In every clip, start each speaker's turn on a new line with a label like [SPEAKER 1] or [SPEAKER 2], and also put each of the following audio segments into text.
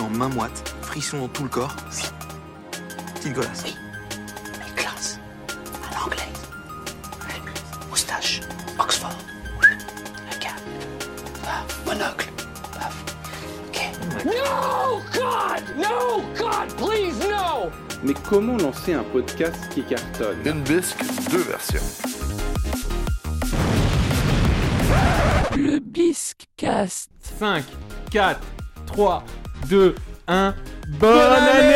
[SPEAKER 1] en main moite, frisson dans tout le corps. Oui. Petite golasse.
[SPEAKER 2] Oui. Mais classe. À l'anglais. Moustache. Oxford. Un gars. Paf. Monocle. Paf. Ok.
[SPEAKER 3] No, God! No, God, please, no!
[SPEAKER 4] Mais comment lancer un podcast qui cartonne
[SPEAKER 5] Une bisque, deux versions.
[SPEAKER 6] Le Biscast.
[SPEAKER 4] 5, 4, 3, 2, 1. Bonne, année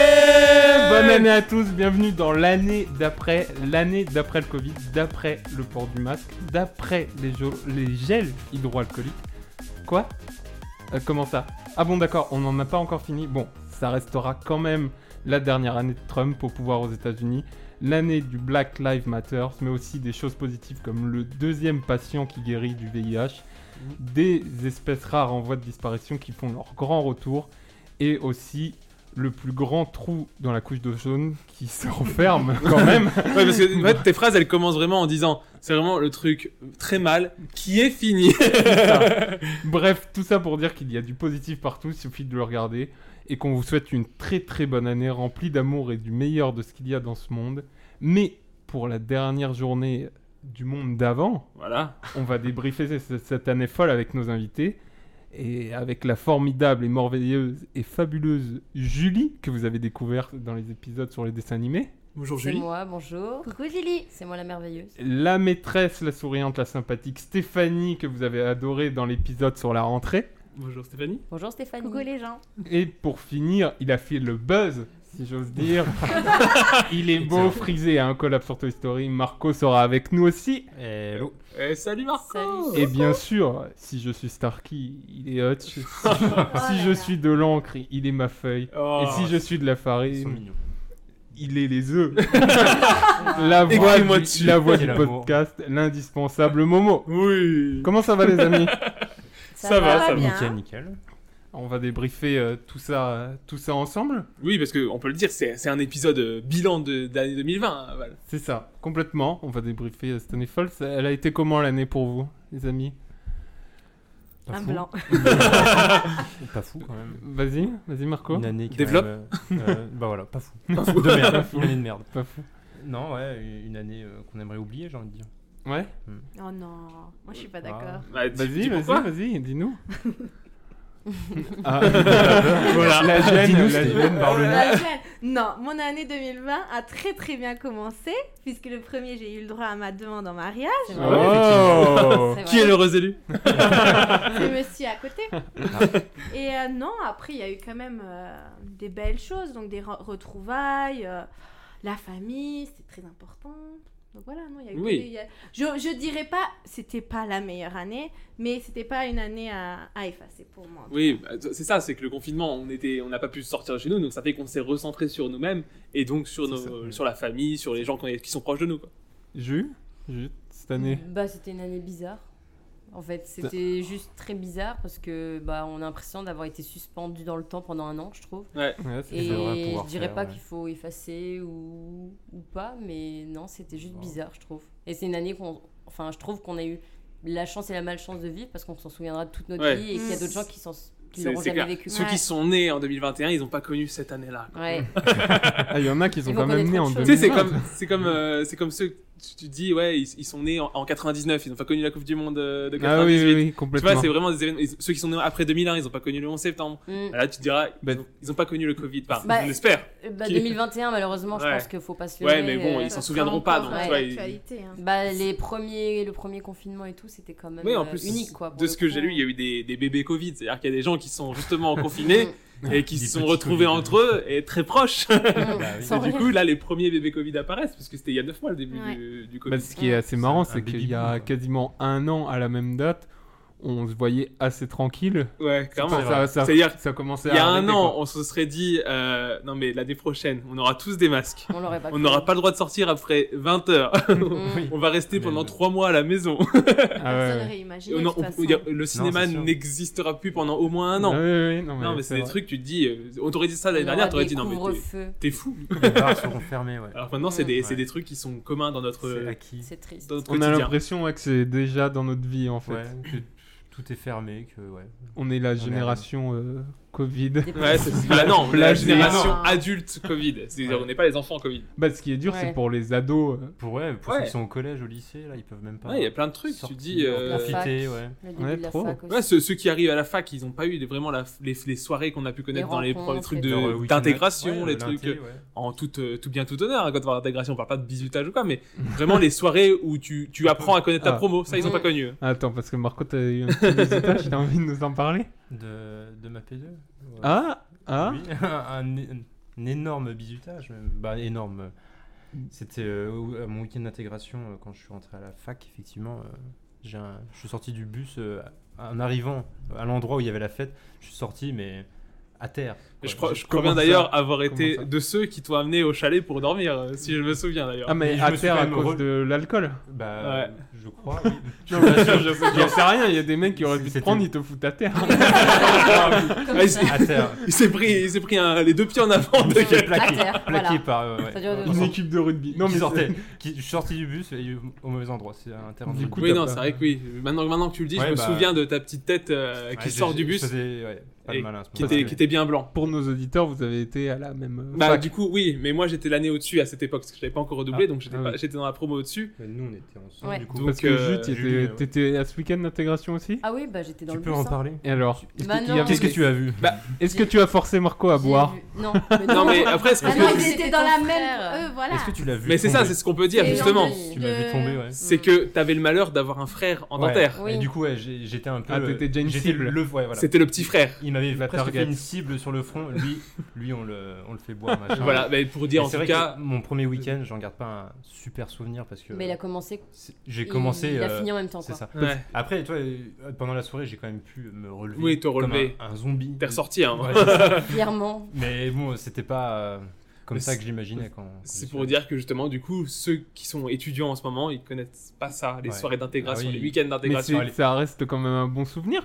[SPEAKER 4] Bonne année à tous, bienvenue dans l'année d'après, l'année d'après le Covid, d'après le port du masque, d'après les, jo- les gels hydroalcooliques. Quoi Euh, Comment ça Ah bon d'accord, on n'en a pas encore fini. Bon, ça restera quand même la dernière année de Trump au pouvoir aux États-Unis, l'année du Black Lives Matter, mais aussi des choses positives comme le deuxième patient qui guérit du VIH, des espèces rares en voie de disparition qui font leur grand retour, et aussi le plus grand trou dans la couche d'ozone qui se referme quand même.
[SPEAKER 7] Ouais, parce que en fait, tes phrases, elles commencent vraiment en disant c'est vraiment le truc très mal qui est fini.
[SPEAKER 4] Bref, tout ça pour dire qu'il y a du positif partout, il suffit de le regarder, et qu'on vous souhaite une très très bonne année remplie d'amour et du meilleur de ce qu'il y a dans ce monde. Mais pour la dernière journée du monde d'avant,
[SPEAKER 7] voilà.
[SPEAKER 4] on va débriefer ce- ce- cette année folle avec nos invités. Et avec la formidable et merveilleuse et fabuleuse Julie, que vous avez découverte dans les épisodes sur les dessins animés.
[SPEAKER 7] Bonjour
[SPEAKER 8] C'est
[SPEAKER 7] Julie.
[SPEAKER 8] moi, bonjour. Coucou Julie. C'est moi la merveilleuse.
[SPEAKER 4] La maîtresse, la souriante, la sympathique Stéphanie, que vous avez adorée dans l'épisode sur la rentrée.
[SPEAKER 7] Bonjour Stéphanie.
[SPEAKER 8] Bonjour Stéphanie.
[SPEAKER 9] Coucou les gens.
[SPEAKER 4] Et pour finir, il a fait le buzz, si j'ose dire. il est beau, frisé à un collab sur Toy Story. Marco sera avec nous aussi.
[SPEAKER 8] Euh,
[SPEAKER 10] Hello.
[SPEAKER 7] Eh, salut Marc.
[SPEAKER 8] Salut.
[SPEAKER 4] Et bien sûr, si je suis Starkey, il est Hutch. Si,
[SPEAKER 8] Oh
[SPEAKER 4] Ah,
[SPEAKER 9] Oh
[SPEAKER 4] si je suis de l'encre, il est ma feuille.
[SPEAKER 7] Oh.
[SPEAKER 4] Et si je suis de la
[SPEAKER 10] Ils sont
[SPEAKER 4] farine,
[SPEAKER 10] mignons.
[SPEAKER 4] il est les œufs. la voix,
[SPEAKER 7] Écoute-moi
[SPEAKER 4] du,
[SPEAKER 7] dessus.
[SPEAKER 4] la voix du
[SPEAKER 10] Quel amour.
[SPEAKER 4] podcast, l'indispensable Momo.
[SPEAKER 7] Oui.
[SPEAKER 4] Comment ça va les amis
[SPEAKER 7] Ça va, ça va,
[SPEAKER 9] bien.
[SPEAKER 10] Nickel, nickel.
[SPEAKER 4] On va débriefer euh, tout, ça, euh, tout ça ensemble.
[SPEAKER 7] Oui, parce que on peut le dire, c'est c'est un épisode euh, bilan de d'année 2020. hein, Val.
[SPEAKER 4] C'est ça, complètement. On va débriefer euh, cette année folle. Ça- Elle a été comment l'année pour vous, les amis
[SPEAKER 8] Un blanc.
[SPEAKER 10] Pas fou quand même.
[SPEAKER 4] Vas-y, vas-y Marco.
[SPEAKER 10] Une année qui
[SPEAKER 7] Développe.
[SPEAKER 10] Bah voilà, pas fou. de merde, une année de merde.
[SPEAKER 4] Pas fou.
[SPEAKER 10] Non, ouais, une année euh, qu'on aimerait oublier, j'ai envie de dire.
[SPEAKER 4] Ouais.
[SPEAKER 9] Oh non, moi je suis pas d'accord.
[SPEAKER 7] Bah, dis- dis
[SPEAKER 4] Vas-y, vas-y,
[SPEAKER 7] pourquoi
[SPEAKER 4] vas-y, dis-nous. Ah, voilà. La gêne, la gêne par le nez.
[SPEAKER 9] La chaîne. Non, mon année 2020 a très très bien commencé puisque le premier j'ai eu le droit à ma demande en mariage.
[SPEAKER 8] C'est vrai.
[SPEAKER 4] Oh
[SPEAKER 8] C'est vrai.
[SPEAKER 7] Qui est l'heureux élu
[SPEAKER 9] Je me suis à côté.
[SPEAKER 7] Ah.
[SPEAKER 9] Et euh, non, après il y a eu quand même euh, des belles choses, donc des re- retrouvailles, euh, la famille, c'est très important. Donc voilà, non, il y a eu. que
[SPEAKER 7] Oui.
[SPEAKER 9] des- il y a- Je, je dirais pas, c'était pas la meilleure année, mais c'était pas une année à, à effacer pour moi.
[SPEAKER 7] Oui, bah, c'est ça, c'est que le confinement, on était, on n'a pas pu sortir de chez nous, donc ça fait qu'on s'est recentré sur nous-mêmes et donc sur nos,
[SPEAKER 4] ça, oui.
[SPEAKER 7] sur la famille, sur les gens qu'on est- qui sont proches de nous. Quoi.
[SPEAKER 4] Jus, Jus, cette année.
[SPEAKER 8] Bah, c'était une année bizarre. En fait, c'était juste très bizarre parce que bah, on a l'impression d'avoir été suspendu dans le temps pendant un an, je trouve.
[SPEAKER 4] Ouais, c'est-
[SPEAKER 8] Et
[SPEAKER 10] Ça devrait pouvoir
[SPEAKER 8] je dirais
[SPEAKER 10] faire,
[SPEAKER 8] pas
[SPEAKER 10] ouais.
[SPEAKER 8] qu'il faut effacer ou, ou pas, mais non, c'était juste
[SPEAKER 10] Wow.
[SPEAKER 8] bizarre, je trouve. Et c'est une année qu'on. Enfin, je trouve qu'on a eu la chance et la malchance de vivre parce qu'on s'en souviendra de toute notre
[SPEAKER 7] Ouais.
[SPEAKER 8] vie et qu'il y a
[SPEAKER 9] Mm.
[SPEAKER 8] d'autres gens qui s'en- qui
[SPEAKER 7] C'est
[SPEAKER 8] l'auront
[SPEAKER 7] c'est
[SPEAKER 8] jamais
[SPEAKER 7] clair.
[SPEAKER 8] vécu.
[SPEAKER 7] Ceux qui sont nés en 2021, ils n'ont pas connu cette année-là. quoi.
[SPEAKER 8] Ouais.
[SPEAKER 4] Ah, il y en a qui sont
[SPEAKER 8] Ils
[SPEAKER 4] quand
[SPEAKER 8] vont
[SPEAKER 4] même nés en
[SPEAKER 8] connaître
[SPEAKER 7] Tu
[SPEAKER 8] autre
[SPEAKER 7] sais,
[SPEAKER 4] 2000.
[SPEAKER 8] chose.
[SPEAKER 7] c'est comme, c'est comme, euh, c'est comme ceux, tu, tu dis, ouais, ils, ils sont nés en, en 99, ils n'ont pas connu la Coupe du Monde euh, de 98.
[SPEAKER 4] Ah oui, oui, oui,
[SPEAKER 7] Tu
[SPEAKER 4] complètement.
[SPEAKER 7] vois, c'est vraiment des événements. ils- Ceux qui sont nés après 2001, ils n'ont pas connu le 11 septembre.
[SPEAKER 8] Mm.
[SPEAKER 7] Là, tu te diras, ils
[SPEAKER 4] Ben-
[SPEAKER 7] ont- ils n'ont pas connu le Covid. Enfin,
[SPEAKER 8] Bah,
[SPEAKER 7] on espère.
[SPEAKER 8] Euh, Bah,
[SPEAKER 7] Qui-
[SPEAKER 8] 2021, malheureusement, je
[SPEAKER 7] Ouais.
[SPEAKER 8] pense qu'il faut pas se leurrer.
[SPEAKER 7] Ouais, mais bon,
[SPEAKER 8] euh,
[SPEAKER 7] ils s'en souviendront pas. Donc,
[SPEAKER 8] ouais.
[SPEAKER 7] tu vois, ils-
[SPEAKER 9] Actualité, hein.
[SPEAKER 8] Bah, les premiers, le premier confinement et tout, c'était quand même
[SPEAKER 7] Oui, en
[SPEAKER 8] euh,
[SPEAKER 7] plus,
[SPEAKER 8] unique, quoi. pour
[SPEAKER 7] de
[SPEAKER 8] le
[SPEAKER 7] ce que
[SPEAKER 8] coup.
[SPEAKER 7] j'ai lu, il y a eu des, des bébés Covid. C'est-à-dire qu'il y a des gens qui sont justement confinés
[SPEAKER 4] Ah,
[SPEAKER 7] et qui
[SPEAKER 10] Des
[SPEAKER 7] se sont
[SPEAKER 10] petits
[SPEAKER 7] retrouvés
[SPEAKER 4] hein.
[SPEAKER 10] Covid.
[SPEAKER 7] entre eux et très proches.
[SPEAKER 8] Mm.
[SPEAKER 10] Bah oui.
[SPEAKER 8] Sans
[SPEAKER 7] Et du
[SPEAKER 8] rire.
[SPEAKER 7] coup, là, les premiers bébés Covid apparaissent, parce que c'était il y a 9 mois le début
[SPEAKER 9] Ouais.
[SPEAKER 7] du, du Covid.
[SPEAKER 4] Bah, ce qui est assez marrant,
[SPEAKER 10] un
[SPEAKER 4] c'est qu'il
[SPEAKER 10] baby
[SPEAKER 4] y
[SPEAKER 10] boom,
[SPEAKER 4] a
[SPEAKER 10] quoi.
[SPEAKER 4] quasiment un an à la même date, on se voyait assez tranquille.
[SPEAKER 7] ouais, clairement.
[SPEAKER 4] Ça, ça,
[SPEAKER 7] C'est-à-dire
[SPEAKER 4] ça commençait à
[SPEAKER 7] Il y a un
[SPEAKER 4] arrêter,
[SPEAKER 7] an,
[SPEAKER 4] quoi.
[SPEAKER 7] on se serait dit, euh, non mais l'année prochaine, on aura tous des masques.
[SPEAKER 8] On l'aurait pas
[SPEAKER 7] On
[SPEAKER 8] cru.
[SPEAKER 7] n'aura pas le droit de sortir après 20 heures.
[SPEAKER 8] Mm.
[SPEAKER 7] on va rester
[SPEAKER 10] Mais
[SPEAKER 7] pendant
[SPEAKER 10] le-
[SPEAKER 7] 3 mois à la maison.
[SPEAKER 4] Ah ouais,
[SPEAKER 9] Personne
[SPEAKER 4] ouais.
[SPEAKER 9] n'aurait imaginé.
[SPEAKER 7] On-
[SPEAKER 9] de
[SPEAKER 7] Euh, on-
[SPEAKER 9] toute façon.
[SPEAKER 7] y a- le cinéma
[SPEAKER 10] c'est sûr.
[SPEAKER 7] n'existera plus pendant au moins un an.
[SPEAKER 4] Ah oui, oui, non, mais,
[SPEAKER 7] non mais c'est des
[SPEAKER 4] vrai.
[SPEAKER 7] trucs, tu te dis, euh, on t'aurait dit ça l'année
[SPEAKER 8] On
[SPEAKER 7] dernière,
[SPEAKER 8] aura
[SPEAKER 7] t'aurais
[SPEAKER 8] des
[SPEAKER 7] dit non mais t'es-
[SPEAKER 8] couvre-feux.
[SPEAKER 7] t'es fou.
[SPEAKER 10] Les bars seront fermés, ouais.
[SPEAKER 7] Alors maintenant, c'est des, c'est
[SPEAKER 10] Ouais.
[SPEAKER 7] des trucs qui sont communs dans notre,
[SPEAKER 10] C'est
[SPEAKER 7] dans euh,
[SPEAKER 10] acquis.
[SPEAKER 8] C'est triste.
[SPEAKER 7] notre
[SPEAKER 4] On a
[SPEAKER 7] quotidien.
[SPEAKER 4] l'impression ouais, que c'est déjà dans notre vie en fait.
[SPEAKER 10] Ouais, que tout est fermé, que ouais.
[SPEAKER 4] On est la
[SPEAKER 10] est à
[SPEAKER 4] génération euh, Covid.
[SPEAKER 7] Ouais, c'est bah non, la
[SPEAKER 4] Blasé.
[SPEAKER 7] génération
[SPEAKER 9] Ah.
[SPEAKER 7] adulte Covid. C'est-à-dire,
[SPEAKER 10] Ouais.
[SPEAKER 7] on n'est pas les enfants Covid.
[SPEAKER 4] Bah, ce qui est dur,
[SPEAKER 8] Ouais.
[SPEAKER 4] c'est pour les ados. euh,
[SPEAKER 10] Pour, ouais, pour
[SPEAKER 7] Ouais.
[SPEAKER 10] ceux qui sont au collège, au lycée, là, ils peuvent même pas.
[SPEAKER 7] Ouais, il y a plein de trucs. Tu
[SPEAKER 10] sortir,
[SPEAKER 7] dis. euh,
[SPEAKER 8] La fac.
[SPEAKER 10] Profiter, ouais.
[SPEAKER 8] Le début
[SPEAKER 4] Ouais,
[SPEAKER 8] de la
[SPEAKER 4] trop.
[SPEAKER 8] fac aussi.
[SPEAKER 7] Ouais, ceux, ceux qui arrivent à la fac, ils n'ont pas eu les- vraiment la- les, les soirées qu'on a pu connaître
[SPEAKER 8] Les
[SPEAKER 7] dans les,
[SPEAKER 8] rencontres
[SPEAKER 7] les trucs
[SPEAKER 8] et
[SPEAKER 7] de-
[SPEAKER 10] Genre, euh, week-end
[SPEAKER 7] d'intégration,
[SPEAKER 10] night, ouais,
[SPEAKER 7] les
[SPEAKER 10] le
[SPEAKER 7] trucs
[SPEAKER 10] lundi, ouais.
[SPEAKER 7] en tout, euh, tout bien tout honneur. hein, Quand on parle d'intégration, on parle pas de bisutage ou quoi, mais vraiment les soirées où tu, tu apprends à connaître ta
[SPEAKER 4] Ah.
[SPEAKER 7] promo, ça ils ont
[SPEAKER 8] Mm.
[SPEAKER 7] pas connu. hein.
[SPEAKER 4] Attends, parce que Marco, t'as eu un petit visitage, t'as envie de nous en parler
[SPEAKER 10] De, de ma P2. ouais.
[SPEAKER 4] Ah Ah
[SPEAKER 10] Oui, un, é- un énorme bisutage, même. Bah, énorme. C'était euh, au- à mon week-end d'intégration, euh, quand je suis rentré à la fac, effectivement, euh, j'ai un- je suis sorti du bus euh, en arrivant à l'endroit où il y avait la fête. Je suis sorti, mais à terre. quoi.
[SPEAKER 7] Je, crois-
[SPEAKER 10] J'ai-
[SPEAKER 7] je conviens
[SPEAKER 4] comment ça
[SPEAKER 7] d'ailleurs avoir été
[SPEAKER 4] ça
[SPEAKER 7] de ceux qui t'ont amené au chalet pour dormir, euh, si je me souviens d'ailleurs.
[SPEAKER 4] Ah, mais
[SPEAKER 10] Mais je
[SPEAKER 4] à
[SPEAKER 10] me suis
[SPEAKER 4] terre
[SPEAKER 10] quand
[SPEAKER 4] à
[SPEAKER 10] même
[SPEAKER 4] cause
[SPEAKER 10] re-
[SPEAKER 4] de l'alcool
[SPEAKER 10] Bah,
[SPEAKER 7] Ouais.
[SPEAKER 10] je crois, oui.
[SPEAKER 4] Non, mais je sais, j'en sais rien, il y a des mecs qui auraient pu te
[SPEAKER 10] C'était-
[SPEAKER 4] prendre, ils te foutent à terre.
[SPEAKER 8] Comme
[SPEAKER 7] Ah, il
[SPEAKER 8] ça.
[SPEAKER 7] s'est-
[SPEAKER 10] À terre.
[SPEAKER 7] il s'est pris, il s'est pris un- les deux pieds en avant. de-
[SPEAKER 10] J'ai
[SPEAKER 8] À
[SPEAKER 10] plaqué.
[SPEAKER 8] terre,
[SPEAKER 10] Plaqué
[SPEAKER 8] voilà.
[SPEAKER 10] par. euh, ouais.
[SPEAKER 8] Ça dure deux
[SPEAKER 10] On
[SPEAKER 4] Une
[SPEAKER 10] s'en-
[SPEAKER 4] équipe de rugby. Non,
[SPEAKER 10] qui
[SPEAKER 4] mais
[SPEAKER 10] sortait, qui, je suis sorti du bus et au mauvais endroit, c'est un terrain de
[SPEAKER 4] Du
[SPEAKER 10] rugby.
[SPEAKER 4] coup,
[SPEAKER 7] Oui,
[SPEAKER 4] t'as
[SPEAKER 7] non,
[SPEAKER 4] pas-
[SPEAKER 7] c'est vrai que oui. Maintenant, maintenant que tu le dis, je
[SPEAKER 10] Ouais,
[SPEAKER 7] me
[SPEAKER 10] bah-
[SPEAKER 7] souviens de ta petite tête euh,
[SPEAKER 10] Ouais,
[SPEAKER 7] qui
[SPEAKER 10] j'ai-
[SPEAKER 7] sort du
[SPEAKER 10] je
[SPEAKER 7] bus,
[SPEAKER 10] faisais, ouais, pas
[SPEAKER 7] et
[SPEAKER 10] de malin à ce
[SPEAKER 7] qui
[SPEAKER 10] moment-là.
[SPEAKER 7] était, qui était bien blanc.
[SPEAKER 4] pour nos auditeurs, vous avez été à la même. euh,
[SPEAKER 7] Bah
[SPEAKER 4] fac.
[SPEAKER 7] du coup oui, mais moi j'étais l'année au-dessus à cette époque parce que je n'avais pas encore redoublé
[SPEAKER 10] Ah.
[SPEAKER 7] donc j'étais
[SPEAKER 4] Ah
[SPEAKER 7] pas-
[SPEAKER 4] oui.
[SPEAKER 7] j'étais dans la promo au-dessus.
[SPEAKER 10] Mais nous, on était ensemble,
[SPEAKER 8] Ouais.
[SPEAKER 10] du coup.
[SPEAKER 7] Donc,
[SPEAKER 4] Parce que
[SPEAKER 7] euh,
[SPEAKER 4] Jut, il était-
[SPEAKER 10] Julie, ouais.
[SPEAKER 4] t'étais à ce week-end d'intégration aussi
[SPEAKER 8] Ah oui, bah j'étais dans
[SPEAKER 10] tu
[SPEAKER 8] le
[SPEAKER 10] peux
[SPEAKER 8] bus,
[SPEAKER 10] en
[SPEAKER 8] hein.
[SPEAKER 10] parler
[SPEAKER 4] Et alors Est-ce
[SPEAKER 8] Bah
[SPEAKER 4] qu'il y
[SPEAKER 8] non.
[SPEAKER 4] avait-
[SPEAKER 10] Qu'est-ce que Bah, tu as vu
[SPEAKER 4] Est-ce que tu as forcé Marco à
[SPEAKER 8] J'ai
[SPEAKER 4] boire
[SPEAKER 8] vu- Non, mais
[SPEAKER 7] Non mais euh, après c'est
[SPEAKER 9] Ah
[SPEAKER 7] parce
[SPEAKER 8] Parce
[SPEAKER 9] non,
[SPEAKER 8] que
[SPEAKER 9] ils
[SPEAKER 8] c'est-
[SPEAKER 9] étaient
[SPEAKER 8] c'est
[SPEAKER 9] dans
[SPEAKER 8] ton
[SPEAKER 9] la
[SPEAKER 8] frère.
[SPEAKER 9] même. Eux, voilà.
[SPEAKER 10] Est-ce que tu l'as vu
[SPEAKER 7] que- Mais c'est ça,
[SPEAKER 10] tomber
[SPEAKER 7] c'est ce qu'on peut dire
[SPEAKER 9] Les
[SPEAKER 7] justement.
[SPEAKER 9] gens de-
[SPEAKER 10] Tu m'as vu
[SPEAKER 9] de-
[SPEAKER 10] tomber, ouais.
[SPEAKER 7] C'est que t'avais le malheur d'avoir un frère en
[SPEAKER 10] Ouais.
[SPEAKER 7] dentaire.
[SPEAKER 8] Oui.
[SPEAKER 10] Et du coup, ouais, j'ai- j'étais un peu.
[SPEAKER 4] Ah,
[SPEAKER 10] euh,
[SPEAKER 4] t'étais déjà une
[SPEAKER 10] j'étais
[SPEAKER 4] cible.
[SPEAKER 10] Le, ouais, voilà.
[SPEAKER 7] C'était le petit frère.
[SPEAKER 10] Il m'avait
[SPEAKER 4] La
[SPEAKER 10] presque fait
[SPEAKER 4] target.
[SPEAKER 10] une cible sur le front. Lui, lui on, le, on le fait boire, machin.
[SPEAKER 7] Voilà, mais pour
[SPEAKER 10] Et
[SPEAKER 7] dire en
[SPEAKER 10] c'est
[SPEAKER 7] tout
[SPEAKER 10] vrai
[SPEAKER 7] cas,
[SPEAKER 10] que mon premier week-end, j'en garde pas un super souvenir parce que
[SPEAKER 8] Mais il a commencé.
[SPEAKER 10] c'est- j'ai
[SPEAKER 8] il-
[SPEAKER 10] commencé.
[SPEAKER 8] Il a
[SPEAKER 10] euh,
[SPEAKER 8] fini en même temps,
[SPEAKER 10] C'est
[SPEAKER 8] quoi.
[SPEAKER 10] ça.
[SPEAKER 7] ouais,
[SPEAKER 10] Après, toi, euh, pendant la soirée, j'ai quand même pu me relever.
[SPEAKER 7] Oui, te relever.
[SPEAKER 10] Comme un, un zombie.
[SPEAKER 7] t'es ressorti. Hein.
[SPEAKER 10] Ouais, c'est ça.
[SPEAKER 8] Fièrement.
[SPEAKER 10] Mais bon, c'était pas euh, comme
[SPEAKER 7] Mais
[SPEAKER 10] ça
[SPEAKER 7] c'est-
[SPEAKER 10] que j'imaginais quand. quand
[SPEAKER 7] C'est
[SPEAKER 10] j'y
[SPEAKER 7] pour
[SPEAKER 10] suis allé.
[SPEAKER 7] dire que justement du coup ceux qui sont étudiants en ce moment ils connaissent pas ça, les
[SPEAKER 10] Ouais.
[SPEAKER 7] soirées d'intégration,
[SPEAKER 10] Ah oui.
[SPEAKER 7] les week-ends
[SPEAKER 4] Mais
[SPEAKER 7] d'intégration.
[SPEAKER 4] c'est- ça reste quand même un bon souvenir.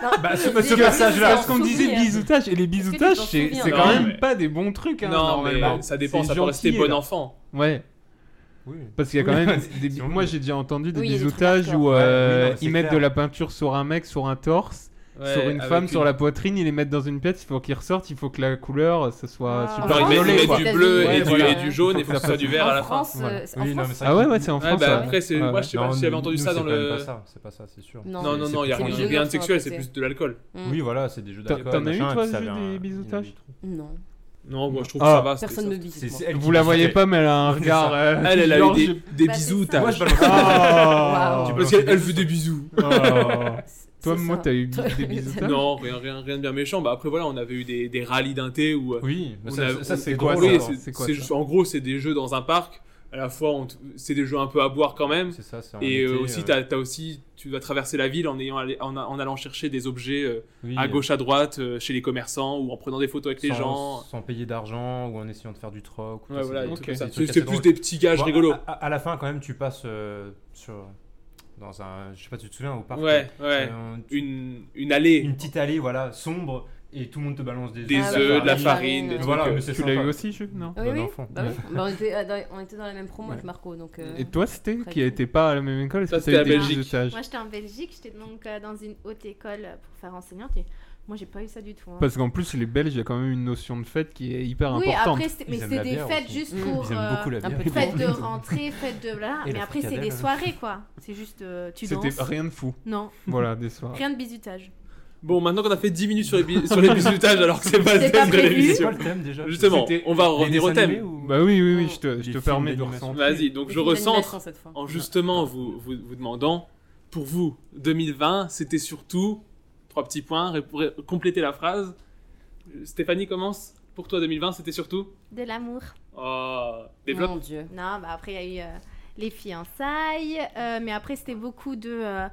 [SPEAKER 10] Bah, ce,
[SPEAKER 8] Parce
[SPEAKER 10] ce
[SPEAKER 8] que-
[SPEAKER 10] passage-là.
[SPEAKER 4] Parce qu'on disait bisoutages, et les bisoutages,
[SPEAKER 8] t'en
[SPEAKER 4] c'est
[SPEAKER 8] souviens
[SPEAKER 4] c'est
[SPEAKER 7] Non,
[SPEAKER 4] quand même
[SPEAKER 7] mais-
[SPEAKER 4] pas des bons trucs. hein,
[SPEAKER 7] Non
[SPEAKER 4] normalement.
[SPEAKER 7] mais bah, ça dépend,
[SPEAKER 4] C'est
[SPEAKER 7] ça peut rester
[SPEAKER 4] gentil,
[SPEAKER 7] bon
[SPEAKER 4] là.
[SPEAKER 7] enfant.
[SPEAKER 4] Ouais,
[SPEAKER 10] Oui.
[SPEAKER 4] parce qu'il y a quand
[SPEAKER 10] Oui,
[SPEAKER 4] même.
[SPEAKER 10] c'est-
[SPEAKER 4] des-
[SPEAKER 10] si on
[SPEAKER 4] Moi,
[SPEAKER 10] veut.
[SPEAKER 4] j'ai déjà entendu des
[SPEAKER 8] Oui, il y a des trucs
[SPEAKER 4] bisoutages
[SPEAKER 8] hardcore.
[SPEAKER 4] où euh,
[SPEAKER 10] Ouais, oui, non,
[SPEAKER 4] ils
[SPEAKER 10] c'est
[SPEAKER 4] mettent de
[SPEAKER 10] clair.
[SPEAKER 4] la peinture sur un mec, sur un torse, sur
[SPEAKER 7] Ouais,
[SPEAKER 4] une
[SPEAKER 7] avec
[SPEAKER 4] femme, sur la poitrine, ils les mettent dans une pièce, il faut qu'ils ressortent, il faut que la couleur, euh, ça soit
[SPEAKER 8] Ah.
[SPEAKER 4] super
[SPEAKER 7] Genre, ils mettent- ils
[SPEAKER 4] violet,
[SPEAKER 7] mettent
[SPEAKER 4] quoi.
[SPEAKER 7] du bleu
[SPEAKER 8] Ouais,
[SPEAKER 7] et, du,
[SPEAKER 8] voilà.
[SPEAKER 7] et du jaune et
[SPEAKER 4] Faut que
[SPEAKER 7] faut que
[SPEAKER 4] ça
[SPEAKER 7] ce soit du vert à la
[SPEAKER 8] En
[SPEAKER 7] fin.
[SPEAKER 8] France,
[SPEAKER 10] Voilà.
[SPEAKER 8] euh, en
[SPEAKER 10] Oui, non, mais
[SPEAKER 8] France,
[SPEAKER 10] c'est
[SPEAKER 4] Ah ouais,
[SPEAKER 10] vrai
[SPEAKER 4] ouais,
[SPEAKER 10] que-
[SPEAKER 4] c'est en
[SPEAKER 7] Ouais,
[SPEAKER 4] France.
[SPEAKER 7] bah,
[SPEAKER 4] ouais.
[SPEAKER 7] après, c'est...
[SPEAKER 4] Ouais,
[SPEAKER 7] moi
[SPEAKER 4] ouais.
[SPEAKER 7] je sais pas
[SPEAKER 10] Non,
[SPEAKER 7] si j'avais
[SPEAKER 10] nous,
[SPEAKER 7] entendu
[SPEAKER 10] nous,
[SPEAKER 7] ça dans
[SPEAKER 10] c'est quand même
[SPEAKER 7] le.
[SPEAKER 10] pas ça, c'est pas ça, c'est sûr.
[SPEAKER 8] Non.
[SPEAKER 7] Non,
[SPEAKER 10] C'est-
[SPEAKER 7] non,
[SPEAKER 10] c'est
[SPEAKER 7] non, il y a
[SPEAKER 10] plus-
[SPEAKER 7] rien
[SPEAKER 8] des
[SPEAKER 7] y a
[SPEAKER 8] jeux
[SPEAKER 7] rien de
[SPEAKER 8] d'enfants,
[SPEAKER 7] sexuel, c'est
[SPEAKER 8] après,
[SPEAKER 7] plus de l'alcool.
[SPEAKER 8] Mm.
[SPEAKER 10] Oui, voilà, c'est des jeux
[SPEAKER 4] T'en-
[SPEAKER 10] d'alcool.
[SPEAKER 4] t'en as eu,
[SPEAKER 10] machin,
[SPEAKER 4] toi,
[SPEAKER 10] et puis ça
[SPEAKER 4] Jules,
[SPEAKER 10] avait
[SPEAKER 4] des
[SPEAKER 10] un-
[SPEAKER 4] bisoutages
[SPEAKER 10] il y avait des
[SPEAKER 8] Non,
[SPEAKER 7] Non, moi je trouve
[SPEAKER 4] Ah.
[SPEAKER 7] que ça va. c'était ça.
[SPEAKER 8] personne ne
[SPEAKER 10] trous. C'est-
[SPEAKER 8] bise.
[SPEAKER 10] c'est elle qui
[SPEAKER 4] Vous la
[SPEAKER 10] me
[SPEAKER 4] voyez
[SPEAKER 10] sortait.
[SPEAKER 4] pas, mais elle a un
[SPEAKER 10] C'est
[SPEAKER 4] regard.
[SPEAKER 10] ça.
[SPEAKER 4] euh,
[SPEAKER 7] Elle, elle a eu
[SPEAKER 4] genre,
[SPEAKER 7] des,
[SPEAKER 4] j'ai-
[SPEAKER 7] des
[SPEAKER 8] Bah, c'est
[SPEAKER 7] bisous,
[SPEAKER 8] ça.
[SPEAKER 7] t'as.
[SPEAKER 10] Moi, je balançais-
[SPEAKER 8] Waouh.
[SPEAKER 7] Parce qu'elle elle fait des bisous.
[SPEAKER 4] Oh. Toi,
[SPEAKER 8] C'est
[SPEAKER 4] moi,
[SPEAKER 8] ça.
[SPEAKER 4] t'as eu
[SPEAKER 8] Toi,
[SPEAKER 4] des bisoutages
[SPEAKER 7] Non, rien, rien, rien de bien méchant. Bah après, voilà, on avait eu des, des rallyes d'inté où. euh,
[SPEAKER 10] Oui, mais
[SPEAKER 7] on
[SPEAKER 10] ça,
[SPEAKER 7] a-
[SPEAKER 10] ça, ça,
[SPEAKER 7] on-
[SPEAKER 10] c'est
[SPEAKER 7] on-
[SPEAKER 10] quoi
[SPEAKER 7] oui,
[SPEAKER 10] ça
[SPEAKER 7] c'est-
[SPEAKER 4] C'est quoi,
[SPEAKER 7] c'est
[SPEAKER 4] ça
[SPEAKER 7] juste- En gros, c'est des jeux dans un parc. À la fois, on te- c'est des jeux un peu à boire quand même.
[SPEAKER 10] C'est ça, c'est en
[SPEAKER 7] Et euh,
[SPEAKER 10] été,
[SPEAKER 7] aussi,
[SPEAKER 10] euh,
[SPEAKER 7] t'as as aussi, tu dois traverser la ville en, ayant, allé- en, a- en allant chercher des objets euh,
[SPEAKER 10] oui,
[SPEAKER 7] à
[SPEAKER 10] euh,
[SPEAKER 7] gauche, à droite, euh, chez les commerçants ou en prenant des photos avec les
[SPEAKER 10] sans-
[SPEAKER 7] gens.
[SPEAKER 10] Sans payer d'argent ou en essayant de faire du troc. ou
[SPEAKER 7] Ouais,
[SPEAKER 10] tout,
[SPEAKER 7] voilà,
[SPEAKER 10] c'est-
[SPEAKER 7] des
[SPEAKER 4] Ok.
[SPEAKER 7] trucs comme ça.
[SPEAKER 10] des
[SPEAKER 7] C'est
[SPEAKER 10] trucs
[SPEAKER 7] c'est
[SPEAKER 10] assez
[SPEAKER 7] plus
[SPEAKER 10] drôles.
[SPEAKER 7] des petits gages
[SPEAKER 10] Bon, à-
[SPEAKER 7] rigolos.
[SPEAKER 10] À, à la fin, quand même, tu passes euh, sur. Dans un. Je sais pas, tu te souviens, au parc
[SPEAKER 7] Ouais, ouais.
[SPEAKER 10] euh, tu-
[SPEAKER 7] Une, une allée.
[SPEAKER 10] une petite allée, voilà, sombre, et tout le monde te balance des
[SPEAKER 7] Des œufs,
[SPEAKER 8] Ah, ouais,
[SPEAKER 7] de la
[SPEAKER 8] ouais.
[SPEAKER 7] farine, des
[SPEAKER 8] Ouais.
[SPEAKER 7] trucs,
[SPEAKER 10] Voilà,
[SPEAKER 7] euh,
[SPEAKER 10] mais c'est
[SPEAKER 4] Tu l'as eu
[SPEAKER 10] sympa.
[SPEAKER 4] aussi, Jules Non
[SPEAKER 8] Oui,
[SPEAKER 10] Bon
[SPEAKER 8] oui.
[SPEAKER 10] enfant.
[SPEAKER 8] Bah oui. Bah, on, était, euh, dans- on était dans la même promo avec Marco, donc. euh,
[SPEAKER 4] Et toi, c'était
[SPEAKER 8] Très
[SPEAKER 4] qui était pas à la même école Est-ce
[SPEAKER 7] Ça,
[SPEAKER 4] que t'as
[SPEAKER 7] c'était
[SPEAKER 4] eu
[SPEAKER 7] à
[SPEAKER 4] des
[SPEAKER 7] Belgique.
[SPEAKER 4] bisoutages
[SPEAKER 9] Moi, j'étais en Belgique, j'étais donc euh, dans une haute école euh, pour faire enseignante et moi, j'ai pas eu ça du tout. hein.
[SPEAKER 4] Parce qu'en plus, les Belges, il y a quand même une notion de fête qui est hyper
[SPEAKER 9] Oui,
[SPEAKER 4] importante.
[SPEAKER 9] après, c'était- mais
[SPEAKER 10] Ils aiment
[SPEAKER 9] c'est
[SPEAKER 10] la
[SPEAKER 9] des
[SPEAKER 10] bière
[SPEAKER 9] fêtes
[SPEAKER 10] aussi.
[SPEAKER 9] juste
[SPEAKER 8] Mm.
[SPEAKER 9] pour.
[SPEAKER 10] Ils aiment
[SPEAKER 9] euh,
[SPEAKER 10] beaucoup la
[SPEAKER 8] un
[SPEAKER 10] bière.
[SPEAKER 8] peu de
[SPEAKER 9] Fête de rentrée, fête de voilà,
[SPEAKER 10] Et
[SPEAKER 9] mais
[SPEAKER 10] la
[SPEAKER 9] après c'est des
[SPEAKER 10] fricadelle.
[SPEAKER 9] soirées quoi. C'est juste euh, tu
[SPEAKER 4] C'était
[SPEAKER 9] danses.
[SPEAKER 4] rien de fou.
[SPEAKER 9] Non,
[SPEAKER 4] Voilà, des soirs.
[SPEAKER 9] rien de bisutage.
[SPEAKER 7] Bon, maintenant qu'on a fait 10 minutes sur les, bi- sur les bisutages, alors que c'est pas le
[SPEAKER 9] C'est pas
[SPEAKER 7] thème de
[SPEAKER 9] prévu.
[SPEAKER 10] C'est
[SPEAKER 7] l'émission.
[SPEAKER 10] quoi le thème déjà
[SPEAKER 7] Justement,
[SPEAKER 4] C'était
[SPEAKER 7] on va
[SPEAKER 10] Les
[SPEAKER 7] revenir au
[SPEAKER 10] dessins
[SPEAKER 7] thème.
[SPEAKER 10] animés ou-
[SPEAKER 4] Bah oui, oui, oui, je te,
[SPEAKER 10] Les
[SPEAKER 4] je te
[SPEAKER 10] films
[SPEAKER 4] permets de
[SPEAKER 10] d'animation.
[SPEAKER 4] ressentir.
[SPEAKER 7] Vas-y, donc
[SPEAKER 8] des
[SPEAKER 7] je
[SPEAKER 8] films
[SPEAKER 7] recentre
[SPEAKER 8] d'animation, hein, cette fois.
[SPEAKER 7] en justement vous, vous, vous demandant, pour vous, 2020, c'était surtout, trois petits points, ré- pour ré- compléter la phrase. Euh, Stéphanie commence, pour toi 2020, c'était surtout
[SPEAKER 9] De l'amour.
[SPEAKER 7] Oh, développe.
[SPEAKER 8] Mon dieu.
[SPEAKER 9] Non, bah après il y a eu euh, les fiançailles, euh, mais après c'était beaucoup de euh,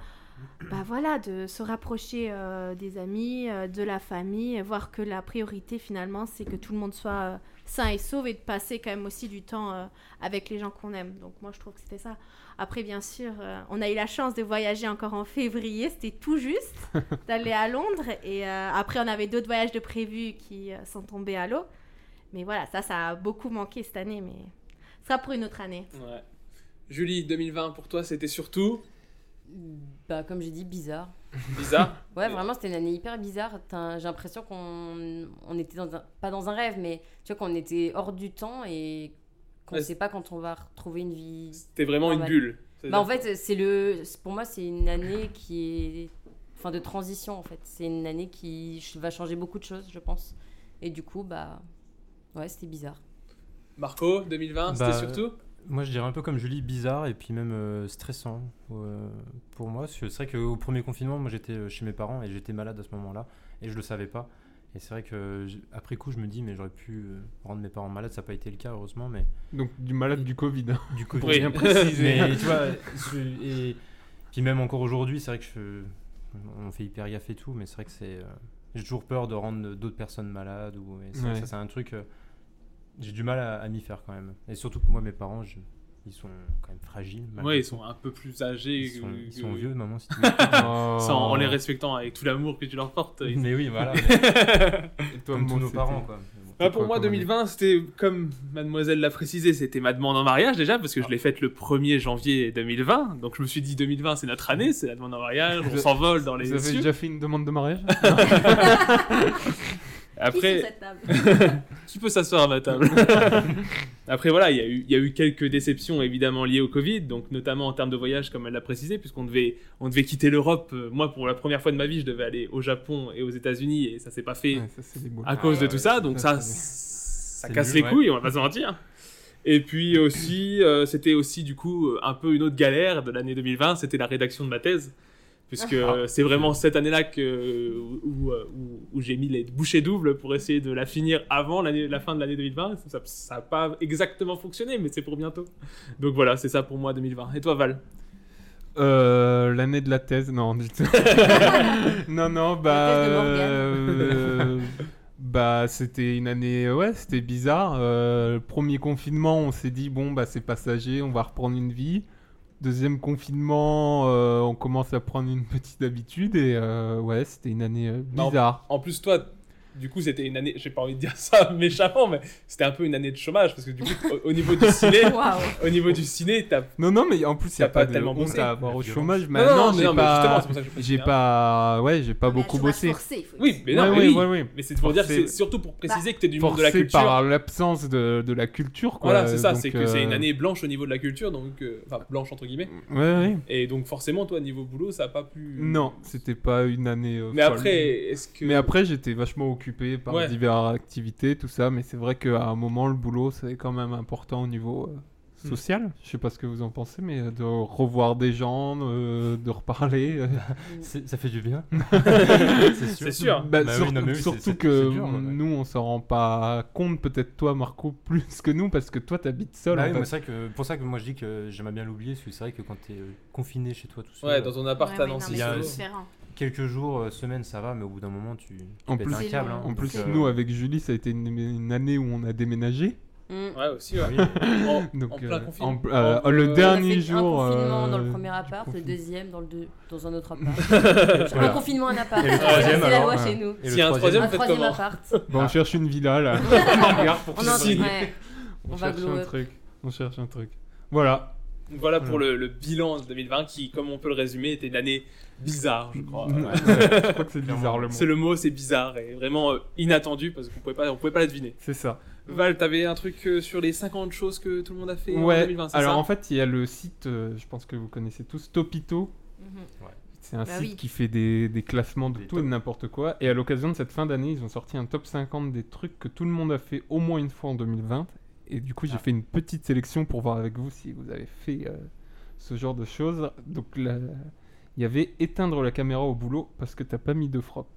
[SPEAKER 9] bah voilà, de se rapprocher euh, des amis, euh, de la famille, voir que la priorité finalement c'est que tout le monde soit euh, sain et sauf et de passer quand même aussi du temps euh, avec les gens qu'on aime. Donc moi je trouve que c'était ça. Après bien sûr, euh, on a eu la chance de voyager encore en février, c'était tout juste d'aller à Londres et euh, après on avait d'autres voyages de prévus qui euh, sont tombés à l'eau. Mais voilà, ça ça a beaucoup manqué cette année mais ce sera pour une autre année.
[SPEAKER 7] Ouais. Julie, 2020, pour toi, c'était surtout
[SPEAKER 8] Bah, comme j'ai dit, bizarre.
[SPEAKER 7] Bizarre.
[SPEAKER 8] Ouais,
[SPEAKER 7] Et-
[SPEAKER 8] vraiment, c'était une année hyper bizarre. T'as- J'ai l'impression qu'on on était dans un- pas dans un rêve, mais tu vois, qu'on était hors du temps et qu'on
[SPEAKER 7] Ouais,
[SPEAKER 8] sait pas quand on va retrouver une vie.
[SPEAKER 7] C'était vraiment une
[SPEAKER 8] Normal.
[SPEAKER 7] bulle.
[SPEAKER 8] Bah, en fait, c'est le. c'est- Pour moi, c'est une année qui est. Enfin, de transition, en fait. C'est une année qui ch- va changer beaucoup de choses, je pense. Et du coup, bah. Ouais, c'était bizarre.
[SPEAKER 7] Marco, 2020,
[SPEAKER 10] Bah,
[SPEAKER 7] c'était surtout
[SPEAKER 10] Moi, je dirais un peu comme Julie, bizarre et puis même euh, stressant euh, pour moi. Parce que c'est vrai qu'au premier confinement, moi j'étais euh, chez mes parents et j'étais malade à ce moment-là et je le savais pas. Et c'est vrai que euh, j- après coup, je me dis, mais j'aurais pu euh, rendre mes parents malades. Ça n'a pas été le cas, heureusement, mais
[SPEAKER 4] Donc, du malade du Covid. hein.
[SPEAKER 10] du coup,
[SPEAKER 7] Oui.
[SPEAKER 4] Bien précisé.
[SPEAKER 10] mais tu vois, je- et puis même encore aujourd'hui, c'est vrai que je- on fait hyper gaffe et tout, mais c'est vrai que c'est. euh, j'ai toujours peur de rendre d'autres personnes malades ou et ça,
[SPEAKER 4] Ouais.
[SPEAKER 10] ça, c'est un truc. euh, j'ai du mal à, à m'y faire quand même. Et surtout que moi, mes parents, je- ils sont quand même fragiles. malgré
[SPEAKER 7] Ouais, ils
[SPEAKER 10] tout.
[SPEAKER 7] sont un peu plus âgés.
[SPEAKER 10] bah, Ils sont,
[SPEAKER 4] euh,
[SPEAKER 7] que-
[SPEAKER 10] ils
[SPEAKER 7] que-
[SPEAKER 10] sont vieux, Oh. maman. Si tu
[SPEAKER 7] Ça, en en
[SPEAKER 4] Oh.
[SPEAKER 7] les respectant avec tout l'amour que tu leur portes.
[SPEAKER 10] veux.
[SPEAKER 7] ils-
[SPEAKER 10] mais oui, voilà.
[SPEAKER 4] Et toi,
[SPEAKER 10] Comme
[SPEAKER 4] moi,
[SPEAKER 10] tous nos
[SPEAKER 4] c'était-
[SPEAKER 10] parents, quoi. Mais bon.
[SPEAKER 7] Ah, pour
[SPEAKER 4] quoi,
[SPEAKER 7] moi,
[SPEAKER 4] comme on dit
[SPEAKER 7] 2020, c'était comme mademoiselle l'a précisé, c'était ma demande en mariage déjà, parce que je l'ai faite le 1er janvier 2020. Donc je me suis dit, 2020, c'est notre année, c'est la demande en mariage, on
[SPEAKER 4] Vous-
[SPEAKER 7] s'envole dans les
[SPEAKER 4] Vous avez
[SPEAKER 7] cieux.
[SPEAKER 4] déjà fait une demande de mariage
[SPEAKER 9] Qui sur
[SPEAKER 7] Après,
[SPEAKER 9] cette table
[SPEAKER 7] qui peut s'asseoir à ma table Après, voilà, il y, a eu- il y a eu quelques déceptions évidemment liées au Covid, donc notamment en termes de voyage, comme elle l'a précisé, puisqu'on devait, on devait quitter l'Europe. Euh, Moi, pour la première fois de ma vie, je devais aller au Japon et aux États-Unis, et Ah, ça s'est pas fait
[SPEAKER 4] Ouais, ça, c'est des boules.
[SPEAKER 7] à cause de
[SPEAKER 10] Ah
[SPEAKER 7] tout ça, donc
[SPEAKER 4] Ça,
[SPEAKER 7] ça,
[SPEAKER 4] c'est-
[SPEAKER 7] ça
[SPEAKER 10] c'est
[SPEAKER 7] casse
[SPEAKER 10] nul,
[SPEAKER 7] les
[SPEAKER 10] ouais.
[SPEAKER 7] couilles, on va pas se mentir. Et puis aussi, euh, c'était aussi du coup euh, un peu une autre galère de l'année 2020, c'était la rédaction de ma thèse, puisque
[SPEAKER 10] Ah.
[SPEAKER 7] euh, c'est vraiment cette année-là que où, euh, où- où j'ai mis les bouchées doubles pour essayer de la finir avant l'année- la fin de l'année 2020. Ça- Ça n'a pas exactement fonctionné, mais c'est pour bientôt. Donc voilà, c'est ça pour moi 2020. Et toi Val
[SPEAKER 4] Euh, l'année de la thèse, non, du tout. non, non, bah.
[SPEAKER 8] La thèse de Morgane.
[SPEAKER 4] euh, bah, c'était une année, ouais, c'était bizarre. Euh, le premier confinement, on s'est dit, bon, bah, c'est passager, on va reprendre une vie. Deuxième confinement, euh, on commence à prendre une petite habitude et euh, ouais, c'était une année euh,
[SPEAKER 7] Non.
[SPEAKER 4] bizarre.
[SPEAKER 7] En plus toi, du coup c'était une année, j'ai pas envie de dire ça méchamment, mais c'était un peu une année de chômage, parce que du coup au, niveau du ciné,
[SPEAKER 8] Waouh!
[SPEAKER 7] au niveau du ciné, t'as
[SPEAKER 4] Non, non, mais en plus, il n'y a
[SPEAKER 7] T'as
[SPEAKER 4] pas,
[SPEAKER 7] pas
[SPEAKER 4] de
[SPEAKER 7] tellement
[SPEAKER 4] honte
[SPEAKER 7] bossé.
[SPEAKER 4] à avoir au
[SPEAKER 10] La
[SPEAKER 4] chômage.
[SPEAKER 7] Non,
[SPEAKER 4] Mais
[SPEAKER 7] non,
[SPEAKER 4] Bah non,
[SPEAKER 7] mais
[SPEAKER 4] j'ai
[SPEAKER 7] non, mais justement,
[SPEAKER 4] pas,
[SPEAKER 7] c'est pour ça que je précise,
[SPEAKER 4] j'ai
[SPEAKER 7] hein.
[SPEAKER 4] pas, ouais, j'ai pas
[SPEAKER 9] Mais
[SPEAKER 4] beaucoup
[SPEAKER 9] tu vas se
[SPEAKER 4] bossé.
[SPEAKER 9] forcer, il faut
[SPEAKER 7] Oui, mais non,
[SPEAKER 4] Ouais,
[SPEAKER 7] mais
[SPEAKER 4] oui,
[SPEAKER 7] oui.
[SPEAKER 4] ouais, oui.
[SPEAKER 7] Mais c'est pour dire,
[SPEAKER 4] Forcé-
[SPEAKER 7] c'est surtout pour préciser que t'es du monde de la
[SPEAKER 4] forcé
[SPEAKER 7] culture.
[SPEAKER 4] par l'absence de, de la culture. Quoi.
[SPEAKER 7] Voilà, c'est ça,
[SPEAKER 4] Donc,
[SPEAKER 7] c'est que c'est une
[SPEAKER 4] euh, Mm.
[SPEAKER 7] année blanche au niveau de la culture, donc euh, enfin blanche entre guillemets.
[SPEAKER 4] Ouais, ouais.
[SPEAKER 7] Et donc forcément, toi, niveau boulot, ça a pas pu.
[SPEAKER 4] Non, c'était pas une année. euh,
[SPEAKER 7] Mais
[SPEAKER 4] folle.
[SPEAKER 7] après, est-ce que.
[SPEAKER 4] Mais après, j'étais vachement occupé par
[SPEAKER 7] Ouais.
[SPEAKER 4] diverses activités, tout ça. Mais c'est vrai qu'à un moment, le boulot, c'est quand même important au niveau euh,
[SPEAKER 7] Hmm.
[SPEAKER 4] social. Je sais pas ce que vous en pensez, mais euh, de revoir des gens, euh, de reparler. euh.
[SPEAKER 10] C'est- ça fait du bien. c'est
[SPEAKER 7] C'est sûr.
[SPEAKER 4] Bah,
[SPEAKER 10] Bah oui,
[SPEAKER 4] surtout
[SPEAKER 10] non, mais oui, c'est-
[SPEAKER 4] surtout
[SPEAKER 10] c'est-
[SPEAKER 4] que
[SPEAKER 10] c'est dur, ouais.
[SPEAKER 4] nous, on s'en rend pas compte. Peut-être toi, Marco, plus que nous, parce que toi, t'habites seul.
[SPEAKER 10] Bah
[SPEAKER 4] en
[SPEAKER 10] oui,
[SPEAKER 4] fait.
[SPEAKER 10] moi, c'est vrai que pour ça que moi je dis que j'aimerais bien l'oublier, parce que c'est vrai que quand t'es euh, confiné chez toi tout seul,
[SPEAKER 7] Ouais, dans ton appart à
[SPEAKER 9] Ouais, ouais, non,
[SPEAKER 7] Nancy.
[SPEAKER 9] mais
[SPEAKER 10] Il y a-
[SPEAKER 9] c'est différent.
[SPEAKER 10] quelques jours, euh, semaines, ça va, mais au bout d'un moment, tu, tu
[SPEAKER 4] En
[SPEAKER 10] pètes
[SPEAKER 4] plus-
[SPEAKER 10] un câble. hein.
[SPEAKER 4] En plus,
[SPEAKER 10] Donc, euh,
[SPEAKER 4] nous, avec Julie, ça a été une, une année où on a déménagé.
[SPEAKER 8] Mm.
[SPEAKER 7] Ouais, aussi, ouais.
[SPEAKER 10] oui,
[SPEAKER 7] en,
[SPEAKER 4] Donc,
[SPEAKER 7] en plein
[SPEAKER 4] euh,
[SPEAKER 7] confinement.
[SPEAKER 4] en pl- euh,
[SPEAKER 7] En-
[SPEAKER 4] le
[SPEAKER 7] euh,
[SPEAKER 8] On a
[SPEAKER 4] dernier
[SPEAKER 8] fait
[SPEAKER 4] jour.
[SPEAKER 8] Un confinement
[SPEAKER 4] euh,
[SPEAKER 8] dans le premier appart, le
[SPEAKER 4] confinement.
[SPEAKER 8] deuxième dans, le deux, dans un autre appart. Un
[SPEAKER 10] Voilà.
[SPEAKER 8] confinement, un appart.
[SPEAKER 10] Et le troisième,
[SPEAKER 8] C'est la loi
[SPEAKER 10] alors,
[SPEAKER 8] chez nous.
[SPEAKER 10] et le
[SPEAKER 7] S'il y a un troisième,
[SPEAKER 8] Un
[SPEAKER 7] faites
[SPEAKER 8] troisième
[SPEAKER 7] comment
[SPEAKER 8] appart.
[SPEAKER 4] Bon, Bah, on
[SPEAKER 10] Ah.
[SPEAKER 4] cherche une villa là. on regarde pour
[SPEAKER 8] On,
[SPEAKER 4] tout
[SPEAKER 8] en...
[SPEAKER 4] signer.
[SPEAKER 8] ouais.
[SPEAKER 4] On
[SPEAKER 8] on va
[SPEAKER 4] cherche
[SPEAKER 8] glow
[SPEAKER 4] un
[SPEAKER 8] up.
[SPEAKER 4] truc. On cherche un truc. Voilà.
[SPEAKER 7] Donc voilà pour le, le bilan de 2020 qui, comme on peut le résumer, était une année bizarre, je crois.
[SPEAKER 4] Ouais,
[SPEAKER 7] Ouais.
[SPEAKER 4] je crois que c'est bizarre le mot.
[SPEAKER 7] C'est le mot, c'est bizarre et vraiment euh, inattendu parce qu'on pouvait pas, on pouvait pas la deviner.
[SPEAKER 4] C'est ça.
[SPEAKER 7] Val, t'avais un truc euh, sur les 50 choses que tout le monde a fait en
[SPEAKER 4] Ouais.
[SPEAKER 7] 2020, c'est
[SPEAKER 4] Alors
[SPEAKER 7] ça
[SPEAKER 4] en fait, il y a le site, euh, je pense que vous connaissez tous, Topito.
[SPEAKER 8] Mhm.
[SPEAKER 4] C'est un
[SPEAKER 8] Bah
[SPEAKER 4] site
[SPEAKER 8] oui.
[SPEAKER 4] qui fait des, des classements de
[SPEAKER 10] Des
[SPEAKER 4] tout et de n'importe quoi. Et à l'occasion de cette fin d'année, ils ont sorti un top 50 des trucs que tout le monde a fait au moins une fois en 2020. Et du coup, j'ai fait une petite sélection pour voir avec vous si vous avez fait euh, ce genre de choses. Donc là, il y avait éteindre la caméra au boulot parce que t'as pas mis de froc.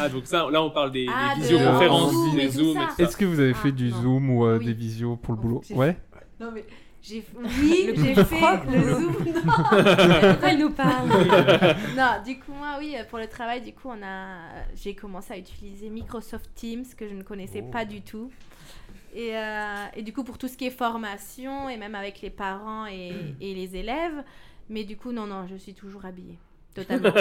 [SPEAKER 7] Ah, donc ça, là, on parle des, des
[SPEAKER 9] Ah, de-
[SPEAKER 7] visioconférences,
[SPEAKER 4] Zoom
[SPEAKER 7] des
[SPEAKER 9] et tout
[SPEAKER 7] zooms
[SPEAKER 9] ça.
[SPEAKER 7] et tout ça.
[SPEAKER 4] Est-ce que vous avez
[SPEAKER 9] Ah,
[SPEAKER 4] fait du
[SPEAKER 9] non.
[SPEAKER 4] zoom ou euh,
[SPEAKER 9] Oui.
[SPEAKER 4] des visios pour le
[SPEAKER 9] Oh,
[SPEAKER 4] boulot
[SPEAKER 9] j'ai
[SPEAKER 4] Ouais.
[SPEAKER 9] Non, mais j'ai oui,
[SPEAKER 8] Le
[SPEAKER 9] j'ai
[SPEAKER 8] plus
[SPEAKER 9] fait
[SPEAKER 8] propre.
[SPEAKER 9] le zoom.
[SPEAKER 8] Pourquoi elle nous parle
[SPEAKER 9] Non, du coup, moi, oui, euh, pour le travail, du coup, on a, j'ai commencé à utiliser Microsoft Teams que je ne connaissais
[SPEAKER 10] Oh.
[SPEAKER 9] pas du tout. Et, euh, et du coup, pour tout ce qui est formation et même avec les parents et, et les élèves. Mais du coup, non, non, je suis toujours habillée. Totalement.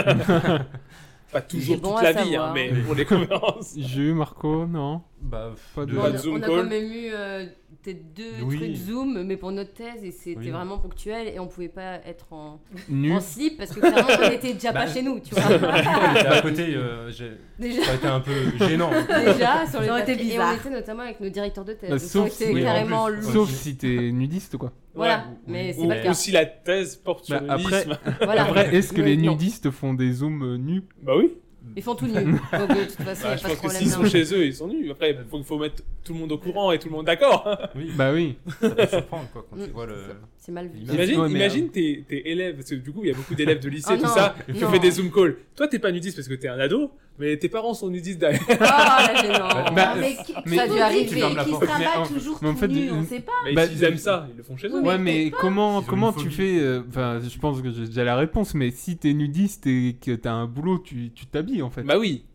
[SPEAKER 7] Pas toujours
[SPEAKER 8] C'est bon
[SPEAKER 7] toute
[SPEAKER 8] à
[SPEAKER 7] la vie, hein,
[SPEAKER 8] savoir.
[SPEAKER 7] mais pour les conférences.
[SPEAKER 4] J'ai eu Marco, non
[SPEAKER 10] Bah, pff,
[SPEAKER 4] Pas de-
[SPEAKER 7] Pas
[SPEAKER 8] on,
[SPEAKER 7] de
[SPEAKER 8] a,
[SPEAKER 7] Zoom
[SPEAKER 8] on a
[SPEAKER 7] call.
[SPEAKER 8] quand même eu euh, peut-être deux
[SPEAKER 10] Oui.
[SPEAKER 8] trucs Zoom, mais pour notre thèse, et c'était
[SPEAKER 10] Oui.
[SPEAKER 8] vraiment ponctuel, et on pouvait pas être en,
[SPEAKER 4] Nu.
[SPEAKER 8] en slip parce que clairement, on était déjà
[SPEAKER 10] Bah,
[SPEAKER 8] pas chez nous, tu vois.
[SPEAKER 10] J'étais à côté, euh, j'ai-
[SPEAKER 8] Déjà.
[SPEAKER 10] ça a été un peu gênant. euh,
[SPEAKER 8] Déjà, sur le
[SPEAKER 9] Ça aurait été
[SPEAKER 8] papier.
[SPEAKER 9] bizarre.
[SPEAKER 8] Et on était notamment avec nos directeurs de thèse.
[SPEAKER 4] Bah,
[SPEAKER 8] donc ça aurait
[SPEAKER 4] sauf
[SPEAKER 8] été
[SPEAKER 4] si- oui, en
[SPEAKER 8] carrément
[SPEAKER 10] plus.
[SPEAKER 8] lourd.
[SPEAKER 4] Sauf si t'es nudiste, quoi.
[SPEAKER 8] Voilà,
[SPEAKER 10] Ouais.
[SPEAKER 8] mais
[SPEAKER 7] Ou,
[SPEAKER 8] c'est pas le
[SPEAKER 7] ou
[SPEAKER 8] cas.
[SPEAKER 7] si la thèse porte sur
[SPEAKER 4] Bah,
[SPEAKER 7] le
[SPEAKER 4] après-
[SPEAKER 7] nudisme.
[SPEAKER 8] Voilà.
[SPEAKER 4] Après, est-ce que
[SPEAKER 8] Mais
[SPEAKER 4] les
[SPEAKER 8] non.
[SPEAKER 4] nudistes font des zooms euh, nus
[SPEAKER 7] Bah oui.
[SPEAKER 8] Ils font tout nu. Donc euh, de toute façon,
[SPEAKER 7] Bah,
[SPEAKER 8] il n'y a
[SPEAKER 7] je
[SPEAKER 8] pas
[SPEAKER 7] pense
[SPEAKER 8] de
[SPEAKER 7] que
[SPEAKER 8] problème.
[SPEAKER 7] s'ils
[SPEAKER 8] non.
[SPEAKER 7] sont chez eux, ils sont nus. Après, il faut, faut mettre tout le monde au courant et tout le monde d'accord. hein.
[SPEAKER 10] Oui,
[SPEAKER 4] Bah oui.
[SPEAKER 10] ça peut surprendre quoi, quand tu
[SPEAKER 8] Mm,
[SPEAKER 10] vois le.
[SPEAKER 8] C'est mal vu.
[SPEAKER 4] L'image.
[SPEAKER 7] Imagine,
[SPEAKER 4] Ouais, mais, euh,
[SPEAKER 7] imagine tes, tes élèves, parce que du coup, il y a beaucoup d'élèves de lycée,
[SPEAKER 8] Ah
[SPEAKER 7] tout
[SPEAKER 8] non,
[SPEAKER 7] ça, qui
[SPEAKER 8] non.
[SPEAKER 7] fait des Zoom calls. Toi, t'es pas nudiste parce que t'es un ado, mais tes parents sont nudistes derrière.
[SPEAKER 8] Oh la gênante.
[SPEAKER 4] Bah,
[SPEAKER 9] Non, mais qui-
[SPEAKER 4] mais-
[SPEAKER 9] ça a dû
[SPEAKER 4] Tu
[SPEAKER 9] arriver, qui
[SPEAKER 4] fermes la porte.
[SPEAKER 9] se
[SPEAKER 4] Mais en-
[SPEAKER 9] rabat toujours
[SPEAKER 4] mais en
[SPEAKER 9] tout
[SPEAKER 4] fait,
[SPEAKER 9] nu, on
[SPEAKER 4] une-
[SPEAKER 9] sait pas.
[SPEAKER 7] Mais
[SPEAKER 4] Bah,
[SPEAKER 7] s'ils aiment ça, ils le font chez eux.
[SPEAKER 9] Oui, mais
[SPEAKER 4] ouais, mais comment,
[SPEAKER 10] Ils ont
[SPEAKER 4] comment
[SPEAKER 10] une
[SPEAKER 4] tu
[SPEAKER 10] phobie.
[SPEAKER 4] fais euh, Enfin, je pense que j'ai déjà la réponse, mais si t'es nudiste et que t'as un boulot, tu tu t'habilles en fait.
[SPEAKER 7] Bah oui.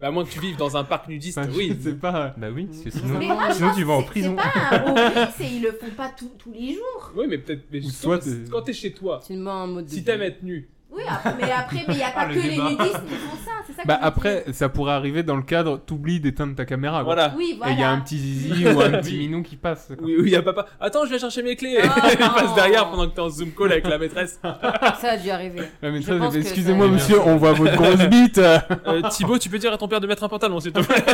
[SPEAKER 7] Bah, à moins que tu vives dans un parc nudiste,
[SPEAKER 4] Enfin,
[SPEAKER 7] oui.
[SPEAKER 4] je sais pas.
[SPEAKER 10] Bah
[SPEAKER 8] Mm.
[SPEAKER 10] oui, parce que
[SPEAKER 9] Mais
[SPEAKER 10] sinon,
[SPEAKER 9] moi, je
[SPEAKER 10] sinon
[SPEAKER 9] pense
[SPEAKER 10] tu vas en
[SPEAKER 9] que c'est-
[SPEAKER 10] prison.
[SPEAKER 9] C'est pas un hobby, c'est ils le font pas tous- tous les jours.
[SPEAKER 7] Oui, mais peut-être. mais
[SPEAKER 4] Ou
[SPEAKER 7] surtout,
[SPEAKER 4] soit t'es-
[SPEAKER 7] quand t'es chez toi,
[SPEAKER 8] Tu demandes un mode de.
[SPEAKER 7] si
[SPEAKER 8] vie.
[SPEAKER 7] t'aimes être nu,
[SPEAKER 9] Oui, après- mais après, mais il n'y
[SPEAKER 7] Ah,
[SPEAKER 9] a pas
[SPEAKER 10] le
[SPEAKER 9] que les
[SPEAKER 10] débat.
[SPEAKER 9] nudistes qui font ça, c'est ça que
[SPEAKER 4] Bah
[SPEAKER 9] je veux dire.
[SPEAKER 4] après, ça pourrait arriver dans le cadre, t'oublies d'éteindre ta caméra. quoi.
[SPEAKER 7] voilà.
[SPEAKER 9] Oui,
[SPEAKER 4] Et
[SPEAKER 9] voilà.
[SPEAKER 4] il y a un petit zizi ou un petit minou qui passe. quoi.
[SPEAKER 7] Oui, oui, y a papa. Attends, je vais chercher mes clés.
[SPEAKER 8] Ah,
[SPEAKER 7] il passe
[SPEAKER 8] non.
[SPEAKER 7] derrière pendant que t'es en Zoom call avec la maîtresse.
[SPEAKER 8] Ça a dû arriver.
[SPEAKER 4] Ouais, mais
[SPEAKER 8] Je
[SPEAKER 4] ça,
[SPEAKER 8] pense que
[SPEAKER 4] excusez-moi
[SPEAKER 8] ça-
[SPEAKER 4] monsieur, on voit votre grosse bite.
[SPEAKER 7] Euh, Thibaut, tu peux dire à ton père de mettre un pantalon, s'il te plaît.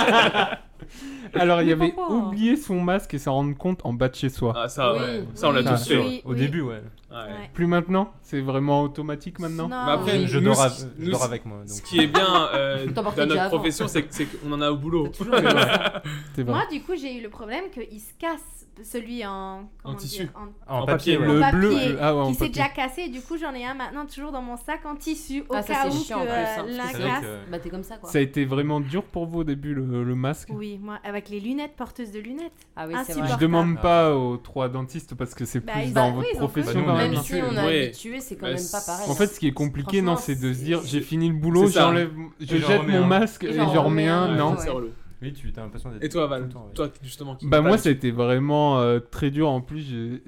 [SPEAKER 4] Alors il y
[SPEAKER 8] Mais
[SPEAKER 4] avait
[SPEAKER 8] pourquoi
[SPEAKER 4] oublié son masque et s'en rendre compte en bas de chez soi.
[SPEAKER 7] Ah, ça,
[SPEAKER 8] Oui,
[SPEAKER 7] ouais. ça, on l'a
[SPEAKER 8] oui.
[SPEAKER 7] tous fait.
[SPEAKER 9] Oui,
[SPEAKER 10] Au
[SPEAKER 9] oui.
[SPEAKER 10] début, ouais.
[SPEAKER 7] Ouais.
[SPEAKER 9] Ouais.
[SPEAKER 4] Plus maintenant, c'est vraiment automatique maintenant. Bah,
[SPEAKER 9] Non.
[SPEAKER 7] Mais après,
[SPEAKER 8] Oui.
[SPEAKER 10] Je
[SPEAKER 7] nous,
[SPEAKER 10] dors,
[SPEAKER 7] ce-
[SPEAKER 10] av- je
[SPEAKER 7] nous,
[SPEAKER 10] dors avec moi.
[SPEAKER 7] Ce
[SPEAKER 10] Donc.
[SPEAKER 7] qui est bien euh,
[SPEAKER 8] T'en
[SPEAKER 7] dans
[SPEAKER 8] portais déjà
[SPEAKER 7] notre
[SPEAKER 8] avant.
[SPEAKER 7] profession, c'est que- c'est qu'on en a au
[SPEAKER 8] T'as
[SPEAKER 7] boulot.
[SPEAKER 8] toujours aimé ça.
[SPEAKER 4] C'est vrai.
[SPEAKER 9] Moi, du coup, j'ai eu le problème qu'il se casse, celui en... comment
[SPEAKER 7] En tissu.
[SPEAKER 9] dire, en-
[SPEAKER 10] En,
[SPEAKER 7] en papier,
[SPEAKER 10] papier,
[SPEAKER 7] ouais.
[SPEAKER 9] en
[SPEAKER 4] Le
[SPEAKER 9] papier,
[SPEAKER 4] bleu, le- ah ouais, en
[SPEAKER 9] qui s'est
[SPEAKER 4] papier.
[SPEAKER 9] déjà cassé, et du coup, j'en ai un maintenant toujours dans mon sac en tissu, au
[SPEAKER 8] Ah, ça,
[SPEAKER 9] cas
[SPEAKER 8] c'est
[SPEAKER 9] où
[SPEAKER 8] chiant,
[SPEAKER 9] que
[SPEAKER 8] en plus, hein,
[SPEAKER 9] euh,
[SPEAKER 8] parce
[SPEAKER 9] l'un
[SPEAKER 8] que
[SPEAKER 10] c'est vrai
[SPEAKER 9] casse.
[SPEAKER 10] que-
[SPEAKER 8] Bah, t'es comme ça quoi.
[SPEAKER 4] Ça a été vraiment dur pour vous au début le, le masque.
[SPEAKER 9] Oui, moi, avec les lunettes, porteuses de lunettes.
[SPEAKER 8] Ah oui, c'est vrai.
[SPEAKER 9] Insupportable.
[SPEAKER 4] Je
[SPEAKER 9] portable.
[SPEAKER 4] demande pas aux trois dentistes parce que c'est
[SPEAKER 9] Bah,
[SPEAKER 4] plus
[SPEAKER 9] ils-
[SPEAKER 4] dans
[SPEAKER 9] bah,
[SPEAKER 4] votre
[SPEAKER 9] oui, ils ont
[SPEAKER 10] Bah,
[SPEAKER 4] profession
[SPEAKER 10] nous,
[SPEAKER 4] quand
[SPEAKER 10] on est
[SPEAKER 4] même.
[SPEAKER 8] Même si on a
[SPEAKER 7] Ouais.
[SPEAKER 8] habitué, c'est quand
[SPEAKER 7] Bah,
[SPEAKER 8] même pas pareil.
[SPEAKER 4] En fait, ce qui est compliqué, non, c'est de se dire j'ai fini le boulot,
[SPEAKER 7] C'est ça.
[SPEAKER 4] j'enlève, je
[SPEAKER 10] Et j'en
[SPEAKER 4] jette
[SPEAKER 10] remets
[SPEAKER 4] mon
[SPEAKER 10] un.
[SPEAKER 4] masque
[SPEAKER 8] Et
[SPEAKER 4] et
[SPEAKER 8] j'en
[SPEAKER 4] j'en remets
[SPEAKER 8] remets
[SPEAKER 4] un.
[SPEAKER 8] un,
[SPEAKER 4] Non.
[SPEAKER 8] ouais.
[SPEAKER 7] c'est relou.
[SPEAKER 10] Oui, tu as l'impression d'être.
[SPEAKER 7] Et toi, Val,
[SPEAKER 10] tout le temps, ouais.
[SPEAKER 7] toi justement qui
[SPEAKER 4] Bah
[SPEAKER 7] parle-
[SPEAKER 4] moi ça a été vraiment euh, très dur en plus je...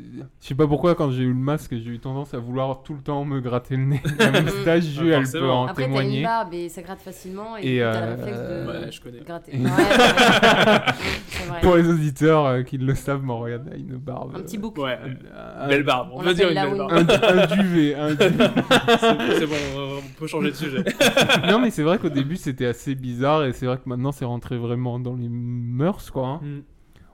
[SPEAKER 4] je sais pas pourquoi quand j'ai eu le masque j'ai eu tendance à vouloir tout le temps me gratter le nez la moustache Ju
[SPEAKER 7] Ah,
[SPEAKER 4] elle peut
[SPEAKER 7] forcément.
[SPEAKER 4] en
[SPEAKER 8] Après, t'as une
[SPEAKER 4] témoigner
[SPEAKER 8] barbe et ça gratte facilement,
[SPEAKER 4] Et,
[SPEAKER 8] et, t'as
[SPEAKER 4] euh,
[SPEAKER 8] le réflexe de
[SPEAKER 7] Ouais, je connais.
[SPEAKER 8] gratter.
[SPEAKER 4] Et-
[SPEAKER 8] Ouais, c'est vrai.
[SPEAKER 4] pour les auditeurs euh, qui le savent m'en regarde elle a une barbe
[SPEAKER 8] Un petit bouc.
[SPEAKER 7] Ouais,
[SPEAKER 4] euh, un,
[SPEAKER 7] belle barbe. On,
[SPEAKER 8] On
[SPEAKER 7] peut dire une
[SPEAKER 8] l'appelle
[SPEAKER 7] belle
[SPEAKER 8] la
[SPEAKER 4] un,
[SPEAKER 7] barbe.
[SPEAKER 4] un duvet, un duvet.
[SPEAKER 7] C'est c'est bon, euh, on peut changer de sujet.
[SPEAKER 4] non mais c'est vrai qu'au début c'était assez bizarre et c'est vrai que maintenant c'est rentré vraiment dans les mœurs quoi hein.
[SPEAKER 7] Mm.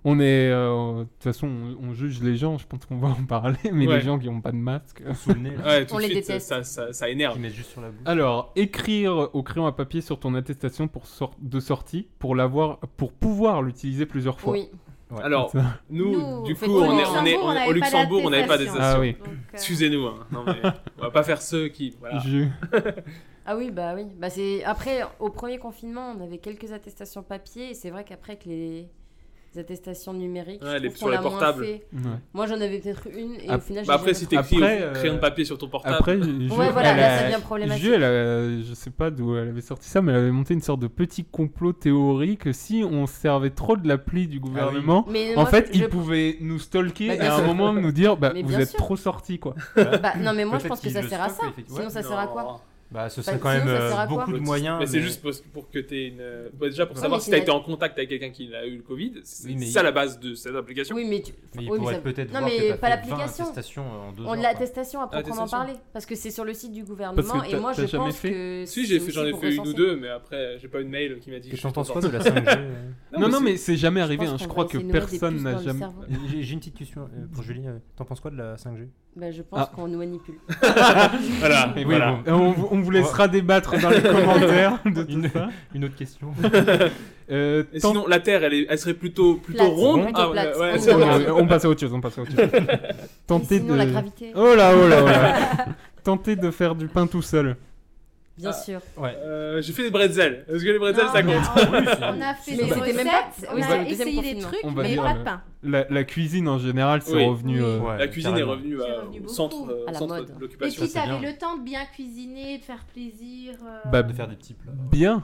[SPEAKER 4] on est euh, de toute façon on, on juge les gens je pense qu'on va en parler mais
[SPEAKER 7] Ouais.
[SPEAKER 4] les gens qui ont pas de masque
[SPEAKER 10] Sous le nez, là,
[SPEAKER 7] Ouais, tout
[SPEAKER 8] On
[SPEAKER 7] de
[SPEAKER 8] les
[SPEAKER 7] suite,
[SPEAKER 8] déteste.
[SPEAKER 7] ça, ça, ça
[SPEAKER 10] qui
[SPEAKER 7] énerve.
[SPEAKER 10] met juste sur la
[SPEAKER 8] Ah,
[SPEAKER 10] bouche.
[SPEAKER 4] Alors, écrire au crayon à papier sur ton attestation pour sor- de sortie pour, l'avoir, pour pouvoir l'utiliser plusieurs fois.
[SPEAKER 8] Oui.
[SPEAKER 10] Ouais.
[SPEAKER 7] Alors, nous,
[SPEAKER 9] Nous,
[SPEAKER 7] du
[SPEAKER 8] on fait
[SPEAKER 7] coup,
[SPEAKER 8] quoi
[SPEAKER 7] on est,
[SPEAKER 8] au
[SPEAKER 7] on est- on est- au
[SPEAKER 9] Luxembourg, on n'avait pas
[SPEAKER 7] Luxembourg, on n'avait pas
[SPEAKER 4] Ah
[SPEAKER 7] d'attestation.
[SPEAKER 9] d'attestation.
[SPEAKER 4] oui,
[SPEAKER 9] Donc, euh,
[SPEAKER 7] Excusez-nous, hein. non, mais on va pas faire ceux qui. Voilà.
[SPEAKER 4] je-
[SPEAKER 8] Ah oui, bah oui. Bah c'est après au premier confinement, on avait quelques attestations papier et c'est vrai qu'après que les... les attestations numériques,
[SPEAKER 7] Ouais,
[SPEAKER 8] je
[SPEAKER 7] les-
[SPEAKER 8] trouve
[SPEAKER 7] sur
[SPEAKER 8] qu'on
[SPEAKER 7] les
[SPEAKER 8] l'a moins
[SPEAKER 7] portables.
[SPEAKER 8] fait.
[SPEAKER 4] ouais.
[SPEAKER 8] Moi, j'en avais peut-être une et au
[SPEAKER 4] Ap-
[SPEAKER 8] final, j'ai
[SPEAKER 7] Bah après,
[SPEAKER 8] jamais
[SPEAKER 7] si
[SPEAKER 8] fait.
[SPEAKER 7] t'écris
[SPEAKER 4] Après,
[SPEAKER 7] au crayon de
[SPEAKER 4] euh,
[SPEAKER 7] papier sur ton portable.
[SPEAKER 4] Après, je, je-
[SPEAKER 8] Ouais, voilà,
[SPEAKER 4] elle
[SPEAKER 8] là,
[SPEAKER 4] a-
[SPEAKER 8] ça devient problématique.
[SPEAKER 4] Ju, elle a- je sais pas d'où elle avait sorti ça, mais elle avait monté une sorte de petit complot théorique que si on servait trop de l'appli du gouvernement,
[SPEAKER 8] Mais
[SPEAKER 4] en
[SPEAKER 8] moi,
[SPEAKER 4] fait,
[SPEAKER 8] je-
[SPEAKER 4] ils pouvaient nous stalker
[SPEAKER 8] Bah,
[SPEAKER 4] et
[SPEAKER 8] bien
[SPEAKER 4] à un
[SPEAKER 8] sûr.
[SPEAKER 4] moment nous dire bah,
[SPEAKER 8] Mais
[SPEAKER 4] vous
[SPEAKER 8] bien
[SPEAKER 4] êtes
[SPEAKER 8] sûr.
[SPEAKER 4] trop sortis quoi.
[SPEAKER 8] bah, non, mais moi, je
[SPEAKER 10] Peut-être
[SPEAKER 8] pense que
[SPEAKER 10] qu'ils
[SPEAKER 8] ça
[SPEAKER 10] le
[SPEAKER 8] sert à
[SPEAKER 10] stockent,
[SPEAKER 8] ça.
[SPEAKER 10] effectivement.
[SPEAKER 8] Sinon, ça sert à quoi
[SPEAKER 10] Bah, ce
[SPEAKER 8] Bah,
[SPEAKER 10] serait quand
[SPEAKER 8] sinon,
[SPEAKER 10] même
[SPEAKER 8] ça sert à
[SPEAKER 10] euh,
[SPEAKER 8] quoi
[SPEAKER 10] beaucoup de
[SPEAKER 4] Ah,
[SPEAKER 10] moyens.
[SPEAKER 7] Mais, c'est juste pour, pour que t'aies une. bah, déjà pour
[SPEAKER 8] Ouais,
[SPEAKER 7] savoir
[SPEAKER 8] mais
[SPEAKER 7] si t'as
[SPEAKER 8] c'est
[SPEAKER 7] été
[SPEAKER 8] la-
[SPEAKER 7] en contact avec quelqu'un qui a eu le Covid. C'est
[SPEAKER 10] Oui, mais-
[SPEAKER 7] ça la base de cette application.
[SPEAKER 8] Oui, mais tu...
[SPEAKER 10] Mais
[SPEAKER 8] oui,
[SPEAKER 10] il
[SPEAKER 8] mais
[SPEAKER 10] pourrait
[SPEAKER 8] ça-
[SPEAKER 10] peut-être
[SPEAKER 8] Non,
[SPEAKER 10] voir que
[SPEAKER 8] mais
[SPEAKER 10] t'as
[SPEAKER 8] pas
[SPEAKER 10] fait
[SPEAKER 8] l'application.
[SPEAKER 10] 20 attestations, euh, en deux
[SPEAKER 8] on
[SPEAKER 10] ans,
[SPEAKER 8] de
[SPEAKER 10] quoi.
[SPEAKER 7] Ah,
[SPEAKER 8] l'attestation à proprement
[SPEAKER 7] Attestation.
[SPEAKER 8] parler parce que c'est sur le site du gouvernement
[SPEAKER 4] t'as-
[SPEAKER 8] et moi
[SPEAKER 4] t'as
[SPEAKER 8] je
[SPEAKER 4] jamais
[SPEAKER 8] pense
[SPEAKER 4] fait
[SPEAKER 8] que
[SPEAKER 7] Si,
[SPEAKER 8] c'est
[SPEAKER 7] j'ai fait-
[SPEAKER 8] aussi
[SPEAKER 7] j'en ai
[SPEAKER 8] pour
[SPEAKER 7] fait une ou
[SPEAKER 8] recenser.
[SPEAKER 7] deux, mais après, j'ai pas eu de mail qui m'a dit.
[SPEAKER 10] Et
[SPEAKER 7] je
[SPEAKER 10] t'en penses
[SPEAKER 7] t'en
[SPEAKER 10] quoi
[SPEAKER 7] sors.
[SPEAKER 10] de la 5G euh
[SPEAKER 4] Non, non, mais c'est jamais
[SPEAKER 8] Je
[SPEAKER 4] arrivé.
[SPEAKER 8] pense
[SPEAKER 4] hein. Je,
[SPEAKER 8] qu'on
[SPEAKER 4] crois
[SPEAKER 8] va
[SPEAKER 4] que
[SPEAKER 8] essayer de nourrir des
[SPEAKER 4] personne
[SPEAKER 8] puces
[SPEAKER 4] n'a
[SPEAKER 8] dans le
[SPEAKER 4] jamais.
[SPEAKER 8] cerveau.
[SPEAKER 10] J'ai j'ai une petite question euh, pour Julie. euh, T'en penses quoi de la 5G
[SPEAKER 8] Bah, je pense
[SPEAKER 4] Ah.
[SPEAKER 8] qu'on nous manipule.
[SPEAKER 7] Voilà.
[SPEAKER 10] Et oui,
[SPEAKER 7] voilà.
[SPEAKER 10] bon.
[SPEAKER 4] Et on, vous- on vous laissera débattre dans les commentaires de tout
[SPEAKER 10] Une-
[SPEAKER 4] ça.
[SPEAKER 10] Une autre question.
[SPEAKER 4] Euh,
[SPEAKER 7] Et
[SPEAKER 4] tant-
[SPEAKER 7] sinon, la Terre, elle, est- elle serait plutôt, plutôt
[SPEAKER 8] Plate.
[SPEAKER 7] ronde.
[SPEAKER 8] Plutôt plate.
[SPEAKER 7] ouais,
[SPEAKER 8] Ah,
[SPEAKER 7] c'est
[SPEAKER 8] oui,
[SPEAKER 7] vrai.
[SPEAKER 8] oui,
[SPEAKER 4] on, on passe à autre chose, on passe à autre chose.
[SPEAKER 8] Et
[SPEAKER 4] Tenter
[SPEAKER 8] sinon,
[SPEAKER 4] de.
[SPEAKER 8] la gravité,
[SPEAKER 4] Oh là, oh là, oh là. Tenter de faire du pain tout seul.
[SPEAKER 8] bien
[SPEAKER 7] Ah.
[SPEAKER 8] sûr.
[SPEAKER 10] Ouais.
[SPEAKER 7] Euh, J'ai fait des bretzels. Est-ce que les bretzels,
[SPEAKER 9] non,
[SPEAKER 7] ça
[SPEAKER 9] mais
[SPEAKER 7] compte
[SPEAKER 9] on, on a fait
[SPEAKER 8] Mais
[SPEAKER 9] des
[SPEAKER 8] c'était
[SPEAKER 9] recettes,
[SPEAKER 8] même pas- oui, c'est
[SPEAKER 9] on a
[SPEAKER 8] le deuxième
[SPEAKER 9] essayé des
[SPEAKER 8] confinement.
[SPEAKER 9] trucs,
[SPEAKER 4] On va
[SPEAKER 9] mais
[SPEAKER 4] dire,
[SPEAKER 9] pas
[SPEAKER 4] euh,
[SPEAKER 9] de pain.
[SPEAKER 4] La, la cuisine en général, c'est
[SPEAKER 7] Oui.
[SPEAKER 4] revenu.
[SPEAKER 9] Oui.
[SPEAKER 4] euh,
[SPEAKER 10] Ouais,
[SPEAKER 7] La cuisine est
[SPEAKER 10] carrément.
[SPEAKER 7] revenue
[SPEAKER 9] C'est
[SPEAKER 7] bah,
[SPEAKER 9] revenu
[SPEAKER 7] au
[SPEAKER 9] beaucoup.
[SPEAKER 7] centre, euh,
[SPEAKER 8] À
[SPEAKER 7] au
[SPEAKER 8] la
[SPEAKER 7] centre
[SPEAKER 8] mode.
[SPEAKER 7] de
[SPEAKER 9] Et
[SPEAKER 7] l'occupation.
[SPEAKER 9] puis, t'avais
[SPEAKER 10] bien.
[SPEAKER 9] le temps de bien cuisiner, de faire plaisir. euh,
[SPEAKER 4] Bah,
[SPEAKER 10] De faire des petits plats.
[SPEAKER 4] Bien.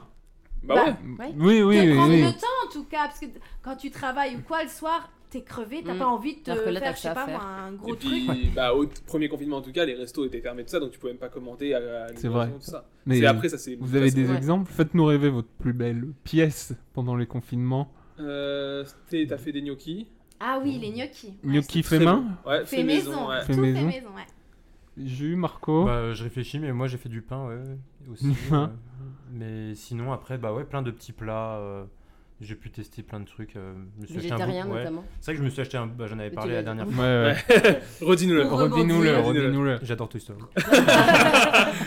[SPEAKER 7] Bah,
[SPEAKER 9] bah,
[SPEAKER 7] ouais.
[SPEAKER 8] Ouais.
[SPEAKER 4] Oui, oui,
[SPEAKER 9] de
[SPEAKER 4] oui.
[SPEAKER 9] prendre
[SPEAKER 4] oui.
[SPEAKER 9] le temps en tout cas, parce que quand tu travailles ou quoi le soir, t'es crevé, t'as
[SPEAKER 8] Mm.
[SPEAKER 9] pas envie de te
[SPEAKER 8] Alors que là, t'as
[SPEAKER 9] faire,
[SPEAKER 8] que
[SPEAKER 9] je
[SPEAKER 8] ça à
[SPEAKER 9] sais pas
[SPEAKER 8] faire.
[SPEAKER 9] moi, un
[SPEAKER 7] Et
[SPEAKER 9] gros truc.
[SPEAKER 7] puis, bah, au t- premier confinement, en tout cas, les restos étaient fermés, tout ça, donc tu pouvais même pas commander à, à
[SPEAKER 4] C'est vrai.
[SPEAKER 7] livraison, tout ça.
[SPEAKER 4] Mais
[SPEAKER 7] C'est après, ça c'est.
[SPEAKER 4] vous avez
[SPEAKER 7] ça,
[SPEAKER 4] des
[SPEAKER 8] Ouais.
[SPEAKER 4] exemples Faites-nous rêver votre plus belle pièce pendant les confinements.
[SPEAKER 7] Euh, Sté, t'as fait des gnocchis.
[SPEAKER 9] Ah oui, les gnocchis. Ouais,
[SPEAKER 4] Gnocchi fait
[SPEAKER 7] Très
[SPEAKER 4] main
[SPEAKER 7] bon. Ouais,
[SPEAKER 9] Fait maison.
[SPEAKER 7] ouais.
[SPEAKER 9] Tout fait
[SPEAKER 4] Mm. maison.
[SPEAKER 9] maison, ouais.
[SPEAKER 4] Jus, Marco.
[SPEAKER 10] Bah, euh, je réfléchis, mais moi j'ai fait du pain, ouais, ouais, aussi. euh, mais sinon, après, bah ouais, plein de petits plats. euh, j'ai pu tester plein de trucs. euh, je me suis acheté un
[SPEAKER 8] Végétarien
[SPEAKER 10] bou- ouais.
[SPEAKER 8] notamment.
[SPEAKER 10] C'est vrai que je me suis acheté un. bah, J'en avais
[SPEAKER 8] tu
[SPEAKER 10] parlé la
[SPEAKER 8] l'as
[SPEAKER 10] dernière
[SPEAKER 8] dit.
[SPEAKER 10] fois.
[SPEAKER 4] Ouais, ouais.
[SPEAKER 7] Redis-nous-le.
[SPEAKER 8] Pour
[SPEAKER 4] Redis-nous-le,
[SPEAKER 8] rebondir.
[SPEAKER 4] redis-nous-le.
[SPEAKER 10] J'adore Toy Story.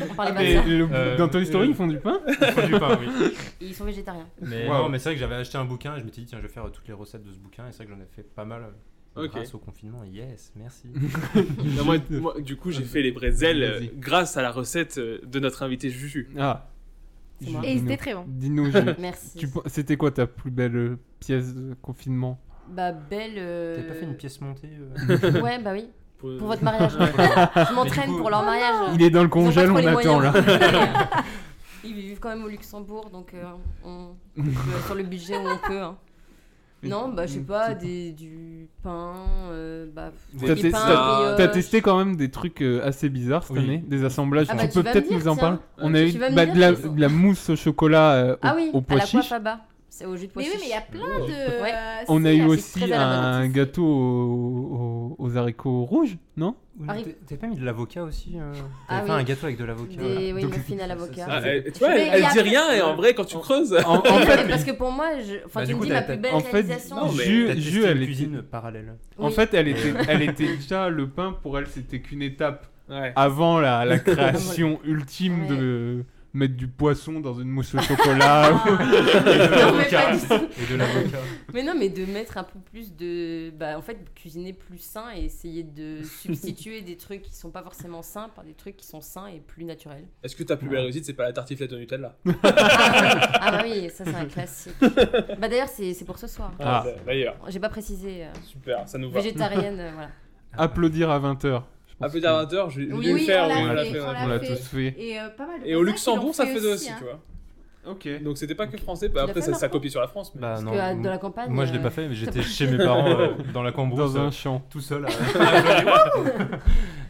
[SPEAKER 8] On parlait pas
[SPEAKER 4] Et
[SPEAKER 8] de ça.
[SPEAKER 4] le-
[SPEAKER 10] Euh,
[SPEAKER 4] dans Toy Story,
[SPEAKER 10] euh,
[SPEAKER 4] ils font du pain
[SPEAKER 10] Ils font du pain, oui.
[SPEAKER 8] Ils sont végétariens.
[SPEAKER 10] Mais
[SPEAKER 4] Wow.
[SPEAKER 10] non, mais c'est vrai que j'avais acheté un bouquin et je m'étais dit, tiens, je vais faire euh, toutes les recettes de ce bouquin. Et c'est vrai que j'en ai fait pas mal euh,
[SPEAKER 7] Ok.
[SPEAKER 10] grâce au confinement. Yes, merci.
[SPEAKER 7] Non, moi, moi, du coup, j'ai fait les bretzels euh,
[SPEAKER 4] Vas-y.
[SPEAKER 7] grâce à la recette euh, de notre invité Juju.
[SPEAKER 4] Ah.
[SPEAKER 8] C'est
[SPEAKER 4] Jus,
[SPEAKER 8] moi.
[SPEAKER 9] Et
[SPEAKER 4] dis-nous.
[SPEAKER 9] c'était très bon.
[SPEAKER 4] Dis-nous, Jus.
[SPEAKER 8] Merci.
[SPEAKER 4] Tu pen- C'était quoi ta plus belle euh, pièce de confinement
[SPEAKER 8] Bah, belle. euh,
[SPEAKER 10] T'avais pas fait une pièce montée euh
[SPEAKER 8] Ouais, bah oui. Pour votre mariage. Je m'entraîne
[SPEAKER 10] coup-
[SPEAKER 8] pour leur mariage.
[SPEAKER 4] Il est dans le
[SPEAKER 8] Ah. Ils ont pas
[SPEAKER 4] congèle,
[SPEAKER 8] trop
[SPEAKER 4] on
[SPEAKER 8] les
[SPEAKER 4] attend là.
[SPEAKER 8] moyens. Ils vivent quand même au Luxembourg, donc euh, on, on peut, sur le budget où on peut. hein. Non, bah je
[SPEAKER 10] Mm,
[SPEAKER 8] sais pas, des, du pain, euh, bah,
[SPEAKER 7] Des
[SPEAKER 4] T'as
[SPEAKER 8] des
[SPEAKER 4] testé,
[SPEAKER 7] t'as-
[SPEAKER 8] pains, brioches.
[SPEAKER 9] euh,
[SPEAKER 4] t'as testé quand même des trucs euh, assez bizarres cette
[SPEAKER 10] Oui.
[SPEAKER 4] année, des assemblages.
[SPEAKER 8] Ah
[SPEAKER 4] tu
[SPEAKER 8] bah, tu
[SPEAKER 4] peux
[SPEAKER 8] vas me
[SPEAKER 4] peut-être
[SPEAKER 8] dire,
[SPEAKER 4] nous en
[SPEAKER 8] tiens. Euh,
[SPEAKER 4] parler. On a
[SPEAKER 8] Tu
[SPEAKER 4] eu
[SPEAKER 8] vas me
[SPEAKER 4] bah,
[SPEAKER 8] dire
[SPEAKER 4] de, la,
[SPEAKER 8] qu'ils sont-
[SPEAKER 4] de la mousse au chocolat euh,
[SPEAKER 8] Ah
[SPEAKER 4] au,
[SPEAKER 8] oui,
[SPEAKER 4] au
[SPEAKER 8] à
[SPEAKER 4] pois
[SPEAKER 8] la
[SPEAKER 4] chiche.
[SPEAKER 8] coiffaba, c'est au jus de pois
[SPEAKER 9] Mais oui,
[SPEAKER 8] chiche.
[SPEAKER 9] mais il y a plein de.
[SPEAKER 8] Ouais.
[SPEAKER 9] euh,
[SPEAKER 4] On a
[SPEAKER 9] si,
[SPEAKER 4] eu
[SPEAKER 9] là, c'est
[SPEAKER 4] aussi
[SPEAKER 8] ah, très à la mode
[SPEAKER 4] un
[SPEAKER 8] aussi.
[SPEAKER 4] gâteau aux, aux- aux haricots rouges, non
[SPEAKER 10] Ou non,
[SPEAKER 8] Arrive.
[SPEAKER 10] t'as- T'avais pas mis de l'avocat aussi euh T'avais
[SPEAKER 8] Ah oui.
[SPEAKER 10] fait un gâteau avec de l'avocat.
[SPEAKER 8] Des-
[SPEAKER 10] voilà.
[SPEAKER 8] oui,
[SPEAKER 10] Donc-
[SPEAKER 8] muffins à l'avocat.
[SPEAKER 10] Ça,
[SPEAKER 7] Ah,
[SPEAKER 10] ça,
[SPEAKER 7] elle,
[SPEAKER 10] c'est-
[SPEAKER 7] tu vois,
[SPEAKER 8] Mais
[SPEAKER 7] elle,
[SPEAKER 8] il y a-
[SPEAKER 7] dit rien et en vrai, quand tu creuses.
[SPEAKER 4] Ah, En, en
[SPEAKER 8] Mais non, mais
[SPEAKER 4] fait,
[SPEAKER 8] parce que pour moi, je... enfin,
[SPEAKER 10] Bah,
[SPEAKER 8] tu
[SPEAKER 10] du
[SPEAKER 8] me
[SPEAKER 10] coup,
[SPEAKER 8] dis
[SPEAKER 10] t'as-
[SPEAKER 8] ma plus
[SPEAKER 10] t'as-
[SPEAKER 8] belle
[SPEAKER 4] en fait,
[SPEAKER 8] réalisation.
[SPEAKER 7] non, mais-
[SPEAKER 4] Ju-
[SPEAKER 10] T'as testé
[SPEAKER 4] Ju, elle
[SPEAKER 10] une
[SPEAKER 4] était-
[SPEAKER 10] cuisine parallèle.
[SPEAKER 4] en
[SPEAKER 8] Oui.
[SPEAKER 4] fait, elle était, elle était déjà le pain pour elle, c'était qu'une étape
[SPEAKER 7] Ouais.
[SPEAKER 4] avant la, la création ultime
[SPEAKER 8] Ouais.
[SPEAKER 4] de mettre du poisson dans une mousse au chocolat. ou-
[SPEAKER 9] Ah,
[SPEAKER 8] Non, mais pas du tout.
[SPEAKER 10] Et de l'avocat.
[SPEAKER 8] Mais non, mais de mettre un peu plus de. Bah, en fait, cuisiner plus sain et essayer de substituer des trucs qui sont pas forcément sains par des trucs qui sont sains et plus naturels.
[SPEAKER 7] Est-ce que ta plus belle réussite, c'est pas la tartiflette au Nutella
[SPEAKER 8] Ah, ah bah oui, ça c'est un classique. Bah d'ailleurs, c'est c'est pour ce soir.
[SPEAKER 4] Ah.
[SPEAKER 7] bah, D'ailleurs,
[SPEAKER 8] J'ai pas précisé. euh,
[SPEAKER 7] super, ça
[SPEAKER 10] Bah,
[SPEAKER 7] nous va.
[SPEAKER 8] végétarienne, euh, voilà.
[SPEAKER 4] Applaudir à 20h.
[SPEAKER 7] À plus tard 20h, je je vais
[SPEAKER 9] Oui,
[SPEAKER 7] le
[SPEAKER 9] oui,
[SPEAKER 7] faire.
[SPEAKER 9] on l'a
[SPEAKER 7] oui, on l'a
[SPEAKER 9] fait,
[SPEAKER 7] fait,
[SPEAKER 9] on
[SPEAKER 7] ouais.
[SPEAKER 9] l'a
[SPEAKER 4] On l'a
[SPEAKER 9] fait.
[SPEAKER 4] tous fait.
[SPEAKER 9] Et euh, pas mal de
[SPEAKER 7] Et au
[SPEAKER 9] Français qui
[SPEAKER 7] Luxembourg,
[SPEAKER 9] l'ont
[SPEAKER 7] ça faisait aussi,
[SPEAKER 9] hein.
[SPEAKER 7] tu vois.
[SPEAKER 4] Ok.
[SPEAKER 7] Donc c'était pas que français, bah,
[SPEAKER 8] l'as
[SPEAKER 7] après
[SPEAKER 8] fait,
[SPEAKER 7] ça, ça
[SPEAKER 8] Marco
[SPEAKER 7] copie sur la France. mais-
[SPEAKER 10] Bah non.
[SPEAKER 8] Parce que, euh, dans la campagne.
[SPEAKER 10] Moi je l'ai
[SPEAKER 8] euh,
[SPEAKER 10] pas fait, mais j'étais chez mes parents euh, dans la cambrousse
[SPEAKER 4] Dans un
[SPEAKER 10] euh,
[SPEAKER 4] champ.
[SPEAKER 10] tout seul. euh,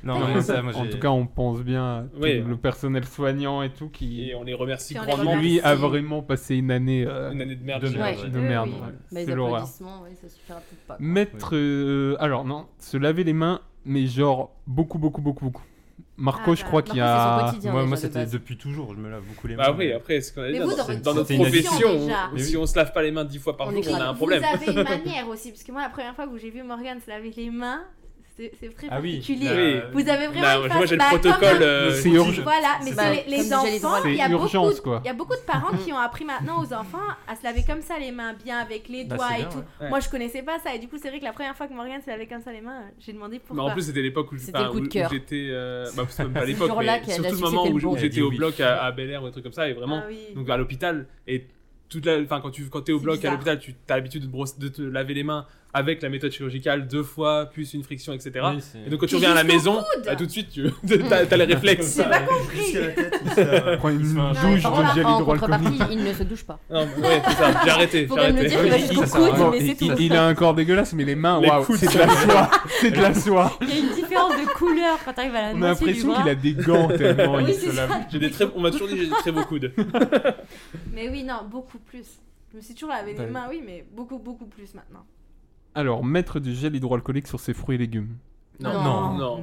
[SPEAKER 10] Non, mais ça, moi
[SPEAKER 4] en
[SPEAKER 10] j'ai-
[SPEAKER 4] tout cas, on pense bien à tout
[SPEAKER 7] Oui.
[SPEAKER 4] le personnel soignant et tout qui,
[SPEAKER 7] Et on les remercie
[SPEAKER 9] Puis on les
[SPEAKER 4] qui,
[SPEAKER 7] grandement.
[SPEAKER 9] remercie.
[SPEAKER 4] lui a vraiment passé une année, euh,
[SPEAKER 7] Une année de merde.
[SPEAKER 10] De
[SPEAKER 7] je
[SPEAKER 10] merde,
[SPEAKER 7] dirais.
[SPEAKER 10] ouais.
[SPEAKER 4] de
[SPEAKER 9] Oui,
[SPEAKER 4] merde.
[SPEAKER 9] oui.
[SPEAKER 4] ouais.
[SPEAKER 8] Bah, les
[SPEAKER 4] C'est l'horreur.
[SPEAKER 8] applaudissements, oui, ça suffira peut-être pas. quoi.
[SPEAKER 4] Mettre. euh, alors, non, se laver les mains, mais genre beaucoup, beaucoup, beaucoup, beaucoup. Marco,
[SPEAKER 9] Ah,
[SPEAKER 4] je
[SPEAKER 9] bah,
[SPEAKER 4] crois qu'il y
[SPEAKER 8] Marco, c'est son
[SPEAKER 4] a.
[SPEAKER 8] quotidien.
[SPEAKER 10] Moi,
[SPEAKER 8] déjà,
[SPEAKER 10] moi
[SPEAKER 8] de
[SPEAKER 10] c'était
[SPEAKER 8] base.
[SPEAKER 10] depuis toujours, je me lave beaucoup les mains.
[SPEAKER 7] Bah oui, après, ce qu'on a
[SPEAKER 9] Mais
[SPEAKER 7] dit,
[SPEAKER 9] vous,
[SPEAKER 7] dans,
[SPEAKER 9] dans
[SPEAKER 7] c'est-
[SPEAKER 9] votre
[SPEAKER 7] dans notre
[SPEAKER 10] profession,
[SPEAKER 7] profession,
[SPEAKER 9] déjà.
[SPEAKER 7] on- si on se lave pas les mains dix fois par
[SPEAKER 8] On
[SPEAKER 7] jour,
[SPEAKER 8] est
[SPEAKER 7] on a
[SPEAKER 8] grave.
[SPEAKER 7] un problème.
[SPEAKER 9] Vous avez une manière aussi, parce que moi, la première fois que j'ai vu Morgane se laver les mains, c'est c'est très
[SPEAKER 10] Ah oui.
[SPEAKER 9] particulier.
[SPEAKER 7] Oui.
[SPEAKER 9] Vous avez vraiment
[SPEAKER 7] Là,
[SPEAKER 9] une
[SPEAKER 7] moi
[SPEAKER 9] façon-
[SPEAKER 7] j'ai le
[SPEAKER 9] bah, comme
[SPEAKER 7] protocole.
[SPEAKER 9] un-
[SPEAKER 7] euh,
[SPEAKER 4] C'est urgent.
[SPEAKER 9] Voilà, mais
[SPEAKER 10] C'est
[SPEAKER 9] sur
[SPEAKER 10] ça.
[SPEAKER 9] les, les
[SPEAKER 8] Comme déjà les
[SPEAKER 9] enfants,
[SPEAKER 8] droits.
[SPEAKER 9] il y, a
[SPEAKER 4] C'est urgence,
[SPEAKER 9] beaucoup,
[SPEAKER 4] quoi.
[SPEAKER 9] il y a beaucoup de parents qui ont appris maintenant aux enfants à se laver comme ça les mains, bien avec les
[SPEAKER 10] Bah,
[SPEAKER 9] doigts
[SPEAKER 10] c'est
[SPEAKER 9] et
[SPEAKER 10] bien,
[SPEAKER 9] tout.
[SPEAKER 10] ouais.
[SPEAKER 7] Ouais.
[SPEAKER 9] Moi, je connaissais pas ça, et du coup, c'est vrai que la première fois que Morgane se lavait comme ça les mains, euh, j'ai demandé
[SPEAKER 7] Mais
[SPEAKER 9] pourquoi.
[SPEAKER 7] en plus, c'était l'époque où je-
[SPEAKER 8] C'était
[SPEAKER 7] enfin,
[SPEAKER 8] le coup de
[SPEAKER 7] où- où
[SPEAKER 8] cœur.
[SPEAKER 7] j'étais. euh, Bah, c'est même pas à l'époque,
[SPEAKER 8] jour-là
[SPEAKER 7] mais
[SPEAKER 8] qu'elle a
[SPEAKER 7] surtout
[SPEAKER 8] su
[SPEAKER 7] le
[SPEAKER 8] que
[SPEAKER 7] moment
[SPEAKER 8] c'était
[SPEAKER 7] où
[SPEAKER 8] le bon.
[SPEAKER 7] où j'étais
[SPEAKER 4] Eh,
[SPEAKER 10] Elle a
[SPEAKER 7] au
[SPEAKER 10] dit
[SPEAKER 7] bloc
[SPEAKER 10] oui.
[SPEAKER 7] à à Bel Air ou un truc comme ça, et vraiment.
[SPEAKER 9] Ah oui.
[SPEAKER 7] Donc à l'hôpital, et toute la, enfin quand tu quand es au
[SPEAKER 9] C'est
[SPEAKER 7] bloc à
[SPEAKER 9] bizarre.
[SPEAKER 7] l'hôpital, tu as l'habitude de, te brosser- de te laver les mains avec la méthode chirurgicale deux fois, plus une friction, etc.
[SPEAKER 10] Oui, c'est-
[SPEAKER 7] Et donc quand tu
[SPEAKER 9] C'est
[SPEAKER 7] reviens à la
[SPEAKER 9] juste au
[SPEAKER 7] maison,
[SPEAKER 9] coude.
[SPEAKER 7] bah, tout de suite, tu as, les réflexes.
[SPEAKER 9] J'ai pas
[SPEAKER 10] Ah Jusqu'à
[SPEAKER 9] compris.
[SPEAKER 10] la tête, il se lave-
[SPEAKER 4] Prends une
[SPEAKER 10] il se fait un
[SPEAKER 4] douche
[SPEAKER 10] jambon.
[SPEAKER 4] de
[SPEAKER 8] Par contre,
[SPEAKER 4] gel
[SPEAKER 8] en
[SPEAKER 4] hydroalcoolique.
[SPEAKER 8] contrepartie, il ne se douche pas.
[SPEAKER 7] Non, mais ouais, c'est ça. J'ai arrêté.
[SPEAKER 8] Faut
[SPEAKER 7] j'ai
[SPEAKER 8] quand même
[SPEAKER 7] arrêté.
[SPEAKER 8] le dire, il va
[SPEAKER 10] Oui,
[SPEAKER 8] jusqu'au
[SPEAKER 10] ça sert à
[SPEAKER 8] coude,
[SPEAKER 10] rien.
[SPEAKER 8] mais
[SPEAKER 4] Il,
[SPEAKER 8] c'est tout.
[SPEAKER 4] il- il a un corps dégueulasse, mais les mains,
[SPEAKER 7] Les
[SPEAKER 4] waouh,
[SPEAKER 7] coudes.
[SPEAKER 4] c'est de la soie. C'est de la soie.
[SPEAKER 8] Il y a une différence de couleur quand t'arrives à la
[SPEAKER 4] On a
[SPEAKER 8] moitié du
[SPEAKER 4] l'impression
[SPEAKER 8] bras.
[SPEAKER 4] qu'il a des gants tellement
[SPEAKER 8] Oui,
[SPEAKER 4] il
[SPEAKER 8] c'est
[SPEAKER 4] se
[SPEAKER 8] ça.
[SPEAKER 4] lave.
[SPEAKER 7] J'ai des très, on m'a toujours dit que j'ai des très beaux coudes.
[SPEAKER 9] Mais oui, non, beaucoup plus. Je me suis toujours lavé les
[SPEAKER 4] T'as-
[SPEAKER 9] mains, oui, mais beaucoup, beaucoup plus maintenant.
[SPEAKER 4] Alors, mettre du gel hydroalcoolique sur ses fruits et légumes.
[SPEAKER 7] Non,
[SPEAKER 10] Non,
[SPEAKER 7] non, non.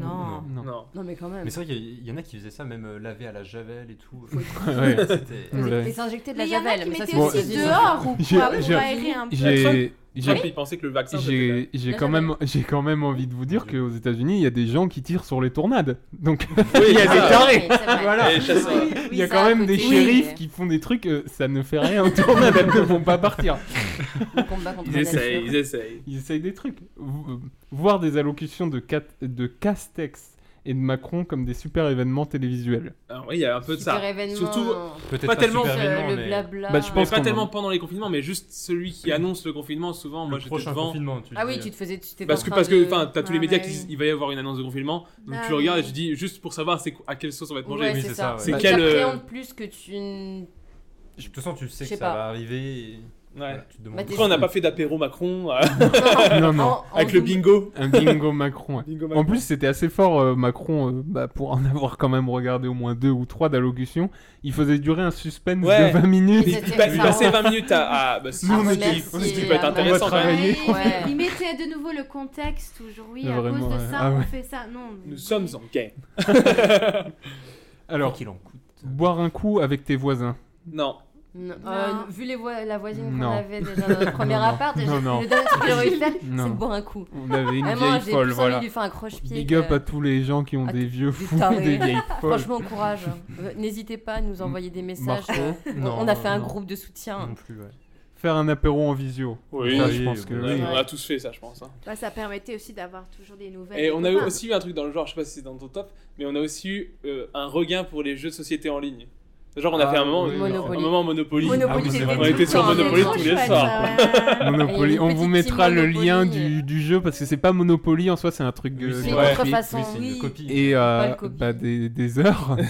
[SPEAKER 9] non.
[SPEAKER 4] Non.
[SPEAKER 8] Non, mais quand même.
[SPEAKER 10] Mais c'est vrai qu'il y- il y en a qui faisaient ça, même euh, laver à la javel et tout.
[SPEAKER 4] Ouais.
[SPEAKER 10] C'était-
[SPEAKER 4] Ouais.
[SPEAKER 8] Mais s'injecter de la
[SPEAKER 9] mais il y en a
[SPEAKER 8] javel,
[SPEAKER 9] qui
[SPEAKER 8] mais ça
[SPEAKER 9] mettaient
[SPEAKER 8] c'est
[SPEAKER 4] bon,
[SPEAKER 8] c'est-
[SPEAKER 9] aussi dehors ou
[SPEAKER 4] J'ai-
[SPEAKER 9] quoi, pour
[SPEAKER 4] j'ai-
[SPEAKER 9] aérer un peu.
[SPEAKER 4] J'ai. J'ai
[SPEAKER 7] J'ai pensé que le vaccin. c'était-
[SPEAKER 4] J'ai j'ai quand même j'ai quand même envie de vous dire qu'aux États-Unis il y a des gens qui tirent sur les tornades donc il y a
[SPEAKER 7] c'est
[SPEAKER 4] des
[SPEAKER 7] ça.
[SPEAKER 4] tarés
[SPEAKER 8] Oui, c'est vrai.
[SPEAKER 4] voilà
[SPEAKER 7] Et chasseurs.
[SPEAKER 8] Ah Oui, oui,
[SPEAKER 4] il y a
[SPEAKER 8] ça,
[SPEAKER 4] quand
[SPEAKER 8] à
[SPEAKER 4] même
[SPEAKER 8] côté.
[SPEAKER 4] des shérifs qui font des trucs euh, ça ne fait rien aux tornades elles ne vont pas partir
[SPEAKER 8] Le combat contre
[SPEAKER 7] Ils
[SPEAKER 8] la
[SPEAKER 7] essayent,
[SPEAKER 8] nature.
[SPEAKER 7] ils essayent.
[SPEAKER 4] ils essayent des trucs Vo- euh, voir des allocutions de Cat- de Castex et de Macron comme des super événements télévisuels
[SPEAKER 7] Alors oui, il y a un peu de
[SPEAKER 8] Super
[SPEAKER 7] ça.
[SPEAKER 8] événement.
[SPEAKER 7] Surtout,
[SPEAKER 8] euh,
[SPEAKER 10] Peut-être
[SPEAKER 7] Pas tellement,
[SPEAKER 10] super événement,
[SPEAKER 8] le
[SPEAKER 10] mais
[SPEAKER 8] blabla.
[SPEAKER 4] Bah, je
[SPEAKER 7] Mais
[SPEAKER 4] pense
[SPEAKER 7] pas
[SPEAKER 4] qu'on-
[SPEAKER 7] tellement pendant les confinements, mais juste celui qui annonce le confinement. Souvent,
[SPEAKER 10] le
[SPEAKER 7] moi, j'étais
[SPEAKER 10] prochain
[SPEAKER 7] devant.
[SPEAKER 10] confinement, tu
[SPEAKER 8] Ah
[SPEAKER 10] dis,
[SPEAKER 8] oui,
[SPEAKER 10] euh,
[SPEAKER 8] tu te faisais. Tu t'étais
[SPEAKER 7] Parce
[SPEAKER 8] en
[SPEAKER 7] que,
[SPEAKER 8] train
[SPEAKER 7] parce que,
[SPEAKER 8] de-
[SPEAKER 7] enfin, t'as tous les
[SPEAKER 9] Ah,
[SPEAKER 7] médias
[SPEAKER 9] bah
[SPEAKER 7] qui disent
[SPEAKER 9] oui.
[SPEAKER 7] il va y avoir une annonce de confinement. Donc
[SPEAKER 9] Bah
[SPEAKER 7] tu regardes et
[SPEAKER 9] oui.
[SPEAKER 7] tu dis juste pour savoir c'est quoi- à quelle sauce on va être mangé.
[SPEAKER 8] Ouais,
[SPEAKER 10] oui,
[SPEAKER 8] c'est
[SPEAKER 10] c'est
[SPEAKER 8] ça.
[SPEAKER 10] ça, ouais.
[SPEAKER 7] C'est
[SPEAKER 8] Tu
[SPEAKER 7] quel, euh,
[SPEAKER 8] appréhendes plus que tu. n-
[SPEAKER 10] De toute façon, tu sais
[SPEAKER 8] Je sais
[SPEAKER 10] que ça
[SPEAKER 8] pas.
[SPEAKER 10] va arriver. et-
[SPEAKER 7] Ouais.
[SPEAKER 10] Voilà, tu te demandes.
[SPEAKER 8] Bah,
[SPEAKER 7] Après, on n'a pas fait d'apéro Macron euh,
[SPEAKER 4] Non, non.
[SPEAKER 8] En- en
[SPEAKER 7] avec le
[SPEAKER 8] double.
[SPEAKER 7] bingo.
[SPEAKER 4] Un bingo Macron. ouais.
[SPEAKER 7] Bingo
[SPEAKER 4] En
[SPEAKER 7] Macron.
[SPEAKER 4] plus, c'était assez fort, euh, Macron, euh, bah, pour en avoir quand même regardé au moins deux ou trois d'allocutions. Il faisait durer un suspense
[SPEAKER 7] Ouais.
[SPEAKER 4] de 20 minutes.
[SPEAKER 8] Et
[SPEAKER 7] Il,
[SPEAKER 8] c'était
[SPEAKER 7] pa- il
[SPEAKER 8] marrant.
[SPEAKER 7] passait 20 minutes à. à bah, si,
[SPEAKER 4] Nous, on
[SPEAKER 7] ce
[SPEAKER 4] a
[SPEAKER 7] qui-
[SPEAKER 4] kiffé.
[SPEAKER 7] ce qui
[SPEAKER 8] Merci
[SPEAKER 7] peut être
[SPEAKER 8] à-
[SPEAKER 4] On va
[SPEAKER 7] intéressant.
[SPEAKER 4] travailler.
[SPEAKER 7] ouais.
[SPEAKER 9] Ouais,
[SPEAKER 8] Ouais.
[SPEAKER 9] Il mettait de nouveau le contexte, toujours oui, à
[SPEAKER 4] Vraiment,
[SPEAKER 9] cause de
[SPEAKER 4] ouais.
[SPEAKER 9] ça,
[SPEAKER 4] Ah
[SPEAKER 9] on
[SPEAKER 4] ouais.
[SPEAKER 9] fait ça. Non,
[SPEAKER 7] Nous sommes en guerre.
[SPEAKER 10] Alors
[SPEAKER 4] Alors,
[SPEAKER 10] qu'il en coûte.
[SPEAKER 4] boire un coup avec tes voisins.
[SPEAKER 7] Non.
[SPEAKER 8] Non,
[SPEAKER 9] Non.
[SPEAKER 8] euh, vu les voi- la voisine
[SPEAKER 4] Non.
[SPEAKER 8] qu'on avait déjà dans notre premier
[SPEAKER 4] Non, non.
[SPEAKER 8] appart, déjà,
[SPEAKER 4] Non, non.
[SPEAKER 8] le dernier truc que j'aurais eu faire, c'est
[SPEAKER 4] Non.
[SPEAKER 8] de boire un coup.
[SPEAKER 4] On avait une
[SPEAKER 8] Vraiment,
[SPEAKER 4] vieille
[SPEAKER 8] Ah, j'ai
[SPEAKER 4] folle,
[SPEAKER 8] plus
[SPEAKER 4] voilà.
[SPEAKER 8] envie de lui faire un croche-pied.
[SPEAKER 4] Big
[SPEAKER 8] que-
[SPEAKER 4] up à tous les gens qui ont
[SPEAKER 8] à
[SPEAKER 4] des
[SPEAKER 8] tous
[SPEAKER 4] vieux
[SPEAKER 8] les
[SPEAKER 4] fous,
[SPEAKER 8] tarés.
[SPEAKER 4] des vieilles folles.
[SPEAKER 8] Franchement, courage. Euh, N'hésitez pas à nous envoyer
[SPEAKER 4] Bah,
[SPEAKER 8] des messages.
[SPEAKER 4] Marco,
[SPEAKER 8] euh, on-
[SPEAKER 10] non,
[SPEAKER 8] on a fait un
[SPEAKER 10] non.
[SPEAKER 8] groupe de soutien.
[SPEAKER 10] Non plus, ouais.
[SPEAKER 4] Faire un apéro en visio.
[SPEAKER 7] Oui.
[SPEAKER 4] Ça, je pense que
[SPEAKER 7] Ouais,
[SPEAKER 4] oui.
[SPEAKER 7] On a tous fait ça, je pense. hein.
[SPEAKER 9] Bah, ça permettait aussi d'avoir toujours des nouvelles.
[SPEAKER 7] Et
[SPEAKER 9] des
[SPEAKER 7] on a eu
[SPEAKER 9] copains.
[SPEAKER 7] aussi eu un truc dans le genre, je sais pas si c'est dans ton top, mais on a aussi eu euh, un regain pour les jeux de société en ligne. Genre, on a
[SPEAKER 10] Ah,
[SPEAKER 7] fait un moment,
[SPEAKER 10] oui,
[SPEAKER 7] un
[SPEAKER 8] Monopoly.
[SPEAKER 7] moment Monopoly.
[SPEAKER 8] Monopoly,
[SPEAKER 4] Ah,
[SPEAKER 8] c'était
[SPEAKER 4] on
[SPEAKER 8] tout
[SPEAKER 4] était
[SPEAKER 8] le
[SPEAKER 7] sur
[SPEAKER 8] temps,
[SPEAKER 7] Monopoly
[SPEAKER 8] mais
[SPEAKER 9] Trop
[SPEAKER 7] tous
[SPEAKER 8] trop
[SPEAKER 7] les
[SPEAKER 8] chouette.
[SPEAKER 9] chouette,
[SPEAKER 7] soirs.
[SPEAKER 9] ça, ouais.
[SPEAKER 8] Il y
[SPEAKER 4] Monopoly,
[SPEAKER 8] a une
[SPEAKER 4] on vous
[SPEAKER 8] petite euh.
[SPEAKER 4] mettra le
[SPEAKER 8] Monopoly.
[SPEAKER 4] lien du, du jeu parce que c'est pas Monopoly en soi, c'est un truc de.
[SPEAKER 8] C'est une
[SPEAKER 7] Ouais.
[SPEAKER 8] contrefaçon,
[SPEAKER 10] Oui, c'est
[SPEAKER 8] oui.
[SPEAKER 10] une copie.
[SPEAKER 4] Et euh,
[SPEAKER 8] Pas le copie.
[SPEAKER 4] bah, des, des heures,
[SPEAKER 7] on a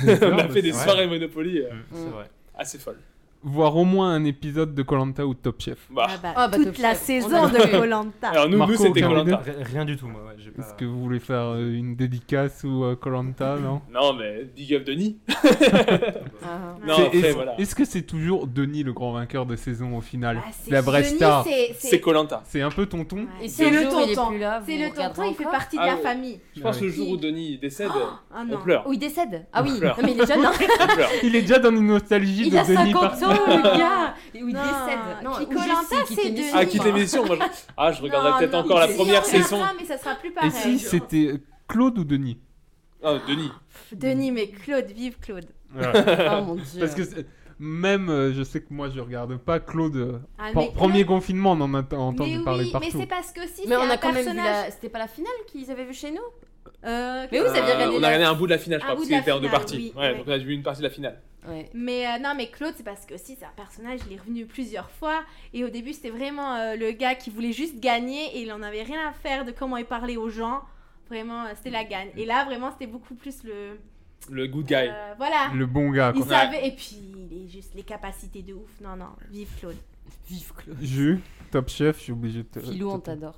[SPEAKER 7] fait des
[SPEAKER 10] c'est vrai.
[SPEAKER 7] soirées Monopoly euh,
[SPEAKER 10] Mm, C'est vrai.
[SPEAKER 7] assez folles.
[SPEAKER 4] voire au moins un épisode de Colanta ou de Top Chef.
[SPEAKER 7] Bah.
[SPEAKER 9] Ah bah,
[SPEAKER 8] Ah bah,
[SPEAKER 9] toute
[SPEAKER 8] Top
[SPEAKER 9] la
[SPEAKER 8] Chef, on
[SPEAKER 9] saison
[SPEAKER 8] a
[SPEAKER 9] de
[SPEAKER 8] vu.
[SPEAKER 9] Colanta.
[SPEAKER 7] Alors nous,
[SPEAKER 4] Marco,
[SPEAKER 7] nous c'était
[SPEAKER 4] aucun
[SPEAKER 7] Colanta.
[SPEAKER 10] Ri- Rien du tout, moi. Ouais, j'ai
[SPEAKER 4] Est-ce
[SPEAKER 10] pas...
[SPEAKER 4] que vous voulez faire euh, une dédicace ou euh, Colanta, non
[SPEAKER 7] Non mais big up Denis.
[SPEAKER 8] Ah.
[SPEAKER 7] Non
[SPEAKER 4] C'est-
[SPEAKER 7] après
[SPEAKER 4] Est-ce
[SPEAKER 7] voilà.
[SPEAKER 4] est-ce que c'est toujours Denis le grand vainqueur de saison au final
[SPEAKER 9] Ah, c'est
[SPEAKER 4] La vraie
[SPEAKER 9] Denis,
[SPEAKER 4] star.
[SPEAKER 9] c'est-
[SPEAKER 7] C'est
[SPEAKER 9] C'est
[SPEAKER 7] Colanta.
[SPEAKER 4] C'est un peu tonton
[SPEAKER 9] Ouais.
[SPEAKER 8] Et si
[SPEAKER 9] C'est
[SPEAKER 8] un
[SPEAKER 9] le
[SPEAKER 8] jour, il est
[SPEAKER 9] tonton.
[SPEAKER 8] plus là,
[SPEAKER 9] C'est
[SPEAKER 8] vous
[SPEAKER 9] le
[SPEAKER 8] regarderez
[SPEAKER 9] tonton, il fait
[SPEAKER 8] encore
[SPEAKER 9] partie de
[SPEAKER 7] Ah
[SPEAKER 9] la
[SPEAKER 7] ouais.
[SPEAKER 9] famille.
[SPEAKER 7] Je pense que le jour où Denis décède,
[SPEAKER 9] Ah
[SPEAKER 7] on
[SPEAKER 9] non.
[SPEAKER 7] pleure.
[SPEAKER 8] Oh, il décède Ah oui,
[SPEAKER 7] On pleure.
[SPEAKER 8] non, mais il est jeune, hein.
[SPEAKER 7] On pleure.
[SPEAKER 4] Il est déjà dans une nostalgie
[SPEAKER 8] il
[SPEAKER 4] de
[SPEAKER 8] a
[SPEAKER 4] Denis
[SPEAKER 8] 50 ans, le gars Ou il
[SPEAKER 9] Non,
[SPEAKER 8] décède
[SPEAKER 9] qui
[SPEAKER 8] ou je
[SPEAKER 9] Koh-Lanta,
[SPEAKER 8] sais, quitte
[SPEAKER 9] c'est
[SPEAKER 8] l'émission.
[SPEAKER 7] Ah
[SPEAKER 9] Denis.
[SPEAKER 7] quitte l'émission, moi. je- Ah je
[SPEAKER 9] Non,
[SPEAKER 7] regarderai peut-être
[SPEAKER 9] non,
[SPEAKER 7] encore la
[SPEAKER 9] si,
[SPEAKER 7] première
[SPEAKER 9] on regardera,
[SPEAKER 7] saison.
[SPEAKER 9] mais ça sera plus
[SPEAKER 4] Et
[SPEAKER 9] pareil.
[SPEAKER 4] si c'était Claude ou Denis
[SPEAKER 7] Ah Denis.
[SPEAKER 9] Denis, mais Claude, vive Claude.
[SPEAKER 8] Oh mon dieu
[SPEAKER 4] Parce que c'est- même, euh, je sais que moi je regarde pas Claude. euh,
[SPEAKER 9] Ah,
[SPEAKER 4] pre-
[SPEAKER 9] mais
[SPEAKER 4] premier
[SPEAKER 9] Claude-
[SPEAKER 4] confinement, on en a t- entendu
[SPEAKER 9] mais
[SPEAKER 4] parler
[SPEAKER 9] oui,
[SPEAKER 4] partout.
[SPEAKER 9] Mais c'est parce que si c'est
[SPEAKER 8] Mais on
[SPEAKER 9] un
[SPEAKER 8] a quand même vu
[SPEAKER 9] personnage.
[SPEAKER 8] la... C'était pas la finale qu'ils avaient vu chez nous
[SPEAKER 9] Euh,
[SPEAKER 8] Mais oui, ça
[SPEAKER 7] Euh,
[SPEAKER 8] vient gagner
[SPEAKER 7] on
[SPEAKER 8] la-
[SPEAKER 7] a gagné un bout de la finale, je
[SPEAKER 9] Un
[SPEAKER 7] crois,
[SPEAKER 9] bout
[SPEAKER 7] parce
[SPEAKER 9] de
[SPEAKER 7] qu'il
[SPEAKER 9] la
[SPEAKER 7] était en deux
[SPEAKER 9] finale,
[SPEAKER 7] parties.
[SPEAKER 9] oui,
[SPEAKER 7] ouais,
[SPEAKER 9] oui.
[SPEAKER 7] donc on a vu une partie de la finale.
[SPEAKER 8] Ouais.
[SPEAKER 9] Mais euh, non, mais Claude, c'est parce que aussi, c'est un personnage, il est revenu plusieurs fois. Et au début, c'était vraiment euh, le gars qui voulait juste gagner et il en avait rien à faire de comment il parlait aux gens. Vraiment, euh, c'était la gagne. Et là, vraiment, c'était beaucoup plus le.
[SPEAKER 7] Le good guy.
[SPEAKER 9] euh, voilà.
[SPEAKER 4] Le bon gars,
[SPEAKER 9] Il
[SPEAKER 4] quoi.
[SPEAKER 9] savait. Et puis, il est juste les capacités de ouf. Non, non, vive Claude.
[SPEAKER 8] Vive Claude
[SPEAKER 4] Jus, Top Chef, je suis obligé de te.
[SPEAKER 8] Filou, on
[SPEAKER 4] te-
[SPEAKER 8] t'adore.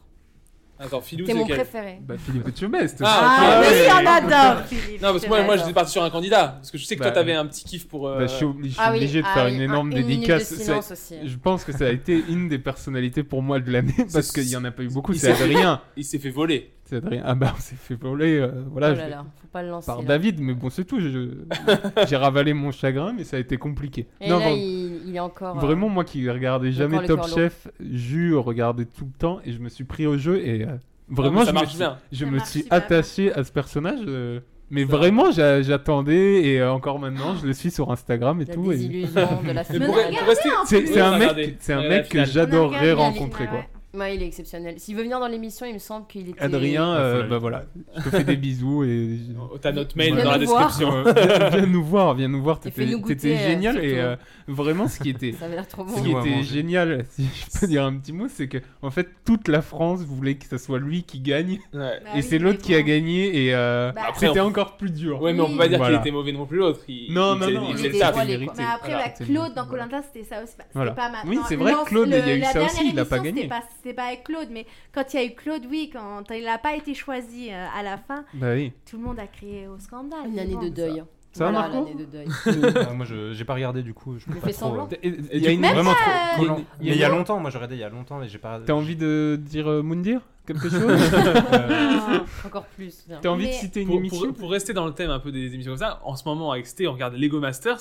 [SPEAKER 7] Attends, Filou,
[SPEAKER 8] T'es
[SPEAKER 7] c'est
[SPEAKER 8] mon
[SPEAKER 7] quel
[SPEAKER 8] préféré.
[SPEAKER 4] Bah, Philippe Etchebest.
[SPEAKER 7] Ah,
[SPEAKER 9] mais
[SPEAKER 7] oui.
[SPEAKER 9] oui, on adore Philippe.
[SPEAKER 7] Non, parce que
[SPEAKER 9] c'est
[SPEAKER 7] moi,
[SPEAKER 9] vrai.
[SPEAKER 7] moi j'étais parti sur un candidat. Parce que je sais que
[SPEAKER 4] Bah,
[SPEAKER 7] toi, t'avais un petit kiff pour. euh,
[SPEAKER 4] Bah, je suis obligé, je suis
[SPEAKER 8] Ah oui,
[SPEAKER 4] obligé de
[SPEAKER 8] ah
[SPEAKER 4] faire
[SPEAKER 8] oui,
[SPEAKER 4] une
[SPEAKER 8] un-
[SPEAKER 4] énorme
[SPEAKER 8] minute de
[SPEAKER 4] dédicace.
[SPEAKER 8] silence
[SPEAKER 4] C'est-
[SPEAKER 8] aussi.
[SPEAKER 4] Je pense que ça a été une des personnalités pour moi de l'année parce qu'il y en a pas eu beaucoup.
[SPEAKER 7] Il
[SPEAKER 4] C'est
[SPEAKER 7] s'est-
[SPEAKER 4] Adrien.
[SPEAKER 7] Il s'est fait voler.
[SPEAKER 4] C'est Adrien. Ah bah on s'est fait voler. euh, voilà.
[SPEAKER 8] oh
[SPEAKER 4] je-
[SPEAKER 8] là là, faut pas le lancer.
[SPEAKER 4] Par
[SPEAKER 8] là.
[SPEAKER 4] David, mais bon, c'est tout. je- J'ai ravalé mon chagrin, mais ça a été compliqué.
[SPEAKER 8] Et
[SPEAKER 4] Non,
[SPEAKER 8] là,
[SPEAKER 4] non,
[SPEAKER 8] il, il est encore. euh,
[SPEAKER 4] Vraiment, moi qui regardais jamais
[SPEAKER 8] le
[SPEAKER 4] Top
[SPEAKER 8] corps lourd.
[SPEAKER 4] Chef, Jus regardais tout le temps et je me suis pris au jeu et euh, vraiment,
[SPEAKER 7] Ah, mais ça
[SPEAKER 4] je me
[SPEAKER 7] marche
[SPEAKER 4] suis,
[SPEAKER 7] bien.
[SPEAKER 4] je
[SPEAKER 9] Ça
[SPEAKER 4] me
[SPEAKER 9] marche
[SPEAKER 4] suis
[SPEAKER 9] super bien.
[SPEAKER 4] attaché à ce personnage. euh, mais
[SPEAKER 7] Ça.
[SPEAKER 4] vraiment, j'a- j'attendais et euh, encore maintenant, je le suis sur Instagram et
[SPEAKER 8] La
[SPEAKER 4] tout. et-
[SPEAKER 8] désillusion de la
[SPEAKER 7] Mais
[SPEAKER 9] Mais
[SPEAKER 8] finale.
[SPEAKER 7] pour,
[SPEAKER 9] on a
[SPEAKER 7] pour
[SPEAKER 9] regardé,
[SPEAKER 7] rester.
[SPEAKER 9] en
[SPEAKER 4] C'est
[SPEAKER 9] plus.
[SPEAKER 4] c'est
[SPEAKER 7] On
[SPEAKER 4] un
[SPEAKER 7] a
[SPEAKER 4] mec,
[SPEAKER 7] regardé.
[SPEAKER 4] c'est
[SPEAKER 7] On
[SPEAKER 4] un
[SPEAKER 7] a
[SPEAKER 4] mec
[SPEAKER 7] la
[SPEAKER 4] que
[SPEAKER 7] finale.
[SPEAKER 9] On a regardé
[SPEAKER 4] j'adorerais
[SPEAKER 9] la
[SPEAKER 4] rencontrer
[SPEAKER 9] finale,
[SPEAKER 4] quoi.
[SPEAKER 9] ouais.
[SPEAKER 8] Ouais, il est exceptionnel. S'il veut venir dans l'émission, il me semble qu'il était.
[SPEAKER 4] Adrien, euh,
[SPEAKER 10] Faut la-
[SPEAKER 4] bah voilà, je te fais des bisous et
[SPEAKER 7] T'as notre mail
[SPEAKER 8] Viens
[SPEAKER 7] dans la
[SPEAKER 8] nous voir.
[SPEAKER 7] description.
[SPEAKER 4] viens, viens nous voir, viens nous voir,
[SPEAKER 8] Et fais-nous
[SPEAKER 4] t'étais
[SPEAKER 8] goûter,
[SPEAKER 4] t'étais
[SPEAKER 8] euh,
[SPEAKER 4] génial et
[SPEAKER 8] surtout.
[SPEAKER 4] euh, vraiment ce qui était
[SPEAKER 8] Ça avait l'air trop
[SPEAKER 4] Ce
[SPEAKER 8] bon.
[SPEAKER 4] qui
[SPEAKER 10] Fais-nous à
[SPEAKER 4] était
[SPEAKER 10] manger.
[SPEAKER 4] génial, si je peux dire un petit mot, c'est que en fait toute la France voulait que ce soit lui qui gagne
[SPEAKER 7] Ouais.
[SPEAKER 9] Bah
[SPEAKER 4] et
[SPEAKER 9] oui,
[SPEAKER 4] c'est l'autre
[SPEAKER 9] mais
[SPEAKER 4] qui a
[SPEAKER 9] bon.
[SPEAKER 4] gagné et euh,
[SPEAKER 9] Bah,
[SPEAKER 7] Après,
[SPEAKER 4] c'était
[SPEAKER 7] on-
[SPEAKER 4] encore plus dur.
[SPEAKER 7] Ouais, mais on peut pas dire
[SPEAKER 4] Voilà.
[SPEAKER 7] qu'il était mauvais non plus l'autre. Il-
[SPEAKER 4] Non,
[SPEAKER 7] il
[SPEAKER 4] non,
[SPEAKER 7] faisait-
[SPEAKER 4] non,
[SPEAKER 7] Il
[SPEAKER 8] il
[SPEAKER 7] faisait le
[SPEAKER 8] était
[SPEAKER 7] taf.
[SPEAKER 8] voilé,
[SPEAKER 4] mérité.
[SPEAKER 9] Mais après,
[SPEAKER 4] Voilà.
[SPEAKER 9] bah, Claude dans Colanta, c'était ça aussi. Bah, c'était
[SPEAKER 4] Voilà.
[SPEAKER 9] pas maintenant.
[SPEAKER 4] Oui, c'est vrai, Claude, il y a eu
[SPEAKER 9] la
[SPEAKER 4] ça
[SPEAKER 9] dernière
[SPEAKER 4] aussi, il a pas
[SPEAKER 9] émission,
[SPEAKER 4] gagné.
[SPEAKER 9] C'était pas, c'était pas avec Claude, mais quand il y a eu Claude, oui, quand il n'a pas été choisi euh, à la fin,
[SPEAKER 4] Bah oui.
[SPEAKER 9] tout le monde a crié au scandale.
[SPEAKER 8] Une
[SPEAKER 9] mais
[SPEAKER 8] année
[SPEAKER 9] bon.
[SPEAKER 8] de deuil.
[SPEAKER 4] Ça va,
[SPEAKER 8] Voilà,
[SPEAKER 4] Marco
[SPEAKER 8] l'année de deuil.
[SPEAKER 10] Ah, moi, je- j'ai pas regardé du coup. Je peux
[SPEAKER 8] Mais
[SPEAKER 10] pas
[SPEAKER 8] fais
[SPEAKER 10] trop,
[SPEAKER 8] semblant.
[SPEAKER 10] euh,
[SPEAKER 4] Il y a une
[SPEAKER 9] Même
[SPEAKER 4] vraiment trop-
[SPEAKER 9] pas, euh,
[SPEAKER 4] Colin-
[SPEAKER 10] Mais il y a longtemps, moi j'ai regardé il y a longtemps et j'ai pas.
[SPEAKER 4] T'as envie de dire euh, Moundir quelque chose
[SPEAKER 10] Euh,
[SPEAKER 9] Non.
[SPEAKER 8] Encore plus. tiens.
[SPEAKER 4] T'as envie de
[SPEAKER 9] Mais-
[SPEAKER 4] citer une
[SPEAKER 7] Pour,
[SPEAKER 4] émission
[SPEAKER 7] pour- pour rester dans le thème un peu des émissions comme ça, en ce moment avec Sté, on regarde Lego Masters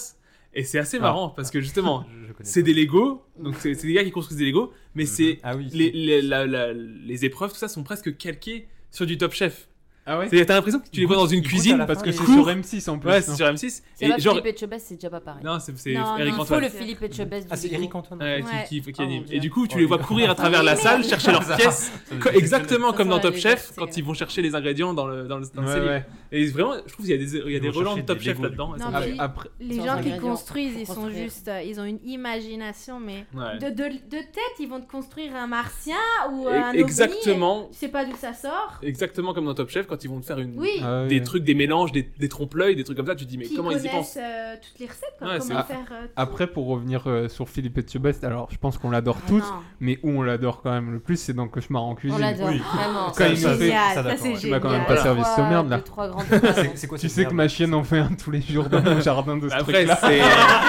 [SPEAKER 7] et c'est assez
[SPEAKER 4] Ah.
[SPEAKER 7] marrant parce que justement,
[SPEAKER 10] je- je connais
[SPEAKER 7] c'est
[SPEAKER 10] pas.
[SPEAKER 7] des Lego, donc c'est c'est des gars qui construisent des Lego, mais
[SPEAKER 4] Mhm.
[SPEAKER 7] c'est
[SPEAKER 10] Ah oui.
[SPEAKER 7] les, les- la- la- les épreuves, tout ça, sont presque calquées sur du Top Chef.
[SPEAKER 4] Ah ouais
[SPEAKER 7] C'est-à-dire, T'as l'impression que tu les vois dans une cuisine.
[SPEAKER 4] Parce que
[SPEAKER 10] Ils
[SPEAKER 4] c'est
[SPEAKER 7] courent.
[SPEAKER 4] sur M6 en plus.
[SPEAKER 7] Ouais, c'est
[SPEAKER 4] non
[SPEAKER 7] sur M6.
[SPEAKER 8] C'est
[SPEAKER 7] Et
[SPEAKER 8] vrai,
[SPEAKER 7] genre.
[SPEAKER 8] Philippe Etchebest, c'est déjà pas pareil.
[SPEAKER 7] Non, c'est c'est
[SPEAKER 9] Non,
[SPEAKER 7] Eric
[SPEAKER 9] non,
[SPEAKER 8] Il faut
[SPEAKER 7] Antoine.
[SPEAKER 8] le Philippe Etchebest.
[SPEAKER 10] Ah, c'est
[SPEAKER 8] du
[SPEAKER 10] Eric
[SPEAKER 8] gros.
[SPEAKER 10] Antoine.
[SPEAKER 7] Ouais,
[SPEAKER 9] Ouais.
[SPEAKER 7] Qui, qui- qui
[SPEAKER 8] Oh mon
[SPEAKER 7] anime.
[SPEAKER 8] Dieu.
[SPEAKER 7] Et du coup, tu
[SPEAKER 10] Oh,
[SPEAKER 7] les vois
[SPEAKER 10] les gars.
[SPEAKER 7] courir à travers la salle, chercher leurs pièces. Co- Exactement
[SPEAKER 8] Ça
[SPEAKER 7] comme dans
[SPEAKER 8] sera
[SPEAKER 7] Top
[SPEAKER 8] les
[SPEAKER 7] Chef,
[SPEAKER 8] pièces,
[SPEAKER 7] quand
[SPEAKER 8] c'est-
[SPEAKER 7] ils vont chercher les ingrédients dans le, dans le, dans le
[SPEAKER 4] Ouais,
[SPEAKER 7] cellier.
[SPEAKER 4] ouais.
[SPEAKER 7] Et vraiment, je trouve qu'il y a des, il y a
[SPEAKER 10] Ils
[SPEAKER 7] des
[SPEAKER 10] vont
[SPEAKER 7] relents de
[SPEAKER 10] chercher
[SPEAKER 7] Top
[SPEAKER 10] des
[SPEAKER 7] Chef
[SPEAKER 10] Legos,
[SPEAKER 7] là-dedans. et
[SPEAKER 9] Non,
[SPEAKER 7] ça me
[SPEAKER 9] mais
[SPEAKER 7] fait-
[SPEAKER 9] ils-
[SPEAKER 4] Après,
[SPEAKER 9] Les
[SPEAKER 8] Sans
[SPEAKER 9] gens qui
[SPEAKER 8] ingrédients,
[SPEAKER 9] construisent, ils sont
[SPEAKER 8] construire.
[SPEAKER 9] juste. euh, Ils ont une imagination, mais.
[SPEAKER 7] Ouais.
[SPEAKER 9] De, de, de tête, ils vont te construire un martien ou euh, un
[SPEAKER 7] Et-
[SPEAKER 9] ovni.
[SPEAKER 7] E Exactement,
[SPEAKER 9] Je sais pas d'où ça sort.
[SPEAKER 7] exactement comme dans Top Chef, quand quand ils vont te faire une,
[SPEAKER 9] Oui,
[SPEAKER 4] Ah oui.
[SPEAKER 7] des trucs, des mélanges, des, des trompe-l'œil, des trucs comme ça, tu te dis mais
[SPEAKER 9] puis ils
[SPEAKER 7] comment ils y
[SPEAKER 9] connaissent
[SPEAKER 7] pensent
[SPEAKER 9] euh, toutes les recettes, quoi,
[SPEAKER 7] Ouais,
[SPEAKER 9] comment
[SPEAKER 4] c'est- Ah,
[SPEAKER 9] faire. euh, tout.
[SPEAKER 4] Après, pour revenir euh, sur Philippe Etchebest, alors je pense qu'on l'adore
[SPEAKER 9] Ah
[SPEAKER 4] tous,
[SPEAKER 9] non.
[SPEAKER 4] mais où on l'adore quand même le plus, c'est dans Cauchemar en
[SPEAKER 8] On
[SPEAKER 4] cuisine.
[SPEAKER 8] l'adore, vraiment.
[SPEAKER 4] Quand il nous fait-
[SPEAKER 9] Génial,
[SPEAKER 10] ça,
[SPEAKER 9] ça,
[SPEAKER 10] d'accord,
[SPEAKER 9] c'est
[SPEAKER 10] ouais.
[SPEAKER 9] génial.
[SPEAKER 4] Tu m'as quand même pas servi ce
[SPEAKER 8] Trois-
[SPEAKER 4] merde là.
[SPEAKER 8] deux, trois grandes phrases, hein.
[SPEAKER 10] Ah, C'est quoi
[SPEAKER 4] Tu
[SPEAKER 10] cette
[SPEAKER 4] sais que
[SPEAKER 10] merde
[SPEAKER 4] ma chienne en fait un tous les jours dans mon jardin de ce
[SPEAKER 7] Après,
[SPEAKER 4] truc-là.
[SPEAKER 7] c'est Ah,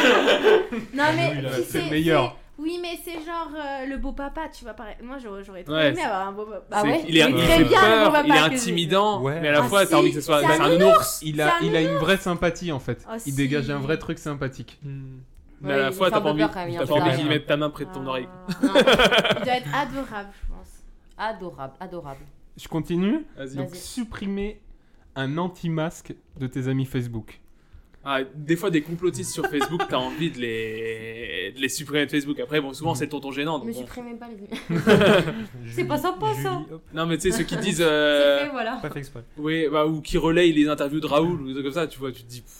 [SPEAKER 9] Non, mais
[SPEAKER 10] Oui, là,
[SPEAKER 9] tu
[SPEAKER 4] c'est le
[SPEAKER 9] sais,
[SPEAKER 4] meilleur.
[SPEAKER 9] c'est- Oui, mais c'est genre euh, le beau papa, tu vois. Pareil. Moi, j'aurais j'aurais trop
[SPEAKER 7] Ouais,
[SPEAKER 9] aimé
[SPEAKER 7] c'est-
[SPEAKER 9] avoir un beau papa.
[SPEAKER 8] Ah
[SPEAKER 7] c'est-
[SPEAKER 8] ouais
[SPEAKER 7] il est,
[SPEAKER 9] Mais
[SPEAKER 7] il
[SPEAKER 9] Bah très
[SPEAKER 7] fait
[SPEAKER 9] bien, le
[SPEAKER 7] peur,
[SPEAKER 9] papa
[SPEAKER 7] il est
[SPEAKER 9] que j'ai-
[SPEAKER 7] intimidant,
[SPEAKER 10] Ouais.
[SPEAKER 7] mais à la
[SPEAKER 9] Ah
[SPEAKER 7] fois
[SPEAKER 9] si,
[SPEAKER 7] t'as envie que ce soit
[SPEAKER 9] c'est
[SPEAKER 7] c'est
[SPEAKER 9] un
[SPEAKER 7] un ours.
[SPEAKER 4] Il
[SPEAKER 9] C'est
[SPEAKER 4] a,
[SPEAKER 9] un
[SPEAKER 4] il a une vraie sympathie en fait.
[SPEAKER 9] Oh,
[SPEAKER 4] il
[SPEAKER 9] si.
[SPEAKER 4] dégage un vrai truc sympathique.
[SPEAKER 7] Mais à
[SPEAKER 8] Ouais,
[SPEAKER 7] la
[SPEAKER 8] il
[SPEAKER 7] fois
[SPEAKER 8] fait un
[SPEAKER 7] t'as
[SPEAKER 8] peu
[SPEAKER 7] pas envie,
[SPEAKER 8] peur quand même, il
[SPEAKER 7] t'as pas
[SPEAKER 8] en fait
[SPEAKER 7] envie
[SPEAKER 8] quand
[SPEAKER 7] qu'il
[SPEAKER 8] même.
[SPEAKER 7] mette ta main près de ton oreille.
[SPEAKER 9] Ah. Il doit être adorable, je pense.
[SPEAKER 8] Adorable, adorable.
[SPEAKER 4] Je continue.
[SPEAKER 7] Vas-y.
[SPEAKER 4] Donc supprimer un anti-masque de tes amis Facebook.
[SPEAKER 7] Ah, des fois, des complotistes sur Facebook, t'as envie de les... de les supprimer de Facebook. Après, bon,
[SPEAKER 4] Hmm.
[SPEAKER 7] souvent, c'est le tonton gênant. donc
[SPEAKER 8] Me
[SPEAKER 7] bon.
[SPEAKER 8] supprimez pas les
[SPEAKER 10] Julie-
[SPEAKER 8] pas sympa, ça.
[SPEAKER 10] Julie, hop,
[SPEAKER 7] Non, mais tu sais, ceux qui disent. euh,
[SPEAKER 8] C'est fait, voilà.
[SPEAKER 10] Pas fait exprès.
[SPEAKER 7] Oui, bah, ou qui relayent les interviews de Raoul ou des trucs comme ça, tu vois, tu te dis. pff,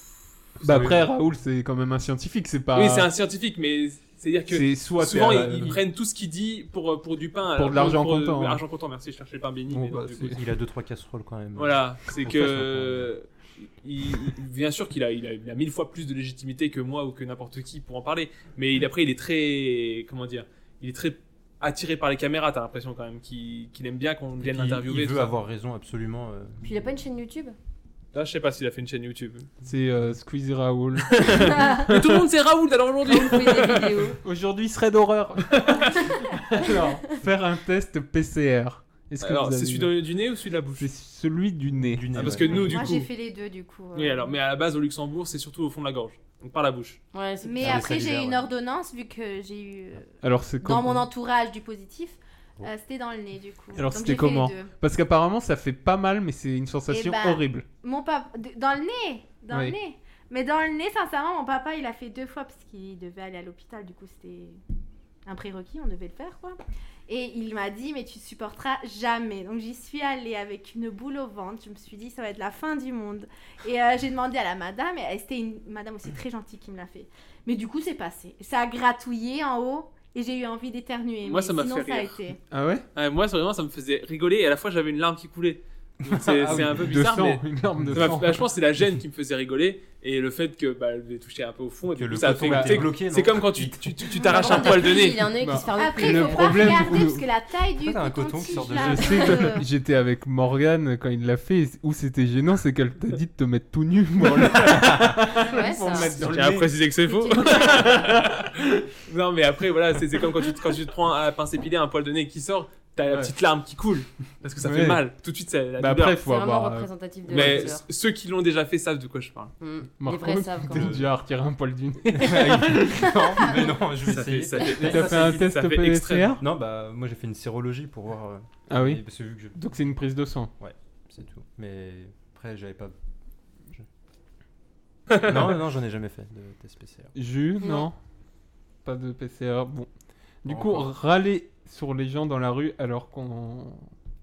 [SPEAKER 4] Bah
[SPEAKER 7] c'est-
[SPEAKER 4] après Raoul c'est quand même un scientifique, c'est pas.
[SPEAKER 7] Oui, c'est un scientifique, mais c'est-à-dire que.
[SPEAKER 4] C'est soit euh,
[SPEAKER 7] Souvent,
[SPEAKER 4] t'es à-
[SPEAKER 7] ils, ils prennent tout ce qu'il dit pour, euh, pour du pain.
[SPEAKER 4] Pour
[SPEAKER 7] alors,
[SPEAKER 4] de l'argent
[SPEAKER 7] pour-
[SPEAKER 4] comptant,
[SPEAKER 7] pour
[SPEAKER 4] hein.
[SPEAKER 7] L'argent comptant, merci, je cherchais le pain béni.
[SPEAKER 4] Bon,
[SPEAKER 7] mais non,
[SPEAKER 4] bah,
[SPEAKER 7] du
[SPEAKER 4] c'est-
[SPEAKER 7] coup,
[SPEAKER 10] Il a deux trois casseroles quand même.
[SPEAKER 7] Voilà, c'est
[SPEAKER 10] On
[SPEAKER 7] que.
[SPEAKER 10] fait ça,
[SPEAKER 7] euh, il- il- bien sûr qu'il a, il a, il a mille fois plus de légitimité que moi ou que n'importe qui pour en parler, mais il, après, il est très. Comment dire Il est très attiré par les caméras, t'as l'impression quand même qu'il qu'il aime bien qu'on
[SPEAKER 10] Il,
[SPEAKER 7] vienne l'interviewer.
[SPEAKER 10] il
[SPEAKER 7] tout
[SPEAKER 10] veut
[SPEAKER 7] ça.
[SPEAKER 10] avoir raison absolument. euh.
[SPEAKER 8] Puis il a pas une chaîne YouTube
[SPEAKER 7] Là, Ah, je sais pas s'il a fait une chaîne YouTube.
[SPEAKER 4] c'est euh, Squeezie Raoul.
[SPEAKER 7] mais tout le monde, c'est Raoul alors
[SPEAKER 8] Il
[SPEAKER 7] aujourd'hui
[SPEAKER 8] fait des vidéos.
[SPEAKER 4] Aujourd'hui serait d'horreur. Alors faire un test PCR. Est-ce que
[SPEAKER 7] Alors,
[SPEAKER 4] vous
[SPEAKER 7] c'est
[SPEAKER 4] avez-
[SPEAKER 7] celui de- du nez ou celui de la bouche
[SPEAKER 4] c'est celui du nez.
[SPEAKER 10] Du nez,
[SPEAKER 7] Ah, Parce que
[SPEAKER 10] ouais.
[SPEAKER 7] nous, du
[SPEAKER 9] Moi,
[SPEAKER 7] coup.
[SPEAKER 9] j'ai fait les deux, du coup. euh.
[SPEAKER 7] Oui, alors, mais à la base, au Luxembourg, c'est surtout au fond de la gorge, donc par la bouche.
[SPEAKER 8] Ouais, c'est
[SPEAKER 9] Mais
[SPEAKER 10] Ah, les
[SPEAKER 9] après, j'ai
[SPEAKER 10] salivaires,
[SPEAKER 9] eu une
[SPEAKER 10] ouais.
[SPEAKER 9] ordonnance, vu que j'ai eu euh,
[SPEAKER 7] Ah,
[SPEAKER 4] Alors c'est
[SPEAKER 9] dans
[SPEAKER 4] comme-
[SPEAKER 9] mon entourage du positif. euh, c'était dans le nez, du coup.
[SPEAKER 4] Alors,
[SPEAKER 9] Donc,
[SPEAKER 4] c'était
[SPEAKER 9] j'ai fait
[SPEAKER 4] comment
[SPEAKER 9] les deux.
[SPEAKER 4] Parce qu'apparemment ça fait pas mal mais c'est une sensation
[SPEAKER 9] Eh ben,
[SPEAKER 4] horrible.
[SPEAKER 9] Mon papa. de- Dans le nez Dans
[SPEAKER 4] Oui.
[SPEAKER 9] le nez Mais dans le nez, sincèrement, mon papa, il a fait deux fois parce qu'il devait aller à l'hôpital. Du coup, c'était un prérequis, on devait le faire, quoi. Et il m'a dit, mais tu supporteras jamais. Donc, j'y suis allée avec une boule au ventre. Je me suis dit, ça va être la fin du monde. Et euh, j'ai demandé à la madame, et elle- c'était une madame aussi très gentille qui me l'a fait. Mais du coup, c'est passé. Ça a gratouillé en haut. Et j'ai eu envie d'éternuer.
[SPEAKER 7] Moi,
[SPEAKER 9] mais
[SPEAKER 7] ça m'a
[SPEAKER 9] sinon,
[SPEAKER 7] fait
[SPEAKER 9] ça a
[SPEAKER 7] rire.
[SPEAKER 9] été.
[SPEAKER 4] Ah ouais
[SPEAKER 7] Ouais, moi, c'est vraiment, ça me faisait rigoler et à la fois, j'avais une larme qui coulait. Donc, C'est c'est un peu
[SPEAKER 4] Ah De
[SPEAKER 7] bizarre,
[SPEAKER 4] sang,
[SPEAKER 7] mais.
[SPEAKER 4] une larme de
[SPEAKER 7] Ça m'a-
[SPEAKER 4] sang.
[SPEAKER 7] bah, je pense que c'est la gêne qui me faisait rigoler et le fait que bah, elle m'ait touché un peu au fond et
[SPEAKER 10] Que
[SPEAKER 7] du coup,
[SPEAKER 10] le
[SPEAKER 7] ça a
[SPEAKER 10] coton
[SPEAKER 7] fait-
[SPEAKER 10] était
[SPEAKER 7] c'est-
[SPEAKER 10] bloqué.
[SPEAKER 7] C'est
[SPEAKER 10] non
[SPEAKER 7] comme quand tu tu- tu- tu t'arraches un poil de
[SPEAKER 8] Il
[SPEAKER 7] nez.
[SPEAKER 8] a un œil qui
[SPEAKER 4] Bah,
[SPEAKER 8] se ferme.
[SPEAKER 9] Après,
[SPEAKER 4] Et le
[SPEAKER 9] faut
[SPEAKER 4] problème,
[SPEAKER 9] pas
[SPEAKER 4] du
[SPEAKER 9] regarder
[SPEAKER 4] coup,
[SPEAKER 9] parce que la taille du
[SPEAKER 10] Toi, t'as un
[SPEAKER 9] coton euh,
[SPEAKER 10] coton qui sort de
[SPEAKER 4] Je
[SPEAKER 10] Ah,
[SPEAKER 4] sais que j'étais avec Morgane quand il l'a fait. Où c'était gênant, c'est qu'elle t'a dit de te mettre tout nu. Bon, là,
[SPEAKER 7] Bah,
[SPEAKER 8] Ouais, ça.
[SPEAKER 4] dans le
[SPEAKER 7] J'ai à
[SPEAKER 4] nez.
[SPEAKER 7] préciser que c'est faux.
[SPEAKER 8] C'était-
[SPEAKER 7] Non, mais après, voilà, c'est c'est comme quand tu, te- quand tu te prends à pince épilée un poil de nez qui sort, t'as la
[SPEAKER 4] Ouais.
[SPEAKER 7] petite larme qui coule parce que ça
[SPEAKER 4] Ouais.
[SPEAKER 7] fait mal. Tout de suite, c'est la
[SPEAKER 4] bah,
[SPEAKER 7] douleur.
[SPEAKER 4] après, faut
[SPEAKER 8] C'est vraiment
[SPEAKER 4] avoir. euh,
[SPEAKER 8] représentatif de
[SPEAKER 7] Mais
[SPEAKER 8] l'acteur.
[SPEAKER 7] c- ceux qui l'ont déjà fait savent de quoi je parle.
[SPEAKER 8] Mm. Les
[SPEAKER 4] Marco,
[SPEAKER 8] vrais savent quand
[SPEAKER 4] t'es
[SPEAKER 8] même.
[SPEAKER 4] déjà retiré un poil du nez.
[SPEAKER 10] non, mais non, je vais essayer.
[SPEAKER 7] fait,
[SPEAKER 4] T'as fait un
[SPEAKER 7] ça
[SPEAKER 4] test
[SPEAKER 7] fait
[SPEAKER 4] PCR
[SPEAKER 7] extrême.
[SPEAKER 10] Non, bah moi j'ai fait une sérologie pour voir. euh,
[SPEAKER 4] Ah oui.
[SPEAKER 10] mais- Parce que vu que je.
[SPEAKER 4] Donc c'est une prise de sang.
[SPEAKER 10] C'est tout. Mais après, j'avais pas. je- non, non, j'en ai jamais fait de test PCR.
[SPEAKER 4] Jus, non.
[SPEAKER 8] Non.
[SPEAKER 4] Pas de PCR. Bon. Du
[SPEAKER 10] Bon,
[SPEAKER 4] coup,
[SPEAKER 10] encore.
[SPEAKER 4] râler sur les gens dans la rue alors qu'on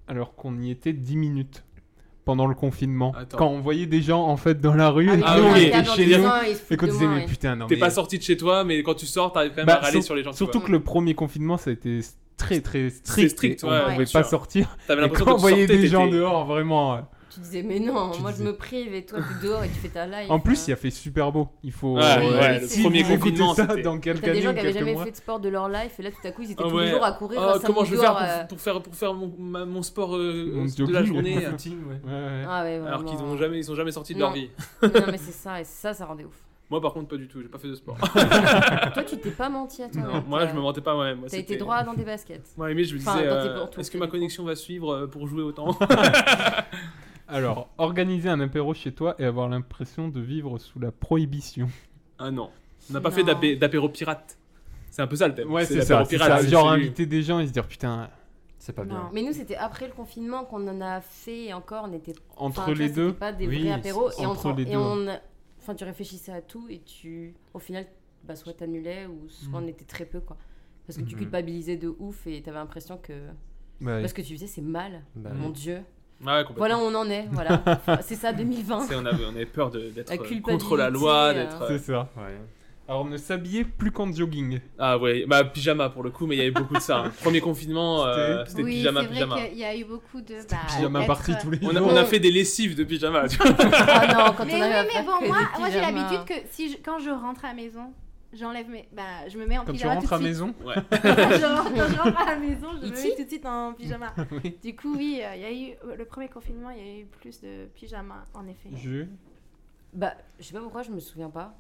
[SPEAKER 4] alors qu'on y était 10 minutes pendant le confinement.
[SPEAKER 7] Attends.
[SPEAKER 4] Quand on voyait des gens en fait dans la rue et
[SPEAKER 7] Ah
[SPEAKER 4] nous,
[SPEAKER 7] oui,
[SPEAKER 4] on
[SPEAKER 7] oui,
[SPEAKER 4] était
[SPEAKER 7] d'accord,
[SPEAKER 4] chez nous. Et
[SPEAKER 8] Et
[SPEAKER 4] qu'on disait, mais putain, non.
[SPEAKER 7] T'es
[SPEAKER 4] mais-
[SPEAKER 7] pas sorti de chez toi, mais quand tu sors, t'arrives quand même
[SPEAKER 4] Bah,
[SPEAKER 7] à râler
[SPEAKER 4] sur-
[SPEAKER 7] sur les gens. tu
[SPEAKER 4] Surtout
[SPEAKER 7] vois.
[SPEAKER 4] que le premier confinement, ça a été très très strict.
[SPEAKER 7] strict,
[SPEAKER 4] et
[SPEAKER 7] ouais,
[SPEAKER 4] on
[SPEAKER 7] ouais,
[SPEAKER 4] pouvait
[SPEAKER 7] sûr.
[SPEAKER 4] pas sortir.
[SPEAKER 7] T'avais
[SPEAKER 4] Et
[SPEAKER 7] l'impression
[SPEAKER 4] quand
[SPEAKER 7] que
[SPEAKER 4] on
[SPEAKER 7] tu
[SPEAKER 4] voyait
[SPEAKER 7] sortais,
[SPEAKER 4] des gens
[SPEAKER 7] t'étais-
[SPEAKER 4] dehors, vraiment. euh,
[SPEAKER 8] Tu disais, mais non,
[SPEAKER 4] Tu
[SPEAKER 8] moi je
[SPEAKER 4] disais-
[SPEAKER 8] me prive et toi tu dehors et tu fais ta live.
[SPEAKER 4] En plus, il
[SPEAKER 8] y
[SPEAKER 4] a fait super beau. Il faut. euh,
[SPEAKER 7] Ouais,
[SPEAKER 8] ouais, le
[SPEAKER 4] si
[SPEAKER 7] premier
[SPEAKER 4] vous écoutez
[SPEAKER 7] confinement,
[SPEAKER 4] ça
[SPEAKER 7] c'était-
[SPEAKER 4] dans quelques
[SPEAKER 8] T'as des
[SPEAKER 4] années
[SPEAKER 8] gens
[SPEAKER 4] ou
[SPEAKER 8] qui avaient
[SPEAKER 4] quelques
[SPEAKER 8] jamais
[SPEAKER 4] mois.
[SPEAKER 8] fait de sport de leur life et là tout à coup ils étaient
[SPEAKER 7] Ah
[SPEAKER 8] tous les
[SPEAKER 7] ouais.
[SPEAKER 8] jours à courir.
[SPEAKER 7] Ah,
[SPEAKER 8] à cinq
[SPEAKER 7] comment je vais
[SPEAKER 8] minutes
[SPEAKER 7] faire
[SPEAKER 8] dehors, euh.
[SPEAKER 7] pour, pour faire, pour faire mon, ma- mon sport euh,
[SPEAKER 4] Mon
[SPEAKER 7] de la
[SPEAKER 4] jogging.
[SPEAKER 7] journée euh,
[SPEAKER 10] ouais.
[SPEAKER 4] Ouais, ouais.
[SPEAKER 8] Ah ouais,
[SPEAKER 7] alors
[SPEAKER 8] vraiment.
[SPEAKER 7] qu'ils ont jamais, ils sont jamais sortis de
[SPEAKER 8] Non.
[SPEAKER 7] leur vie.
[SPEAKER 8] Non mais c'est ça, et ça, ça rendait ouf.
[SPEAKER 7] Moi par contre pas du tout, j'ai pas fait de sport.
[SPEAKER 8] Toi tu t'es pas menti à toi. hein.
[SPEAKER 7] Non, moi je me mentais pas moi-même. Moi,
[SPEAKER 8] Ah, T'as été
[SPEAKER 7] c'était-
[SPEAKER 8] droit dans des baskets.
[SPEAKER 7] Moi à la limite, je me disais
[SPEAKER 8] Enfin, dans tes
[SPEAKER 7] euh,
[SPEAKER 8] pantoufles,
[SPEAKER 7] est-ce que ma
[SPEAKER 8] du coup.
[SPEAKER 7] connexion va suivre euh, pour jouer autant
[SPEAKER 4] Alors, organiser un apéro chez toi et avoir l'impression de vivre sous la prohibition.
[SPEAKER 7] Ah non, on n'a pas fait
[SPEAKER 8] Non.
[SPEAKER 7] d'apé- d'apéro pirate. C'est un peu ça le thème.
[SPEAKER 4] Ouais, c'est
[SPEAKER 7] l'apéro
[SPEAKER 4] ça. c'est
[SPEAKER 7] pirate,
[SPEAKER 4] ça.
[SPEAKER 7] c'est-
[SPEAKER 4] Genre
[SPEAKER 7] c'est-
[SPEAKER 4] inviter des gens et se dire putain,
[SPEAKER 10] C'est pas
[SPEAKER 9] Non.
[SPEAKER 10] bien.
[SPEAKER 8] Mais nous c'était après le confinement qu'on en a fait et encore on était
[SPEAKER 4] entre
[SPEAKER 8] Enfin, tu
[SPEAKER 4] les
[SPEAKER 8] vois, c'était
[SPEAKER 4] deux.
[SPEAKER 8] pas des
[SPEAKER 10] Oui,
[SPEAKER 8] vrais apéros
[SPEAKER 4] c'est-
[SPEAKER 8] et
[SPEAKER 4] entre
[SPEAKER 8] on,
[SPEAKER 4] les
[SPEAKER 8] et
[SPEAKER 4] deux.
[SPEAKER 8] on a- enfin tu réfléchissais à tout et tu au final bah soit t'annulais ou
[SPEAKER 4] Mm.
[SPEAKER 8] soit on était très peu quoi parce que tu
[SPEAKER 10] Mhm.
[SPEAKER 8] culpabilisais de ouf et t'avais l'impression que
[SPEAKER 4] Ouais.
[SPEAKER 8] parce que tu faisais c'est mal
[SPEAKER 10] Bah,
[SPEAKER 4] Mm.
[SPEAKER 8] mon
[SPEAKER 7] Ah
[SPEAKER 8] dieu
[SPEAKER 7] ouais,
[SPEAKER 4] Bah,
[SPEAKER 7] complètement.
[SPEAKER 8] voilà où on en est voilà c'est ça 2020
[SPEAKER 7] C'est- on, avait, on avait peur de- d'être
[SPEAKER 8] La
[SPEAKER 7] euh,
[SPEAKER 8] culpabilité,
[SPEAKER 7] contre la loi,
[SPEAKER 8] euh.
[SPEAKER 7] d'être. euh,
[SPEAKER 4] C'est ça.
[SPEAKER 10] ouais.
[SPEAKER 4] Alors, on ne s'habillait plus qu'en jogging.
[SPEAKER 7] Ah ouais, bah pyjama pour le coup, mais il y avait beaucoup de ça. hein. Premier confinement, euh, c'était
[SPEAKER 9] oui,
[SPEAKER 7] pyjama,
[SPEAKER 9] c'est vrai
[SPEAKER 7] pyjama.
[SPEAKER 9] qu'il y a eu beaucoup de. Bah,
[SPEAKER 4] Ah, pyjama
[SPEAKER 9] être-
[SPEAKER 4] party tous les
[SPEAKER 7] On a,
[SPEAKER 4] jours.
[SPEAKER 7] on a fait des lessives de pyjama. tu vois.
[SPEAKER 8] Ah non, quand
[SPEAKER 9] Mais
[SPEAKER 8] on
[SPEAKER 9] oui,
[SPEAKER 8] arrive à
[SPEAKER 9] mais
[SPEAKER 8] faire que
[SPEAKER 9] bon,
[SPEAKER 8] des
[SPEAKER 9] moi, moi j'ai
[SPEAKER 8] pyjamas.
[SPEAKER 9] l'habitude que si je- quand je rentre à la maison, j'enlève mes. Bah, je me mets en
[SPEAKER 4] Quand tu
[SPEAKER 9] pyjama.
[SPEAKER 4] rentres
[SPEAKER 9] tout
[SPEAKER 4] à
[SPEAKER 9] de suite.
[SPEAKER 4] maison,
[SPEAKER 9] quand, je rentre, quand je rentre à la maison, je me
[SPEAKER 8] Iti?
[SPEAKER 9] mets tout de suite en pyjama.
[SPEAKER 4] Oui.
[SPEAKER 9] Du coup, oui, euh, il y a eu. Le premier confinement, il y a eu plus de pyjamas, en effet.
[SPEAKER 4] je...
[SPEAKER 8] Bah, je sais pas pourquoi je me souviens pas.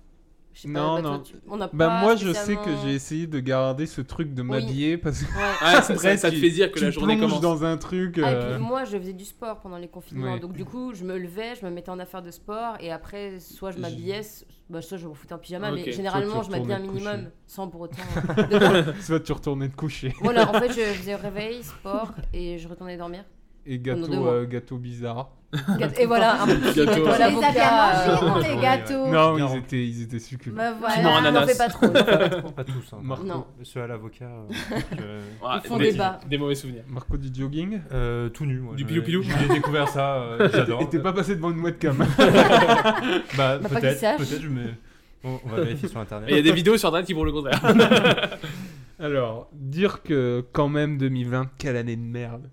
[SPEAKER 8] Je sais pas,
[SPEAKER 4] Non,
[SPEAKER 8] bah, toi,
[SPEAKER 4] non.
[SPEAKER 8] tu- On a
[SPEAKER 4] Bah
[SPEAKER 8] pas
[SPEAKER 4] moi je sais que
[SPEAKER 8] spécialement-
[SPEAKER 4] j'ai essayé de garder ce truc de m'habiller parce que
[SPEAKER 8] Ouais.
[SPEAKER 7] Ah, ça,
[SPEAKER 4] Après,
[SPEAKER 7] ça- ça te
[SPEAKER 4] tu-
[SPEAKER 7] fait dire que
[SPEAKER 4] tu
[SPEAKER 7] la journée
[SPEAKER 4] plonges
[SPEAKER 7] commence.
[SPEAKER 4] dans un truc.
[SPEAKER 8] Ah, et
[SPEAKER 4] euh,
[SPEAKER 8] puis moi, je faisais du sport pendant les confinements.
[SPEAKER 4] Ouais.
[SPEAKER 8] Donc, du coup, je me levais, je me mettais en affaire de sport. Et après, soit je m'habillais, so- bah, soit je me foutais en pyjama.
[SPEAKER 7] Ok.
[SPEAKER 8] Mais
[SPEAKER 7] Soit
[SPEAKER 8] généralement,
[SPEAKER 4] tu
[SPEAKER 8] je m'habillais un
[SPEAKER 4] retournais te
[SPEAKER 8] minimum,
[SPEAKER 4] coucher.
[SPEAKER 8] sans pour autant. euh.
[SPEAKER 4] Soit tu retournais te coucher.
[SPEAKER 8] voilà, en fait, je faisais réveil, sport, et je retournais dormir.
[SPEAKER 4] Et
[SPEAKER 8] Pendant deux
[SPEAKER 4] gâteau,
[SPEAKER 8] mois.
[SPEAKER 4] euh, gâteau bizarre.
[SPEAKER 8] Et voilà, un peu
[SPEAKER 7] Gâteau, ouais.
[SPEAKER 9] Vous
[SPEAKER 8] Voilà,
[SPEAKER 9] les avez à
[SPEAKER 8] l'avocat.
[SPEAKER 9] manger, non,
[SPEAKER 10] euh,
[SPEAKER 9] les
[SPEAKER 10] oui,
[SPEAKER 9] gâteaux
[SPEAKER 4] non,
[SPEAKER 10] non.
[SPEAKER 4] ils étaient, ils étaient succulents.
[SPEAKER 9] Bah voilà.
[SPEAKER 7] Non,
[SPEAKER 8] On n'en fait
[SPEAKER 7] ananas.
[SPEAKER 8] pas trop. on en fait pas trop.
[SPEAKER 10] Pas tous. Hein.
[SPEAKER 4] Marco.
[SPEAKER 8] Non.
[SPEAKER 10] Ceux à l'avocat. euh, je-
[SPEAKER 7] Ouais,
[SPEAKER 8] Ils font
[SPEAKER 7] des,
[SPEAKER 8] des bas.
[SPEAKER 7] des mauvais souvenirs.
[SPEAKER 4] Marco du jogging.
[SPEAKER 10] Euh, tout nu. moi,
[SPEAKER 7] Du
[SPEAKER 10] je-
[SPEAKER 7] pilou-pilou
[SPEAKER 10] J'ai découvert ça, euh, j'adore.
[SPEAKER 4] Et t'es pas passé devant une webcam.
[SPEAKER 10] Bah,
[SPEAKER 8] Bah, pas qu'il
[SPEAKER 10] peut-être,
[SPEAKER 8] sache.
[SPEAKER 10] peut-être, je me- Bon, on va vérifier sur internet.
[SPEAKER 7] Mais Il y a des vidéos sur internet qui vont le contraire.
[SPEAKER 4] Alors, dire que quand même 2020, quelle année de merde.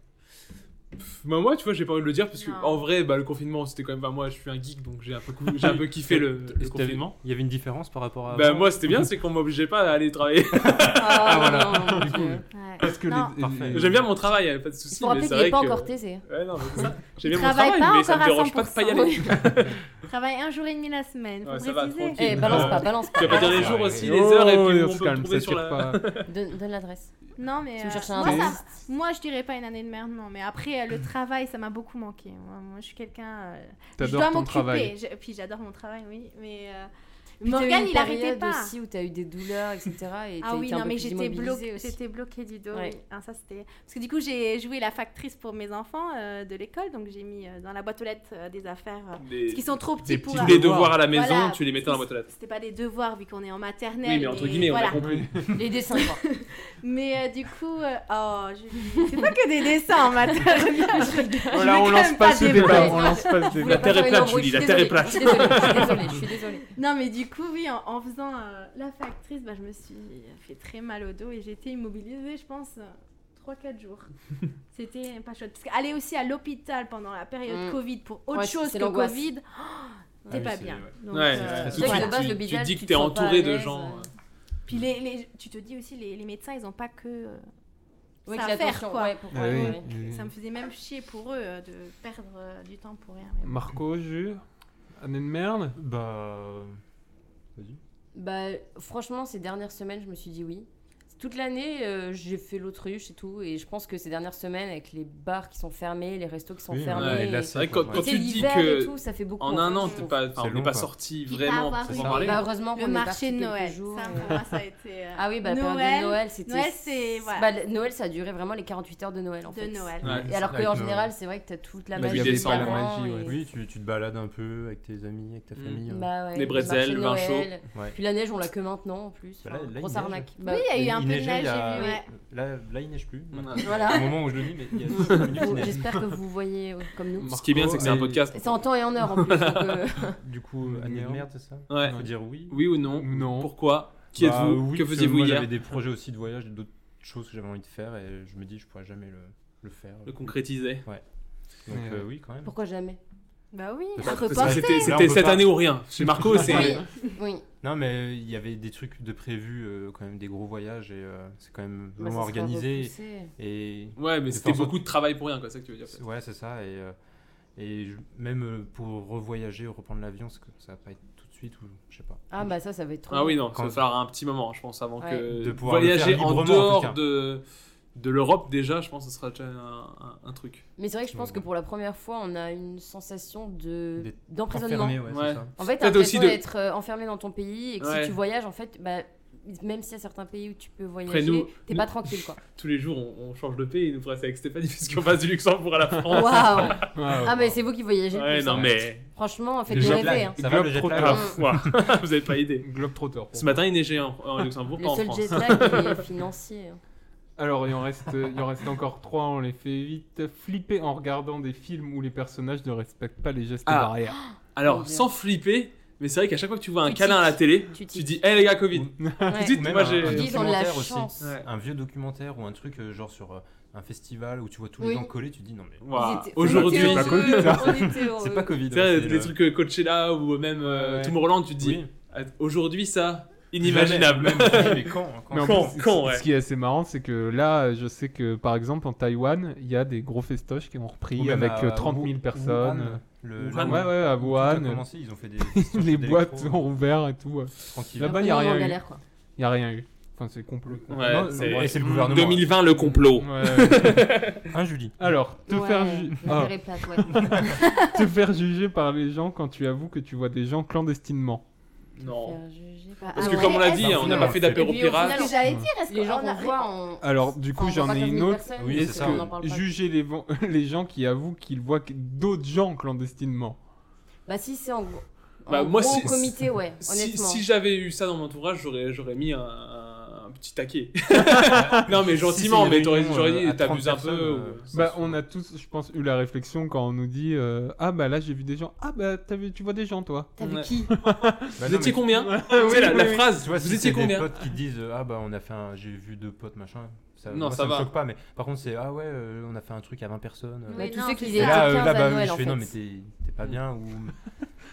[SPEAKER 7] Bah, moi, tu vois, j'ai pas envie de le dire parce que
[SPEAKER 9] Non.
[SPEAKER 7] en vrai, bah, le confinement, c'était quand même. Bah, moi, je suis un geek donc j'ai un peu, cou- j'ai un peu kiffé le, le
[SPEAKER 10] Est-ce que t'avais-
[SPEAKER 7] confinement.
[SPEAKER 10] Il y avait une différence par rapport à.
[SPEAKER 7] Bah,
[SPEAKER 10] avant
[SPEAKER 7] moi, c'était bien, c'est qu'on m'obligeait pas à aller travailler.
[SPEAKER 8] Ah,
[SPEAKER 10] voilà.
[SPEAKER 8] non, mon Dieu.
[SPEAKER 9] Ouais.
[SPEAKER 4] Parce que
[SPEAKER 9] Non.
[SPEAKER 4] les-
[SPEAKER 10] Parfait.
[SPEAKER 4] les-
[SPEAKER 7] J'aime bien mon travail, y a pas de soucis.
[SPEAKER 8] Il faut rappeler
[SPEAKER 7] mais c'est
[SPEAKER 8] qu'il
[SPEAKER 7] vrai
[SPEAKER 8] n'est pas
[SPEAKER 7] que-
[SPEAKER 8] encore taisé.
[SPEAKER 7] Ouais, non, mais ça. J'aime bien mon
[SPEAKER 9] Travaille
[SPEAKER 7] travail,
[SPEAKER 9] pas
[SPEAKER 7] mais ça me
[SPEAKER 9] encore à
[SPEAKER 7] dérange pas de pas y
[SPEAKER 9] 100%.
[SPEAKER 7] aller.
[SPEAKER 9] Travaille un jour et demi la semaine, faut
[SPEAKER 7] Ouais, ça va,
[SPEAKER 9] préciser.
[SPEAKER 7] tranquille.
[SPEAKER 8] Eh, balance
[SPEAKER 7] Ouais.
[SPEAKER 8] pas, balance pas.
[SPEAKER 7] Tu vas pas dire les
[SPEAKER 10] Ouais,
[SPEAKER 7] jours
[SPEAKER 10] ouais,
[SPEAKER 7] aussi,
[SPEAKER 4] Oh,
[SPEAKER 7] les heures, et puis on
[SPEAKER 4] se
[SPEAKER 7] peut
[SPEAKER 4] calme,
[SPEAKER 7] me trouver
[SPEAKER 4] ça
[SPEAKER 7] sur
[SPEAKER 4] tire
[SPEAKER 7] la.
[SPEAKER 4] pas.
[SPEAKER 8] Donne, donne l'adresse.
[SPEAKER 9] Non, mais
[SPEAKER 8] Tu me
[SPEAKER 9] euh,
[SPEAKER 8] cherches un
[SPEAKER 9] moi, ça-
[SPEAKER 8] artiste.
[SPEAKER 9] moi, je dirais pas une année de merde, non. Mais après, euh, le travail, ça m'a beaucoup manqué. Moi, moi, je suis quelqu'un. euh, je
[SPEAKER 4] T'adores
[SPEAKER 9] dois
[SPEAKER 4] ton
[SPEAKER 9] m'occuper.
[SPEAKER 4] travail.
[SPEAKER 9] Je- Puis j'adore mon travail, oui. Mais euh,
[SPEAKER 8] Puis t'as eu
[SPEAKER 9] Morgane,
[SPEAKER 8] une
[SPEAKER 9] il arrêtait
[SPEAKER 8] période
[SPEAKER 9] pas.
[SPEAKER 8] aussi où t'as eu des douleurs, etc. Et
[SPEAKER 9] Ah
[SPEAKER 8] t'as
[SPEAKER 9] oui,
[SPEAKER 8] été un
[SPEAKER 9] non,
[SPEAKER 8] peu
[SPEAKER 9] mais
[SPEAKER 8] plus
[SPEAKER 9] j'étais
[SPEAKER 8] immobilisée
[SPEAKER 9] bloquée,
[SPEAKER 8] aussi.
[SPEAKER 9] j'étais bloquée du dos.
[SPEAKER 8] Ouais.
[SPEAKER 9] oui. Ah, ça, c'était... Parce que du coup, j'ai joué la factrice pour mes enfants euh, de l'école, donc j'ai mis euh, dans la boîte aux lettres euh, des affaires euh,
[SPEAKER 7] Des...
[SPEAKER 9] parce qu'ils sont trop petits pour.
[SPEAKER 7] Tous les devoirs à la maison,
[SPEAKER 9] Voilà.
[SPEAKER 7] tu les mettais dans la boîte aux lettres.
[SPEAKER 9] C'était pas des devoirs vu qu'on est en maternelle.
[SPEAKER 7] Oui, mais entre guillemets, on
[SPEAKER 9] voilà.
[SPEAKER 7] a compris.
[SPEAKER 8] Les dessins, quoi.
[SPEAKER 9] Mais euh, du coup, euh, oh, je- c'est pas que des dessins en maternelle.
[SPEAKER 4] Voilà, on
[SPEAKER 9] quand
[SPEAKER 4] lance
[SPEAKER 9] même
[SPEAKER 4] pas
[SPEAKER 9] pas
[SPEAKER 4] ce
[SPEAKER 9] dévoiler.
[SPEAKER 4] débat. On lance pas ce
[SPEAKER 8] Je
[SPEAKER 4] débat.
[SPEAKER 8] voulais pas
[SPEAKER 7] terre est
[SPEAKER 8] faire une
[SPEAKER 7] plate,
[SPEAKER 8] embrouille,
[SPEAKER 7] Julie,
[SPEAKER 8] je suis
[SPEAKER 7] la terre est
[SPEAKER 8] désolée, Je suis désolée, je suis désolée, je suis désolée.
[SPEAKER 9] Non, mais du coup, oui, en, en faisant euh, la factrice, bah, je me suis fait très mal au dos et j'étais immobilisée, je pense, 3-4 jours. C'était pas chouette. Parce qu'aller aussi à l'hôpital pendant la période
[SPEAKER 8] Mm.
[SPEAKER 9] Covid pour autre
[SPEAKER 8] Ouais,
[SPEAKER 9] chose
[SPEAKER 8] c'est
[SPEAKER 9] que
[SPEAKER 8] l'angoisse.
[SPEAKER 9] Covid, oh, t'es
[SPEAKER 10] oui,
[SPEAKER 9] pas
[SPEAKER 10] c'est-
[SPEAKER 9] bien.
[SPEAKER 10] ouais.
[SPEAKER 9] Donc,
[SPEAKER 7] Ouais,
[SPEAKER 9] euh,
[SPEAKER 7] tout
[SPEAKER 8] c'est vrai
[SPEAKER 7] de
[SPEAKER 8] que de base,
[SPEAKER 7] suite,
[SPEAKER 8] le
[SPEAKER 7] tu- tu
[SPEAKER 8] visage,
[SPEAKER 7] dis que
[SPEAKER 8] tu te
[SPEAKER 7] t'es
[SPEAKER 8] sens pas
[SPEAKER 7] entouré
[SPEAKER 8] à
[SPEAKER 7] de
[SPEAKER 8] l'aise,
[SPEAKER 7] gens.
[SPEAKER 8] euh.
[SPEAKER 9] Puis les, les- tu te dis aussi, les, les médecins, ils ont pas que euh,
[SPEAKER 8] Oui,
[SPEAKER 9] ça
[SPEAKER 8] que
[SPEAKER 9] à faire,
[SPEAKER 8] l'attention,
[SPEAKER 9] quoi.
[SPEAKER 8] ouais, pour-
[SPEAKER 4] Ah
[SPEAKER 8] ouais,
[SPEAKER 4] oui,
[SPEAKER 8] ouais.
[SPEAKER 4] oui.
[SPEAKER 9] Ça me faisait même chier pour eux euh, de perdre euh, du temps pour rien. mais bon.
[SPEAKER 4] Marco, jure. Année de merde.
[SPEAKER 10] Bah. Vas-y.
[SPEAKER 8] Bah, franchement, ces dernières semaines, je me suis dit oui. Toute l'année, euh, j'ai fait l'autruche et tout. Et je pense que ces dernières semaines, avec les bars qui sont fermés, les restos qui sont
[SPEAKER 10] Oui,
[SPEAKER 8] fermés.
[SPEAKER 7] ouais,
[SPEAKER 8] et-
[SPEAKER 10] là,
[SPEAKER 7] C'est vrai que quand,
[SPEAKER 10] Ouais.
[SPEAKER 7] quand
[SPEAKER 8] c'est
[SPEAKER 7] tu te dis
[SPEAKER 8] l'hiver et
[SPEAKER 7] que
[SPEAKER 8] tout, ça fait beaucoup.
[SPEAKER 7] en
[SPEAKER 8] fait,
[SPEAKER 7] un an,
[SPEAKER 8] je
[SPEAKER 7] t'es
[SPEAKER 8] trouve.
[SPEAKER 7] pas, enfin,
[SPEAKER 10] C'est
[SPEAKER 7] on
[SPEAKER 10] long,
[SPEAKER 7] n'est pas
[SPEAKER 10] quoi.
[SPEAKER 7] sorti
[SPEAKER 9] Puis
[SPEAKER 7] vraiment
[SPEAKER 9] pas avoir
[SPEAKER 7] pour en
[SPEAKER 9] eu-
[SPEAKER 7] parler.
[SPEAKER 8] Bah, heureusement qu'on
[SPEAKER 9] Le
[SPEAKER 8] est parti
[SPEAKER 9] marché de
[SPEAKER 8] quelques
[SPEAKER 9] Noël,
[SPEAKER 8] jours.
[SPEAKER 9] ça
[SPEAKER 8] et-
[SPEAKER 9] pour moi, ça a été. euh,
[SPEAKER 8] Ah oui, bah, la période
[SPEAKER 9] Noël,
[SPEAKER 8] de Noël, c'était.
[SPEAKER 9] Noël, c'est- voilà.
[SPEAKER 8] Bah, le- Noël, ça a duré vraiment les 48 heures de Noël, en
[SPEAKER 9] de
[SPEAKER 8] fait.
[SPEAKER 9] Noël.
[SPEAKER 7] Ouais.
[SPEAKER 8] Et alors
[SPEAKER 10] Avec
[SPEAKER 8] qu'en
[SPEAKER 10] Noël.
[SPEAKER 8] général, c'est vrai que t'as toute la
[SPEAKER 7] Bah,
[SPEAKER 8] magie.
[SPEAKER 7] il y avait pas la
[SPEAKER 8] d'avant
[SPEAKER 4] magie,
[SPEAKER 8] et-
[SPEAKER 4] ouais.
[SPEAKER 10] Oui, tu, tu te balades un peu avec tes amis, avec ta
[SPEAKER 7] Mm.
[SPEAKER 10] famille. hein.
[SPEAKER 8] Bah ouais,
[SPEAKER 7] Les
[SPEAKER 8] le
[SPEAKER 7] bretzels,
[SPEAKER 8] marché de
[SPEAKER 7] le vin
[SPEAKER 8] Noël.
[SPEAKER 7] chaud.
[SPEAKER 10] Ouais.
[SPEAKER 8] Puis la neige, on l'a que maintenant en plus.
[SPEAKER 10] Bah, là-
[SPEAKER 8] Enfin,
[SPEAKER 10] là, il
[SPEAKER 8] grosse
[SPEAKER 10] neige.
[SPEAKER 8] arnaque. Bah,
[SPEAKER 9] Oui, il y a eu
[SPEAKER 10] Il-
[SPEAKER 9] un
[SPEAKER 10] il
[SPEAKER 9] peu de
[SPEAKER 10] neigeait,
[SPEAKER 9] neige,
[SPEAKER 10] il y a-
[SPEAKER 9] j'ai vu. ouais.
[SPEAKER 10] Là, là, il neige plus. maintenant. Au
[SPEAKER 8] Voilà.
[SPEAKER 10] moment où je le dis, mais il y a cinq minutes, il
[SPEAKER 8] Vous-
[SPEAKER 10] neige.
[SPEAKER 8] J'espère que vous voyez euh, comme nous.
[SPEAKER 7] Ce qui est bien, c'est que c'est un
[SPEAKER 10] Marco,
[SPEAKER 7] podcast.
[SPEAKER 8] C'est en temps et en heure en plus. donc, euh,
[SPEAKER 10] Du coup,
[SPEAKER 4] Merde.
[SPEAKER 10] année de merde, c'est ça
[SPEAKER 7] Ouais.
[SPEAKER 10] Faut dire oui.
[SPEAKER 7] Oui ou non
[SPEAKER 4] Non.
[SPEAKER 7] Pourquoi Qui
[SPEAKER 10] Bah,
[SPEAKER 7] êtes-vous
[SPEAKER 10] oui,
[SPEAKER 7] Que
[SPEAKER 10] parce
[SPEAKER 7] faisiez-vous
[SPEAKER 10] moi,
[SPEAKER 7] hier
[SPEAKER 10] J'avais des projets aussi de voyage, d'autres choses que j'avais envie de faire et je me dis, je pourrais jamais le, le faire.
[SPEAKER 7] Le concrétiser.
[SPEAKER 10] Donc,
[SPEAKER 4] Ouais.
[SPEAKER 10] euh, oui, quand même.
[SPEAKER 8] Pourquoi jamais
[SPEAKER 9] Bah oui,
[SPEAKER 10] Parce
[SPEAKER 9] à
[SPEAKER 10] que-
[SPEAKER 7] Parce que
[SPEAKER 9] reporter.
[SPEAKER 7] C'était
[SPEAKER 10] Là, on
[SPEAKER 7] c'était
[SPEAKER 10] peut
[SPEAKER 7] cette
[SPEAKER 10] pas.
[SPEAKER 7] année ou rien. Chez Marco,
[SPEAKER 8] Oui,
[SPEAKER 7] c'est.
[SPEAKER 8] oui.
[SPEAKER 10] Non, mais euh, il y avait des trucs de prévus, euh, quand même des gros voyages et euh, c'est quand même
[SPEAKER 8] Bah, ça
[SPEAKER 10] long
[SPEAKER 8] sera
[SPEAKER 10] organisé.
[SPEAKER 8] repoussé.
[SPEAKER 10] Et
[SPEAKER 7] Ouais, mais
[SPEAKER 10] Et
[SPEAKER 7] c'était
[SPEAKER 10] faire en
[SPEAKER 7] beaucoup de travail pour rien, quoi, c'est ça que tu veux dire.
[SPEAKER 10] c'est- ouais, c'est ça. Et, euh, et je- même euh, pour revoyager ou reprendre l'avion, c'est que ça va pas être tout de suite ou je sais pas.
[SPEAKER 8] Ah bah ça, ça va être trop.
[SPEAKER 7] Ah oui,
[SPEAKER 8] bien.
[SPEAKER 7] non, ça va
[SPEAKER 10] Quand-
[SPEAKER 7] falloir un petit moment, je pense, avant
[SPEAKER 8] Ouais.
[SPEAKER 7] que.
[SPEAKER 10] De pouvoir le
[SPEAKER 7] voyager
[SPEAKER 10] faire
[SPEAKER 7] en
[SPEAKER 10] librement, en tout
[SPEAKER 7] dehors
[SPEAKER 10] cas.
[SPEAKER 7] de, de l'Europe, déjà, je pense que ce sera déjà un, un- un truc.
[SPEAKER 8] Mais c'est vrai que je pense
[SPEAKER 10] Ouais.
[SPEAKER 8] que pour la première fois, on a une sensation de
[SPEAKER 10] D'être
[SPEAKER 8] d'emprisonnement.
[SPEAKER 10] Enfermé, ouais,
[SPEAKER 7] Ouais.
[SPEAKER 10] c'est ça.
[SPEAKER 8] En fait,
[SPEAKER 7] Peut-être
[SPEAKER 8] t'as l'impression
[SPEAKER 7] aussi de-
[SPEAKER 8] d'être euh, enfermé dans ton pays et que
[SPEAKER 7] Ouais.
[SPEAKER 8] si tu voyages, en fait, bah, même s'il y a certains pays où tu peux
[SPEAKER 7] Après, nous-
[SPEAKER 8] voyager, t'es pas tranquille quoi.
[SPEAKER 7] Tous les jours, on, on change de pays, il nous reste avec Stéphanie, puisqu'on passe du Luxembourg à la France.
[SPEAKER 8] Waouh
[SPEAKER 4] Ah,
[SPEAKER 8] Ah mais c'est vous qui voyagez le
[SPEAKER 7] Ouais,
[SPEAKER 8] plus,
[SPEAKER 7] non,
[SPEAKER 8] hein.
[SPEAKER 7] mais.
[SPEAKER 8] Franchement,
[SPEAKER 4] Le
[SPEAKER 8] faites-nous
[SPEAKER 4] jet
[SPEAKER 8] rêver. hein.
[SPEAKER 10] Ça va, le jet
[SPEAKER 4] Globetrotter.
[SPEAKER 10] lag
[SPEAKER 7] Ah, ouah, vous avez pas idée.
[SPEAKER 4] Globetrotter. pour
[SPEAKER 7] Ce matin, il neigeait en, en Luxembourg,
[SPEAKER 8] Le
[SPEAKER 7] pas en
[SPEAKER 8] seul
[SPEAKER 7] France.
[SPEAKER 8] jet lag est financier. hein.
[SPEAKER 4] Alors, il en reste, il en reste encore trois. On les fait vite flipper en regardant des films où les personnages ne respectent pas les gestes
[SPEAKER 7] Ah.
[SPEAKER 4] barrières.
[SPEAKER 7] Alors,
[SPEAKER 8] Mon Dieu.
[SPEAKER 7] sans flipper, Mais c'est vrai qu'à chaque fois que tu vois un
[SPEAKER 8] Tu
[SPEAKER 7] câlin à la
[SPEAKER 8] tiques.
[SPEAKER 7] télé,
[SPEAKER 8] Tu
[SPEAKER 7] tu,
[SPEAKER 8] tiques.
[SPEAKER 7] dis, hé les gars, Covid.
[SPEAKER 8] Ouais.
[SPEAKER 7] Dites,
[SPEAKER 10] Même
[SPEAKER 7] moi
[SPEAKER 10] un-
[SPEAKER 7] j'ai.
[SPEAKER 10] un
[SPEAKER 8] Ils disent, on a la
[SPEAKER 10] documentaire aussi.
[SPEAKER 8] chance.
[SPEAKER 7] Ouais.
[SPEAKER 10] Un vieux documentaire ou un truc euh, genre sur euh, un festival où tu vois tous les
[SPEAKER 8] Oui. Oh,
[SPEAKER 10] gens collés, tu te dis non mais
[SPEAKER 7] Waouh.
[SPEAKER 8] Ils étaient-
[SPEAKER 7] Aujourd'hui,
[SPEAKER 8] on
[SPEAKER 10] C'est
[SPEAKER 8] était
[SPEAKER 10] pas Covid,
[SPEAKER 8] heureux,
[SPEAKER 10] ça.
[SPEAKER 8] on était heureux.
[SPEAKER 10] c'est pas Covid.
[SPEAKER 7] tu sais,
[SPEAKER 10] c'est
[SPEAKER 7] des
[SPEAKER 10] le-
[SPEAKER 7] trucs euh, Coachella ou même euh,
[SPEAKER 4] Ouais.
[SPEAKER 7] Tomorrowland, tu te dis,
[SPEAKER 10] Oui.
[SPEAKER 7] Ah, aujourd'hui ça, inimaginable.
[SPEAKER 10] Jamais, même, mais quand, quand-
[SPEAKER 4] Mais en
[SPEAKER 7] Quand,
[SPEAKER 4] plus,
[SPEAKER 7] quand,
[SPEAKER 4] ce-
[SPEAKER 7] ouais.
[SPEAKER 4] Ce qui est assez marrant, c'est que là, je sais que par exemple en Taïwan, il y a des gros festoches qui ont repris
[SPEAKER 10] Ou même
[SPEAKER 4] avec
[SPEAKER 10] à
[SPEAKER 4] euh, 30 000
[SPEAKER 10] Wuhan,
[SPEAKER 4] personnes.
[SPEAKER 10] le-
[SPEAKER 7] Wuhan.
[SPEAKER 4] Ouais, ouais, à
[SPEAKER 10] Tout a
[SPEAKER 4] Wuhan.
[SPEAKER 10] commencé, ils ont fait des
[SPEAKER 4] Les
[SPEAKER 10] d'électro,
[SPEAKER 4] boîtes
[SPEAKER 10] euh,
[SPEAKER 4] sont ouvertes et tout.
[SPEAKER 10] tranquille.
[SPEAKER 4] Là-bas,
[SPEAKER 8] Après,
[SPEAKER 4] y a
[SPEAKER 8] on est en
[SPEAKER 4] rien eu.
[SPEAKER 8] galère, quoi.
[SPEAKER 4] Il n'y a rien eu. Enfin, c'est complot. quoi.
[SPEAKER 7] Ouais,
[SPEAKER 10] Non,
[SPEAKER 7] c'est-
[SPEAKER 10] ouais, c'est le gouvernement. Ah,
[SPEAKER 7] 2020, le complot.
[SPEAKER 4] Ouais.
[SPEAKER 10] Un Julie.
[SPEAKER 7] Ah,
[SPEAKER 4] Alors, te,
[SPEAKER 8] Ouais,
[SPEAKER 4] faire ju-
[SPEAKER 8] l'affaire
[SPEAKER 4] Ah,
[SPEAKER 8] est plate, ouais.
[SPEAKER 4] te faire juger par les gens quand tu avoues que tu vois des gens clandestinement.
[SPEAKER 7] Non.
[SPEAKER 8] Faire juger par-
[SPEAKER 7] Parce
[SPEAKER 8] Ah
[SPEAKER 7] que
[SPEAKER 8] ouais.
[SPEAKER 7] comme on l'a
[SPEAKER 9] est-ce
[SPEAKER 7] dit,
[SPEAKER 9] que-
[SPEAKER 7] on n'a pas fait d'apéro
[SPEAKER 8] Et puis, au
[SPEAKER 7] pirate.
[SPEAKER 9] C'est
[SPEAKER 8] final,
[SPEAKER 9] ce que j'allais dire, est-ce
[SPEAKER 8] Les gens
[SPEAKER 9] qu'on a-
[SPEAKER 8] qu'on voit, on...
[SPEAKER 4] Alors, du coup,
[SPEAKER 8] enfin, on voit
[SPEAKER 4] j'en
[SPEAKER 8] pas
[SPEAKER 4] ai
[SPEAKER 8] 4000
[SPEAKER 4] une autre.
[SPEAKER 8] personnes,
[SPEAKER 10] Oui,
[SPEAKER 8] donc,
[SPEAKER 10] c'est
[SPEAKER 8] euh,
[SPEAKER 10] ça.
[SPEAKER 8] on en parle pas.
[SPEAKER 4] Juger les, ven- les gens qui avouent qu'ils voient que- d'autres gens clandestinement.
[SPEAKER 8] Bah si, c'est en gros.
[SPEAKER 7] Bah,
[SPEAKER 8] en
[SPEAKER 7] moi,
[SPEAKER 8] gros
[SPEAKER 7] si-
[SPEAKER 8] comité, ouais,
[SPEAKER 7] Si,
[SPEAKER 8] honnêtement.
[SPEAKER 7] si j'avais eu ça dans mon entourage, j'aurais, j'aurais mis un, un petit taquet. non, mais gentiment,
[SPEAKER 10] c'est une
[SPEAKER 7] mais t'aurais,
[SPEAKER 10] réunion,
[SPEAKER 7] j'aurais
[SPEAKER 10] euh,
[SPEAKER 7] dit,
[SPEAKER 10] à 30
[SPEAKER 7] t'abuses un peu.
[SPEAKER 10] personnes,
[SPEAKER 7] ou-
[SPEAKER 10] euh,
[SPEAKER 4] Bah, on a tous, je pense, eu la réflexion quand on nous dit euh, Ah, bah là, j'ai vu des gens. Ah, bah, t'as vu, tu vois des gens, toi.
[SPEAKER 8] T'as vu
[SPEAKER 7] Ouais.
[SPEAKER 8] qui
[SPEAKER 10] Bah
[SPEAKER 7] Vous
[SPEAKER 10] non,
[SPEAKER 7] étiez
[SPEAKER 10] mais-
[SPEAKER 7] combien C'est la, la phrase,
[SPEAKER 10] Tu vois,
[SPEAKER 7] vous
[SPEAKER 10] si
[SPEAKER 7] étiez
[SPEAKER 10] c'est des
[SPEAKER 7] combien
[SPEAKER 10] potes qui te disent euh, ah bah on a fait un j'ai vu deux potes machin. Ça,
[SPEAKER 7] Non,
[SPEAKER 10] moi,
[SPEAKER 7] ça
[SPEAKER 10] ça,
[SPEAKER 7] va.
[SPEAKER 10] me choque pas mais par contre c'est ah ouais euh, on a fait un truc à 20 personnes. euh.
[SPEAKER 9] Oui,
[SPEAKER 8] Bah, Tous
[SPEAKER 9] non,
[SPEAKER 8] ceux
[SPEAKER 9] c'est
[SPEAKER 8] qui
[SPEAKER 9] ça.
[SPEAKER 8] étaient
[SPEAKER 10] Et là euh,
[SPEAKER 8] 15
[SPEAKER 10] là bah
[SPEAKER 8] à
[SPEAKER 10] oui,
[SPEAKER 8] Noël,
[SPEAKER 10] je
[SPEAKER 8] en
[SPEAKER 10] fais
[SPEAKER 8] fait.
[SPEAKER 10] non mais t'es t'es pas bien ou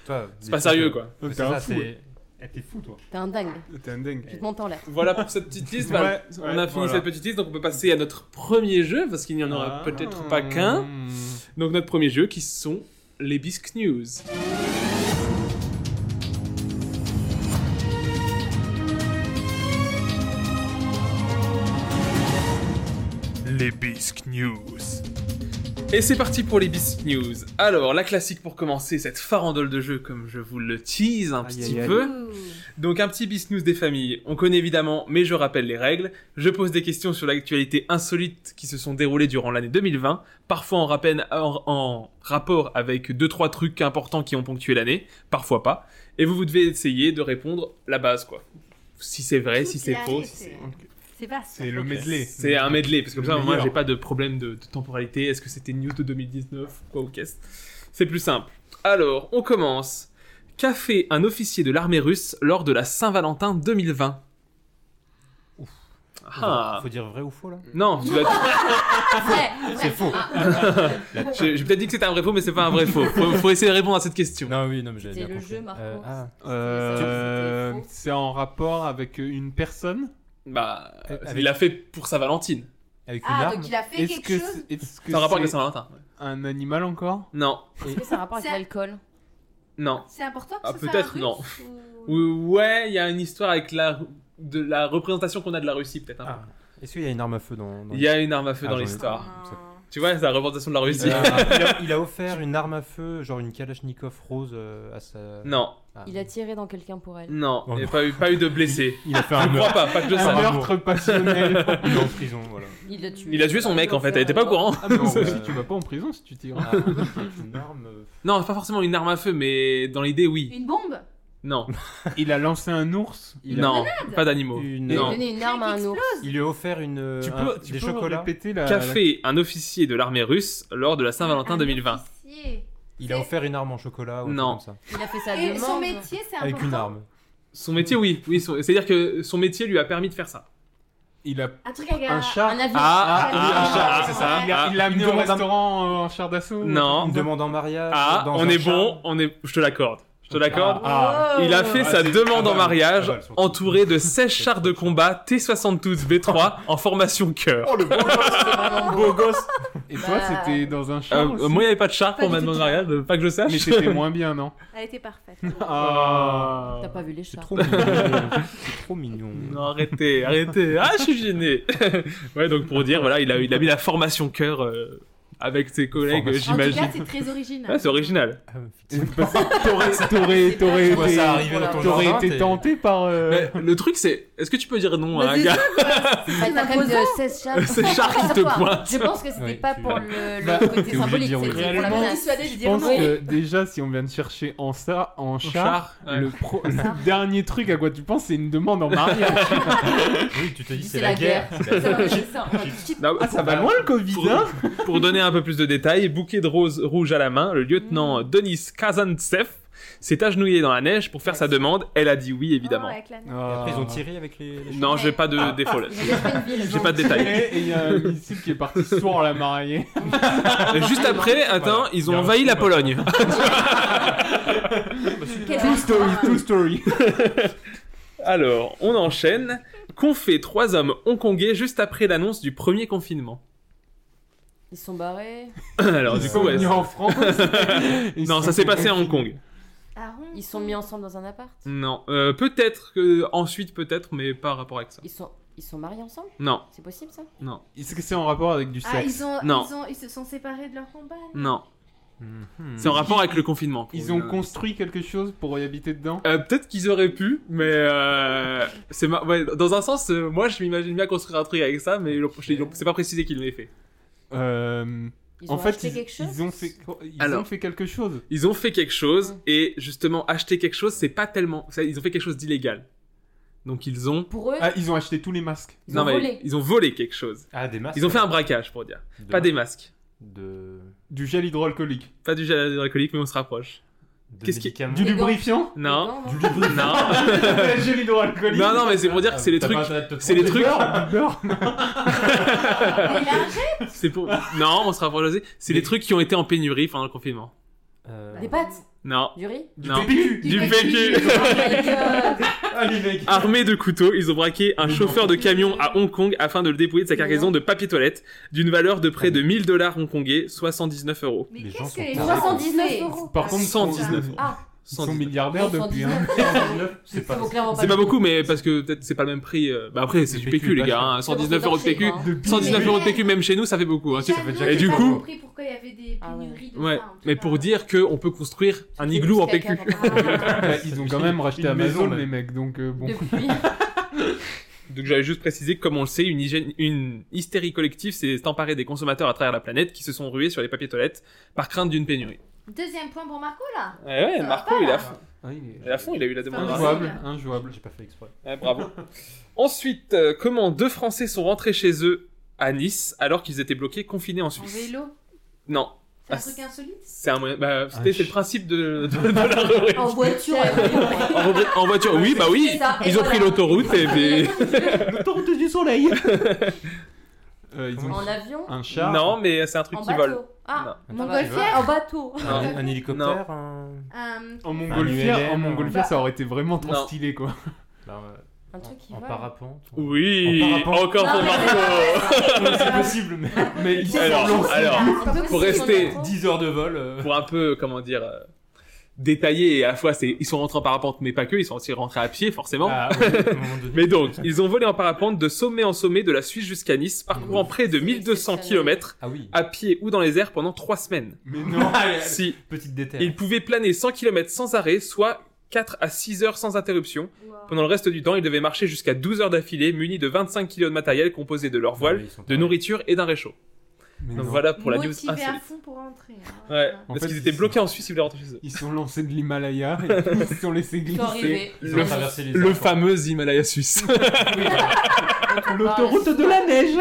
[SPEAKER 10] toi.
[SPEAKER 7] Mm. C'est pas sérieux, quoi.
[SPEAKER 10] Ouais,
[SPEAKER 4] T'es
[SPEAKER 10] c'est
[SPEAKER 4] un
[SPEAKER 10] ça,
[SPEAKER 4] Ah, fou, ouais.
[SPEAKER 10] c'est t'es fou toi.
[SPEAKER 8] T'es un dingue,
[SPEAKER 4] T'es un dingue.
[SPEAKER 8] tu te montes en l'air.
[SPEAKER 7] Voilà pour cette petite liste.
[SPEAKER 4] Ouais,
[SPEAKER 7] Bah,
[SPEAKER 4] ouais,
[SPEAKER 7] on a fini
[SPEAKER 4] voilà.
[SPEAKER 7] cette petite liste, donc on peut passer à notre premier jeu, parce qu'il n'y en aura
[SPEAKER 4] Ah.
[SPEAKER 7] peut-être pas qu'un. Donc notre premier jeu qui sont les Bisque News. Les Bisque News. Et c'est parti pour les Bisque News. Alors, la classique pour commencer, cette farandole de jeu comme je vous le tease un
[SPEAKER 4] Aïe,
[SPEAKER 7] petit
[SPEAKER 4] aïe, aïe.
[SPEAKER 7] peu.
[SPEAKER 8] Ouh.
[SPEAKER 7] Donc un petit bis news des familles. On connaît évidemment, mais je rappelle les règles. Je pose des questions sur l'actualité insolite qui se sont déroulées durant l'année 2020, parfois en, rappel- en- en rapport avec deux trois trucs importants qui ont ponctué l'année, parfois pas. Et vous vous devez essayer de répondre la base quoi. Si c'est vrai, si
[SPEAKER 9] Toute
[SPEAKER 7] c'est
[SPEAKER 9] la
[SPEAKER 7] faux.
[SPEAKER 9] vie,
[SPEAKER 7] si c'est-
[SPEAKER 9] C'est pas ça.
[SPEAKER 4] C'est le medley.
[SPEAKER 7] C'est un medley parce que comme
[SPEAKER 4] Le
[SPEAKER 7] ça moi
[SPEAKER 4] meilleur.
[SPEAKER 7] j'ai pas de problème de, de temporalité. Est-ce que c'était news de 2019 quoi ou qu'est-ce C'est plus simple. Alors on commence. Qu'a fait un officier de l'armée russe lors de la Saint-Valentin 2020 Ah.
[SPEAKER 10] Faut dire vrai ou faux là.
[SPEAKER 7] Non, tu vas-
[SPEAKER 8] Ouais, ouais.
[SPEAKER 10] C'est faux.
[SPEAKER 7] j'ai j'ai peut-être dit que c'était un vrai faux, mais c'est pas un vrai faux. Faut, faut essayer de répondre à cette question.
[SPEAKER 10] Non oui non mais j'avais
[SPEAKER 8] C'est
[SPEAKER 10] bien
[SPEAKER 8] le
[SPEAKER 10] compris.
[SPEAKER 8] jeu, Marco.
[SPEAKER 10] Euh, ah,
[SPEAKER 4] Euh,
[SPEAKER 8] C'était faux.
[SPEAKER 4] c'est en rapport avec une personne
[SPEAKER 7] Bah,
[SPEAKER 10] Euh,
[SPEAKER 7] euh,
[SPEAKER 10] avec-
[SPEAKER 7] il l'a fait pour sa Valentine.
[SPEAKER 10] avec une
[SPEAKER 9] Ah,
[SPEAKER 10] arme.
[SPEAKER 9] donc il a fait
[SPEAKER 4] Est-ce
[SPEAKER 9] quelque
[SPEAKER 4] que
[SPEAKER 9] chose
[SPEAKER 4] c'est est-ce que
[SPEAKER 7] C'est un rapport avec
[SPEAKER 4] c'est
[SPEAKER 7] la Saint-Valentin. ouais.
[SPEAKER 4] un animal encore
[SPEAKER 7] Non,
[SPEAKER 8] Est-ce que ça a rapport avec
[SPEAKER 9] Ça-
[SPEAKER 8] l'alcool
[SPEAKER 7] non.
[SPEAKER 9] C'est important que
[SPEAKER 7] Ah,
[SPEAKER 9] ce soit
[SPEAKER 7] peut-être,
[SPEAKER 9] un
[SPEAKER 7] non.
[SPEAKER 9] Russe ou-
[SPEAKER 7] Ou- Ouais, il y a une histoire avec la de la représentation qu'on a de la Russie peut-être. un
[SPEAKER 10] Ah. Est-ce qu'il y a une arme à feu dans,
[SPEAKER 7] peu.
[SPEAKER 10] dans
[SPEAKER 7] Il y a une arme à feu
[SPEAKER 10] Ah,
[SPEAKER 7] dans
[SPEAKER 10] j'en ai-
[SPEAKER 7] l'histoire.
[SPEAKER 9] Ah.
[SPEAKER 7] Tu vois, c'est la représentation de la
[SPEAKER 10] Euh, Il
[SPEAKER 7] Russie.
[SPEAKER 10] a, il a- il a offert une arme à feu, genre une Kalachnikov rose euh, à sa.
[SPEAKER 7] Non,
[SPEAKER 10] Ah.
[SPEAKER 8] Il a tiré dans quelqu'un pour elle.
[SPEAKER 7] non,
[SPEAKER 10] Oh
[SPEAKER 7] il n'y a
[SPEAKER 10] non.
[SPEAKER 7] pas eu, pas eu de blessés.
[SPEAKER 10] Il a fait
[SPEAKER 7] Je
[SPEAKER 10] un
[SPEAKER 7] crois
[SPEAKER 10] meurtre.
[SPEAKER 7] pas, pas que je
[SPEAKER 4] Un
[SPEAKER 7] sache.
[SPEAKER 10] meurtre.
[SPEAKER 4] meurtre passionnel.
[SPEAKER 10] Il est en prison, voilà.
[SPEAKER 8] Il a tué.
[SPEAKER 7] Il a tué son mec en fait, elle était pas au courant.
[SPEAKER 4] Ah, mais
[SPEAKER 10] Non,
[SPEAKER 4] ça
[SPEAKER 10] ouais.
[SPEAKER 4] aussi, tu vas pas en prison si tu tires.
[SPEAKER 10] Ah, avec une arme. euh,
[SPEAKER 7] Non, pas forcément une arme à feu, mais dans l'idée, oui.
[SPEAKER 9] Une bombe
[SPEAKER 7] Non,
[SPEAKER 4] Il a lancé un ours. Il a-
[SPEAKER 7] non, pas d'animaux.
[SPEAKER 10] Une-
[SPEAKER 7] Non.
[SPEAKER 8] Donner une arme à un ours.
[SPEAKER 10] Il lui a offert une. euh,
[SPEAKER 4] Tu
[SPEAKER 10] un-
[SPEAKER 4] peux, tu
[SPEAKER 10] des
[SPEAKER 4] peux
[SPEAKER 10] chocolats.
[SPEAKER 4] répéter la.
[SPEAKER 7] Qu'a
[SPEAKER 4] la-
[SPEAKER 7] fait un officier de l'armée russe lors de la Saint-Valentin
[SPEAKER 9] Un
[SPEAKER 7] 2020
[SPEAKER 9] officier.
[SPEAKER 10] Il a offert une arme en chocolat ou un
[SPEAKER 7] Non.
[SPEAKER 10] truc comme ça.
[SPEAKER 8] Il a fait ça
[SPEAKER 9] Et
[SPEAKER 8] demande.
[SPEAKER 9] son métier, c'est important.
[SPEAKER 10] Avec une arme.
[SPEAKER 7] Son métier, oui. oui son- C'est-à-dire que son métier lui a permis de faire ça.
[SPEAKER 4] Il a
[SPEAKER 9] Un truc avec
[SPEAKER 4] un chat.
[SPEAKER 8] Un avion.
[SPEAKER 7] Ah,
[SPEAKER 9] ah, ah, ah,
[SPEAKER 7] c'est ça.
[SPEAKER 4] Il a- il l'a amené au
[SPEAKER 10] demande un-
[SPEAKER 4] restaurant euh, en char d'assaut.
[SPEAKER 7] Non.
[SPEAKER 10] Une demande en mariage.
[SPEAKER 7] Ah,
[SPEAKER 10] dans
[SPEAKER 7] on
[SPEAKER 10] un
[SPEAKER 7] est
[SPEAKER 10] char.
[SPEAKER 7] bon, on est. Je te l'accorde. Je te l'accorde.
[SPEAKER 10] Ah,
[SPEAKER 7] Il a fait sa
[SPEAKER 10] c'est-
[SPEAKER 7] demande
[SPEAKER 10] ah,
[SPEAKER 7] en
[SPEAKER 10] bah,
[SPEAKER 7] mariage
[SPEAKER 10] ah, bah, surtout.
[SPEAKER 7] entouré de 16 chars de combat T-72B3 en formation cœur.
[SPEAKER 10] beau gosse.
[SPEAKER 4] Et toi,
[SPEAKER 8] Bah,
[SPEAKER 4] c'était dans un char.
[SPEAKER 7] Euh,
[SPEAKER 4] aussi
[SPEAKER 7] moi, il n'y avait pas de char
[SPEAKER 9] Pas
[SPEAKER 7] pour
[SPEAKER 9] du
[SPEAKER 7] ma
[SPEAKER 9] tout de
[SPEAKER 7] demande de
[SPEAKER 9] char.
[SPEAKER 7] mariage, euh, pas que je sache.
[SPEAKER 4] Mais c'était moins bien, non
[SPEAKER 9] Elle était parfaite.
[SPEAKER 4] Ah.
[SPEAKER 8] T'as pas vu les chats.
[SPEAKER 10] C'est trop mignon. C'est trop mignon.
[SPEAKER 7] Euh, Non, arrêtez, arrêtez. Ah, je suis gêné. ouais, donc pour dire, voilà, il a, il a mis la formation cœur euh, avec ses collègues, euh,
[SPEAKER 9] En tout
[SPEAKER 7] j'imagine.
[SPEAKER 9] cas, c'est très original.
[SPEAKER 7] Ah, c'est original.
[SPEAKER 10] Ah, putain.
[SPEAKER 4] Parce que T'aurais, t'aurais, t'aurais
[SPEAKER 10] Tu vois
[SPEAKER 4] été-
[SPEAKER 10] ça arriver dans ton
[SPEAKER 4] t'aurais
[SPEAKER 10] jardin,
[SPEAKER 4] été
[SPEAKER 10] t'es-
[SPEAKER 4] tenté par. euh,
[SPEAKER 7] Mais le truc, c'est. Est-ce que tu peux dire non à un gars
[SPEAKER 8] Bah, t'as quand même euh, 16 chats.
[SPEAKER 7] C'est Charles qui te
[SPEAKER 8] Enfin,
[SPEAKER 7] pointe.
[SPEAKER 8] Je pense que c'était
[SPEAKER 10] Ouais,
[SPEAKER 8] pas
[SPEAKER 10] tu-
[SPEAKER 8] pour le, le
[SPEAKER 4] Bah,
[SPEAKER 8] côté
[SPEAKER 10] obligé de
[SPEAKER 8] symbolique.
[SPEAKER 10] dire oui.
[SPEAKER 8] c'était pour la
[SPEAKER 4] Réellement,
[SPEAKER 8] menace.
[SPEAKER 4] Je pense que déjà, si on vient de chercher en ça, en char,
[SPEAKER 7] ouais.
[SPEAKER 4] le, pro- le dernier truc à quoi tu penses, c'est une demande en mariage.
[SPEAKER 10] Oui, tu t'es dit,
[SPEAKER 8] C'est la guerre.
[SPEAKER 10] C'est la-
[SPEAKER 8] C'est ça, on va tout de suite-
[SPEAKER 7] Non,
[SPEAKER 4] ah, ça va loin le Covid,
[SPEAKER 7] pour,
[SPEAKER 4] hein
[SPEAKER 9] Mm.
[SPEAKER 7] pour donner un peu plus de détails, bouquet de roses rouges à la main, le lieutenant Denis Kazantsev s'est agenouillée dans la neige pour faire sa demande. Elle a dit oui, évidemment.
[SPEAKER 9] Oh, Ah. avec la neige.
[SPEAKER 10] Et après, ils
[SPEAKER 4] Ah.
[SPEAKER 10] ont tiré avec les. les
[SPEAKER 7] Non, j'ai pas de défaut là. J'ai pas de détails.
[SPEAKER 4] Et il y a un missile qui est parti sourd la mariée.
[SPEAKER 7] Et Juste après, attends,
[SPEAKER 10] Voilà.
[SPEAKER 7] ils
[SPEAKER 10] Il
[SPEAKER 7] ont
[SPEAKER 10] y a un
[SPEAKER 7] envahi la
[SPEAKER 10] film.
[SPEAKER 7] Pologne.
[SPEAKER 8] Quelle
[SPEAKER 4] True story,
[SPEAKER 8] histoire.
[SPEAKER 4] true story.
[SPEAKER 7] Alors, on enchaîne. Qu'ont fait trois hommes hongkongais juste après l'annonce du premier confinement
[SPEAKER 8] Ils sont barrés.
[SPEAKER 7] Alors, Ah, du
[SPEAKER 4] Ils
[SPEAKER 7] coup,
[SPEAKER 4] sont
[SPEAKER 7] ouais.
[SPEAKER 4] venus en France. Ils
[SPEAKER 7] Non,
[SPEAKER 4] sont
[SPEAKER 7] ça s'est passé à
[SPEAKER 4] venus-
[SPEAKER 7] Hong Kong.
[SPEAKER 9] Ah, Hong
[SPEAKER 8] Ils sont
[SPEAKER 9] Kong.
[SPEAKER 8] mis ensemble dans un appart.
[SPEAKER 7] Non, Euh, peut-être que ensuite, peut-être, mais pas rapport avec ça.
[SPEAKER 8] Ils sont, ils sont mariés ensemble
[SPEAKER 7] Non,
[SPEAKER 8] C'est possible ça
[SPEAKER 7] non,
[SPEAKER 4] Est-ce que c'est en rapport avec du sexe
[SPEAKER 9] Ah, ils, ont,
[SPEAKER 7] Non.
[SPEAKER 9] Ils, ont, ils se sont séparés de leur compagne.
[SPEAKER 7] non.
[SPEAKER 10] Mhm.
[SPEAKER 7] C'est en rapport avec le confinement. quoi.
[SPEAKER 4] Ils ont construit quelque chose pour y habiter dedans
[SPEAKER 7] Euh, peut-être qu'ils auraient pu, mais euh, c'est mar- ouais, dans un sens, euh, moi je m'imagine bien construire un truc avec ça, mais le- je- c'est pas précisé qu'ils l'aient fait.
[SPEAKER 4] Euh,
[SPEAKER 8] Ils ont
[SPEAKER 4] En fait,
[SPEAKER 8] acheté
[SPEAKER 4] ils,
[SPEAKER 8] quelque chose
[SPEAKER 4] ils ont fait, ils
[SPEAKER 7] Alors.
[SPEAKER 4] ont fait quelque chose.
[SPEAKER 7] Ils ont fait quelque chose
[SPEAKER 8] Mm.
[SPEAKER 7] et justement acheter quelque chose, c'est pas tellement. ça, Ils ont fait quelque chose d'illégal, donc ils ont.
[SPEAKER 8] Pour eux,
[SPEAKER 4] Ah, ils ont acheté tous les masques.
[SPEAKER 8] ils ont volé.
[SPEAKER 7] ils ont volé quelque chose.
[SPEAKER 10] Ah, des masques.
[SPEAKER 7] Ils ont fait un braquage pour dire.
[SPEAKER 10] De-
[SPEAKER 7] Pas des masques,
[SPEAKER 10] De.
[SPEAKER 4] Du gel hydroalcoolique.
[SPEAKER 7] pas du gel alcoolique, mais on se rapproche.
[SPEAKER 10] de
[SPEAKER 7] Qu'est-ce qui-
[SPEAKER 10] médicaments.
[SPEAKER 4] Du
[SPEAKER 8] Des gants.
[SPEAKER 4] lubrifiant
[SPEAKER 7] Non,
[SPEAKER 8] Les gants,
[SPEAKER 7] non, non,
[SPEAKER 4] Du gel hydroalcoolique
[SPEAKER 7] non, mais c'est pour dire que c'est les
[SPEAKER 10] T'as pas
[SPEAKER 7] trucs.
[SPEAKER 10] intérêt de te
[SPEAKER 7] C'est les
[SPEAKER 10] tromper.
[SPEAKER 7] trucs.
[SPEAKER 4] Du beurre
[SPEAKER 7] Ah,
[SPEAKER 9] Mais là,
[SPEAKER 7] C'est pour. Non, on se rapproche aussi. C'est les trucs qui ont été en pénurie pendant le confinement.
[SPEAKER 10] Euh,
[SPEAKER 8] Des pâtes
[SPEAKER 7] Non,
[SPEAKER 8] Du riz
[SPEAKER 4] Du
[SPEAKER 7] Non.
[SPEAKER 4] PQ
[SPEAKER 7] du PQ.
[SPEAKER 8] Oh my God.
[SPEAKER 4] Allez, mec
[SPEAKER 7] Armés de couteaux, ils ont braqué un chauffeur de camion à Hong Kong afin de le dépouiller de sa cargaison de papier toilette d'une valeur de près de 1000 dollars hongkongais, soit 119 euros.
[SPEAKER 9] Mais
[SPEAKER 10] Les gens
[SPEAKER 9] qu'est-ce
[SPEAKER 10] sont
[SPEAKER 9] que les gens
[SPEAKER 8] 319
[SPEAKER 9] ont fait
[SPEAKER 8] euros.
[SPEAKER 4] Par contre,
[SPEAKER 7] 119.
[SPEAKER 4] ils sont-
[SPEAKER 8] Ah,
[SPEAKER 4] Ils sont
[SPEAKER 7] 119.
[SPEAKER 4] milliardaires depuis. Hein.
[SPEAKER 10] 119, c'est pas.
[SPEAKER 7] C'est pas beaucoup, mais parce que peut-être c'est pas le même prix. euh, Bah après, c'est
[SPEAKER 10] Le
[SPEAKER 7] du
[SPEAKER 10] PQ,
[SPEAKER 7] PQ, les
[SPEAKER 10] pas
[SPEAKER 7] gars.
[SPEAKER 10] cher.
[SPEAKER 7] hein, 119 euros de PQ.
[SPEAKER 4] Depuis-
[SPEAKER 7] 119 euros de
[SPEAKER 9] Mais-
[SPEAKER 7] PQ, même chez nous, ça fait beaucoup. hein, tu-
[SPEAKER 9] J'avoue,
[SPEAKER 10] déjà
[SPEAKER 7] Et
[SPEAKER 9] j'ai
[SPEAKER 7] du
[SPEAKER 9] pas
[SPEAKER 7] coup-
[SPEAKER 9] compris pourquoi il y avait des
[SPEAKER 8] Ah ouais.
[SPEAKER 9] pénuries de
[SPEAKER 7] Ouais,
[SPEAKER 9] ça, en tout
[SPEAKER 7] mais
[SPEAKER 9] cas.
[SPEAKER 7] pour dire qu'on peut construire un igloo en PQ.
[SPEAKER 9] Ah.
[SPEAKER 4] Bah, ils ont quand même racheté
[SPEAKER 10] Une
[SPEAKER 4] Amazon,
[SPEAKER 10] maison, même.
[SPEAKER 4] les mecs, donc euh, bon.
[SPEAKER 8] Depuis.
[SPEAKER 7] Donc j'avais juste précisé que, comme on le sait, une, hygiène- une hystérie collective s'est emparée des consommateurs à travers la planète qui se sont rués sur les papiers toilettes par crainte d'une pénurie.
[SPEAKER 9] Deuxième point pour Marco là.
[SPEAKER 7] Eh Ouais, ouais,
[SPEAKER 9] Ça va
[SPEAKER 7] Marco,
[SPEAKER 9] pas,
[SPEAKER 7] il a,
[SPEAKER 9] là.
[SPEAKER 4] Ah, il est-
[SPEAKER 7] à fond, il a eu la demande.
[SPEAKER 9] Ah,
[SPEAKER 4] Injouable,
[SPEAKER 9] ouais.
[SPEAKER 4] injouable.
[SPEAKER 10] J'ai pas fait exprès.
[SPEAKER 7] Ouais, bravo. Ensuite, euh, comment deux Français sont rentrés chez eux à Nice alors qu'ils étaient bloqués, confinés en
[SPEAKER 9] En
[SPEAKER 7] Suisse
[SPEAKER 9] vélo.
[SPEAKER 7] Non,
[SPEAKER 9] C'est un
[SPEAKER 7] Ah,
[SPEAKER 9] truc insolite.
[SPEAKER 7] c'est un moyen. Bah,
[SPEAKER 4] Ah,
[SPEAKER 7] c'était c'est
[SPEAKER 4] je-
[SPEAKER 7] le principe de, de- de la rubrique.
[SPEAKER 8] En voiture.
[SPEAKER 7] En rubrique- en voiture, oui, bah
[SPEAKER 8] C'est
[SPEAKER 7] oui.
[SPEAKER 8] ça, et
[SPEAKER 7] Ils ont
[SPEAKER 8] voilà.
[SPEAKER 7] pris l'autoroute et puis.
[SPEAKER 4] L'autoroute du soleil Euh, ils ont
[SPEAKER 8] En avion
[SPEAKER 4] un char.
[SPEAKER 7] Non, mais c'est un truc
[SPEAKER 8] En
[SPEAKER 7] qui vole.
[SPEAKER 8] bateau. Ah,
[SPEAKER 9] Non.
[SPEAKER 8] montgolfière En bateau.
[SPEAKER 7] Ah.
[SPEAKER 10] Un, un hélicoptère un...
[SPEAKER 9] Euh,
[SPEAKER 4] En
[SPEAKER 10] Un
[SPEAKER 4] montgolfière,
[SPEAKER 10] ULM,
[SPEAKER 4] en montgolfière,
[SPEAKER 9] un-
[SPEAKER 4] ça aurait été vraiment trop
[SPEAKER 7] Non.
[SPEAKER 4] stylé quoi.
[SPEAKER 10] Bah, euh,
[SPEAKER 8] Un truc qui
[SPEAKER 10] en
[SPEAKER 8] vole.
[SPEAKER 10] parapente ou-
[SPEAKER 7] Oui,
[SPEAKER 10] En parapente.
[SPEAKER 7] encore
[SPEAKER 8] Non,
[SPEAKER 7] pour
[SPEAKER 8] mais-
[SPEAKER 7] Marco.
[SPEAKER 10] C'est possible, mais.
[SPEAKER 4] Mais ils
[SPEAKER 7] Alors,
[SPEAKER 4] sont lancés.
[SPEAKER 7] alors,
[SPEAKER 8] Pour
[SPEAKER 7] Ah, rester-
[SPEAKER 10] 10 heures de vol. euh,
[SPEAKER 7] pour un peu, comment dire, euh, détailler et à la fois, c'est ils sont rentrés en parapente, mais pas que, ils sont aussi rentrés à pied, forcément.
[SPEAKER 4] Ah,
[SPEAKER 10] à- à un moment donné.
[SPEAKER 7] Mais donc, ils ont volé en parapente de sommet en sommet de la Suisse jusqu'à Nice, parcourant près de
[SPEAKER 8] C'est
[SPEAKER 7] 1200
[SPEAKER 8] exceptionnel.
[SPEAKER 7] km
[SPEAKER 10] Ah oui.
[SPEAKER 7] à pied ou dans les airs pendant trois semaines.
[SPEAKER 4] Mais non.
[SPEAKER 7] Si,
[SPEAKER 10] Petite détail.
[SPEAKER 7] ils pouvaient planer 100 km sans arrêt, soit 4 à 6 heures sans interruption.
[SPEAKER 9] wow.
[SPEAKER 7] Pendant le reste du temps, ils devaient marcher jusqu'à 12 heures d'affilée, munis de 25 kg de matériel composé de leur
[SPEAKER 10] Ouais,
[SPEAKER 7] voile,
[SPEAKER 10] ils sont pas-
[SPEAKER 7] de nourriture et d'un réchaud.
[SPEAKER 4] Mais
[SPEAKER 7] Donc
[SPEAKER 4] non.
[SPEAKER 7] voilà pour la news
[SPEAKER 9] Motivé à
[SPEAKER 7] insolite.
[SPEAKER 9] fond pour rentrer. hein.
[SPEAKER 7] Ouais,
[SPEAKER 4] En
[SPEAKER 7] parce
[SPEAKER 4] fait,
[SPEAKER 7] qu'ils
[SPEAKER 4] ils
[SPEAKER 7] étaient
[SPEAKER 4] sont-
[SPEAKER 7] bloqués en Suisse, ils voulaient rentrer chez eux.
[SPEAKER 4] Ils sont lancés de l'Himalaya et puis ils se sont laissés
[SPEAKER 8] Ils sont
[SPEAKER 4] glisser.
[SPEAKER 8] arrivés.
[SPEAKER 10] Ils
[SPEAKER 7] Le-
[SPEAKER 10] ont traversé les
[SPEAKER 7] Le
[SPEAKER 10] Alpes.
[SPEAKER 7] fameux Himalaya suisse.
[SPEAKER 8] Ah,
[SPEAKER 4] L'autoroute de la neige.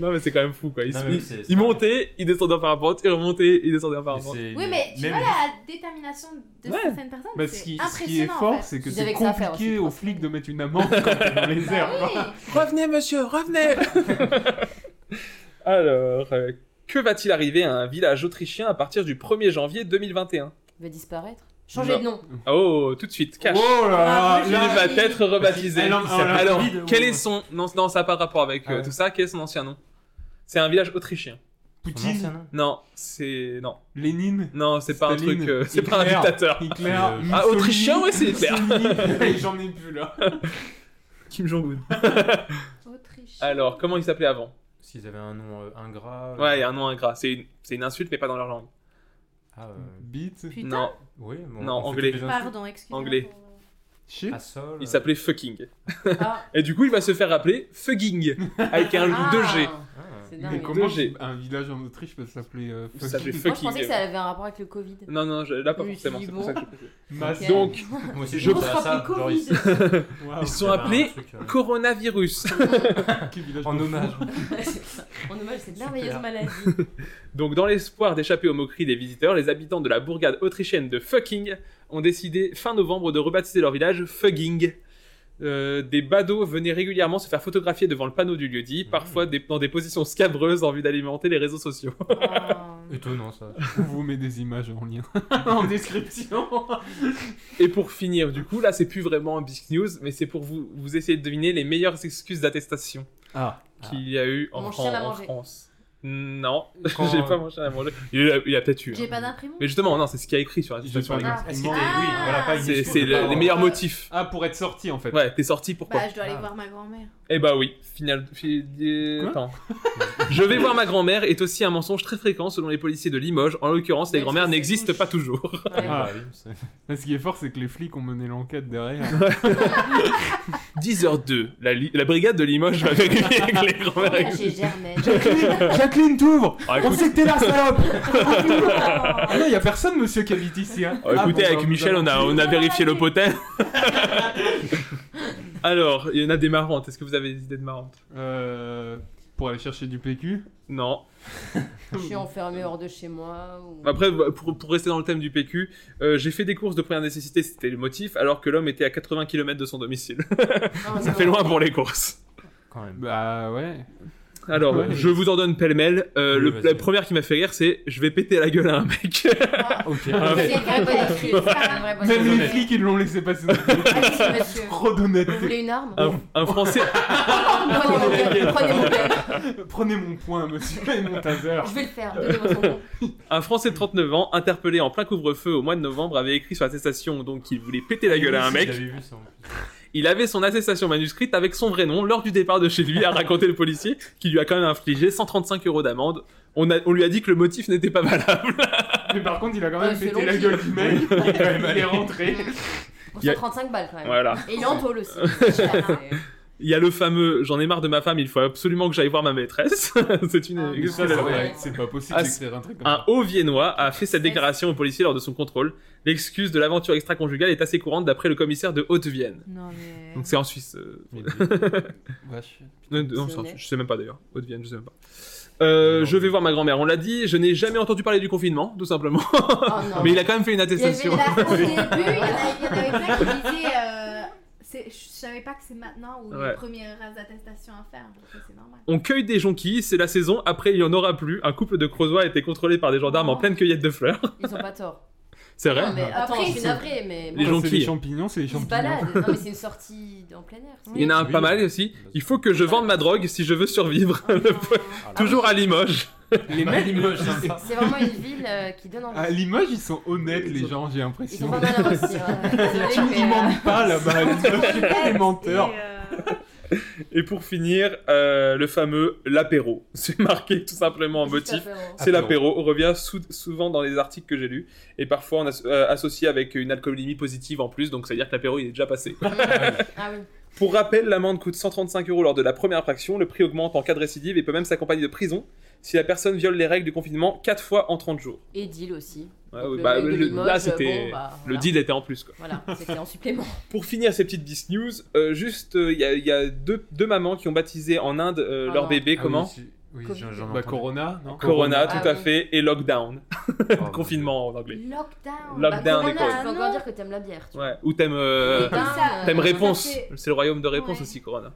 [SPEAKER 7] non mais c'est quand même fou quoi. Ils,
[SPEAKER 10] Non, mais
[SPEAKER 7] ils-
[SPEAKER 10] c'est-
[SPEAKER 7] ils montaient, ils descendaient en parapente, ils remontaient, ils descendaient en
[SPEAKER 10] Mais
[SPEAKER 7] parapente.
[SPEAKER 10] c'est-
[SPEAKER 9] Oui, mais tu
[SPEAKER 10] même-
[SPEAKER 9] vois la détermination de
[SPEAKER 7] Ouais.
[SPEAKER 9] certaines personnes.
[SPEAKER 4] Bah, ce,
[SPEAKER 9] c'est
[SPEAKER 4] qui, ce qui est
[SPEAKER 9] impressionnant.
[SPEAKER 4] fort,
[SPEAKER 9] en fait.
[SPEAKER 4] c'est que
[SPEAKER 8] Ils
[SPEAKER 4] c'est
[SPEAKER 8] avaient que ça Ah à faire
[SPEAKER 4] compliqué
[SPEAKER 8] aussi,
[SPEAKER 4] aux
[SPEAKER 8] trois
[SPEAKER 4] flics de mettre une amende quand t'es dans les airs.
[SPEAKER 9] Bah
[SPEAKER 4] quoi.
[SPEAKER 9] oui.
[SPEAKER 7] Revenez, monsieur, revenez Alors, euh, que va-t-il arriver à un village autrichien à partir du 1er janvier 2021
[SPEAKER 8] Il va disparaître. Changer de nom.
[SPEAKER 7] Oh, tout de suite, cash
[SPEAKER 4] Oh là là,
[SPEAKER 9] Ah,
[SPEAKER 7] Il
[SPEAKER 9] là,
[SPEAKER 7] va
[SPEAKER 9] il-
[SPEAKER 7] être rebaptisé.
[SPEAKER 4] Alors,
[SPEAKER 10] Il s'appelle
[SPEAKER 7] Alors,
[SPEAKER 10] Covid ou-
[SPEAKER 7] quel est son... Non, non ça n'a pas rapport avec euh,
[SPEAKER 4] Ah ouais.
[SPEAKER 7] tout ça. Quel est son ancien nom C'est un village autrichien.
[SPEAKER 10] Son ancien
[SPEAKER 4] Poutine,
[SPEAKER 10] nom
[SPEAKER 7] Non, c'est... Non,
[SPEAKER 4] Lénine,
[SPEAKER 7] non c'est pas un
[SPEAKER 4] Staline,
[SPEAKER 7] truc... euh, c'est pas un
[SPEAKER 4] Hitler.
[SPEAKER 7] dictateur.
[SPEAKER 4] Hitler,
[SPEAKER 10] Ah,
[SPEAKER 4] Mussolini,
[SPEAKER 7] autrichien, ouais, c'est Hitler.
[SPEAKER 4] Mussolini. J'en ai plus là.
[SPEAKER 7] Kim Jong-un.
[SPEAKER 9] Autriche.
[SPEAKER 7] Alors, comment il s'appelait avant
[SPEAKER 10] S'ils avaient un nom euh, ingrat. euh,
[SPEAKER 7] Ouais, il y a un nom ingrat. C'est une... c'est une insulte, mais pas dans leur langue.
[SPEAKER 10] Ah, euh,
[SPEAKER 4] Beat,
[SPEAKER 9] Putain.
[SPEAKER 7] Non,
[SPEAKER 10] oui, bon,
[SPEAKER 7] Non,
[SPEAKER 10] on fait
[SPEAKER 7] anglais.
[SPEAKER 10] toutes les insultes.
[SPEAKER 9] Pardon, excusez-moi.
[SPEAKER 7] Anglais.
[SPEAKER 9] pour-
[SPEAKER 4] shit.
[SPEAKER 10] Assol,
[SPEAKER 7] il
[SPEAKER 10] euh,
[SPEAKER 7] s'appelait Fucking.
[SPEAKER 8] Ah.
[SPEAKER 7] Et du coup, il va se faire appeler Fugging, avec un
[SPEAKER 8] Ah.
[SPEAKER 7] 2G.
[SPEAKER 10] ah,
[SPEAKER 8] C'est dingue.
[SPEAKER 4] Mais
[SPEAKER 8] Moi,
[SPEAKER 4] comment
[SPEAKER 7] Deux G.
[SPEAKER 4] un village en Autriche peut s'appeler euh,
[SPEAKER 7] Ça fait
[SPEAKER 4] fucking
[SPEAKER 8] je
[SPEAKER 7] fucking.
[SPEAKER 8] pensais que ça avait un rapport avec le Covid.
[SPEAKER 7] Non, non, je- là pas
[SPEAKER 8] Je me suis
[SPEAKER 7] forcément,
[SPEAKER 8] dit,
[SPEAKER 7] c'est
[SPEAKER 8] bon.
[SPEAKER 7] pour ça que je préfère.
[SPEAKER 4] Mass-
[SPEAKER 8] Ok.
[SPEAKER 7] Donc,
[SPEAKER 10] Moi aussi,
[SPEAKER 7] Je
[SPEAKER 10] pensais à
[SPEAKER 8] pense
[SPEAKER 10] ça,
[SPEAKER 8] que
[SPEAKER 10] genre,
[SPEAKER 8] Covid.
[SPEAKER 10] ils-
[SPEAKER 4] Waouh,
[SPEAKER 7] Ils
[SPEAKER 10] il y
[SPEAKER 7] sont
[SPEAKER 10] avait un
[SPEAKER 7] appelés
[SPEAKER 10] truc, euh,
[SPEAKER 7] coronavirus.
[SPEAKER 4] quel village
[SPEAKER 10] en
[SPEAKER 4] de fous.
[SPEAKER 10] hommage.
[SPEAKER 8] en hommage à cette merveilleuse
[SPEAKER 10] Super.
[SPEAKER 8] maladie.
[SPEAKER 7] Donc, dans l'espoir d'échapper aux moqueries des visiteurs, les habitants de la bourgade autrichienne de Fucking ont décidé fin novembre de rebaptiser leur village Fugging. Euh, des badauds venaient régulièrement se faire photographier devant le panneau du lieu-dit, parfois des- dans des positions scabreuses en vue d'alimenter les réseaux sociaux.
[SPEAKER 8] Oh.
[SPEAKER 10] Étonnant ça.
[SPEAKER 4] On vous met des images en lien, en description.
[SPEAKER 7] Et pour finir, du coup, là, c'est plus vraiment un Bisque News, mais c'est pour vous, vous essayer de deviner les meilleures excuses d'attestation
[SPEAKER 4] Ah,
[SPEAKER 7] qu'il y a eu en,
[SPEAKER 8] Mon chien
[SPEAKER 7] Fran-
[SPEAKER 8] l'a
[SPEAKER 7] en
[SPEAKER 8] mangé.
[SPEAKER 7] France. Non,
[SPEAKER 10] Quand-
[SPEAKER 7] j'ai pas mon chien à manger. Il a, il a peut-être eu.
[SPEAKER 9] J'ai
[SPEAKER 7] hein.
[SPEAKER 9] pas d'imprimante.
[SPEAKER 7] Mais justement, non, c'est ce qu'il y a écrit sur la
[SPEAKER 4] j'ai pas
[SPEAKER 7] sur la-
[SPEAKER 4] ah,
[SPEAKER 10] Ah, c'était- oui, voilà, pas une
[SPEAKER 7] C'est
[SPEAKER 10] excuse
[SPEAKER 7] c'est
[SPEAKER 10] de
[SPEAKER 7] le-
[SPEAKER 10] pas
[SPEAKER 7] les
[SPEAKER 10] avoir-
[SPEAKER 7] meilleurs motifs.
[SPEAKER 4] ah, pour être sorti en fait.
[SPEAKER 7] Ouais, t'es sorti, pourquoi
[SPEAKER 9] Bah, je dois aller
[SPEAKER 4] Ah.
[SPEAKER 9] voir ma grand-mère.
[SPEAKER 7] Eh bah oui, final. fi- euh,
[SPEAKER 4] Quoi
[SPEAKER 7] Attends. Je vais voir ma grand-mère est aussi un mensonge très fréquent selon les policiers de Limoges. En l'occurrence, les
[SPEAKER 8] Ouais,
[SPEAKER 7] grand-mères
[SPEAKER 8] ça, c'est
[SPEAKER 7] n'existent
[SPEAKER 8] louche.
[SPEAKER 7] pas toujours.
[SPEAKER 8] Ouais.
[SPEAKER 4] Ah.
[SPEAKER 10] oui, c'est-
[SPEAKER 4] Là, ce qui est fort, c'est que les flics ont mené l'enquête derrière.
[SPEAKER 7] 10h02, la, li- la brigade de Limoges va vérifier que les grand-mères
[SPEAKER 8] Ah,
[SPEAKER 7] existent.
[SPEAKER 8] Chez Germaine.
[SPEAKER 4] Jacqueline, Jacqueline, t'ouvres
[SPEAKER 7] Ah, écoute-
[SPEAKER 4] On sait que t'es là, salope Ah non, y a personne, monsieur, qui habite ici. Hein.
[SPEAKER 7] Oh, écoutez,
[SPEAKER 4] Ah, bon,
[SPEAKER 7] avec
[SPEAKER 4] bah,
[SPEAKER 7] Michel, on a, on a
[SPEAKER 8] Non,
[SPEAKER 7] vérifié
[SPEAKER 8] non,
[SPEAKER 7] le
[SPEAKER 8] non.
[SPEAKER 7] potin. Alors, il y en a des marrantes. Est-ce que vous avez des idées de marrantes
[SPEAKER 4] Euh, pour aller chercher du PQ
[SPEAKER 7] Non.
[SPEAKER 8] Je suis enfermée hors de chez moi. Ou...
[SPEAKER 7] Après, bah, pour, pour rester dans le thème du PQ, euh, j'ai fait des courses de première nécessité, c'était le motif, alors que l'homme était à 80 km de son domicile.
[SPEAKER 8] Ah,
[SPEAKER 7] Ça
[SPEAKER 8] non.
[SPEAKER 7] fait loin pour les courses.
[SPEAKER 10] Quand même.
[SPEAKER 4] Bah ouais.
[SPEAKER 7] Alors,
[SPEAKER 4] Ouais.
[SPEAKER 7] je vous en donne pêle-mêle. Euh,
[SPEAKER 10] Oui,
[SPEAKER 7] le-
[SPEAKER 10] vas-y.
[SPEAKER 7] la première qui m'a fait rire, c'est je vais péter la gueule à un mec. Bah,
[SPEAKER 10] Ok.
[SPEAKER 7] Ah,
[SPEAKER 8] C'est une vraie bonne excuse. C'est une vraie bonne
[SPEAKER 4] Même
[SPEAKER 8] excuse.
[SPEAKER 4] les flics, ils l'ont laissé passer.
[SPEAKER 8] Allez-y, monsieur.
[SPEAKER 4] Trop
[SPEAKER 8] Vous
[SPEAKER 4] d'honnêteté.
[SPEAKER 8] voulez une arme
[SPEAKER 10] Ah
[SPEAKER 7] un, un Français.
[SPEAKER 8] Prenez mon gun, prenez mon gun.
[SPEAKER 4] Prenez mon point, monsieur, et mon taser.
[SPEAKER 8] Je vais le faire. Donnez votre nom.
[SPEAKER 7] Un Français de 39 ans, interpellé en plein couvre-feu au mois de novembre, avait écrit sur l'attestation donc qu'il voulait péter la gueule à un
[SPEAKER 10] Ah Oui,
[SPEAKER 7] mec.
[SPEAKER 10] J'avais vu ça en plus.
[SPEAKER 7] Il avait son attestation manuscrite avec son vrai nom lors du départ de chez lui, a raconté le policier, qui lui a quand même infligé 135 euros d'amende. On, a- on lui a dit que le motif n'était pas valable.
[SPEAKER 4] Mais par contre, il a quand même
[SPEAKER 8] Ouais, c'est
[SPEAKER 4] pété
[SPEAKER 8] long,
[SPEAKER 4] la
[SPEAKER 8] il-
[SPEAKER 4] gueule du mec. Il est quand même allé rentrer.
[SPEAKER 8] Pour
[SPEAKER 7] Il y a-
[SPEAKER 8] 135 balles quand même.
[SPEAKER 7] Voilà.
[SPEAKER 8] Et il est en tôle aussi. C'est cher, hein.
[SPEAKER 7] Il y a le fameux J'en ai marre de ma femme, il faut absolument que j'aille voir ma maîtresse. C'est une.
[SPEAKER 8] Ah,
[SPEAKER 4] Mais
[SPEAKER 7] excuse
[SPEAKER 4] ça,
[SPEAKER 7] à
[SPEAKER 4] C'est
[SPEAKER 7] la-
[SPEAKER 4] vrai, c'est pas possible
[SPEAKER 7] Ah,
[SPEAKER 4] d'écrire un truc comme
[SPEAKER 7] Un
[SPEAKER 4] ça.
[SPEAKER 7] haut viennois a fait cette déclaration au policier lors de son contrôle. L'excuse de l'aventure extra-conjugale est assez courante d'après le commissaire de Haute-Vienne.
[SPEAKER 9] Non, mais.
[SPEAKER 7] Donc c'est en Suisse. euh,
[SPEAKER 4] Mais- Vache.
[SPEAKER 7] Non, non, c'est en
[SPEAKER 8] honnête.
[SPEAKER 7] Suisse, je sais même pas d'ailleurs. Haute-Vienne, je sais même pas. Euh,
[SPEAKER 10] Non,
[SPEAKER 7] je vais
[SPEAKER 10] mais-
[SPEAKER 7] voir ma grand-mère, on l'a dit. Je n'ai jamais entendu parler du confinement, tout simplement.
[SPEAKER 8] Oh non.
[SPEAKER 7] Mais il a quand même fait une
[SPEAKER 8] Il y avait
[SPEAKER 7] attestation.
[SPEAKER 8] la-
[SPEAKER 9] Bah, Au début, il y en a- il y en avait plein qui disaient. euh, c'est- Je savais pas que c'est maintenant ou
[SPEAKER 7] Ouais.
[SPEAKER 9] les premières attestations à faire. donc C'est normal.
[SPEAKER 7] On cueille des jonquilles, c'est la saison, après il y en aura plus. Un couple de Crozois a été contrôlé par des gendarmes en pleine cueillette de fleurs.
[SPEAKER 8] Ils ont pas tort.
[SPEAKER 7] C'est vrai
[SPEAKER 8] Non, mais attends,
[SPEAKER 9] Après,
[SPEAKER 8] je suis
[SPEAKER 9] c'est-
[SPEAKER 8] navrée, mais.
[SPEAKER 4] Les
[SPEAKER 7] Les gens
[SPEAKER 4] C'est
[SPEAKER 7] qui-
[SPEAKER 4] les champignons, c'est les
[SPEAKER 8] Ils se
[SPEAKER 4] champignons.
[SPEAKER 8] baladent. Non, mais c'est une sortie en plein air. ça.
[SPEAKER 7] Il y en a un
[SPEAKER 10] Oui.
[SPEAKER 7] pas mal aussi. Il faut que je vende ma drogue si je veux survivre.
[SPEAKER 8] Oh non.
[SPEAKER 7] Toujours à Limoges.
[SPEAKER 4] Les mecs,
[SPEAKER 8] C'est vraiment une ville euh, qui donne
[SPEAKER 4] À
[SPEAKER 7] Ah,
[SPEAKER 8] envie.
[SPEAKER 4] Limoges, ils sont honnêtes, les gens, j'ai
[SPEAKER 8] Ils
[SPEAKER 4] l'impression.
[SPEAKER 8] sont pas malheureux aussi. hein.
[SPEAKER 4] Tu
[SPEAKER 8] Désolée,
[SPEAKER 4] ne
[SPEAKER 8] mais, euh,
[SPEAKER 4] mentent pas là-bas, ils sont pas des menteurs.
[SPEAKER 9] Et, euh,
[SPEAKER 7] Et pour finir, euh, le fameux l'apéro. C'est marqué tout simplement en
[SPEAKER 8] juste
[SPEAKER 7] motif.
[SPEAKER 8] apéro.
[SPEAKER 7] C'est
[SPEAKER 10] Apéro.
[SPEAKER 7] l'apéro. On revient sou- souvent dans les articles que j'ai lus. Et parfois on as- euh, associé avec une alcoolémie positive en plus. Donc ça veut dire que l'apéro il est déjà passé.
[SPEAKER 8] Ah oui.
[SPEAKER 7] Pour rappel, l'amende coûte 135 euros lors de la première infraction. Le prix augmente en cas de récidive et peut même s'accompagner de prison si la personne viole les règles du confinement 4 fois en 30 jours.
[SPEAKER 8] Et deal aussi.
[SPEAKER 7] Ouais,
[SPEAKER 8] Donc,
[SPEAKER 7] ouais,
[SPEAKER 8] le
[SPEAKER 7] bah,
[SPEAKER 8] mec de
[SPEAKER 7] le-
[SPEAKER 8] Limoges,
[SPEAKER 7] là, c'était.
[SPEAKER 8] bon, bah,
[SPEAKER 7] Le
[SPEAKER 8] voilà.
[SPEAKER 7] deal était en plus. Quoi.
[SPEAKER 8] Voilà, c'était en supplément.
[SPEAKER 7] Pour finir ces petites bis news, euh, juste, il y a, y a deux, deux mamans qui ont baptisé en Inde euh,
[SPEAKER 8] Ah
[SPEAKER 7] leur
[SPEAKER 8] non.
[SPEAKER 7] bébé.
[SPEAKER 10] Ah
[SPEAKER 7] comment
[SPEAKER 10] oui, si- Oui,
[SPEAKER 8] Covid.
[SPEAKER 10] j'en- j'en ai
[SPEAKER 4] Bah,
[SPEAKER 10] entendu.
[SPEAKER 4] Corona, non
[SPEAKER 7] Corona,
[SPEAKER 8] Ah
[SPEAKER 7] tout à
[SPEAKER 8] oui.
[SPEAKER 7] fait, et lockdown.
[SPEAKER 10] Oh, mon
[SPEAKER 7] Confinement en anglais.
[SPEAKER 9] Lockdown.
[SPEAKER 7] Lockdown,
[SPEAKER 9] Bah,
[SPEAKER 7] les
[SPEAKER 9] Corona,
[SPEAKER 7] causes.
[SPEAKER 8] Tu peux
[SPEAKER 9] non.
[SPEAKER 8] encore dire que t'aimes la bière. tu vois.
[SPEAKER 7] Ouais. Ou t'aimes euh,
[SPEAKER 8] Et ben,
[SPEAKER 9] ça,
[SPEAKER 8] euh,
[SPEAKER 7] t'aimes
[SPEAKER 8] ça,
[SPEAKER 7] réponse. Ah.
[SPEAKER 9] c'est-
[SPEAKER 7] C'est le royaume de réponse
[SPEAKER 9] Ouais.
[SPEAKER 7] aussi, Corona.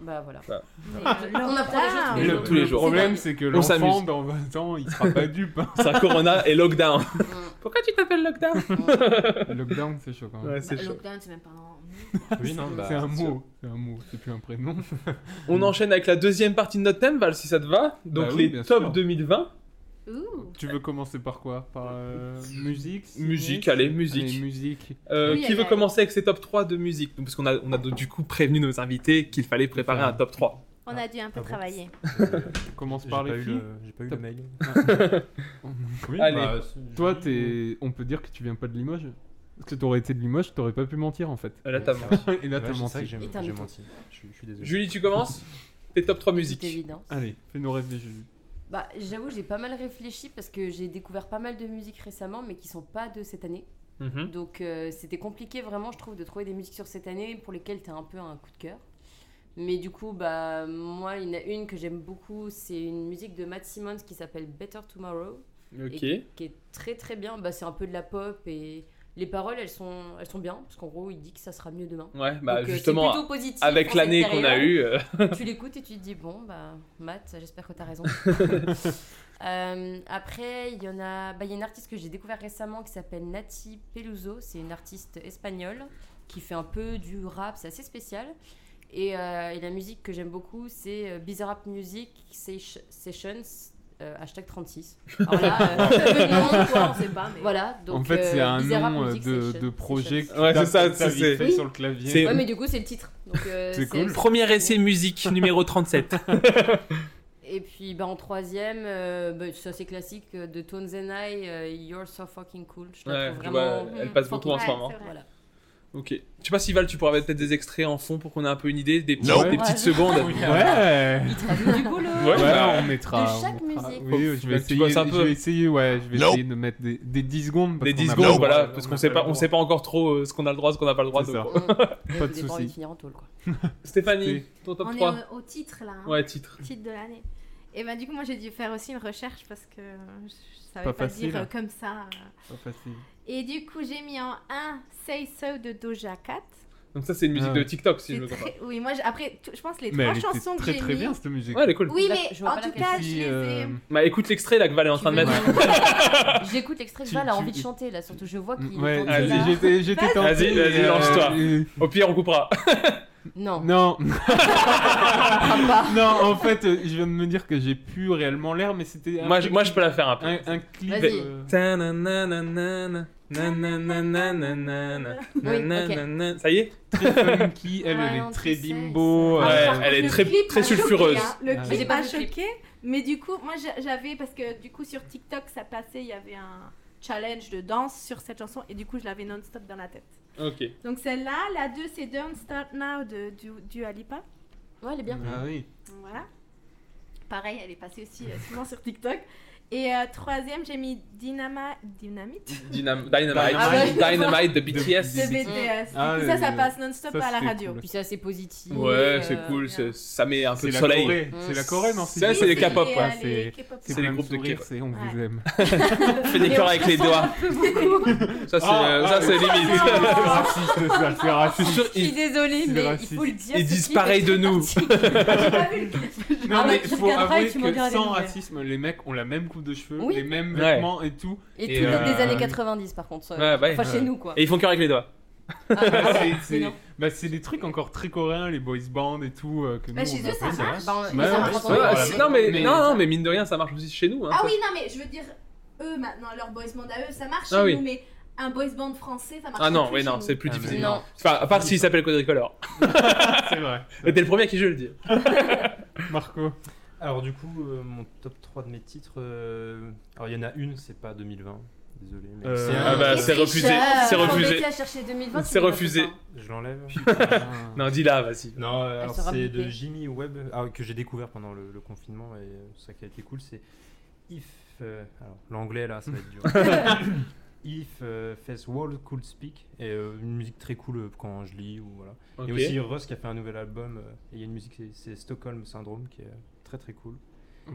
[SPEAKER 8] Bah voilà.
[SPEAKER 7] Voilà.
[SPEAKER 8] Mais, euh, On apprend les choses tous
[SPEAKER 9] Ah.
[SPEAKER 8] les
[SPEAKER 4] Et
[SPEAKER 7] Le-
[SPEAKER 4] le,
[SPEAKER 8] jours.
[SPEAKER 7] tous les jours.
[SPEAKER 4] problème, c'est que
[SPEAKER 7] On s'amuse.
[SPEAKER 4] l'enfant, dans 20 ans, il sera pas dupe. hein.
[SPEAKER 7] C'est un Corona et lockdown.
[SPEAKER 8] Mm.
[SPEAKER 7] Pourquoi tu t'appelles lockdown
[SPEAKER 4] Le Lockdown, c'est chaud quand même.
[SPEAKER 7] Ouais, c'est
[SPEAKER 9] Bah,
[SPEAKER 7] chaud.
[SPEAKER 9] Lockdown, c'est même pas un.
[SPEAKER 10] Dieu. Oui, non, bah,
[SPEAKER 4] c'est un
[SPEAKER 7] c'est
[SPEAKER 4] mot, c'est un mot, c'est plus un prénom.
[SPEAKER 7] On enchaîne avec la deuxième partie de notre thème, Val, si ça te va. Donc
[SPEAKER 4] Bah oui,
[SPEAKER 7] les
[SPEAKER 4] bien
[SPEAKER 7] top
[SPEAKER 4] sûr.
[SPEAKER 7] 2020.
[SPEAKER 9] Ouh.
[SPEAKER 4] tu veux commencer par quoi Par euh, musique ciné
[SPEAKER 7] Musique, allez, musique.
[SPEAKER 4] Allez, musique.
[SPEAKER 7] Euh,
[SPEAKER 9] Oui,
[SPEAKER 7] qui veut
[SPEAKER 9] allez.
[SPEAKER 7] commencer avec ses top 3 de musique Parce qu'on a, on a du coup prévenu nos invités qu'il fallait préparer un top 3.
[SPEAKER 9] On a dû un
[SPEAKER 10] Ah
[SPEAKER 9] peu
[SPEAKER 10] bon
[SPEAKER 9] travailler.
[SPEAKER 4] Commence
[SPEAKER 10] J'ai
[SPEAKER 4] par
[SPEAKER 10] pas,
[SPEAKER 4] les
[SPEAKER 10] eu
[SPEAKER 4] filles.
[SPEAKER 10] le... j'ai pas eu
[SPEAKER 4] T'as-
[SPEAKER 10] le mail. Oui,
[SPEAKER 7] Allez.
[SPEAKER 10] bah, c'est-
[SPEAKER 4] Toi, t'es... on peut dire que tu viens pas de Limoges Parce que t'aurais été de Limoges, t'aurais pas pu mentir en fait.
[SPEAKER 7] Euh, Là, t'as
[SPEAKER 10] Ouais,
[SPEAKER 7] menti.
[SPEAKER 4] Et là, t'as
[SPEAKER 10] c'est vrai que
[SPEAKER 4] menti.
[SPEAKER 10] j'ai
[SPEAKER 8] Et t'as
[SPEAKER 10] j'ai
[SPEAKER 8] menti.
[SPEAKER 10] menti. Je suis- je suis désolé.
[SPEAKER 7] Julie, tu commences tes top 3
[SPEAKER 8] C'est
[SPEAKER 7] musiques.
[SPEAKER 8] évident.
[SPEAKER 4] Allez, fais-nous rêver, Juju.
[SPEAKER 8] Bah, j'avoue, j'ai pas mal réfléchi parce que j'ai découvert pas mal de musiques récemment, mais qui sont pas de cette année.
[SPEAKER 7] Mhm.
[SPEAKER 8] Donc euh, c'était compliqué vraiment, je trouve, de trouver des musiques sur cette année pour lesquelles tu as un peu un coup de cœur. Mais du coup, bah, moi, il y en a une que j'aime beaucoup, c'est une musique de Matt Simmons qui s'appelle Better Tomorrow,
[SPEAKER 7] Ok.
[SPEAKER 8] et qui est très très bien. Bah, c'est un peu de la pop et les paroles, elles sont, elles sont bien, parce qu'en gros, il dit que ça sera mieux demain.
[SPEAKER 7] Ouais, bah
[SPEAKER 8] Donc, euh, c'est
[SPEAKER 7] justement,
[SPEAKER 8] plutôt positif en
[SPEAKER 7] avec
[SPEAKER 8] cette
[SPEAKER 7] l'année qu'on a
[SPEAKER 8] période
[SPEAKER 7] eue. euh,
[SPEAKER 8] tu l'écoutes et tu te dis bon bah Matt j'espère que t'as raison Euh, après il y en a bah, il y a une artiste que j'ai découvert récemment qui s'appelle Nati Peluso c'est une artiste espagnole qui fait un peu du rap c'est assez spécial et, euh, et la musique que j'aime beaucoup c'est euh, Bizarre Rap Music Sesh- Sessions euh, hashtag 36 alors là euh,
[SPEAKER 9] Non, quoi, on sait pas, mais.
[SPEAKER 8] voilà donc
[SPEAKER 4] en fait, c'est
[SPEAKER 8] euh,
[SPEAKER 4] un
[SPEAKER 8] Bizarre Rap
[SPEAKER 4] nom euh,
[SPEAKER 8] Music
[SPEAKER 4] de,
[SPEAKER 8] Sessions-
[SPEAKER 4] de projet
[SPEAKER 8] Sessions.
[SPEAKER 4] que
[SPEAKER 7] Ouais,
[SPEAKER 4] tu tapes-
[SPEAKER 7] c'est ça,
[SPEAKER 4] que t'as
[SPEAKER 7] c'est- c'est-
[SPEAKER 4] vite fait
[SPEAKER 8] Oui.
[SPEAKER 4] sur le clavier.
[SPEAKER 7] C'est-
[SPEAKER 8] ouais mais du coup c'est le titre donc euh,
[SPEAKER 4] C'est cool.
[SPEAKER 7] Premier essai musique numéro 37.
[SPEAKER 8] Et puis bah, en troisième, euh, bah, c'est assez classique euh, de Tones and I, euh, You're So Fucking Cool. Je la
[SPEAKER 7] Ouais,
[SPEAKER 8] trouve
[SPEAKER 7] je
[SPEAKER 8] vraiment.
[SPEAKER 7] vois, elle passe beaucoup en
[SPEAKER 9] Ouais,
[SPEAKER 7] ce moment.
[SPEAKER 9] c'est vrai.
[SPEAKER 8] Voilà.
[SPEAKER 7] Ok. Je sais pas si Val, tu pourrais mettre peut-être des extraits en fond pour qu'on ait un peu une idée, des, petites-
[SPEAKER 4] Non.
[SPEAKER 7] des petites secondes.
[SPEAKER 4] Ouais.
[SPEAKER 8] Il travaille du boulot.
[SPEAKER 7] Ouais,
[SPEAKER 4] Ouais,
[SPEAKER 7] bah,
[SPEAKER 4] on mettra.
[SPEAKER 8] de chaque
[SPEAKER 4] on mettra-
[SPEAKER 8] musique.
[SPEAKER 4] Oui, je vais
[SPEAKER 7] Faut que tu
[SPEAKER 4] essayer.
[SPEAKER 7] bosses un
[SPEAKER 4] Je
[SPEAKER 7] peu.
[SPEAKER 4] vais essayer, ouais, je vais
[SPEAKER 1] Nope.
[SPEAKER 4] essayer de mettre des, des 10 secondes. parce
[SPEAKER 7] des 10
[SPEAKER 4] qu'on a
[SPEAKER 7] secondes,
[SPEAKER 4] pas le
[SPEAKER 7] voilà,
[SPEAKER 4] droit.
[SPEAKER 7] parce
[SPEAKER 4] On
[SPEAKER 7] qu'on
[SPEAKER 4] a
[SPEAKER 7] sait pas,
[SPEAKER 4] le
[SPEAKER 7] on sait pas encore trop euh, ce qu'on a le droit, ce qu'on n'a pas le droit.
[SPEAKER 4] C'est
[SPEAKER 7] donc,
[SPEAKER 4] ça.
[SPEAKER 8] Mmh.
[SPEAKER 4] Pas
[SPEAKER 8] Et
[SPEAKER 4] de
[SPEAKER 8] vous avez envie
[SPEAKER 4] soucis.
[SPEAKER 8] de finir en tôle quoi.
[SPEAKER 7] Stéphanie, ton top
[SPEAKER 9] On
[SPEAKER 7] 3
[SPEAKER 9] est au, au titre là, hein,
[SPEAKER 7] Ouais, titre.
[SPEAKER 9] titre de l'année. Et ben du coup, moi j'ai dû faire aussi une recherche parce que je, je savais
[SPEAKER 4] Pas
[SPEAKER 9] pas,
[SPEAKER 4] facile.
[SPEAKER 9] dire euh, comme ça. euh.
[SPEAKER 4] droit. Pas facile.
[SPEAKER 9] Et du coup, j'ai mis en 1 Say So de Doja Cat.
[SPEAKER 7] Donc, ça, c'est une musique
[SPEAKER 4] Ah.
[SPEAKER 7] de TikTok, si
[SPEAKER 9] C'est
[SPEAKER 7] je me trompe pas.
[SPEAKER 9] très... Oui, moi j'ai- après, tout- je pense que les
[SPEAKER 4] Mais
[SPEAKER 9] trois
[SPEAKER 4] elle
[SPEAKER 9] chansons
[SPEAKER 4] était
[SPEAKER 9] que
[SPEAKER 4] très
[SPEAKER 9] j'ai
[SPEAKER 4] très
[SPEAKER 9] mis.
[SPEAKER 4] bien cette musique.
[SPEAKER 7] Ouais, elle est cool.
[SPEAKER 9] Oui,
[SPEAKER 8] La-
[SPEAKER 9] mais
[SPEAKER 8] je vois
[SPEAKER 9] en
[SPEAKER 8] pas
[SPEAKER 9] tout
[SPEAKER 8] laquelle.
[SPEAKER 9] cas, je
[SPEAKER 4] Si,
[SPEAKER 9] les ai-
[SPEAKER 4] euh,
[SPEAKER 7] Bah, écoute l'extrait là que Val est en train de mettre.
[SPEAKER 8] J'écoute l'extrait,
[SPEAKER 4] Tu-
[SPEAKER 8] Val a
[SPEAKER 4] tu-
[SPEAKER 8] envie de chanter là, surtout je vois qu'il est
[SPEAKER 4] Ouais, ah,
[SPEAKER 8] tendu,
[SPEAKER 7] allez,
[SPEAKER 8] là.
[SPEAKER 4] j'étais- j'étais j'étais tenté.
[SPEAKER 7] Vas-y, vas-y,
[SPEAKER 4] euh,
[SPEAKER 7] lance-toi.
[SPEAKER 4] euh,
[SPEAKER 7] Au pire, on coupera.
[SPEAKER 8] Non.
[SPEAKER 4] Non. non, en fait, euh, je viens de me dire que j'ai plus réellement l'air, mais c'était. un
[SPEAKER 7] moi, je,
[SPEAKER 4] clip-
[SPEAKER 7] moi, je peux la faire un peu.
[SPEAKER 4] Un, un clip.
[SPEAKER 8] Vas-y.
[SPEAKER 4] euh,
[SPEAKER 7] Tananananana, nananananana, nananana. Ça y est
[SPEAKER 4] Très funky, elle,
[SPEAKER 8] Ouais,
[SPEAKER 4] elle est
[SPEAKER 8] on
[SPEAKER 4] très
[SPEAKER 8] sait,
[SPEAKER 4] bimbo.
[SPEAKER 7] Ouais,
[SPEAKER 9] Ah,
[SPEAKER 4] euh,
[SPEAKER 9] par
[SPEAKER 7] elle est
[SPEAKER 9] le
[SPEAKER 7] très-
[SPEAKER 9] clip
[SPEAKER 7] très
[SPEAKER 9] m'a choquée,
[SPEAKER 7] sulfureuse.
[SPEAKER 9] hein. Le
[SPEAKER 4] Ah,
[SPEAKER 8] j'ai
[SPEAKER 9] clip
[SPEAKER 8] pas
[SPEAKER 9] m'a
[SPEAKER 8] vu le clip.
[SPEAKER 9] choqué, mais du coup, moi j'a- j'avais, parce que du coup sur TikTok ça passait, il y avait un challenge de danse sur cette chanson et du coup je l'avais non-stop dans la tête.
[SPEAKER 7] Ok.
[SPEAKER 9] Donc celle-là, la 2 c'est Don't Start Now de du, du Alipa.
[SPEAKER 8] Ouais, elle est bien.
[SPEAKER 4] Ah oui.
[SPEAKER 9] Voilà. Pareil, elle est passée aussi euh, souvent sur TikTok. Et euh, troisième, j'ai mis Dynama... Dynamite
[SPEAKER 7] Dynam-
[SPEAKER 4] Ah ouais.
[SPEAKER 7] Dynamite. Dynamite euh, de BTS.
[SPEAKER 9] de BTS.
[SPEAKER 4] Ah,
[SPEAKER 9] Du coup,
[SPEAKER 4] le-
[SPEAKER 9] ça, ça passe non-stop
[SPEAKER 4] ça,
[SPEAKER 9] à la
[SPEAKER 4] c'était
[SPEAKER 9] radio.
[SPEAKER 4] cool.
[SPEAKER 8] Puis c'est assez positif.
[SPEAKER 7] Ouais,
[SPEAKER 8] euh,
[SPEAKER 7] c'est cool, c'est- ça met un peu
[SPEAKER 4] C'est
[SPEAKER 7] de
[SPEAKER 4] la
[SPEAKER 7] soleil.
[SPEAKER 4] Corée. C'est la Corée, non
[SPEAKER 7] Ça, c'est les
[SPEAKER 9] Oui,
[SPEAKER 7] K-pop,
[SPEAKER 9] les,
[SPEAKER 7] ouais,
[SPEAKER 9] euh, les
[SPEAKER 4] c'est-
[SPEAKER 9] K-pop.
[SPEAKER 4] C'est
[SPEAKER 7] les
[SPEAKER 4] plein de
[SPEAKER 7] groupes de
[SPEAKER 4] sourires,
[SPEAKER 7] K-pop.
[SPEAKER 4] c'est on vous aime.
[SPEAKER 7] Fais des cœurs avec les doigts. Ça, c'est
[SPEAKER 4] Ah,
[SPEAKER 7] ça,
[SPEAKER 4] ah,
[SPEAKER 7] c'est limite.
[SPEAKER 4] C'est raciste, ça, c'est
[SPEAKER 7] Je suis
[SPEAKER 4] raciste.
[SPEAKER 7] sûr,
[SPEAKER 8] Je suis
[SPEAKER 7] il-
[SPEAKER 8] désolée,
[SPEAKER 4] C'est
[SPEAKER 8] mais
[SPEAKER 4] raciste.
[SPEAKER 8] il faut le dire.
[SPEAKER 7] Ils
[SPEAKER 8] ce
[SPEAKER 7] disent
[SPEAKER 8] clip est
[SPEAKER 7] pareil de
[SPEAKER 8] très
[SPEAKER 7] nous.
[SPEAKER 8] particulier.
[SPEAKER 4] Non,
[SPEAKER 8] Ah,
[SPEAKER 4] mais
[SPEAKER 8] bah, tu
[SPEAKER 4] faut
[SPEAKER 8] regarderas et
[SPEAKER 4] avouer
[SPEAKER 8] tu m'en diras
[SPEAKER 4] que
[SPEAKER 8] des
[SPEAKER 4] sans
[SPEAKER 8] nouvelles.
[SPEAKER 4] racisme, les mecs ont la même coupe de cheveux,
[SPEAKER 8] Oui.
[SPEAKER 4] les mêmes
[SPEAKER 7] Ouais.
[SPEAKER 4] vêtements et tout.
[SPEAKER 8] Et,
[SPEAKER 4] Et,
[SPEAKER 8] tout date
[SPEAKER 4] euh,
[SPEAKER 8] des années 90 par contre. euh,
[SPEAKER 7] Ouais, bah,
[SPEAKER 8] enfin
[SPEAKER 7] ouais.
[SPEAKER 8] chez nous quoi.
[SPEAKER 7] Et ils font cœur avec les doigts.
[SPEAKER 8] Ah,
[SPEAKER 4] Bah,
[SPEAKER 8] ouais.
[SPEAKER 4] c'est-
[SPEAKER 8] Mais
[SPEAKER 4] C'est
[SPEAKER 8] non.
[SPEAKER 4] bah, c'est des trucs encore très coréens, les boys bands et tout. euh, que
[SPEAKER 9] Bah,
[SPEAKER 4] nous,
[SPEAKER 9] chez
[SPEAKER 4] on
[SPEAKER 9] eux,
[SPEAKER 4] a
[SPEAKER 9] ça
[SPEAKER 4] pas.
[SPEAKER 9] marche.
[SPEAKER 8] Bah,
[SPEAKER 4] Ouais,
[SPEAKER 8] ça
[SPEAKER 4] ouais,
[SPEAKER 8] marche
[SPEAKER 4] c'est
[SPEAKER 8] en
[SPEAKER 4] vrai,
[SPEAKER 8] Europe.
[SPEAKER 7] Ouais,
[SPEAKER 4] voilà.
[SPEAKER 7] c'est- non, mais,
[SPEAKER 4] Mais-
[SPEAKER 7] non, non, mais mine de rien, ça marche aussi chez nous. hein.
[SPEAKER 9] Ah oui, non, mais je veux dire, eux maintenant, leur boys band à eux, ça marche
[SPEAKER 7] Ah
[SPEAKER 9] chez
[SPEAKER 7] oui.
[SPEAKER 9] nous, mais un boys band français, ça marche
[SPEAKER 7] Ah non,
[SPEAKER 9] plus
[SPEAKER 7] oui,
[SPEAKER 9] chez
[SPEAKER 7] non,
[SPEAKER 9] nous.
[SPEAKER 7] c'est plus
[SPEAKER 4] Ah, mais
[SPEAKER 7] difficile.
[SPEAKER 8] Non.
[SPEAKER 7] Enfin, à part s'il s'appelle Quadricolore.
[SPEAKER 4] C'est vrai.
[SPEAKER 7] Mais T'es le premier à qui je le dis.
[SPEAKER 4] Marco.
[SPEAKER 10] Alors du coup, euh, mon top 3 de mes titres, euh, alors il y en a une, c'est pas 2020, désolé, mais
[SPEAKER 4] Euh,
[SPEAKER 10] c'est un-
[SPEAKER 7] Ah bah,
[SPEAKER 8] Et
[SPEAKER 7] c'est refusé.
[SPEAKER 8] tricheur.
[SPEAKER 7] C'est
[SPEAKER 8] Faut
[SPEAKER 7] refusé.
[SPEAKER 8] embêter à chercher 2020, tu
[SPEAKER 7] C'est
[SPEAKER 8] l'as pas
[SPEAKER 7] refusé.
[SPEAKER 8] fait, hein.
[SPEAKER 10] je l'enlève.
[SPEAKER 7] Non, dis là, vas-y.
[SPEAKER 10] Non, euh, alors,
[SPEAKER 8] sera
[SPEAKER 10] c'est
[SPEAKER 8] bipée.
[SPEAKER 10] de Jimmy Webb, ah, que j'ai découvert pendant le, le confinement et euh, ça qui a été cool, c'est If, euh, alors l'anglais là, ça va être dur. If euh, Face Wall Could Speak, et euh, une musique très cool euh, quand je lis ou voilà.
[SPEAKER 7] Ok.
[SPEAKER 10] Et aussi Russ qui a fait un nouvel album, euh, et il y a une musique, c'est- c'est Stockholm Syndrome qui est euh, très très cool.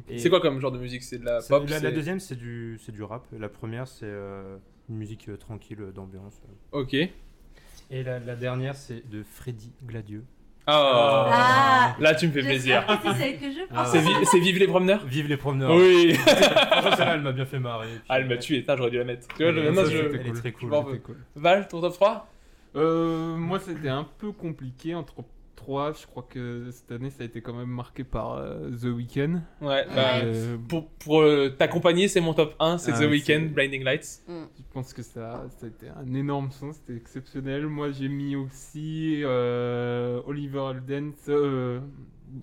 [SPEAKER 10] Et-
[SPEAKER 7] C'est quoi comme genre de musique C'est de la
[SPEAKER 10] C'est-
[SPEAKER 7] Euh, pop
[SPEAKER 10] la, la
[SPEAKER 7] c'est-
[SPEAKER 10] deuxième, c'est du, c'est du rap. La première, c'est euh, une musique euh, tranquille euh, d'ambiance.
[SPEAKER 7] Ok.
[SPEAKER 10] Et la, la dernière, c'est de Freddy Gladieux.
[SPEAKER 7] Ah.
[SPEAKER 9] Ah,
[SPEAKER 7] Là, tu me fais
[SPEAKER 9] je
[SPEAKER 7] plaisir.
[SPEAKER 9] sais que C'est celle que je pense.
[SPEAKER 7] C'est vi- c'est Vive les promeneurs
[SPEAKER 10] Ah, Vive les promeneurs.
[SPEAKER 7] Ah, Oui.
[SPEAKER 10] Franchement, Celle-là, elle m'a bien fait marrer. euh,
[SPEAKER 7] Ah, elle m'a tué. Putain, j'aurais dû la mettre. Tu vois,
[SPEAKER 10] Elle,
[SPEAKER 7] je-
[SPEAKER 10] est-
[SPEAKER 7] maintenant,
[SPEAKER 10] elle
[SPEAKER 7] je.
[SPEAKER 10] est- elle est très cool.
[SPEAKER 7] euh, je m'en veux. Val, ton top 3
[SPEAKER 4] Euh, moi, c'était un peu compliqué entre 3. Je crois que cette année, ça a été quand même marqué par euh, The Weeknd.
[SPEAKER 7] Ouais, bah.
[SPEAKER 4] Euh,
[SPEAKER 7] Pour, pour euh, t'accompagner, c'est mon top 1, c'est
[SPEAKER 4] Ah,
[SPEAKER 7] The
[SPEAKER 4] c'est-
[SPEAKER 7] Weeknd, Blinding Lights.
[SPEAKER 4] Je pense que ça, ça a été un énorme son, c'était exceptionnel. Moi, j'ai mis aussi euh, Oliver Eldens euh,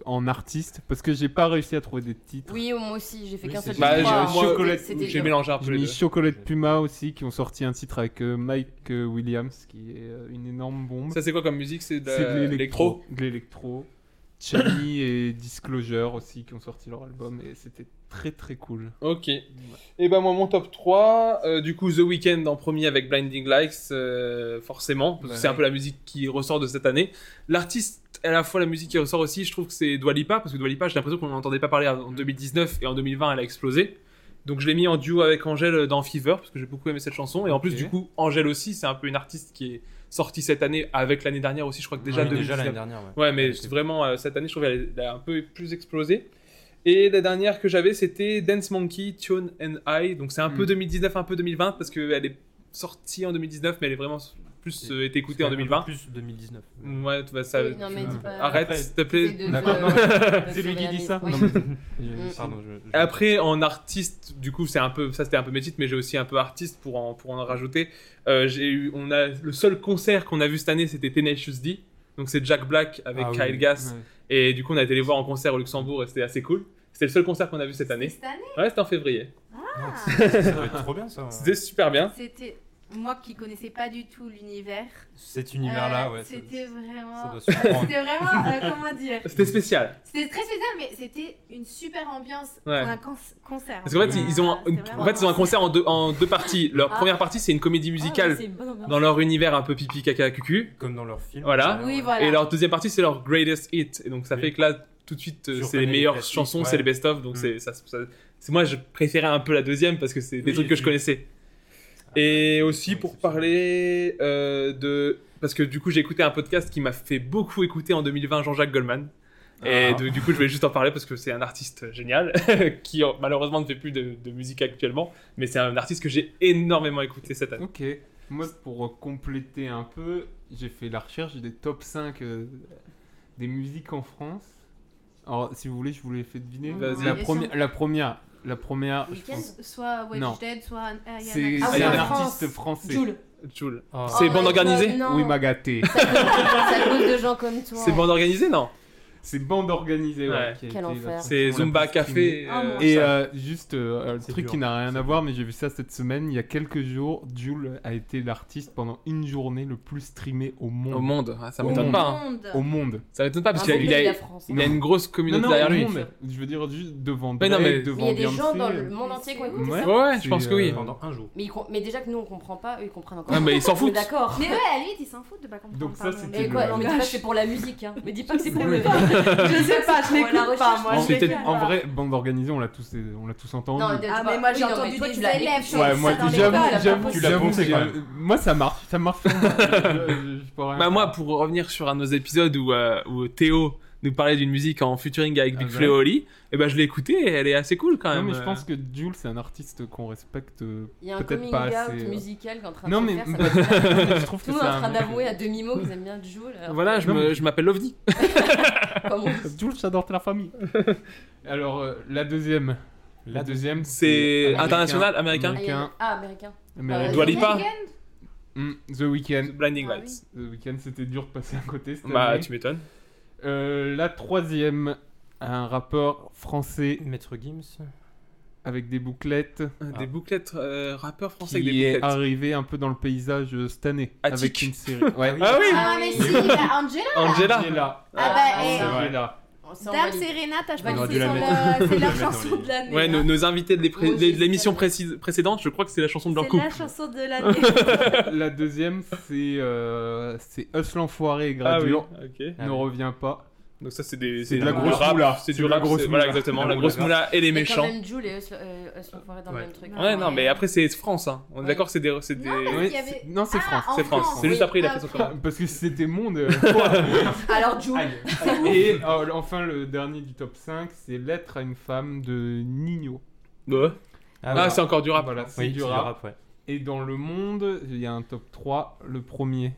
[SPEAKER 4] en artiste parce que j'ai pas réussi à trouver des titres.
[SPEAKER 8] Oui, moi aussi, j'ai fait
[SPEAKER 10] Oui,
[SPEAKER 8] qu'un
[SPEAKER 10] c'est-
[SPEAKER 8] seul
[SPEAKER 7] Bah,
[SPEAKER 8] truc,
[SPEAKER 7] j'ai-
[SPEAKER 8] hein.
[SPEAKER 7] moi,
[SPEAKER 8] C'était-
[SPEAKER 4] j'ai
[SPEAKER 8] c'était
[SPEAKER 7] J'ai
[SPEAKER 8] dur.
[SPEAKER 7] mélangé un peu
[SPEAKER 4] J'ai
[SPEAKER 7] les
[SPEAKER 4] mis
[SPEAKER 7] deux.
[SPEAKER 4] Chocolat de Puma aussi, qui ont sorti un titre avec euh, Mike euh, Williams, qui est euh, une énorme bombe.
[SPEAKER 7] Ça, c'est quoi comme musique C'est de
[SPEAKER 4] C'est de
[SPEAKER 7] l'électro.
[SPEAKER 4] De l'électro. Chani et Disclosure aussi qui ont sorti leur album et c'était très très cool.
[SPEAKER 7] Ok. Et ben moi mon top 3, euh, du coup The Weeknd en premier avec Blinding Lights, euh, forcément, parce que
[SPEAKER 4] Ouais.
[SPEAKER 7] c'est un peu la musique qui ressort de cette année. L'artiste, à la fois la musique qui ressort aussi, je trouve que c'est Dua Lipa, parce que Dua Lipa, j'ai l'impression qu'on n'entendait pas parler en 2019 et en 2020 elle a explosé. Donc je l'ai mis en duo avec Angèle dans Fever, parce que j'ai beaucoup aimé cette chanson. Et en plus
[SPEAKER 4] Ok.
[SPEAKER 7] du coup, Angèle aussi, c'est un peu une artiste qui est sortie cette année avec l'année dernière aussi, je crois que déjà
[SPEAKER 10] Ah Oui,
[SPEAKER 7] 2019.
[SPEAKER 10] l'année dernière. Ouais.
[SPEAKER 7] Ouais, mais c'est vraiment, euh, cette année, je trouve qu'elle a un peu plus explosé. Et la dernière que j'avais, c'était Dance Monkey, Tune and I. Donc c'est un
[SPEAKER 10] Hmm.
[SPEAKER 7] peu
[SPEAKER 4] Mm.
[SPEAKER 7] 2019, un peu 2020, parce qu'elle est sortie en 2019, mais elle est vraiment plus euh, été écoutée en
[SPEAKER 10] Un peu
[SPEAKER 7] 2020.
[SPEAKER 10] Plus 2019.
[SPEAKER 7] Ouais, bah, ça.
[SPEAKER 8] Oui, non, mais dis pas-
[SPEAKER 7] Arrête,
[SPEAKER 10] Après,
[SPEAKER 7] s'il te plaît.
[SPEAKER 8] Essaye de-
[SPEAKER 10] D'accord.
[SPEAKER 8] de-
[SPEAKER 10] Non,
[SPEAKER 8] de
[SPEAKER 4] C'est lui qui dit
[SPEAKER 8] sauver
[SPEAKER 4] ça
[SPEAKER 8] la liste.
[SPEAKER 4] Non, mais-
[SPEAKER 10] Je-
[SPEAKER 8] Mm.
[SPEAKER 10] Pardon, je- je-
[SPEAKER 7] Après, en artiste, du coup, c'est un peu, ça c'était un peu mes titres, mais j'ai aussi un peu artiste pour en, pour en rajouter. Euh, j'ai eu, on a, le seul concert qu'on a vu cette année, c'était Tenacious D. Donc c'est Jack Black avec
[SPEAKER 10] Ah oui,
[SPEAKER 7] Kyle Gass. Et du coup, on a été les voir en concert au Luxembourg et c'était assez cool. C'était le seul concert qu'on a vu cette année.
[SPEAKER 9] Cette année
[SPEAKER 7] Ouais, c'était en février.
[SPEAKER 10] Ah, ça doit être trop bien ça. hein.
[SPEAKER 7] C'était super bien.
[SPEAKER 9] C'était moi qui connaissais pas du tout l'univers.
[SPEAKER 10] Cet univers-là,
[SPEAKER 9] Euh,
[SPEAKER 10] ouais. ça-
[SPEAKER 9] C'était
[SPEAKER 10] Ça
[SPEAKER 9] vraiment.
[SPEAKER 10] doit surprendre.
[SPEAKER 9] C'était vraiment. euh, comment dire
[SPEAKER 7] C'était spécial.
[SPEAKER 9] C'était très spécial, mais c'était une super ambiance
[SPEAKER 7] Ouais.
[SPEAKER 9] pour un cons- concert.
[SPEAKER 7] Parce qu'en fait,
[SPEAKER 9] Ouais.
[SPEAKER 7] ils ont, un-
[SPEAKER 9] C'était
[SPEAKER 7] une-
[SPEAKER 9] vraiment
[SPEAKER 7] en fait, ils ont un concert en deux, en deux parties. Leur
[SPEAKER 8] Ah.
[SPEAKER 7] première partie, c'est une comédie musicale dans leur univers un peu pipi caca cucu.
[SPEAKER 10] Comme dans leur film.
[SPEAKER 7] Voilà.
[SPEAKER 10] ça,
[SPEAKER 9] Oui,
[SPEAKER 10] ouais.
[SPEAKER 9] voilà.
[SPEAKER 7] Et leur deuxième partie, c'est leur greatest hit. Et donc ça
[SPEAKER 10] Oui.
[SPEAKER 7] fait que là, tout de suite, euh,
[SPEAKER 10] Tu
[SPEAKER 7] c'est
[SPEAKER 10] reconnais
[SPEAKER 7] les
[SPEAKER 10] les
[SPEAKER 7] meilleures
[SPEAKER 10] classiques,
[SPEAKER 7] chansons,
[SPEAKER 10] ouais.
[SPEAKER 7] c'est les best-of. Donc
[SPEAKER 10] Mm.
[SPEAKER 7] c'est ça, ça- c'est moi, je préférais un peu la deuxième parce que c'est des
[SPEAKER 10] Oui,
[SPEAKER 7] trucs
[SPEAKER 10] et
[SPEAKER 7] que je
[SPEAKER 10] puis-
[SPEAKER 7] connaissais. Et aussi pour parler euh, de. Parce que du coup, j'ai écouté un podcast qui m'a fait beaucoup écouter en 2020, Jean-Jacques Goldman. Et
[SPEAKER 10] Ah.
[SPEAKER 7] de- du coup, je vais juste en parler parce que c'est un artiste génial qui euh, malheureusement ne fait plus de, de musique actuellement, mais c'est un artiste que j'ai énormément écouté cette année.
[SPEAKER 4] Ok. Moi, pour euh, compléter un peu, j'ai fait la recherche des top 5 euh, des musiques en France. Alors, si vous voulez, je vous les fais deviner.
[SPEAKER 7] Vas-y.
[SPEAKER 4] La,
[SPEAKER 9] Et
[SPEAKER 4] premi-
[SPEAKER 9] sans-
[SPEAKER 4] la première, la première, je
[SPEAKER 8] Weekend,
[SPEAKER 4] pense-
[SPEAKER 9] Soit
[SPEAKER 4] Non.
[SPEAKER 9] Wedge Dead, soit euh, Ariana
[SPEAKER 4] c'est
[SPEAKER 9] Grande.
[SPEAKER 8] Ah,
[SPEAKER 4] c'est
[SPEAKER 8] oui,
[SPEAKER 4] un
[SPEAKER 8] en France.
[SPEAKER 4] artiste français.
[SPEAKER 8] Jules.
[SPEAKER 7] Joule.
[SPEAKER 10] Ah.
[SPEAKER 7] C'est
[SPEAKER 8] Oh,
[SPEAKER 7] bande
[SPEAKER 8] ouais,
[SPEAKER 7] organisée
[SPEAKER 8] non.
[SPEAKER 4] Oui, m'a gâté.
[SPEAKER 8] C'est à cause de gens comme toi.
[SPEAKER 7] C'est bande organisée, non
[SPEAKER 4] C'est bande organisée. Ouais,
[SPEAKER 7] Ouais.
[SPEAKER 4] qui a
[SPEAKER 8] Quel
[SPEAKER 4] été
[SPEAKER 8] enfer.
[SPEAKER 4] la chanson
[SPEAKER 7] C'est
[SPEAKER 4] la
[SPEAKER 7] Zumba
[SPEAKER 4] plus streamée.
[SPEAKER 7] Café.
[SPEAKER 9] Ah,
[SPEAKER 7] euh,
[SPEAKER 9] mon
[SPEAKER 4] Et
[SPEAKER 7] ça.
[SPEAKER 4] euh, juste euh, le
[SPEAKER 10] C'est
[SPEAKER 4] truc
[SPEAKER 10] dur,
[SPEAKER 4] qui n'a rien
[SPEAKER 10] c'est
[SPEAKER 4] à
[SPEAKER 10] dur.
[SPEAKER 4] voir, mais j'ai vu ça cette semaine. Il y a quelques jours, Jules a été l'artiste pendant une journée le plus streamé au monde.
[SPEAKER 7] Au monde, ah, ça
[SPEAKER 4] Au
[SPEAKER 7] m'étonne
[SPEAKER 4] monde.
[SPEAKER 7] pas. hein.
[SPEAKER 9] Monde.
[SPEAKER 4] Au monde.
[SPEAKER 7] Ça m'étonne pas parce
[SPEAKER 8] Un
[SPEAKER 7] qu'il a,
[SPEAKER 8] beau
[SPEAKER 7] il a-
[SPEAKER 8] pays, Ah, la France. hein.
[SPEAKER 7] il a une grosse communauté derrière
[SPEAKER 4] au
[SPEAKER 7] lui.
[SPEAKER 4] monde. Je veux dire juste devant
[SPEAKER 7] Mais
[SPEAKER 4] Drake,
[SPEAKER 7] non, mais-
[SPEAKER 8] Mais il y
[SPEAKER 4] devant
[SPEAKER 8] a des gens
[SPEAKER 4] Beyoncé,
[SPEAKER 8] dans
[SPEAKER 4] euh,
[SPEAKER 8] le monde entier qui ont écouté
[SPEAKER 4] Ouais.
[SPEAKER 8] ça.
[SPEAKER 7] Ouais, ouais, je
[SPEAKER 4] C'est,
[SPEAKER 7] pense que
[SPEAKER 4] euh,
[SPEAKER 7] oui.
[SPEAKER 10] Pendant un jour.
[SPEAKER 8] Mais, ils com- mais déjà que nous on comprend pas, eux ils comprennent encore.
[SPEAKER 7] Ah, mais ils s'en
[SPEAKER 8] On est
[SPEAKER 7] foutent.
[SPEAKER 8] D'accord.
[SPEAKER 9] Mais ouais, à lui, ils s'en foutent de pas comprendre.
[SPEAKER 4] Donc ça,
[SPEAKER 9] pardon.
[SPEAKER 4] c'était
[SPEAKER 8] Et
[SPEAKER 4] le-
[SPEAKER 8] quoi Mais dis pas que
[SPEAKER 9] langage.
[SPEAKER 8] c'est pour la musique, hein. Mais dis pas que c'est pour
[SPEAKER 4] Oui.
[SPEAKER 8] le.
[SPEAKER 9] Je sais pas, je
[SPEAKER 8] Pour la
[SPEAKER 9] n'écoute pas,
[SPEAKER 8] recherche,
[SPEAKER 9] moi.
[SPEAKER 7] je
[SPEAKER 9] je
[SPEAKER 7] pense que
[SPEAKER 9] vais
[SPEAKER 7] peut-être-
[SPEAKER 9] dire.
[SPEAKER 4] En vrai, bande organisée, on l'a tous, on l'a tous entendu.
[SPEAKER 8] Non, de-
[SPEAKER 9] Ah,
[SPEAKER 8] tu
[SPEAKER 9] mais
[SPEAKER 8] vois,
[SPEAKER 9] moi
[SPEAKER 8] oui,
[SPEAKER 9] j'ai
[SPEAKER 8] non, mais
[SPEAKER 9] entendu
[SPEAKER 8] toi,
[SPEAKER 9] des
[SPEAKER 8] tu l'as
[SPEAKER 9] élèves
[SPEAKER 8] écouté.
[SPEAKER 9] chanter
[SPEAKER 4] ouais,
[SPEAKER 9] ça
[SPEAKER 4] moi,
[SPEAKER 9] dans
[SPEAKER 4] j'avoue,
[SPEAKER 9] l'école.
[SPEAKER 4] j'avoue,
[SPEAKER 10] Tu
[SPEAKER 4] j'avoue,
[SPEAKER 10] l'as poncé,
[SPEAKER 4] j'ai-
[SPEAKER 10] quand même.
[SPEAKER 4] moi ça marche, ça marche. sur moi. Je- je- je pourrais rien
[SPEAKER 7] Bah, moi,
[SPEAKER 4] faire.
[SPEAKER 7] pour revenir sur un de nos épisodes où, euh, où Théo nous parlait d'une musique en featuring avec
[SPEAKER 4] Ah,
[SPEAKER 7] Big
[SPEAKER 4] bah.
[SPEAKER 7] Flo et Oli, et ben je l'ai écoutée et elle est assez cool quand
[SPEAKER 4] non
[SPEAKER 7] même.
[SPEAKER 4] mais je
[SPEAKER 7] euh.
[SPEAKER 4] pense que Jules c'est un artiste qu'on respecte. euh,
[SPEAKER 8] Il y a un
[SPEAKER 4] Peut-être
[SPEAKER 8] coming
[SPEAKER 4] pas
[SPEAKER 8] out
[SPEAKER 4] assez, euh.
[SPEAKER 8] musical qui est en train
[SPEAKER 4] Non
[SPEAKER 8] de
[SPEAKER 4] mais
[SPEAKER 8] se faire. ça va être
[SPEAKER 4] je trouve que
[SPEAKER 8] Tout le
[SPEAKER 4] c'est
[SPEAKER 8] monde est en train
[SPEAKER 4] un.
[SPEAKER 8] d'avouer à demi mot qu'ils aiment bien Jules. alors
[SPEAKER 7] Euh, Voilà, je
[SPEAKER 4] Non,
[SPEAKER 7] me-
[SPEAKER 4] mais-
[SPEAKER 7] je m'appelle Lovni.
[SPEAKER 8] que, comme on dit.
[SPEAKER 4] Jules j'adore la famille. Alors euh, la deuxième, la deuxième
[SPEAKER 7] C'est international, américain
[SPEAKER 8] Ah, il y a-
[SPEAKER 4] américain,
[SPEAKER 8] Ah, américain.
[SPEAKER 4] américain.
[SPEAKER 8] Euh,
[SPEAKER 7] Dua Lipa.
[SPEAKER 4] Mm, The Weeknd.
[SPEAKER 7] Blinding
[SPEAKER 9] Ah oui.
[SPEAKER 7] Lights.
[SPEAKER 4] The Weeknd c'était dur de passer à côté. cette
[SPEAKER 7] Bah,
[SPEAKER 4] année.
[SPEAKER 7] tu m'étonnes.
[SPEAKER 4] Euh, la troisième, un rappeur français
[SPEAKER 10] Maître Gims.
[SPEAKER 4] avec des bouclettes
[SPEAKER 7] Des bouclettes, euh, rappeurs français avec
[SPEAKER 4] qui
[SPEAKER 7] des
[SPEAKER 4] est
[SPEAKER 7] bouclettes.
[SPEAKER 4] arrivé un peu dans le paysage euh, cette année
[SPEAKER 7] Attic.
[SPEAKER 4] avec une série. Ouais.
[SPEAKER 7] Ah oui
[SPEAKER 9] Ah, mais si, bah, Angela.
[SPEAKER 7] Angela
[SPEAKER 4] Angela.
[SPEAKER 9] Ah, bah, et-
[SPEAKER 8] Ah,
[SPEAKER 4] Angela.
[SPEAKER 8] on s'en
[SPEAKER 9] Dame
[SPEAKER 8] va-
[SPEAKER 9] Serena, t'as
[SPEAKER 8] On aurait
[SPEAKER 9] choisi
[SPEAKER 8] dû
[SPEAKER 10] la
[SPEAKER 9] sur
[SPEAKER 10] mettre.
[SPEAKER 9] le- c'est
[SPEAKER 10] On
[SPEAKER 9] leur
[SPEAKER 10] aurait dû la
[SPEAKER 9] chanson
[SPEAKER 10] mettre dans
[SPEAKER 9] de l'année.
[SPEAKER 7] Ouais, nos,
[SPEAKER 9] hein.
[SPEAKER 7] nos invités de les pré-
[SPEAKER 8] Oh,
[SPEAKER 7] des-
[SPEAKER 8] j'ai-
[SPEAKER 7] de l'émission précise- précédente, je crois que c'est la chanson de leur
[SPEAKER 9] C'est
[SPEAKER 7] couple.
[SPEAKER 9] la chanson de l'année.
[SPEAKER 4] La deuxième, c'est euh, c'est Us l'enfoiré et
[SPEAKER 7] Ah oui,
[SPEAKER 4] Gradure.
[SPEAKER 7] ok.
[SPEAKER 10] Ah
[SPEAKER 4] Ne
[SPEAKER 10] oui.
[SPEAKER 4] reviens pas.
[SPEAKER 7] Donc ça c'est des
[SPEAKER 4] C'est de
[SPEAKER 7] du
[SPEAKER 4] la grosse
[SPEAKER 7] rap,
[SPEAKER 4] moula.
[SPEAKER 7] c'est
[SPEAKER 4] C'est
[SPEAKER 7] du
[SPEAKER 4] de la
[SPEAKER 7] rap,
[SPEAKER 4] grosse
[SPEAKER 7] c'est-
[SPEAKER 4] moula.
[SPEAKER 7] voilà exactement,
[SPEAKER 10] La
[SPEAKER 7] la
[SPEAKER 10] grosse
[SPEAKER 7] grosse moula et les
[SPEAKER 8] Il y a quand
[SPEAKER 7] méchants.
[SPEAKER 8] même Jules et Us- euh, Us l'enfoiré dans
[SPEAKER 10] Ouais.
[SPEAKER 8] le même truc.
[SPEAKER 7] Ouais non mais après c'est France hein. On est
[SPEAKER 8] Ouais.
[SPEAKER 7] d'accord, c'est des c'est des
[SPEAKER 9] Non,
[SPEAKER 4] Oui,
[SPEAKER 9] Il y avait-
[SPEAKER 4] c'est- Non, c'est
[SPEAKER 9] Ah,
[SPEAKER 4] France.
[SPEAKER 9] en
[SPEAKER 7] c'est France, c'est juste
[SPEAKER 8] Oui.
[SPEAKER 7] après il a fait son
[SPEAKER 9] Ah,
[SPEAKER 7] commande.
[SPEAKER 4] Parce que si c'était monde. euh,
[SPEAKER 8] Alors Jules.
[SPEAKER 7] Ah,
[SPEAKER 4] Et euh, enfin, le dernier du top 5, c'est Lettre à une femme de Nino.
[SPEAKER 7] Ouais. Ah c'est encore du rap.
[SPEAKER 4] Voilà, c'est
[SPEAKER 10] oui,
[SPEAKER 4] du
[SPEAKER 10] c'est
[SPEAKER 4] rap.
[SPEAKER 10] ouais.
[SPEAKER 4] Et dans le monde, il y a un top 3. Le premier,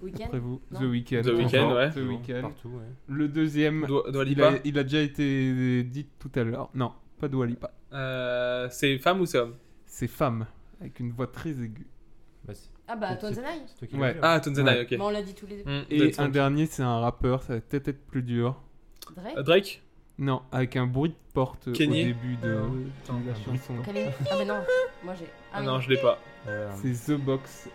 [SPEAKER 8] Weekend.
[SPEAKER 4] après vous,
[SPEAKER 8] Non.
[SPEAKER 4] The Weeknd.
[SPEAKER 7] The Weeknd,
[SPEAKER 4] Encore,
[SPEAKER 7] ouais.
[SPEAKER 4] The
[SPEAKER 10] Toujours,
[SPEAKER 4] Weeknd.
[SPEAKER 10] Partout, ouais.
[SPEAKER 4] Le deuxième,
[SPEAKER 7] Dua Dua
[SPEAKER 4] il
[SPEAKER 7] Lipa.
[SPEAKER 4] a, il a déjà été euh, dit tout à l'heure. Non, pas Dua Lipa.
[SPEAKER 7] Euh, c'est femme ou c'est homme
[SPEAKER 4] C'est femme, avec une voix très aiguë.
[SPEAKER 10] Bah, c'est
[SPEAKER 8] Ah bah
[SPEAKER 10] c'est-
[SPEAKER 8] Tanzanaï.
[SPEAKER 10] c'est toi qui l'as hein.
[SPEAKER 4] Ouais.
[SPEAKER 10] dit,
[SPEAKER 7] Ah Tanzania,
[SPEAKER 4] Ouais.
[SPEAKER 7] OK.
[SPEAKER 8] Bah, on l'a dit tous les deux.
[SPEAKER 7] Hmm,
[SPEAKER 4] Et
[SPEAKER 7] that's
[SPEAKER 4] un
[SPEAKER 7] fine.
[SPEAKER 4] dernier, c'est un rappeur, ça va peut-être être plus dur.
[SPEAKER 8] Drake.
[SPEAKER 7] Euh, Drake
[SPEAKER 4] Non, avec un bruit de porte euh,
[SPEAKER 7] Kenny.
[SPEAKER 4] au début de, de la
[SPEAKER 10] Attends.
[SPEAKER 4] chanson.
[SPEAKER 8] Calais. Ah mais non. Moi j'ai. Ah
[SPEAKER 7] Ah
[SPEAKER 8] oui.
[SPEAKER 7] non, je l'ai pas.
[SPEAKER 10] Euh,
[SPEAKER 4] C'est The Box.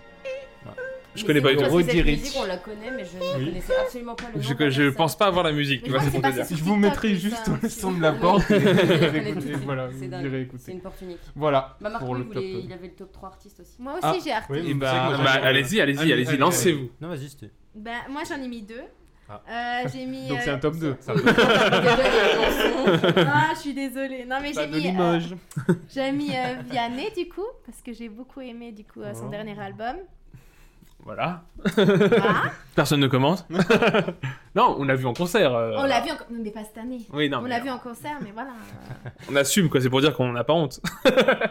[SPEAKER 7] Je Je connais pas du tout.
[SPEAKER 8] Roddy
[SPEAKER 7] Roddy
[SPEAKER 8] Ricch.
[SPEAKER 7] Ricch.
[SPEAKER 8] on la connaît, mais je ne
[SPEAKER 7] Oui.
[SPEAKER 8] connaissais absolument pas le nom.
[SPEAKER 7] Je,
[SPEAKER 8] de la
[SPEAKER 7] je
[SPEAKER 8] personne.
[SPEAKER 7] pense pas avoir la musique,
[SPEAKER 9] Mais
[SPEAKER 7] tu
[SPEAKER 9] je
[SPEAKER 7] vois,
[SPEAKER 9] crois
[SPEAKER 7] c'est pour
[SPEAKER 9] que
[SPEAKER 7] te
[SPEAKER 9] c'est
[SPEAKER 7] dire.
[SPEAKER 9] pas
[SPEAKER 4] Je
[SPEAKER 9] Sur
[SPEAKER 4] vous
[SPEAKER 9] TikTok,
[SPEAKER 4] mettrai
[SPEAKER 9] mais
[SPEAKER 4] juste
[SPEAKER 9] ça,
[SPEAKER 4] le
[SPEAKER 9] c'est-
[SPEAKER 4] son de la porte. et vous irez écouter, voilà,
[SPEAKER 8] C'est
[SPEAKER 4] vous
[SPEAKER 8] dingue.
[SPEAKER 4] irez
[SPEAKER 8] C'est
[SPEAKER 4] écouter.
[SPEAKER 8] une porte unique.
[SPEAKER 4] Voilà,
[SPEAKER 8] Bah, Marco,
[SPEAKER 4] pour
[SPEAKER 8] il,
[SPEAKER 4] le top.
[SPEAKER 8] voulait- il avait le top 3 artistes aussi.
[SPEAKER 9] Moi aussi,
[SPEAKER 4] Ah.
[SPEAKER 9] j'ai Arte.
[SPEAKER 10] Oui,
[SPEAKER 4] mais
[SPEAKER 10] mais
[SPEAKER 4] c'est vrai que moi,
[SPEAKER 7] Bah,
[SPEAKER 4] j'avais-
[SPEAKER 7] allez-y, allez-y, allez-y, lancez-vous.
[SPEAKER 10] Non, vas-y, c'était.
[SPEAKER 9] Ben, moi, j'en ai mis deux.
[SPEAKER 10] Ah.
[SPEAKER 9] Euh, j'ai mis.
[SPEAKER 4] Donc
[SPEAKER 9] euh,
[SPEAKER 4] c'est un top 2.
[SPEAKER 8] Déjà, il y avait un son.
[SPEAKER 9] Ah, je suis désolée. Non, mais
[SPEAKER 4] Pas
[SPEAKER 9] j'ai
[SPEAKER 4] de
[SPEAKER 9] mis. euh,
[SPEAKER 4] Limoges.
[SPEAKER 9] J'ai mis euh, Vianney du coup, parce que j'ai beaucoup aimé du coup euh, son
[SPEAKER 4] Oh.
[SPEAKER 9] dernier album. Ah.
[SPEAKER 7] Voilà.
[SPEAKER 9] Voilà.
[SPEAKER 7] Personne ne commente. non, on l'a vu en concert. euh.
[SPEAKER 9] On l'a vu en... non, mais pas cette année.
[SPEAKER 7] Oui, non,
[SPEAKER 9] on
[SPEAKER 7] mais
[SPEAKER 9] l'a vu en concert, mais voilà.
[SPEAKER 7] on assume quoi, c'est pour dire qu'on n'a pas honte.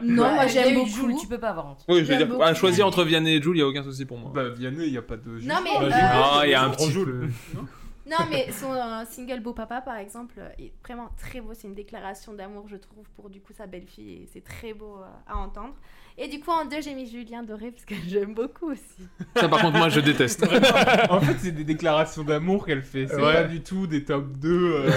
[SPEAKER 9] non,
[SPEAKER 8] Bah,
[SPEAKER 9] moi
[SPEAKER 8] il y a
[SPEAKER 9] j'aime
[SPEAKER 8] eu Jules,
[SPEAKER 9] beaucoup.
[SPEAKER 8] tu peux pas avoir honte.
[SPEAKER 7] Oui, je veux
[SPEAKER 9] J'aime
[SPEAKER 7] dire,
[SPEAKER 9] beaucoup.
[SPEAKER 7] à choisir entre Vianney et Jules, il n'y a aucun souci pour moi.
[SPEAKER 4] Bah, Vianney, il n'y a pas de.
[SPEAKER 9] Non mais,
[SPEAKER 4] Bah,
[SPEAKER 9] euh,
[SPEAKER 4] j'ai-
[SPEAKER 7] Ah, il y a un
[SPEAKER 4] On
[SPEAKER 7] petit
[SPEAKER 4] joue.
[SPEAKER 7] peu.
[SPEAKER 9] Non mais son euh, single Beau Papa par exemple euh, est vraiment très beau, c'est une déclaration d'amour je trouve pour du coup sa belle-fille et c'est très beau euh, à entendre. Et du coup en deux j'ai mis Julien Doré parce que j'aime beaucoup aussi.
[SPEAKER 7] Ça, par contre, moi, je déteste.
[SPEAKER 4] En fait, c'est des déclarations d'amour qu'elle fait. C'est
[SPEAKER 7] Ouais.
[SPEAKER 4] pas du tout des top 2. euh,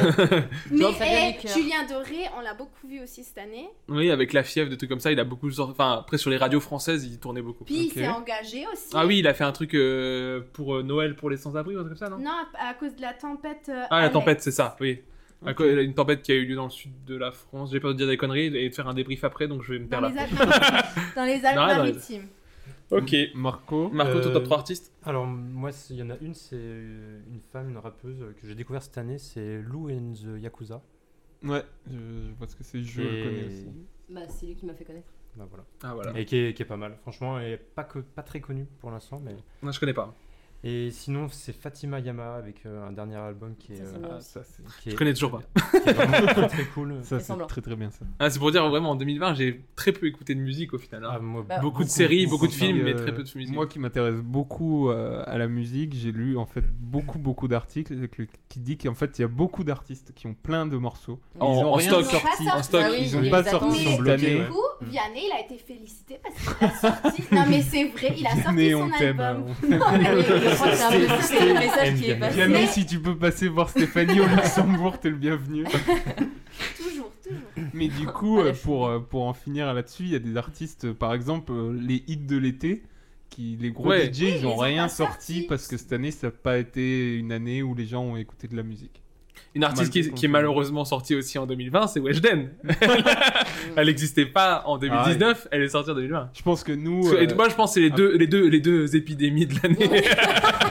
[SPEAKER 9] Mais
[SPEAKER 8] ça vient
[SPEAKER 9] eh,
[SPEAKER 8] du cœur.
[SPEAKER 9] Julien Doré on l'a beaucoup vu aussi cette année.
[SPEAKER 7] oui, avec la fièvre, des trucs comme ça, il a beaucoup. sorti- Enfin, après, sur les radios françaises, il tournait beaucoup.
[SPEAKER 9] Puis
[SPEAKER 4] Ok.
[SPEAKER 9] il s'est engagé aussi.
[SPEAKER 7] Ah oui, il a fait un truc euh, pour euh, Noël pour les sans-abri ou un truc comme ça, non
[SPEAKER 9] Non à à cause de la tempête. euh,
[SPEAKER 7] Ah, la
[SPEAKER 9] Alex.
[SPEAKER 7] tempête, c'est ça, oui. À
[SPEAKER 4] Ok.
[SPEAKER 7] cause- Une tempête qui a eu lieu dans le sud de la France. J'ai peur de dire des conneries et de faire un débrief après, donc je vais me
[SPEAKER 9] Dans
[SPEAKER 7] perdre là.
[SPEAKER 9] les, Alpes- dans les Alpes-Maritimes.
[SPEAKER 7] Ok.
[SPEAKER 4] Marco.
[SPEAKER 7] Marco, ton
[SPEAKER 10] Euh,
[SPEAKER 7] top 3 artistes
[SPEAKER 10] Alors, moi, c'est- il y en a une, c'est euh, une femme, une rappeuse euh, que j'ai découvert cette année, c'est Lou and the Yakuza.
[SPEAKER 4] Ouais, je, je vois ce que c'est, je
[SPEAKER 10] Et-
[SPEAKER 4] le connais aussi.
[SPEAKER 8] Bah, c'est lui qui m'a fait connaître.
[SPEAKER 10] bah, voilà.
[SPEAKER 7] Ah, voilà.
[SPEAKER 10] Et qui est, qui est pas mal. Franchement, elle est pas, que, pas très connue pour l'instant, mais.
[SPEAKER 7] Non, je connais pas.
[SPEAKER 10] Et sinon, c'est Fatima Yama avec euh, un dernier album qui est,
[SPEAKER 8] Ça, c'est
[SPEAKER 10] euh,
[SPEAKER 8] moi.
[SPEAKER 4] Ah, ça, c'est
[SPEAKER 10] qui est-
[SPEAKER 7] Je connais toujours pas.
[SPEAKER 10] qui est vraiment très, très cool.
[SPEAKER 4] ça,
[SPEAKER 8] C'est
[SPEAKER 4] c'est
[SPEAKER 8] semblant.
[SPEAKER 4] très très bien ça.
[SPEAKER 7] Ah, c'est pour dire vraiment en 2020, j'ai très peu écouté de musique au final. hein.
[SPEAKER 10] Ah, moi,
[SPEAKER 8] Bah,
[SPEAKER 7] beaucoup de séries, beaucoup de
[SPEAKER 4] Euh,
[SPEAKER 7] films, mais très peu de musique.
[SPEAKER 4] Moi qui m'intéresse beaucoup euh, à la musique, j'ai lu en fait beaucoup beaucoup d'articles avec le- qui dit qu'en fait il y a beaucoup d'artistes qui ont plein de morceaux.
[SPEAKER 7] En-
[SPEAKER 4] ils ont
[SPEAKER 7] en
[SPEAKER 4] rien
[SPEAKER 7] stock.
[SPEAKER 4] sorti.
[SPEAKER 9] Ils ont pas
[SPEAKER 7] en stock,
[SPEAKER 8] Ah oui,
[SPEAKER 4] ils
[SPEAKER 8] on
[SPEAKER 4] ont
[SPEAKER 8] les
[SPEAKER 4] pas
[SPEAKER 8] attend.
[SPEAKER 4] sorti
[SPEAKER 9] Mais
[SPEAKER 4] son blannée,
[SPEAKER 9] du
[SPEAKER 4] ouais.
[SPEAKER 9] coup,
[SPEAKER 7] Mm.
[SPEAKER 9] Vianney, il a été félicité parce qu'il a sorti. Non, mais c'est vrai, il a sorti
[SPEAKER 4] Vianney,
[SPEAKER 9] son
[SPEAKER 4] on t'aime.
[SPEAKER 9] album.
[SPEAKER 4] hein.
[SPEAKER 8] Je crois que c'est un peu ça, c'est le message qui est
[SPEAKER 10] Endgame.
[SPEAKER 8] passé.
[SPEAKER 4] Vianney,
[SPEAKER 9] Mais-
[SPEAKER 4] si tu peux passer voir Stéphanie au Luxembourg, t'es le bienvenu.
[SPEAKER 9] Toujours, toujours. Eh
[SPEAKER 4] Mais du coup,
[SPEAKER 8] Ah, la
[SPEAKER 4] euh, pour, euh, pour en finir là-dessus, il y a des artistes, euh, par exemple, euh, les hits de l'été, qui les gros
[SPEAKER 7] Ouais.
[SPEAKER 4] DJ,
[SPEAKER 9] Oui,
[SPEAKER 4] ils
[SPEAKER 9] ils
[SPEAKER 4] ont
[SPEAKER 9] ont
[SPEAKER 4] rien
[SPEAKER 9] pas
[SPEAKER 4] sorti
[SPEAKER 9] sorti.
[SPEAKER 4] parce que cette année, ça n'a pas été une année où les gens ont écouté de la musique.
[SPEAKER 7] Une artiste qui,
[SPEAKER 4] Malgré
[SPEAKER 7] qui est
[SPEAKER 4] son-
[SPEAKER 7] malheureusement sortie aussi en 2020, c'est Weshden. elle n'existait pas en 2019, elle est sortie en 2020.
[SPEAKER 4] Je pense que nous,
[SPEAKER 7] Parce que-
[SPEAKER 4] euh,
[SPEAKER 7] Et moi, je pense que c'est les,
[SPEAKER 4] ah.
[SPEAKER 7] deux, les, deux, les deux épidémies de l'année.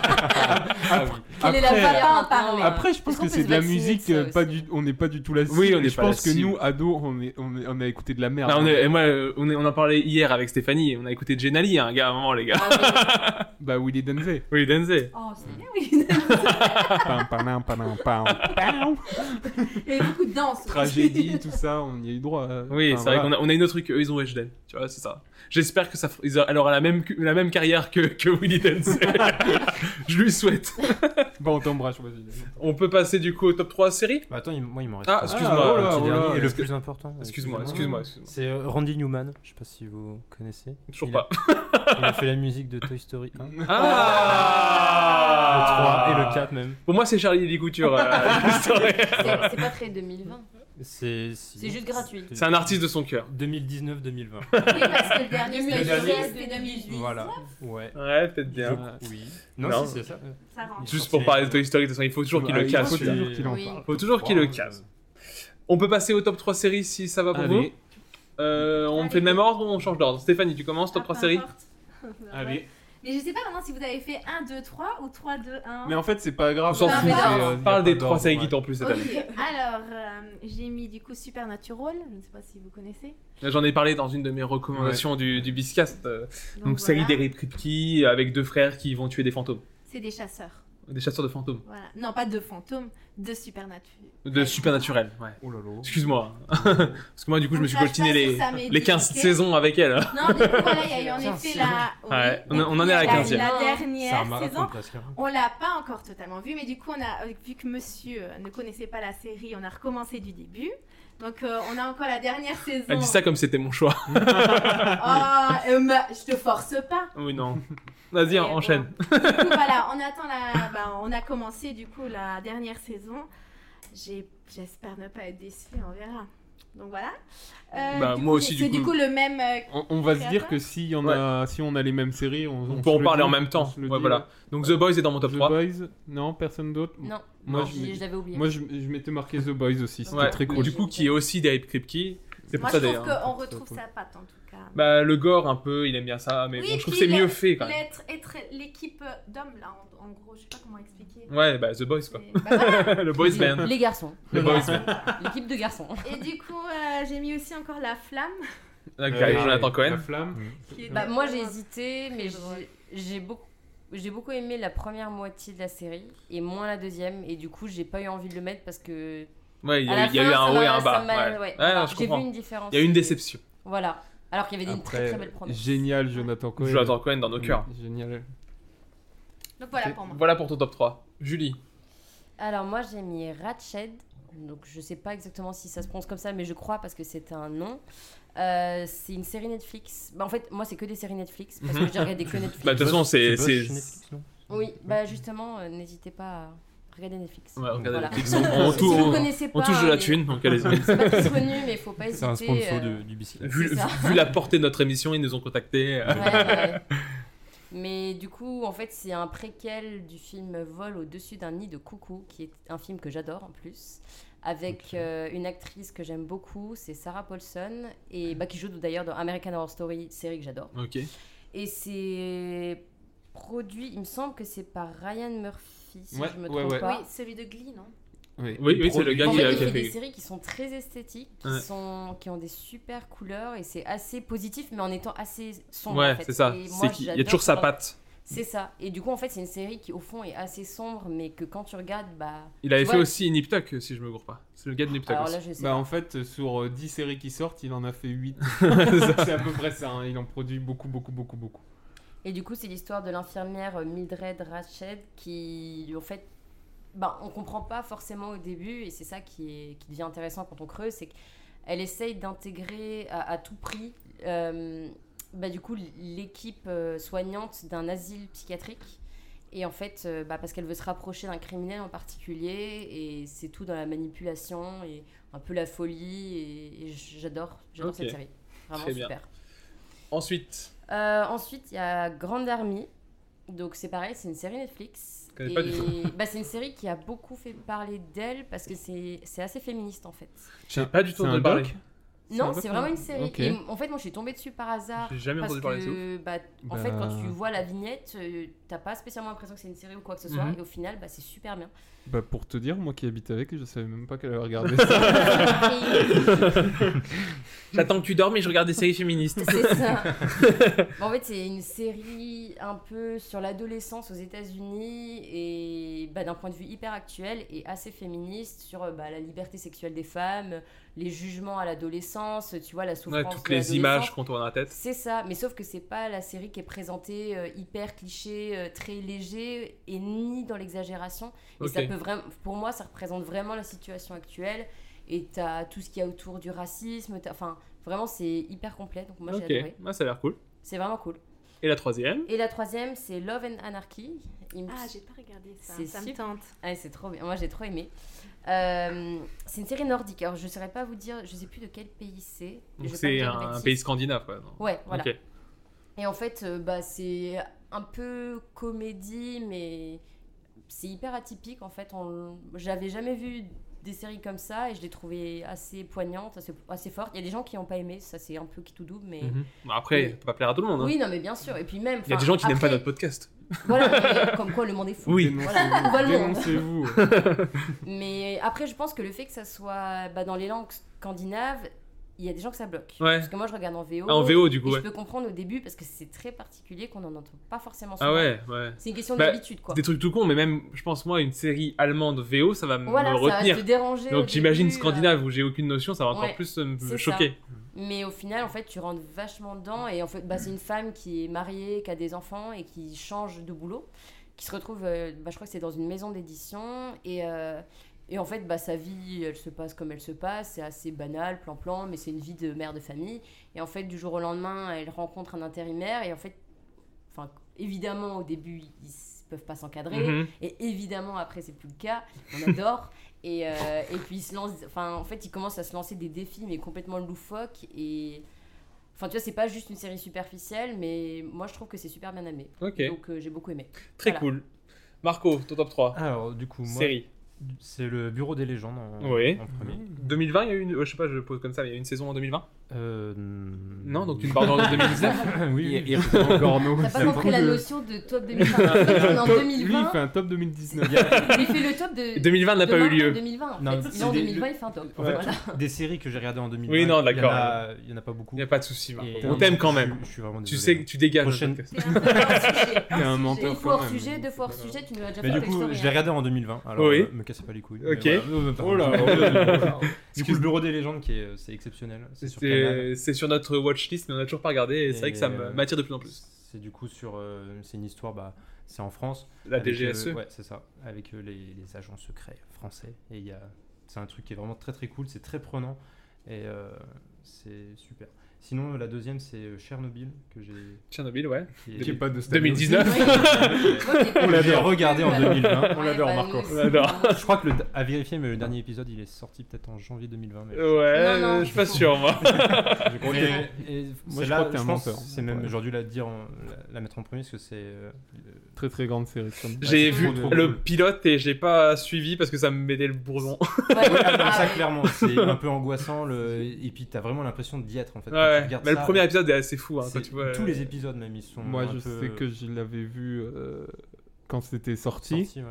[SPEAKER 7] Ah oui.
[SPEAKER 8] Quelle est la
[SPEAKER 4] Après-
[SPEAKER 8] valeur
[SPEAKER 9] Après-
[SPEAKER 8] maintenant, euh,
[SPEAKER 4] après, je pense
[SPEAKER 8] est-ce qu'on
[SPEAKER 4] que
[SPEAKER 8] peut
[SPEAKER 4] c'est
[SPEAKER 8] se
[SPEAKER 4] de la
[SPEAKER 8] vacciner
[SPEAKER 4] musique,
[SPEAKER 8] ça
[SPEAKER 4] euh, pas
[SPEAKER 8] aussi
[SPEAKER 4] du, on n'est pas du tout la cible.
[SPEAKER 7] Oui, on
[SPEAKER 4] et
[SPEAKER 7] n'est
[SPEAKER 4] je
[SPEAKER 7] pas la
[SPEAKER 4] pense que
[SPEAKER 7] cible.
[SPEAKER 4] nous, ados, on, est, on, est- on a écouté de la merde.
[SPEAKER 7] Ah, on, est- et moi, euh, on, est- on en parlait hier avec Stéphanie, et on a écouté Jenali, un gars, à un moment, les gars.
[SPEAKER 8] Ah,
[SPEAKER 4] Bah, Willy Denzey.
[SPEAKER 7] Oui, Denzé.
[SPEAKER 9] Oh, c'est bien, oui.
[SPEAKER 4] Pam, pam, pam, pam, pam, pam.
[SPEAKER 9] Il y avait beaucoup de danse.
[SPEAKER 4] Tragédie, tout ça, on y a eu droit. euh,
[SPEAKER 7] Oui,
[SPEAKER 4] enfin,
[SPEAKER 7] c'est
[SPEAKER 4] voilà.
[SPEAKER 7] vrai qu'on a, on a une autre truc, eux, ils ont Weshden. Tu vois, c'est ça. J'espère que ça, f- ils a- elle aura la même, cu- la même carrière que, que Willy Denzé. je lui souhaite.
[SPEAKER 4] Bon, on t'embrasse, vas-y.
[SPEAKER 7] On peut passer du coup au top 3 séries
[SPEAKER 10] Bah, attends, il- moi, il m'en reste.
[SPEAKER 7] Ah,
[SPEAKER 10] un.
[SPEAKER 7] excuse-moi.
[SPEAKER 4] Ah, oh
[SPEAKER 10] Le
[SPEAKER 4] là,
[SPEAKER 10] petit
[SPEAKER 4] oh
[SPEAKER 10] dernier
[SPEAKER 4] là.
[SPEAKER 10] et le
[SPEAKER 7] Est-ce que-
[SPEAKER 10] plus important. euh,
[SPEAKER 7] Excuse-moi, excuse-moi, excuse-moi.
[SPEAKER 10] C'est euh, Randy Newman, je sais pas si vous connaissez.
[SPEAKER 7] Toujours
[SPEAKER 10] Il a-
[SPEAKER 7] pas.
[SPEAKER 10] il a fait la musique de Toy Story 1, le
[SPEAKER 7] Ah
[SPEAKER 10] 3 et le 4 même.
[SPEAKER 7] Pour moi, c'est Charlie et les coutures. euh, l'histoire.
[SPEAKER 8] C'est c'est pas très 2020.
[SPEAKER 10] C'est
[SPEAKER 8] C'est juste gratuit.
[SPEAKER 7] c'est un artiste de son cœur.
[SPEAKER 10] 2019-2020.
[SPEAKER 9] Oui, parce que le dernier,
[SPEAKER 8] Le
[SPEAKER 9] c'est
[SPEAKER 8] dernier.
[SPEAKER 9] de 2010.
[SPEAKER 10] voilà. Ouais.
[SPEAKER 7] Ouais, peut-être bien.
[SPEAKER 10] Je- Oui. Non,
[SPEAKER 7] Non.
[SPEAKER 10] si, c'est ça.
[SPEAKER 9] Ça rentre.
[SPEAKER 7] Juste pour parler de Toy Story, de toute façon, il faut toujours qu'il
[SPEAKER 4] Ah,
[SPEAKER 7] le
[SPEAKER 4] il
[SPEAKER 7] casse.
[SPEAKER 4] faut
[SPEAKER 7] celui-là.
[SPEAKER 4] toujours qu'il Oh, en
[SPEAKER 8] Oui.
[SPEAKER 4] parle.
[SPEAKER 7] Il faut toujours qu'il le casse.
[SPEAKER 10] euh,
[SPEAKER 7] On peut passer au top 3 séries si ça va pour
[SPEAKER 4] Allez.
[SPEAKER 7] vous. Euh, on
[SPEAKER 9] Allez.
[SPEAKER 7] fait le même ordre ou on change d'ordre Stéphanie, tu commences, top
[SPEAKER 9] Ah,
[SPEAKER 7] 3
[SPEAKER 9] peu
[SPEAKER 7] séries
[SPEAKER 9] importe. Mais je sais pas vraiment si vous avez fait 1, 2, 3 ou 3, 2, 1.
[SPEAKER 4] Mais en fait, c'est pas
[SPEAKER 7] On
[SPEAKER 4] grave.
[SPEAKER 7] s'en
[SPEAKER 9] Ah,
[SPEAKER 7] fout,
[SPEAKER 9] mais
[SPEAKER 7] c'est,
[SPEAKER 9] non.
[SPEAKER 7] euh,
[SPEAKER 4] y a
[SPEAKER 7] parle
[SPEAKER 4] pas
[SPEAKER 7] des
[SPEAKER 4] d'ordre,
[SPEAKER 7] 3 séries
[SPEAKER 4] ouais.
[SPEAKER 7] qui t'ont plus cette
[SPEAKER 9] Ok,
[SPEAKER 7] année.
[SPEAKER 9] alors euh, j'ai mis du coup Supernatural, je ne sais pas si vous connaissez.
[SPEAKER 7] Là, J'en ai parlé dans une de mes recommandations du, du Biscast. euh,
[SPEAKER 9] Donc,
[SPEAKER 7] donc,
[SPEAKER 9] voilà.
[SPEAKER 7] série d'Eric Kripke avec deux frères qui vont tuer des fantômes.
[SPEAKER 9] C'est des chasseurs.
[SPEAKER 7] Des chasseurs de fantômes.
[SPEAKER 9] Voilà. Non, pas de fantômes, de Supernatural.
[SPEAKER 7] De supernaturel, ouais.
[SPEAKER 4] Oh là là.
[SPEAKER 7] Excuse-moi. Parce que moi, du coup, je me suis coltiné les, les 15 saisons avec elle.
[SPEAKER 9] Non, du coup, voilà, il y a eu en effet la. oui.
[SPEAKER 7] Ouais, on- on en est à la
[SPEAKER 9] La-
[SPEAKER 7] 15e.
[SPEAKER 9] La
[SPEAKER 10] C'est un
[SPEAKER 9] dernière
[SPEAKER 10] marathon
[SPEAKER 9] saison.
[SPEAKER 10] presque. hein.
[SPEAKER 9] On l'a pas encore totalement vu, mais du coup, on a vu que monsieur euh, ne connaissait pas la série, on a recommencé du début. Donc, euh, on a encore la dernière saison.
[SPEAKER 7] Elle dit ça comme c'était mon choix.
[SPEAKER 9] Oh, euh, ma- je te force pas.
[SPEAKER 7] Oui, non. Vas-y,
[SPEAKER 9] Et,
[SPEAKER 7] enchaîne.
[SPEAKER 9] bon. Du coup, voilà, on attend la. bah, on a commencé, du coup, la dernière saison. J'ai- J'espère ne pas être déçue, on verra. Donc voilà. Euh,
[SPEAKER 7] Bah,
[SPEAKER 9] du
[SPEAKER 7] moi
[SPEAKER 9] coup,
[SPEAKER 7] aussi,
[SPEAKER 9] C'est
[SPEAKER 7] du
[SPEAKER 9] du
[SPEAKER 7] coup.
[SPEAKER 9] coup le même. euh,
[SPEAKER 4] On, on va se
[SPEAKER 9] Créateur
[SPEAKER 4] dire que si, y en a, si on a les mêmes séries, on,
[SPEAKER 7] On
[SPEAKER 4] on
[SPEAKER 7] peut
[SPEAKER 4] se
[SPEAKER 7] en
[SPEAKER 4] le
[SPEAKER 7] parler
[SPEAKER 4] dit,
[SPEAKER 7] en même
[SPEAKER 4] on
[SPEAKER 7] temps.
[SPEAKER 4] se le
[SPEAKER 7] Ouais,
[SPEAKER 4] dit,
[SPEAKER 7] voilà. Donc The Boys est dans mon top
[SPEAKER 4] The
[SPEAKER 7] 3.
[SPEAKER 4] Boys, non, personne d'autre.
[SPEAKER 8] Non,
[SPEAKER 4] Moi, je,
[SPEAKER 8] je, je l'avais oublié.
[SPEAKER 4] moi je, je m'étais marqué The Boys aussi, c'était
[SPEAKER 7] Ouais,
[SPEAKER 4] très
[SPEAKER 7] mais
[SPEAKER 4] cool.
[SPEAKER 7] Du coup, qui est aussi Dave Kripke. C'est pour
[SPEAKER 9] Moi, je
[SPEAKER 7] ça
[SPEAKER 9] trouve
[SPEAKER 7] d'ailleurs.
[SPEAKER 9] qu'on
[SPEAKER 4] c'est
[SPEAKER 9] retrouve
[SPEAKER 4] cool.
[SPEAKER 9] sa patte en tout cas.
[SPEAKER 7] Bah, le gore, un peu, il aime bien ça, mais
[SPEAKER 9] Oui,
[SPEAKER 7] bon, je trouve que
[SPEAKER 9] puis
[SPEAKER 7] c'est mieux
[SPEAKER 9] le-
[SPEAKER 7] fait quand même.
[SPEAKER 9] L'être- être L'équipe d'hommes, là, en, en gros, je sais pas comment expliquer.
[SPEAKER 7] Ouais, bah, The Boys quoi.
[SPEAKER 9] C'est- bah voilà.
[SPEAKER 7] le Boys
[SPEAKER 8] les,
[SPEAKER 7] Band.
[SPEAKER 8] les garçons.
[SPEAKER 7] Le Boys Band.
[SPEAKER 8] L'équipe de garçons.
[SPEAKER 9] Et du coup, euh, j'ai mis aussi encore la flamme.
[SPEAKER 7] Avec
[SPEAKER 4] Euh,
[SPEAKER 7] Jonathan
[SPEAKER 4] La
[SPEAKER 7] Cohen.
[SPEAKER 4] flamme.
[SPEAKER 9] Qui est euh,
[SPEAKER 8] Bah, moi j'ai
[SPEAKER 9] vraiment-
[SPEAKER 8] hésité, mais j'ai-
[SPEAKER 9] drôle.
[SPEAKER 8] j'ai beaucoup, j'ai beaucoup aimé la première moitié de la série et moins la deuxième. Et du coup, j'ai pas eu envie de le mettre parce que.
[SPEAKER 7] Ouais, il y
[SPEAKER 8] à
[SPEAKER 7] a,
[SPEAKER 8] la
[SPEAKER 7] il y a
[SPEAKER 8] fin,
[SPEAKER 7] eu
[SPEAKER 8] ça
[SPEAKER 7] un haut et
[SPEAKER 8] m'a-
[SPEAKER 7] un
[SPEAKER 8] ça
[SPEAKER 7] bas.
[SPEAKER 8] m'a-
[SPEAKER 7] Ouais,
[SPEAKER 8] ouais.
[SPEAKER 7] Ouais, non,
[SPEAKER 8] Alors,
[SPEAKER 7] je
[SPEAKER 8] j'ai vu
[SPEAKER 7] comprends.
[SPEAKER 8] une différence.
[SPEAKER 7] Il y a eu une déception.
[SPEAKER 8] Voilà. Alors qu'il y avait des très
[SPEAKER 4] Après,
[SPEAKER 8] très belles promesses.
[SPEAKER 4] génial Jonathan Cohen.
[SPEAKER 7] Jonathan Cohen dans nos
[SPEAKER 4] Oui,
[SPEAKER 7] cœurs.
[SPEAKER 4] Génial.
[SPEAKER 9] Donc voilà pour moi.
[SPEAKER 7] Voilà pour ton top 3. Julie.
[SPEAKER 8] Alors moi j'ai mis Ratched, donc je sais pas exactement si ça se prononce comme ça, mais je crois parce que c'est un nom. Euh, c'est une série Netflix. Bah, en fait, moi c'est que des séries Netflix parce que j'ai regardé que Netflix.
[SPEAKER 7] Bah, de toute façon, c'est.
[SPEAKER 10] Boss
[SPEAKER 7] c'est-
[SPEAKER 10] chez Netflix, non
[SPEAKER 8] Oui, bah justement, euh, n'hésitez pas à regarder Netflix.
[SPEAKER 7] Ouais, regardez
[SPEAKER 8] Voilà.
[SPEAKER 7] Netflix. On, on
[SPEAKER 8] Si
[SPEAKER 7] tou-
[SPEAKER 8] vous
[SPEAKER 7] on-
[SPEAKER 8] connaissez
[SPEAKER 7] on
[SPEAKER 8] pas,
[SPEAKER 7] touche de la
[SPEAKER 8] mais-
[SPEAKER 7] thune, donc allez-y.
[SPEAKER 8] C'est pas très connu, mais faut pas hésiter.
[SPEAKER 10] C'est un sponsor
[SPEAKER 8] euh,
[SPEAKER 10] de- du biscuit.
[SPEAKER 7] Vu,
[SPEAKER 8] C'est ça.
[SPEAKER 7] vu la portée de notre émission, ils nous ont contactés. euh,
[SPEAKER 8] ouais, ouais. Mais du coup, en fait, c'est un préquel du film Vol au-dessus d'un nid de coucou, qui est un film que j'adore en plus, avec euh, une actrice que j'aime beaucoup, c'est Sarah Paulson, et bah, qui joue d'ailleurs dans American Horror Story, série que j'adore.
[SPEAKER 7] Ok.
[SPEAKER 8] Et c'est produit, il me semble que c'est par Ryan Murphy, si
[SPEAKER 4] Ouais,
[SPEAKER 8] je me
[SPEAKER 4] ouais,
[SPEAKER 8] trompe
[SPEAKER 4] ouais.
[SPEAKER 8] pas.
[SPEAKER 9] Oui, celui de Glee, non
[SPEAKER 4] Oui,
[SPEAKER 7] Oui, oui, c'est le gars
[SPEAKER 8] En
[SPEAKER 7] qui
[SPEAKER 8] fait,
[SPEAKER 7] a
[SPEAKER 8] il
[SPEAKER 7] qui a
[SPEAKER 8] fait des
[SPEAKER 7] fait.
[SPEAKER 8] séries qui sont très esthétiques, qui,
[SPEAKER 7] Ouais.
[SPEAKER 8] sont, qui ont des super couleurs et c'est assez positif, mais en étant assez sombre. en
[SPEAKER 7] Ouais,
[SPEAKER 8] fait.
[SPEAKER 7] c'est ça.
[SPEAKER 8] Et moi,
[SPEAKER 7] C'est qu'il- Il y a
[SPEAKER 8] j'adore
[SPEAKER 7] toujours
[SPEAKER 8] ce
[SPEAKER 7] sa
[SPEAKER 8] genre de-
[SPEAKER 7] patte.
[SPEAKER 8] C'est ça. Et du coup, en fait, c'est une série qui, au fond, est assez sombre, mais que quand tu regardes, bah.
[SPEAKER 7] Il avait
[SPEAKER 8] tu
[SPEAKER 7] fait
[SPEAKER 8] vois-
[SPEAKER 7] aussi Nip Tuck, si je me gourre pas. C'est le gars de Nip Tuck
[SPEAKER 8] Alors
[SPEAKER 7] aussi.
[SPEAKER 8] là, je sais.
[SPEAKER 4] Bah
[SPEAKER 8] pas.
[SPEAKER 4] en fait, sur euh, 10 séries qui sortent, il en a fait 8. c'est à peu près ça, hein. il en produit beaucoup, beaucoup, beaucoup, beaucoup.
[SPEAKER 8] Et du coup, c'est l'histoire de l'infirmière euh, Mildred Ratched qui, en fait, bah, on comprend pas forcément au début, et c'est ça qui, est, qui devient intéressant quand on creuse, c'est qu'elle essaye d'intégrer à, à tout prix, euh, bah, du coup, l'équipe euh, soignante d'un asile psychiatrique. Et en fait, euh, bah, parce qu'elle veut se rapprocher d'un criminel en particulier, et c'est tout dans la manipulation et un peu la folie, et, et j'adore, j'adore
[SPEAKER 7] Ok.
[SPEAKER 8] cette série. Vraiment
[SPEAKER 7] Très bien.
[SPEAKER 8] super.
[SPEAKER 7] Ensuite,
[SPEAKER 8] Euh, ensuite, il y a Grande Army. Donc c'est pareil, c'est une série Netflix.
[SPEAKER 7] Je connais pas du
[SPEAKER 8] bah, c'est une série qui a beaucoup fait parler d'elle parce que c'est c'est assez féministe en fait.
[SPEAKER 7] j'ai pas du tout
[SPEAKER 4] C'est un
[SPEAKER 7] entendu parler.
[SPEAKER 4] doc C'est un
[SPEAKER 8] Non,
[SPEAKER 4] doc,
[SPEAKER 8] c'est
[SPEAKER 4] non
[SPEAKER 8] vraiment une série.
[SPEAKER 4] Ok.
[SPEAKER 8] Et, en fait, moi, je suis tombée dessus par hasard.
[SPEAKER 7] J'ai jamais
[SPEAKER 8] Parce
[SPEAKER 7] entendu parler de ça.
[SPEAKER 8] que, bah, en fait,
[SPEAKER 4] Bah.
[SPEAKER 8] quand tu vois la vignette, euh, t'as pas spécialement l'impression que c'est une série ou quoi que ce soit.
[SPEAKER 7] Mhm.
[SPEAKER 8] Et au final, bah, c'est super bien.
[SPEAKER 4] Bah pour te dire, moi qui habite avec, je savais même pas qu'elle avait regardé ça.
[SPEAKER 8] Et
[SPEAKER 7] J'attends que tu dormes et je regarde des séries féministes.
[SPEAKER 8] c'est ça. Bon, en fait, c'est une série un peu sur l'adolescence aux États-Unis et bah, d'un point de vue hyper actuel et assez féministe sur euh, bah, la liberté sexuelle des femmes, les jugements à l'adolescence, tu vois, la
[SPEAKER 7] Ouais,
[SPEAKER 8] souffrance.
[SPEAKER 7] toutes
[SPEAKER 8] de
[SPEAKER 7] les images
[SPEAKER 8] l'adolescence.
[SPEAKER 7] qu'on tourne dans la tête.
[SPEAKER 8] C'est ça, mais sauf que c'est pas la série qui est présentée euh, hyper cliché, euh, très léger et ni dans l'exagération. Et ça
[SPEAKER 7] Ok.
[SPEAKER 8] peut vraiment, pour moi, ça représente vraiment la situation actuelle. Et t'as tout ce qu'il y a autour du racisme. t'as- Enfin, vraiment, c'est hyper complet. Donc moi,
[SPEAKER 7] Ok,
[SPEAKER 8] j'ai adoré.
[SPEAKER 7] Ah, ça a l'air cool.
[SPEAKER 8] C'est vraiment cool.
[SPEAKER 7] Et la troisième
[SPEAKER 8] Et la troisième, c'est Love and Anarchy. Il me-
[SPEAKER 9] Ah, j'ai pas regardé ça.
[SPEAKER 8] C'est
[SPEAKER 9] Ça me
[SPEAKER 8] super.
[SPEAKER 9] tente.
[SPEAKER 8] Ah, c'est trop bien. Moi, j'ai trop aimé. Euh, c'est une série nordique. Alors, je ne saurais pas vous dire, je sais plus de quel pays c'est. Je vais
[SPEAKER 7] Donc
[SPEAKER 8] pas
[SPEAKER 7] c'est
[SPEAKER 8] vous dire
[SPEAKER 7] un,
[SPEAKER 8] de bêtises.
[SPEAKER 7] pays scandinave quoi. non
[SPEAKER 8] Ouais, voilà.
[SPEAKER 7] Ok.
[SPEAKER 8] Et en fait, euh, bah, c'est un peu comédie, mais c'est hyper atypique. En fait, on... j'avais jamais vu des séries comme ça et je les trouvais assez poignantes, assez, assez fortes. Il y a des gens qui n'ont pas aimé, ça c'est un peu qui tout double, mais.
[SPEAKER 7] Mhm. Bon, Après,
[SPEAKER 8] Oui.
[SPEAKER 7] ça peut pas plaire à tout le monde. hein.
[SPEAKER 8] Oui, non, mais bien sûr. Et puis même.
[SPEAKER 7] Il y a
[SPEAKER 8] enfin,
[SPEAKER 7] des gens qui n'aiment pas
[SPEAKER 8] après-
[SPEAKER 7] notre podcast.
[SPEAKER 8] Voilà, mais comme quoi le monde est fou.
[SPEAKER 7] Oui.
[SPEAKER 8] Voilà, on va le voir.
[SPEAKER 4] Dénoncez-vous.
[SPEAKER 8] Mais après, je pense que le fait que ça soit bah, dans les langues scandinaves, il y a des gens que ça bloque.
[SPEAKER 7] Ouais.
[SPEAKER 8] Parce que moi, je regarde en VO.
[SPEAKER 7] Ah, en VO du
[SPEAKER 8] et
[SPEAKER 7] coup, ouais.
[SPEAKER 8] je peux comprendre au début parce que c'est très particulier qu'on n'en entend pas forcément souvent.
[SPEAKER 7] Ah ouais, ouais.
[SPEAKER 8] C'est une question
[SPEAKER 7] Bah,
[SPEAKER 8] d'habitude, quoi.
[SPEAKER 7] Des trucs tout con, mais même, je pense, moi, une série allemande VO, ça va me
[SPEAKER 8] Voilà, ça va
[SPEAKER 7] retenir.
[SPEAKER 8] te déranger. au
[SPEAKER 7] Donc j'imagine
[SPEAKER 8] début, euh,
[SPEAKER 7] scandinave où j'ai aucune notion, ça va encore
[SPEAKER 8] Ouais,
[SPEAKER 7] plus euh, me
[SPEAKER 8] c'est
[SPEAKER 7] choquer.
[SPEAKER 8] euh, Mais au final, en fait, tu rentres vachement dedans. Et en fait, bah, c'est une femme qui est mariée, qui a des enfants et qui change de boulot. Qui se retrouve, euh, bah, je crois que c'est dans une maison d'édition. Et, euh, et en fait, bah, sa vie, elle se passe comme elle se passe. C'est assez banal, plan-plan, mais c'est une vie de mère de famille. Et en fait, du jour au lendemain, elle rencontre un intérimaire. Et en fait, enfin, évidemment, au début, il s- peuvent pas
[SPEAKER 7] Mm-hmm.
[SPEAKER 8] s'encadrer.
[SPEAKER 7] Mhm.
[SPEAKER 8] Et évidemment, après, c'est plus le cas. On adore. et, euh, et puis, ils se lancent. Enfin, en fait, ils commencent à se lancer des défis, mais complètement loufoques. Et. Enfin, tu vois, c'est pas juste une série superficielle, mais moi, je trouve que c'est super bien amené.
[SPEAKER 7] Ok.
[SPEAKER 8] Donc, euh, j'ai beaucoup aimé.
[SPEAKER 7] Très
[SPEAKER 8] Voilà.
[SPEAKER 7] cool. Marco, ton top 3.
[SPEAKER 10] Alors, du coup, Ah, moi,
[SPEAKER 7] Série.
[SPEAKER 10] c'est le bureau des légendes en,
[SPEAKER 7] Oui.
[SPEAKER 10] en premier.
[SPEAKER 7] 2020, il y a eu une. euh, Je sais pas, je pose comme ça, mais il y a eu une saison en 2020
[SPEAKER 10] Euh,
[SPEAKER 7] Non, donc tu me parles dans 2019
[SPEAKER 10] oui, oui.
[SPEAKER 8] T'as pas compris la notion de top 2020. En fait, on est en
[SPEAKER 4] Top- Lui, il
[SPEAKER 8] 2020.
[SPEAKER 4] fait un top 2019.
[SPEAKER 8] Il fait le top de.
[SPEAKER 7] 2020 n'a
[SPEAKER 8] de
[SPEAKER 7] pas eu
[SPEAKER 8] Marc en
[SPEAKER 7] lieu.
[SPEAKER 8] 2020, en
[SPEAKER 10] Non,
[SPEAKER 8] fait.
[SPEAKER 10] mais
[SPEAKER 8] Il est en
[SPEAKER 10] c'est des-
[SPEAKER 8] 2020, il fait un top.
[SPEAKER 10] En fait,
[SPEAKER 8] Voilà.
[SPEAKER 10] des séries que j'ai regardées en 2020.
[SPEAKER 7] Oui, non,
[SPEAKER 10] il y en
[SPEAKER 7] d'accord.
[SPEAKER 10] a- Il y en a pas beaucoup.
[SPEAKER 7] Il n'y a pas de souci, Marco.
[SPEAKER 10] Et-
[SPEAKER 7] On t'aime quand
[SPEAKER 10] je-
[SPEAKER 7] même.
[SPEAKER 10] Je, suis vraiment
[SPEAKER 7] Tu sais
[SPEAKER 10] désolé.
[SPEAKER 7] que tu dégages. le
[SPEAKER 10] Prochaine-
[SPEAKER 7] podcast.
[SPEAKER 8] C'est un sujet.
[SPEAKER 4] T'es un
[SPEAKER 8] Une
[SPEAKER 4] menteur
[SPEAKER 8] fois
[SPEAKER 4] quand
[SPEAKER 8] hors
[SPEAKER 4] même.
[SPEAKER 8] sujet, deux fois hors sujet, tu nous as déjà
[SPEAKER 10] Mais
[SPEAKER 8] fait
[SPEAKER 10] du
[SPEAKER 8] le
[SPEAKER 10] coup,
[SPEAKER 8] story,
[SPEAKER 10] je l'ai
[SPEAKER 8] hein.
[SPEAKER 10] regardé en 2020, alors
[SPEAKER 7] Oui.
[SPEAKER 10] euh, me cassez pas les couilles. Mais
[SPEAKER 7] Ok.
[SPEAKER 10] voilà. Non, mais Eh ben, euh, pardon.
[SPEAKER 4] Oh là, oh là,
[SPEAKER 10] Du coup, le bureau des légendes, qui est, euh, c'est exceptionnel. C'est sur Canal.
[SPEAKER 7] C'est c'est sur notre watchlist, mais on n'a toujours pas regardé. Et c'est vrai que ça
[SPEAKER 10] Et,
[SPEAKER 7] me-
[SPEAKER 10] euh,
[SPEAKER 7] m'attire de plus en plus.
[SPEAKER 10] C'est du coup sur. euh, c'est une histoire, bah, c'est en France.
[SPEAKER 7] La
[SPEAKER 10] avec,
[SPEAKER 7] DGSE.
[SPEAKER 4] E.
[SPEAKER 10] euh, ouais, c'est ça. Avec euh, les, les agents secrets français. Et il y a. C'est un truc qui est vraiment très très cool, c'est très prenant. Et euh, c'est super. Sinon, la deuxième, c'est euh, Chernobyl, que j'ai.
[SPEAKER 7] Tchernobyl, ouais.
[SPEAKER 10] qui est-
[SPEAKER 4] Qui est pas de Stan Lee.
[SPEAKER 7] 2019.
[SPEAKER 8] Ouais.
[SPEAKER 10] On
[SPEAKER 8] Ouais,
[SPEAKER 10] l'avait regardé en 2020.
[SPEAKER 8] bah, nous aussi.
[SPEAKER 7] On l'adore.
[SPEAKER 10] Je crois que le, à vérifier, mais le dernier épisode, il est sorti peut-être en janvier 2020. Mais
[SPEAKER 7] Ouais,
[SPEAKER 4] Oh.
[SPEAKER 8] non,
[SPEAKER 7] euh, je suis
[SPEAKER 8] c'est
[SPEAKER 7] pas
[SPEAKER 8] faux.
[SPEAKER 7] sûr, moi.
[SPEAKER 10] je crois
[SPEAKER 8] c'est vrai.
[SPEAKER 10] que- et-
[SPEAKER 4] Moi,
[SPEAKER 10] c'est
[SPEAKER 4] je
[SPEAKER 10] là-
[SPEAKER 4] crois que t'es un
[SPEAKER 10] pense
[SPEAKER 4] menteur.
[SPEAKER 10] C'est même
[SPEAKER 4] Ouais.
[SPEAKER 10] aujourd'hui la dire, en- la, la mettre en premier, parce que c'est. euh, le-
[SPEAKER 4] Très très grande série. comme-
[SPEAKER 7] J'ai
[SPEAKER 10] c'est
[SPEAKER 7] vu
[SPEAKER 10] trop drôle.
[SPEAKER 7] le pilote et j'ai pas suivi parce que ça me mettait le bourdon.
[SPEAKER 8] Ouais,
[SPEAKER 10] Ah non,
[SPEAKER 8] ah
[SPEAKER 10] ça
[SPEAKER 8] ouais.
[SPEAKER 10] clairement, c'est un peu angoissant. Le... Et puis t'as vraiment l'impression d'y être en fait.
[SPEAKER 7] Ouais,
[SPEAKER 10] quand tu
[SPEAKER 7] ouais.
[SPEAKER 10] regardes
[SPEAKER 7] Mais le
[SPEAKER 10] ça, euh,
[SPEAKER 7] premier épisode est assez fou. hein,
[SPEAKER 10] c'est-
[SPEAKER 7] quand tu vois,
[SPEAKER 10] tous
[SPEAKER 7] euh,
[SPEAKER 10] les épisodes même ils sont.
[SPEAKER 4] Moi,
[SPEAKER 10] un
[SPEAKER 4] je
[SPEAKER 10] peu
[SPEAKER 4] sais que je l'avais vu euh, quand c'était sorti,
[SPEAKER 10] sortis, ouais.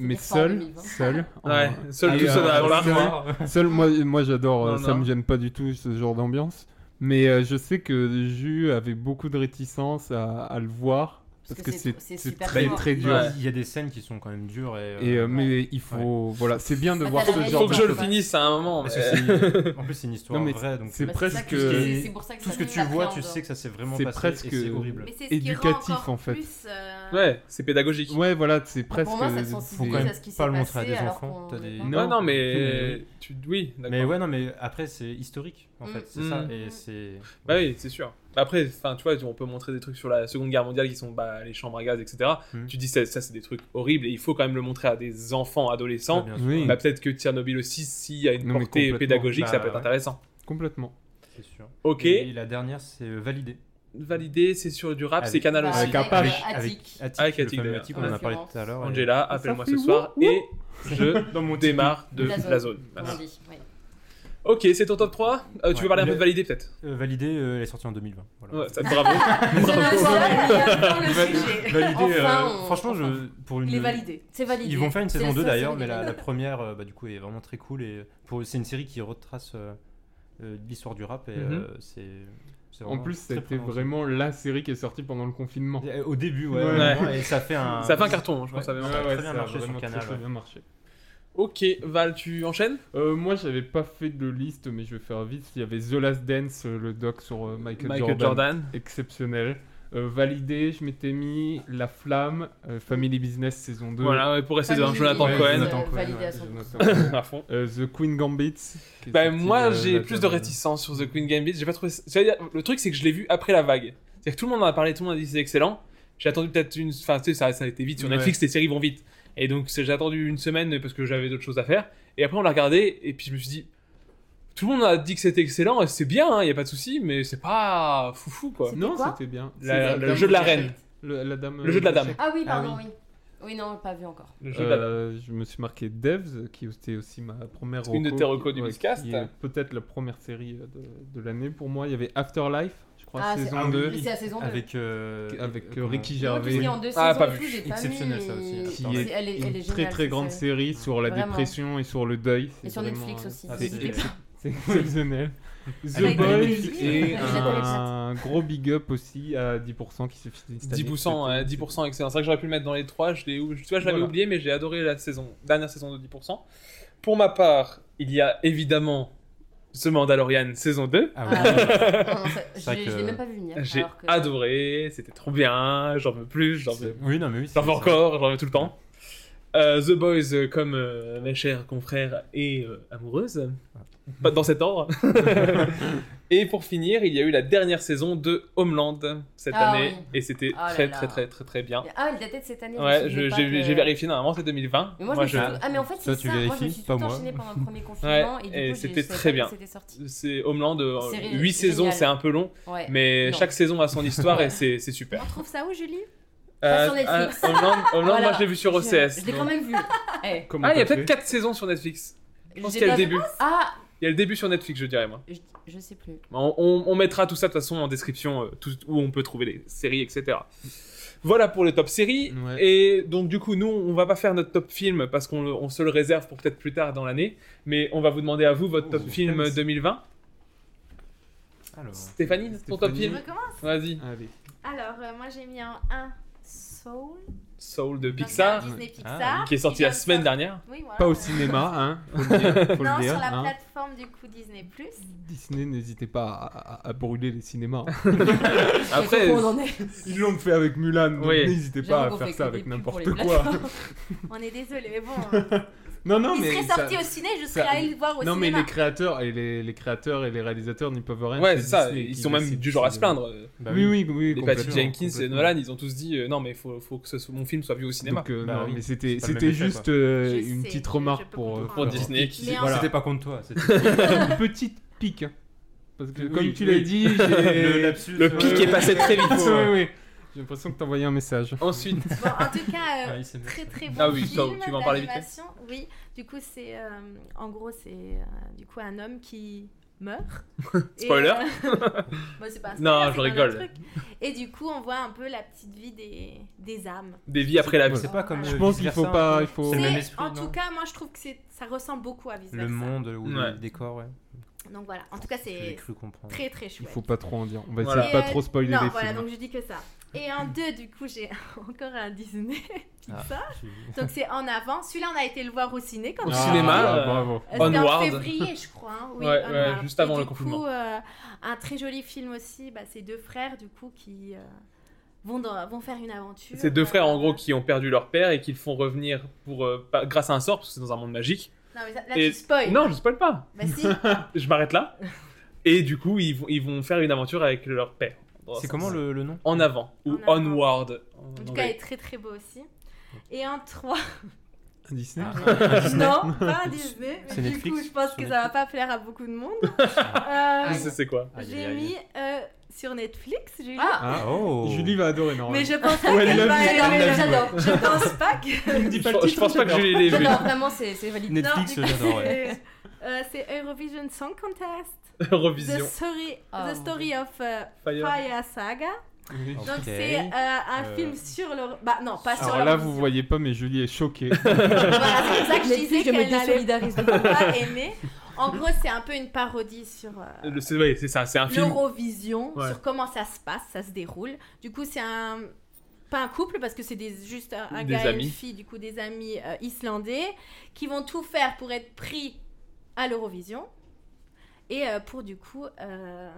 [SPEAKER 4] mais
[SPEAKER 8] C'est-à-dire pas en
[SPEAKER 4] seul,
[SPEAKER 8] 2020.
[SPEAKER 4] seul.
[SPEAKER 7] Ouais,
[SPEAKER 4] en-
[SPEAKER 7] seul
[SPEAKER 4] Ah,
[SPEAKER 7] tout
[SPEAKER 4] euh,
[SPEAKER 7] seul dans la
[SPEAKER 4] seul. Seul, moi, moi j'adore, euh,
[SPEAKER 7] Non,
[SPEAKER 4] ça
[SPEAKER 7] non.
[SPEAKER 4] me gêne pas du tout ce genre d'ambiance. Mais euh, je sais que Ju avait beaucoup de réticence à, à le voir parce que c'est
[SPEAKER 8] c'est
[SPEAKER 4] c'est
[SPEAKER 8] super
[SPEAKER 4] très
[SPEAKER 8] fort.
[SPEAKER 4] très dur.
[SPEAKER 7] Ouais.
[SPEAKER 10] Il y a des scènes qui sont quand même dures et. euh,
[SPEAKER 4] Et euh, mais il faut voilà, c'est bien de
[SPEAKER 8] Ah,
[SPEAKER 4] voir
[SPEAKER 8] t'as
[SPEAKER 4] ce
[SPEAKER 8] la
[SPEAKER 4] genre
[SPEAKER 7] Faut
[SPEAKER 4] de
[SPEAKER 7] que je le
[SPEAKER 8] Ouais.
[SPEAKER 7] finisse à un moment.
[SPEAKER 10] parce
[SPEAKER 7] mais-
[SPEAKER 10] que c'est- en plus c'est une histoire
[SPEAKER 4] Non, mais
[SPEAKER 10] vraie donc.
[SPEAKER 4] c'est
[SPEAKER 8] Bah,
[SPEAKER 4] presque
[SPEAKER 8] ça que je disais, c'est pour ça
[SPEAKER 10] Tout ce que
[SPEAKER 8] ça
[SPEAKER 10] tu
[SPEAKER 8] nous
[SPEAKER 10] vois,
[SPEAKER 8] appréhende.
[SPEAKER 10] tu sais que ça s'est vraiment
[SPEAKER 4] C'est
[SPEAKER 10] passé
[SPEAKER 4] presque-
[SPEAKER 10] et c'est horrible.
[SPEAKER 9] Mais c'est ce qui rend
[SPEAKER 4] Éducatif,
[SPEAKER 9] encore
[SPEAKER 4] en fait.
[SPEAKER 9] Plus, euh,
[SPEAKER 7] Ouais, c'est pédagogique.
[SPEAKER 4] Ouais, voilà, c'est presque
[SPEAKER 8] Pour moi, ça
[SPEAKER 4] des-
[SPEAKER 10] Faut quand
[SPEAKER 8] sensibilise
[SPEAKER 10] même
[SPEAKER 8] à ce qui s'est
[SPEAKER 10] pas
[SPEAKER 8] passé.
[SPEAKER 10] le montrer à des
[SPEAKER 8] alors
[SPEAKER 10] enfants,
[SPEAKER 8] qu'on
[SPEAKER 10] t'as
[SPEAKER 8] est
[SPEAKER 10] des-
[SPEAKER 8] pas-
[SPEAKER 10] Non,
[SPEAKER 7] Non, non, mais.
[SPEAKER 10] mais
[SPEAKER 7] Tu... Oui, d'accord.
[SPEAKER 10] Mais ouais non mais après c'est historique en
[SPEAKER 8] Mm.
[SPEAKER 10] fait c'est
[SPEAKER 7] Mm.
[SPEAKER 10] ça
[SPEAKER 4] Mmh.
[SPEAKER 10] et
[SPEAKER 8] Mm.
[SPEAKER 10] c'est.
[SPEAKER 7] Bah oui, c'est sûr. Après, enfin, tu vois, on peut montrer des trucs sur la Seconde Guerre mondiale qui sont bah, les chambres à gaz, etc.
[SPEAKER 10] Mm.
[SPEAKER 7] Tu dis ça, ça, c'est des trucs horribles et il faut quand même le montrer à des enfants, adolescents.
[SPEAKER 10] Ouais, bien sûr,
[SPEAKER 4] Oui.
[SPEAKER 7] Bah, peut-être que Tchernobyl aussi, s'il y a une
[SPEAKER 4] Non, mais
[SPEAKER 7] portée
[SPEAKER 4] complètement.
[SPEAKER 7] pédagogique, ça
[SPEAKER 10] Bah,
[SPEAKER 7] peut être
[SPEAKER 10] ouais.
[SPEAKER 7] intéressant.
[SPEAKER 4] complètement.
[SPEAKER 10] c'est sûr.
[SPEAKER 7] Ok,
[SPEAKER 10] Et la dernière c'est euh, validé.
[SPEAKER 7] validé, c'est sur du rap,
[SPEAKER 10] Avec-
[SPEAKER 7] Ah, c'est Canal
[SPEAKER 8] Bah,
[SPEAKER 7] aussi.
[SPEAKER 4] Avec un page.
[SPEAKER 8] Attic.
[SPEAKER 10] Attic,
[SPEAKER 7] Avec
[SPEAKER 10] le
[SPEAKER 7] Attic,
[SPEAKER 10] fameux
[SPEAKER 7] d'ailleurs. Ah,
[SPEAKER 10] Attic,
[SPEAKER 8] En
[SPEAKER 10] on en a parlé
[SPEAKER 8] l'occurrence.
[SPEAKER 10] tout à l'heure. et-
[SPEAKER 7] Angela, appelle-moi ce soir et je dans mon démarre de
[SPEAKER 8] La zone.
[SPEAKER 7] la zone.
[SPEAKER 8] Comme
[SPEAKER 7] Voilà.
[SPEAKER 8] on dit, ouais.
[SPEAKER 7] Ok, c'est ton top 3 Euh, Tu veux
[SPEAKER 10] Ouais.
[SPEAKER 7] parler un peu
[SPEAKER 10] Le-
[SPEAKER 7] de validé peut-être
[SPEAKER 10] Euh, validé, euh, elle est sortie en 2020. Voilà.
[SPEAKER 7] Ouais, ça- Bravo.
[SPEAKER 8] C'est
[SPEAKER 7] Bravo.
[SPEAKER 10] Validé,
[SPEAKER 8] Enfin,
[SPEAKER 10] euh,
[SPEAKER 8] on-
[SPEAKER 10] franchement, je- pour une.
[SPEAKER 9] Il est validé.
[SPEAKER 8] C'est validé.
[SPEAKER 10] Ils vont faire une
[SPEAKER 8] C'est
[SPEAKER 10] saison
[SPEAKER 8] la
[SPEAKER 10] 2
[SPEAKER 8] seule
[SPEAKER 10] d'ailleurs,
[SPEAKER 8] série
[SPEAKER 10] mais la, la
[SPEAKER 8] validée.
[SPEAKER 10] première, euh, bah, du coup, est vraiment très cool. Et pour, c'est une série qui retrace euh, euh, l'histoire du rap et
[SPEAKER 7] Mhm.
[SPEAKER 10] euh, c'est. c'est
[SPEAKER 4] En
[SPEAKER 10] vraiment
[SPEAKER 4] plus,
[SPEAKER 10] très
[SPEAKER 4] c'était
[SPEAKER 10] prenant.
[SPEAKER 4] vraiment la série qui est sortie pendant le confinement.
[SPEAKER 10] Et, euh, Au début, ouais.
[SPEAKER 4] Ouais.
[SPEAKER 10] vraiment, Et ça fait un.
[SPEAKER 7] Ça fait un carton, hein, je
[SPEAKER 10] Ouais.
[SPEAKER 7] pense. ça avait
[SPEAKER 10] Ouais,
[SPEAKER 7] marché.
[SPEAKER 10] ouais, très bien
[SPEAKER 4] ça a
[SPEAKER 10] marché sur
[SPEAKER 4] vraiment
[SPEAKER 10] Canal,
[SPEAKER 4] très, très
[SPEAKER 10] ouais.
[SPEAKER 4] bien marché.
[SPEAKER 7] Ok, Val, tu enchaînes
[SPEAKER 4] Euh, moi, j'avais pas fait de liste, mais je vais faire vite. Il y avait The Last Dance, euh, le doc sur euh, Michael,
[SPEAKER 7] Michael
[SPEAKER 4] Jordan.
[SPEAKER 7] Jordan.
[SPEAKER 4] Exceptionnel. Euh, validé, je m'étais mis La Flamme, euh, Family Business saison 2.
[SPEAKER 7] Voilà, ouais, pour rester devant
[SPEAKER 8] Family
[SPEAKER 7] Jonathan
[SPEAKER 8] Business,
[SPEAKER 7] Cohen.
[SPEAKER 8] Jonathan Cohen, Euh, validé à son
[SPEAKER 7] À fond.
[SPEAKER 4] Euh, The Queen Gambit. qui est
[SPEAKER 7] Bah,
[SPEAKER 4] sorti,
[SPEAKER 7] moi,
[SPEAKER 4] euh,
[SPEAKER 7] j'ai
[SPEAKER 4] la
[SPEAKER 7] plus de
[SPEAKER 4] dernière-
[SPEAKER 7] réticence sur The Queen Gambit. J'ai pas trouvé. ça- c'est-à-dire, Le truc, c'est que je l'ai vu après la vague. C'est-à-dire que tout le monde en a parlé, tout le monde a dit que c'est excellent. J'ai attendu peut-être une. Enfin, tu sais, ça, ça a été vite sur
[SPEAKER 4] Ouais.
[SPEAKER 7] Netflix, les séries vont vite. Et donc, c'est- j'ai attendu une semaine parce que j'avais d'autres choses à faire. Et après, on l'a regardé, et puis je me suis dit. Tout le monde a dit que c'était excellent, et c'est bien, il y a pas de souci, mais c'est pas foufou quoi.
[SPEAKER 8] C'était
[SPEAKER 4] Non,
[SPEAKER 8] quoi
[SPEAKER 4] c'était bien.
[SPEAKER 7] La-
[SPEAKER 4] C'était-
[SPEAKER 7] le jeu de la reine.
[SPEAKER 4] Le, la dame,
[SPEAKER 7] Le jeu de la dame.
[SPEAKER 8] Ah oui,
[SPEAKER 10] Ah
[SPEAKER 8] pardon, oui. Oui, non, pas vu encore.
[SPEAKER 7] Le jeu de la dame.
[SPEAKER 4] Euh, je me suis marqué Devs, qui était aussi ma première
[SPEAKER 7] Une de tes recos du
[SPEAKER 4] qui-
[SPEAKER 7] Miscast.
[SPEAKER 4] qui est Peut-être la première série euh, de, de l'année pour moi. Il y avait Afterlife, je crois,
[SPEAKER 8] Ah,
[SPEAKER 4] saison
[SPEAKER 10] ah oui.
[SPEAKER 4] 2,
[SPEAKER 8] Mais c'est la saison 2.
[SPEAKER 10] Avec. euh,
[SPEAKER 4] avec euh,
[SPEAKER 10] comment-
[SPEAKER 4] Ricky
[SPEAKER 8] Moi, tout ce
[SPEAKER 4] Gervais.
[SPEAKER 8] qui est en deux
[SPEAKER 7] Ah,
[SPEAKER 8] saisons
[SPEAKER 7] pas vu.
[SPEAKER 8] et tout, j'ai pas
[SPEAKER 10] Exceptionnel,
[SPEAKER 8] mis,
[SPEAKER 10] ça aussi.
[SPEAKER 8] mais-
[SPEAKER 4] qui
[SPEAKER 10] Attends.
[SPEAKER 4] est,
[SPEAKER 8] C'est- elle est,
[SPEAKER 4] une
[SPEAKER 8] elle
[SPEAKER 4] très
[SPEAKER 8] est géniale,
[SPEAKER 4] très
[SPEAKER 8] cette
[SPEAKER 4] grande
[SPEAKER 8] série.
[SPEAKER 4] série sur la
[SPEAKER 8] Vraiment.
[SPEAKER 4] dépression et sur le deuil.
[SPEAKER 8] Et
[SPEAKER 4] C'est
[SPEAKER 8] sur
[SPEAKER 4] vraiment,
[SPEAKER 8] Netflix
[SPEAKER 4] euh,
[SPEAKER 8] aussi.
[SPEAKER 10] Ah,
[SPEAKER 8] c'est
[SPEAKER 10] c'est-
[SPEAKER 8] exceptionnel.
[SPEAKER 4] C'est exceptionnel. The
[SPEAKER 8] Avec
[SPEAKER 4] Boys
[SPEAKER 8] Netflix.
[SPEAKER 4] et
[SPEAKER 8] Avec
[SPEAKER 4] un gros big up aussi à 10% qui se finit cette année.
[SPEAKER 7] 10%, ouais, 10% excellent. C'est vrai que j'aurais pu le mettre dans les 3. Je l'ai, ou- tu vois, je l'avais
[SPEAKER 4] Voilà.
[SPEAKER 7] oublié, mais j'ai adoré la saison, dernière saison de 10%. Pour ma part, il y a évidemment ce Mandalorian saison 2.
[SPEAKER 10] Ah
[SPEAKER 8] Ah,
[SPEAKER 10] oui.
[SPEAKER 8] non, non, ça-
[SPEAKER 10] C'est vrai
[SPEAKER 8] je-
[SPEAKER 10] que-
[SPEAKER 8] Je l'ai même pas vu venir.
[SPEAKER 7] J'ai
[SPEAKER 8] alors que-
[SPEAKER 7] adoré, c'était trop bien, j'en veux plus, j'en veux,
[SPEAKER 10] Oui, non, mais oui.
[SPEAKER 7] j'en
[SPEAKER 10] c'est-
[SPEAKER 7] veux encore, j'en veux tout le temps. Euh, The Boys, euh, comme euh, mes chers confrères et euh, amoureuses, pas dans cet ordre. Et pour finir, il y a eu la dernière saison de Homeland cette
[SPEAKER 8] Ah
[SPEAKER 7] année.
[SPEAKER 8] oui.
[SPEAKER 7] Et c'était
[SPEAKER 8] Oh là
[SPEAKER 7] très,
[SPEAKER 8] là.
[SPEAKER 7] très, très, très, très bien.
[SPEAKER 8] Ah, il datait de cette année. je me
[SPEAKER 7] Ouais,
[SPEAKER 8] souvenais
[SPEAKER 7] je-
[SPEAKER 8] pas
[SPEAKER 7] j'ai
[SPEAKER 8] que-
[SPEAKER 7] j'ai vérifié, normalement c'est 2020.
[SPEAKER 8] Mais moi, je me suis- Ah, mais en fait,
[SPEAKER 10] Toi,
[SPEAKER 8] c'est
[SPEAKER 10] tu
[SPEAKER 8] ça. Moi, je me
[SPEAKER 10] vérifies,
[SPEAKER 8] suis tout
[SPEAKER 10] pas moi.
[SPEAKER 8] enchaînée pendant le premier confinement.
[SPEAKER 7] Ouais,
[SPEAKER 8] et du
[SPEAKER 7] et
[SPEAKER 8] coup, je- je
[SPEAKER 7] c'était
[SPEAKER 8] savais
[SPEAKER 7] très
[SPEAKER 8] pas
[SPEAKER 7] bien.
[SPEAKER 8] que C'était sorti.
[SPEAKER 7] C'est Homeland,
[SPEAKER 8] Série
[SPEAKER 7] 8 saisons,
[SPEAKER 8] géniale.
[SPEAKER 7] c'est un peu long,
[SPEAKER 8] Ouais.
[SPEAKER 7] mais
[SPEAKER 8] Euh, Non.
[SPEAKER 7] chaque saison a son histoire et c'est c'est super.
[SPEAKER 9] On trouve ça où, Julie
[SPEAKER 8] Pas sur Netflix.
[SPEAKER 7] euh, Homeland, Homeland,
[SPEAKER 8] Voilà.
[SPEAKER 7] moi je l'ai vu sur
[SPEAKER 8] Je-
[SPEAKER 7] OCS.
[SPEAKER 8] Je l'ai
[SPEAKER 7] donc-
[SPEAKER 8] quand même vu. Eh,
[SPEAKER 10] Comment
[SPEAKER 7] Ah, il y a
[SPEAKER 10] t'as
[SPEAKER 7] peut-être
[SPEAKER 10] fait
[SPEAKER 7] 4 saisons sur Netflix. Je pense
[SPEAKER 8] j'ai
[SPEAKER 7] qu'il y a
[SPEAKER 8] pas-
[SPEAKER 7] le début.
[SPEAKER 8] Ah,
[SPEAKER 7] Il y a le début sur Netflix, je dirais, moi.
[SPEAKER 8] je, je sais plus.
[SPEAKER 7] On, on- on mettra tout ça de toute façon en description, euh, tout- où on peut trouver les séries, etc. Voilà pour les top séries.
[SPEAKER 4] Ouais.
[SPEAKER 7] Et donc, du coup, nous, on va pas faire notre top film parce qu'on le- on se le réserve pour peut-être plus tard dans l'année. Mais on va vous demander à vous votre
[SPEAKER 10] Oh,
[SPEAKER 7] top
[SPEAKER 10] suspense.
[SPEAKER 7] film 2020.
[SPEAKER 10] Alors,
[SPEAKER 7] Stéphanie, ton top
[SPEAKER 4] Stéphanie.
[SPEAKER 9] Je
[SPEAKER 7] film
[SPEAKER 9] recommence
[SPEAKER 7] Vas-y.
[SPEAKER 4] Allez.
[SPEAKER 9] Alors, euh, moi j'ai mis en 1 Soul.
[SPEAKER 7] Soul de
[SPEAKER 9] donc
[SPEAKER 7] Pixar,
[SPEAKER 9] un Disney Pixar.
[SPEAKER 10] Ah,
[SPEAKER 7] qui est sorti
[SPEAKER 9] vient
[SPEAKER 7] la
[SPEAKER 9] de
[SPEAKER 7] semaine
[SPEAKER 9] sortir-
[SPEAKER 7] dernière.
[SPEAKER 9] Oui, voilà.
[SPEAKER 4] Pas au cinéma, hein. Faut le dire. Faut
[SPEAKER 9] non,
[SPEAKER 4] le dire
[SPEAKER 9] sur la
[SPEAKER 4] hein.
[SPEAKER 9] plateforme du coup Disney+.
[SPEAKER 4] Disney, n'hésitez pas à, à- à brûler les cinémas.
[SPEAKER 7] Après,
[SPEAKER 8] on en est.
[SPEAKER 4] Ils l'ont fait avec Mulan, donc
[SPEAKER 7] Oui.
[SPEAKER 4] n'hésitez
[SPEAKER 8] J'avoue
[SPEAKER 4] pas
[SPEAKER 8] qu'on
[SPEAKER 4] à faire
[SPEAKER 8] fait que
[SPEAKER 4] ça avec
[SPEAKER 8] des pubs pour
[SPEAKER 4] n'importe
[SPEAKER 8] les
[SPEAKER 4] quoi.
[SPEAKER 9] On est désolé, mais bon.
[SPEAKER 4] Non, non,
[SPEAKER 9] il
[SPEAKER 4] mais.
[SPEAKER 9] serait
[SPEAKER 4] ça-
[SPEAKER 9] sorti au ciné, je serais
[SPEAKER 4] ça-
[SPEAKER 9] allée le voir au
[SPEAKER 4] non, mais
[SPEAKER 9] cinéma.
[SPEAKER 4] les créateurs, et les, les créateurs et les réalisateurs n'y peuvent rien.
[SPEAKER 7] ouais, c'est ça.
[SPEAKER 4] Disney
[SPEAKER 7] Ils
[SPEAKER 4] qui
[SPEAKER 7] sont même
[SPEAKER 4] décide
[SPEAKER 7] du genre à se
[SPEAKER 4] de-
[SPEAKER 7] plaindre. euh,
[SPEAKER 10] bah
[SPEAKER 4] oui, oui, oui.
[SPEAKER 7] Les
[SPEAKER 4] complètement,
[SPEAKER 7] Patty Jenkins et
[SPEAKER 4] complètement.
[SPEAKER 7] Nolan, ils ont tous dit euh, non, mais faut, faut que ce soit- mon film soit vu au cinéma.
[SPEAKER 4] Donc, euh,
[SPEAKER 10] Bah
[SPEAKER 4] non,
[SPEAKER 10] oui,
[SPEAKER 4] mais
[SPEAKER 10] c'est
[SPEAKER 4] c'était
[SPEAKER 10] pas le
[SPEAKER 4] c'était
[SPEAKER 10] même effet,
[SPEAKER 4] juste
[SPEAKER 10] quoi.
[SPEAKER 4] euh,
[SPEAKER 9] Je
[SPEAKER 4] une
[SPEAKER 9] sais,
[SPEAKER 4] petite
[SPEAKER 9] je- je
[SPEAKER 4] remarque
[SPEAKER 9] peux
[SPEAKER 4] pour, euh,
[SPEAKER 9] comprendre.
[SPEAKER 7] pour
[SPEAKER 4] faire-
[SPEAKER 7] Disney qui
[SPEAKER 9] Mais en-
[SPEAKER 4] Voilà.
[SPEAKER 10] C'était pas contre toi. c'était-
[SPEAKER 4] une petite pique. hein. Parce que,
[SPEAKER 10] Oui,
[SPEAKER 4] comme tu
[SPEAKER 10] oui.
[SPEAKER 4] l'as dit, j'ai-
[SPEAKER 10] Le lapsus.
[SPEAKER 7] Le pic
[SPEAKER 4] ouais.
[SPEAKER 7] est passé très vite.
[SPEAKER 4] Oui, oui, oui. J'ai l'impression que t'envoyais un message.
[SPEAKER 7] Ensuite,
[SPEAKER 9] Bon, en tout cas, euh,
[SPEAKER 10] Ah, il s'est
[SPEAKER 9] très très bon
[SPEAKER 7] Ah oui, ça,
[SPEAKER 9] film
[SPEAKER 7] tu vas en parler vite fait.
[SPEAKER 9] d'animation. Oui, du coup c'est, euh, en gros c'est euh, du coup un homme qui meurt. Et,
[SPEAKER 7] Spoiler.
[SPEAKER 9] euh, bah, c'est pas un spoiler,
[SPEAKER 7] Non,
[SPEAKER 9] c'est
[SPEAKER 7] je
[SPEAKER 9] dans le
[SPEAKER 7] rigole.
[SPEAKER 9] truc. Et du coup on voit un peu la petite vie des, des âmes.
[SPEAKER 7] des vies après la vie.
[SPEAKER 4] Ouais.
[SPEAKER 10] C'est pas comme.
[SPEAKER 9] Je
[SPEAKER 10] euh,
[SPEAKER 4] pense qu'il faut
[SPEAKER 10] vice-versa,
[SPEAKER 4] pas-
[SPEAKER 10] un peu.
[SPEAKER 4] il faut-
[SPEAKER 10] C'est le
[SPEAKER 9] C'est-
[SPEAKER 10] même esprit.
[SPEAKER 9] en
[SPEAKER 10] non
[SPEAKER 9] tout cas moi je trouve que c'est, ça ressemble beaucoup à Vice
[SPEAKER 10] Le
[SPEAKER 9] Versa.
[SPEAKER 10] monde ou
[SPEAKER 7] Ouais.
[SPEAKER 10] le décor, ouais.
[SPEAKER 9] Donc voilà, en tout cas
[SPEAKER 10] J'ai
[SPEAKER 9] c'est
[SPEAKER 10] cru comprendre.
[SPEAKER 9] très très
[SPEAKER 4] Il
[SPEAKER 9] chouette.
[SPEAKER 4] faut pas trop en dire. On va
[SPEAKER 7] Voilà.
[SPEAKER 4] essayer de
[SPEAKER 9] Et, euh,
[SPEAKER 4] pas trop spoiler
[SPEAKER 9] non,
[SPEAKER 4] les
[SPEAKER 9] voilà,
[SPEAKER 4] films.
[SPEAKER 9] donc je dis que ça. Et en deux, du coup, j'ai encore un Disney
[SPEAKER 10] Ah.
[SPEAKER 9] Pixar. Donc c'est en avant. Celui-là, on a été le voir au ciné quand
[SPEAKER 7] Au
[SPEAKER 9] même.
[SPEAKER 4] Ah,
[SPEAKER 7] cinéma,
[SPEAKER 4] bah,
[SPEAKER 7] euh,
[SPEAKER 4] bravo.
[SPEAKER 9] Euh, C'était en
[SPEAKER 7] Onward.
[SPEAKER 9] février, je crois. hein. Oui,
[SPEAKER 7] Ouais,
[SPEAKER 9] Onward.
[SPEAKER 7] ouais, juste avant
[SPEAKER 9] Et
[SPEAKER 7] le
[SPEAKER 9] du
[SPEAKER 7] confinement.
[SPEAKER 9] coup, euh, un très joli film aussi. Bah, ces deux frères, du coup, qui euh, vont, dans- vont faire une aventure.
[SPEAKER 7] Ces deux frères, en gros,
[SPEAKER 9] Qui...
[SPEAKER 7] qui ont perdu leur père et qu'ils font revenir pour, euh, pas- grâce à un sort, parce que c'est dans un monde magique.
[SPEAKER 9] Non, mais ça- là,
[SPEAKER 7] Et-
[SPEAKER 9] tu spoil.
[SPEAKER 7] Non, je spoil pas.
[SPEAKER 9] Bah, si.
[SPEAKER 7] Je m'arrête là. Et du coup, ils vont, ils vont faire une aventure avec leur père. Dans
[SPEAKER 10] C'est
[SPEAKER 7] un
[SPEAKER 10] comment
[SPEAKER 7] sens.
[SPEAKER 10] le, le nom
[SPEAKER 7] En avant. Ou
[SPEAKER 9] En avant.
[SPEAKER 7] onward. en
[SPEAKER 9] En tout cas, il
[SPEAKER 7] anglais.
[SPEAKER 9] est très très beau aussi. Et en trois.
[SPEAKER 4] Un Disney.
[SPEAKER 9] Ah. non, pas un Disney. Mais
[SPEAKER 10] Ah, C'est
[SPEAKER 9] du
[SPEAKER 10] Netflix,
[SPEAKER 9] coup, je pense
[SPEAKER 10] sur
[SPEAKER 9] que ça va pas plaire à beaucoup de monde. Euh,
[SPEAKER 4] Ah,
[SPEAKER 7] Je sais c'est quoi
[SPEAKER 10] Aïe, aïe,
[SPEAKER 9] J'ai
[SPEAKER 10] aïe.
[SPEAKER 9] mis euh, sur Netflix, Julie.
[SPEAKER 8] Ah,
[SPEAKER 10] Ah, oh
[SPEAKER 4] Julie va adorer, normalement.
[SPEAKER 9] mais je pense pas
[SPEAKER 4] Ouais, elle l'a
[SPEAKER 9] qu'elle va
[SPEAKER 4] vu,
[SPEAKER 9] aller
[SPEAKER 4] elle l'a
[SPEAKER 9] dans
[SPEAKER 4] vu,
[SPEAKER 9] J'adore. Je pense pas
[SPEAKER 4] Tu
[SPEAKER 9] que.
[SPEAKER 4] me
[SPEAKER 7] Je,
[SPEAKER 4] dis pas le
[SPEAKER 7] je
[SPEAKER 4] titre,
[SPEAKER 7] pense pas que je
[SPEAKER 4] j'adore.
[SPEAKER 7] l'ai vu.
[SPEAKER 8] j'adore, vraiment, c'est c'est valide.
[SPEAKER 10] Netflix,
[SPEAKER 9] Non, du coup,
[SPEAKER 10] j'adore, ouais.
[SPEAKER 9] c'est, euh, c'est Eurovision Song Contest. The
[SPEAKER 7] Revision.
[SPEAKER 9] Story,
[SPEAKER 8] Ah.
[SPEAKER 9] the story of euh,
[SPEAKER 7] Fire.
[SPEAKER 9] Fire Saga.
[SPEAKER 4] Oui.
[SPEAKER 10] Ah, Ok.
[SPEAKER 9] Donc c'est euh, un
[SPEAKER 10] Euh.
[SPEAKER 9] film sur le. Bah non, pas sur
[SPEAKER 4] Alors là, vous
[SPEAKER 9] l'Eurovision.
[SPEAKER 4] voyez pas, mais Julie est choquée.
[SPEAKER 9] Voilà, c'est pour ça que je disais
[SPEAKER 8] Netflix, je me
[SPEAKER 9] qu'elle n'allait
[SPEAKER 8] désolidarise.
[SPEAKER 9] pas aimer. En gros, c'est un peu une parodie sur. euh,
[SPEAKER 7] Le- C'est ouais, c'est ça, c'est un film.
[SPEAKER 9] l'Eurovision,
[SPEAKER 7] Ouais.
[SPEAKER 9] sur comment ça se passe, ça se déroule. Du coup, c'est un pas un couple parce que c'est des juste un, un
[SPEAKER 7] Des
[SPEAKER 9] gars et
[SPEAKER 7] amis.
[SPEAKER 9] une fille, du coup des amis euh, islandais qui vont tout faire pour être pris à l'Eurovision et euh, pour du coup euh,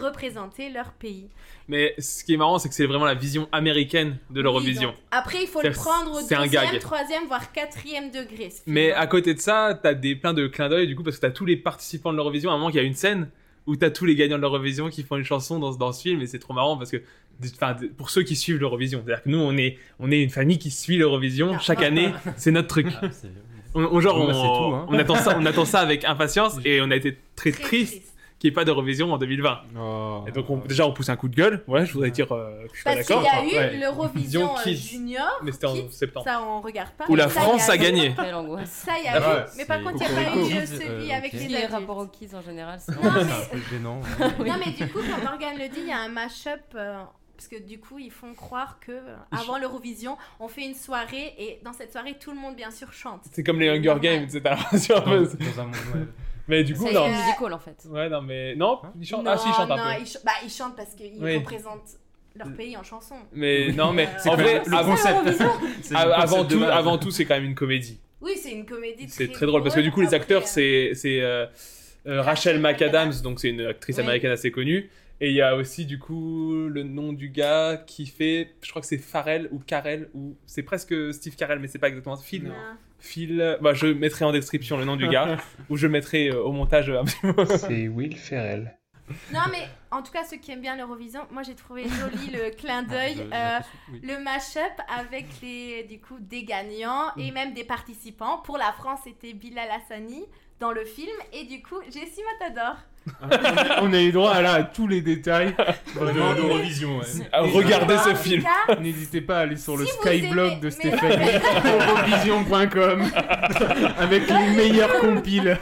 [SPEAKER 9] représenter leur pays.
[SPEAKER 7] Mais ce qui est marrant, c'est que c'est vraiment la vision américaine de l'Eurovision.
[SPEAKER 9] Oui, donc, Après, il faut le
[SPEAKER 7] C'est-
[SPEAKER 9] prendre au
[SPEAKER 7] c'est un
[SPEAKER 9] deuxième,
[SPEAKER 7] gag.
[SPEAKER 9] troisième, voire quatrième degré. ce film.
[SPEAKER 7] Mais à côté de ça, t'as des plein de clins d'œil du coup parce que t'as tous les participants de l'Eurovision. À un moment, il y a une scène où t'as tous les gagnants de l'Eurovision qui font une chanson dans, dans ce film et c'est trop marrant parce que, enfin, pour ceux qui suivent l'Eurovision, c'est-à-dire que nous, on est, on est une famille qui suit l'Eurovision. Chaque année, c'est notre truc.
[SPEAKER 10] Ah, c'est-
[SPEAKER 7] On, on- genre,
[SPEAKER 10] Bon, bah,
[SPEAKER 7] on,
[SPEAKER 10] c'est tout, hein.
[SPEAKER 7] on attend ça, on attend ça avec impatience et on a été très,
[SPEAKER 9] Très
[SPEAKER 7] triste, qu'il n'y ait pas d'Eurovision en 2020.
[SPEAKER 10] Bah,
[SPEAKER 4] Oh.
[SPEAKER 7] Et donc, on- déjà, on pousse un coup de gueule. Ouais, je voudrais dire euh, que je suis pas
[SPEAKER 9] Parce qu'il
[SPEAKER 7] d'accord.
[SPEAKER 9] y a
[SPEAKER 7] enfin,
[SPEAKER 9] eu
[SPEAKER 7] ouais.
[SPEAKER 9] l'Eurovision
[SPEAKER 7] Vision
[SPEAKER 9] euh,
[SPEAKER 7] Kids.
[SPEAKER 9] junior,
[SPEAKER 7] Mais c'était en
[SPEAKER 9] Kids,
[SPEAKER 7] septembre.
[SPEAKER 9] ça on regarde pas.
[SPEAKER 7] Où la
[SPEAKER 9] Mais ça, il y
[SPEAKER 7] France a
[SPEAKER 9] eu-
[SPEAKER 7] gagné.
[SPEAKER 8] Quelle angoisse.
[SPEAKER 9] Ça, il y a
[SPEAKER 7] Ah
[SPEAKER 9] eu.
[SPEAKER 7] ouais,
[SPEAKER 9] Mais par
[SPEAKER 10] c'est
[SPEAKER 9] contre, il n'y a pas
[SPEAKER 10] cocorico.
[SPEAKER 9] eu celui
[SPEAKER 10] Euh,
[SPEAKER 9] avec
[SPEAKER 10] ok.
[SPEAKER 8] Qui
[SPEAKER 9] les
[SPEAKER 8] les
[SPEAKER 9] adultes.
[SPEAKER 8] rapports aux kids en général, c'est.
[SPEAKER 9] Non,
[SPEAKER 10] C'est un peu gênant. hein, ouais.
[SPEAKER 8] Oui.
[SPEAKER 9] Non, mais du coup, quand Morgan le dit, il y a un mash-up. euh, parce que du coup, ils font croire que euh, avant l'Eurovision, on fait une soirée et dans cette soirée, tout le monde bien sûr chante.
[SPEAKER 7] C'est comme les Hunger Games, etc. C'est un peu-
[SPEAKER 10] Dans un monde, ouais.
[SPEAKER 7] Mais du coup,
[SPEAKER 8] C'est
[SPEAKER 7] non.
[SPEAKER 8] une musical en fait.
[SPEAKER 7] Ouais, non, mais. Non,
[SPEAKER 10] Hein
[SPEAKER 7] ils chantent. Ah, si, ils
[SPEAKER 9] Non,
[SPEAKER 7] chantent un
[SPEAKER 9] non,
[SPEAKER 7] peu.
[SPEAKER 9] Ils, ch- bah, ils chantent parce qu'ils
[SPEAKER 7] Oui.
[SPEAKER 9] représentent leur pays en chanson.
[SPEAKER 7] Mais non, mais
[SPEAKER 9] C'est
[SPEAKER 7] en
[SPEAKER 9] quand
[SPEAKER 7] vrai,
[SPEAKER 9] même-
[SPEAKER 8] Ah,
[SPEAKER 7] avant,
[SPEAKER 9] C'est ça, l'Eurovision
[SPEAKER 10] C'est le
[SPEAKER 7] av- avant,
[SPEAKER 10] concept de
[SPEAKER 7] tout,
[SPEAKER 10] base.
[SPEAKER 7] avant tout, c'est quand même une comédie.
[SPEAKER 9] Oui, c'est une comédie.
[SPEAKER 7] C'est très drôle parce que du coup, les
[SPEAKER 9] Après,
[SPEAKER 7] acteurs,
[SPEAKER 9] euh,
[SPEAKER 7] c'est c'est, euh, euh, Rachel
[SPEAKER 9] Rachel
[SPEAKER 7] McAdams,
[SPEAKER 9] McAdams.
[SPEAKER 7] donc c'est une actrice
[SPEAKER 8] Oui.
[SPEAKER 7] américaine assez connue. Et il y a aussi du coup le nom du gars qui fait, je crois que c'est Farrell ou Carell ou c'est presque Steve Carell, mais c'est pas exactement Phil.
[SPEAKER 9] non.
[SPEAKER 7] Phil, bah je mettrai en description le nom du gars ou je mettrai euh, au montage. un petit-
[SPEAKER 2] C'est Will Ferrell.
[SPEAKER 9] Non, mais en tout cas, ceux qui aiment bien l'Eurovision, moi j'ai trouvé joli le clin d'œil,
[SPEAKER 10] Ah, Je-
[SPEAKER 9] euh,
[SPEAKER 10] je- oui.
[SPEAKER 9] le mash-up avec les, du coup, des gagnants
[SPEAKER 10] Mm.
[SPEAKER 9] et même des participants. Pour la France, c'était Bilal Hassani dans le film et du coup, Jessie Matador.
[SPEAKER 4] On a eu droit là, à tous les détails. Vraiment,
[SPEAKER 10] De l'Eurovision, ouais.
[SPEAKER 7] Ah, regardez ce film.
[SPEAKER 9] Là,
[SPEAKER 4] N'hésitez pas à aller sur le
[SPEAKER 9] Si vous
[SPEAKER 4] skyblog
[SPEAKER 9] aimez-
[SPEAKER 4] de
[SPEAKER 9] mais-
[SPEAKER 4] Stéphanie, eurovision.com, avec les meilleurs compiles.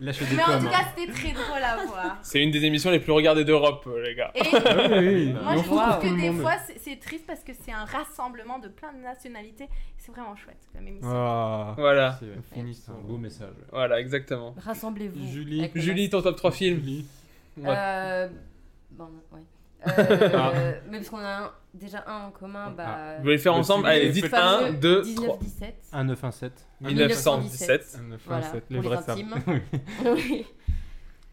[SPEAKER 10] Lâche des
[SPEAKER 9] mais en
[SPEAKER 10] pommes.
[SPEAKER 9] tout cas, c'était très drôle à voir.
[SPEAKER 7] C'est une des émissions les plus regardées d'Europe, euh, les gars.
[SPEAKER 9] Et moi,
[SPEAKER 4] Et
[SPEAKER 9] je
[SPEAKER 4] on
[SPEAKER 9] trouve
[SPEAKER 4] retrouve tout
[SPEAKER 9] que
[SPEAKER 4] le
[SPEAKER 9] des
[SPEAKER 4] monde.
[SPEAKER 9] fois, c'est- c'est triste parce que c'est un rassemblement de plein de nationalités. C'est vraiment chouette comme émission.
[SPEAKER 4] Ah,
[SPEAKER 7] Voilà,
[SPEAKER 10] C'est
[SPEAKER 4] fini
[SPEAKER 10] c'est un beau message.
[SPEAKER 7] voilà, exactement.
[SPEAKER 8] Rassemblez-vous.
[SPEAKER 4] Julie.
[SPEAKER 8] avec le
[SPEAKER 7] Julie, ton top 3 films.
[SPEAKER 8] masque. Euh, bon, ouais. Euh, mais parce qu'on a un- déjà un en commun, bah.
[SPEAKER 7] Vous voulez le faire
[SPEAKER 4] Le
[SPEAKER 7] ensemble
[SPEAKER 4] film
[SPEAKER 7] Allez,
[SPEAKER 4] est
[SPEAKER 7] dites
[SPEAKER 4] fait-
[SPEAKER 7] 1, 2, 3.
[SPEAKER 8] 1917.
[SPEAKER 10] 1, 9, 1, 7.
[SPEAKER 7] 1917.
[SPEAKER 8] 1917. Voilà,
[SPEAKER 4] 1917, les
[SPEAKER 8] pour les
[SPEAKER 4] vrais savent.
[SPEAKER 8] intimes. Oui.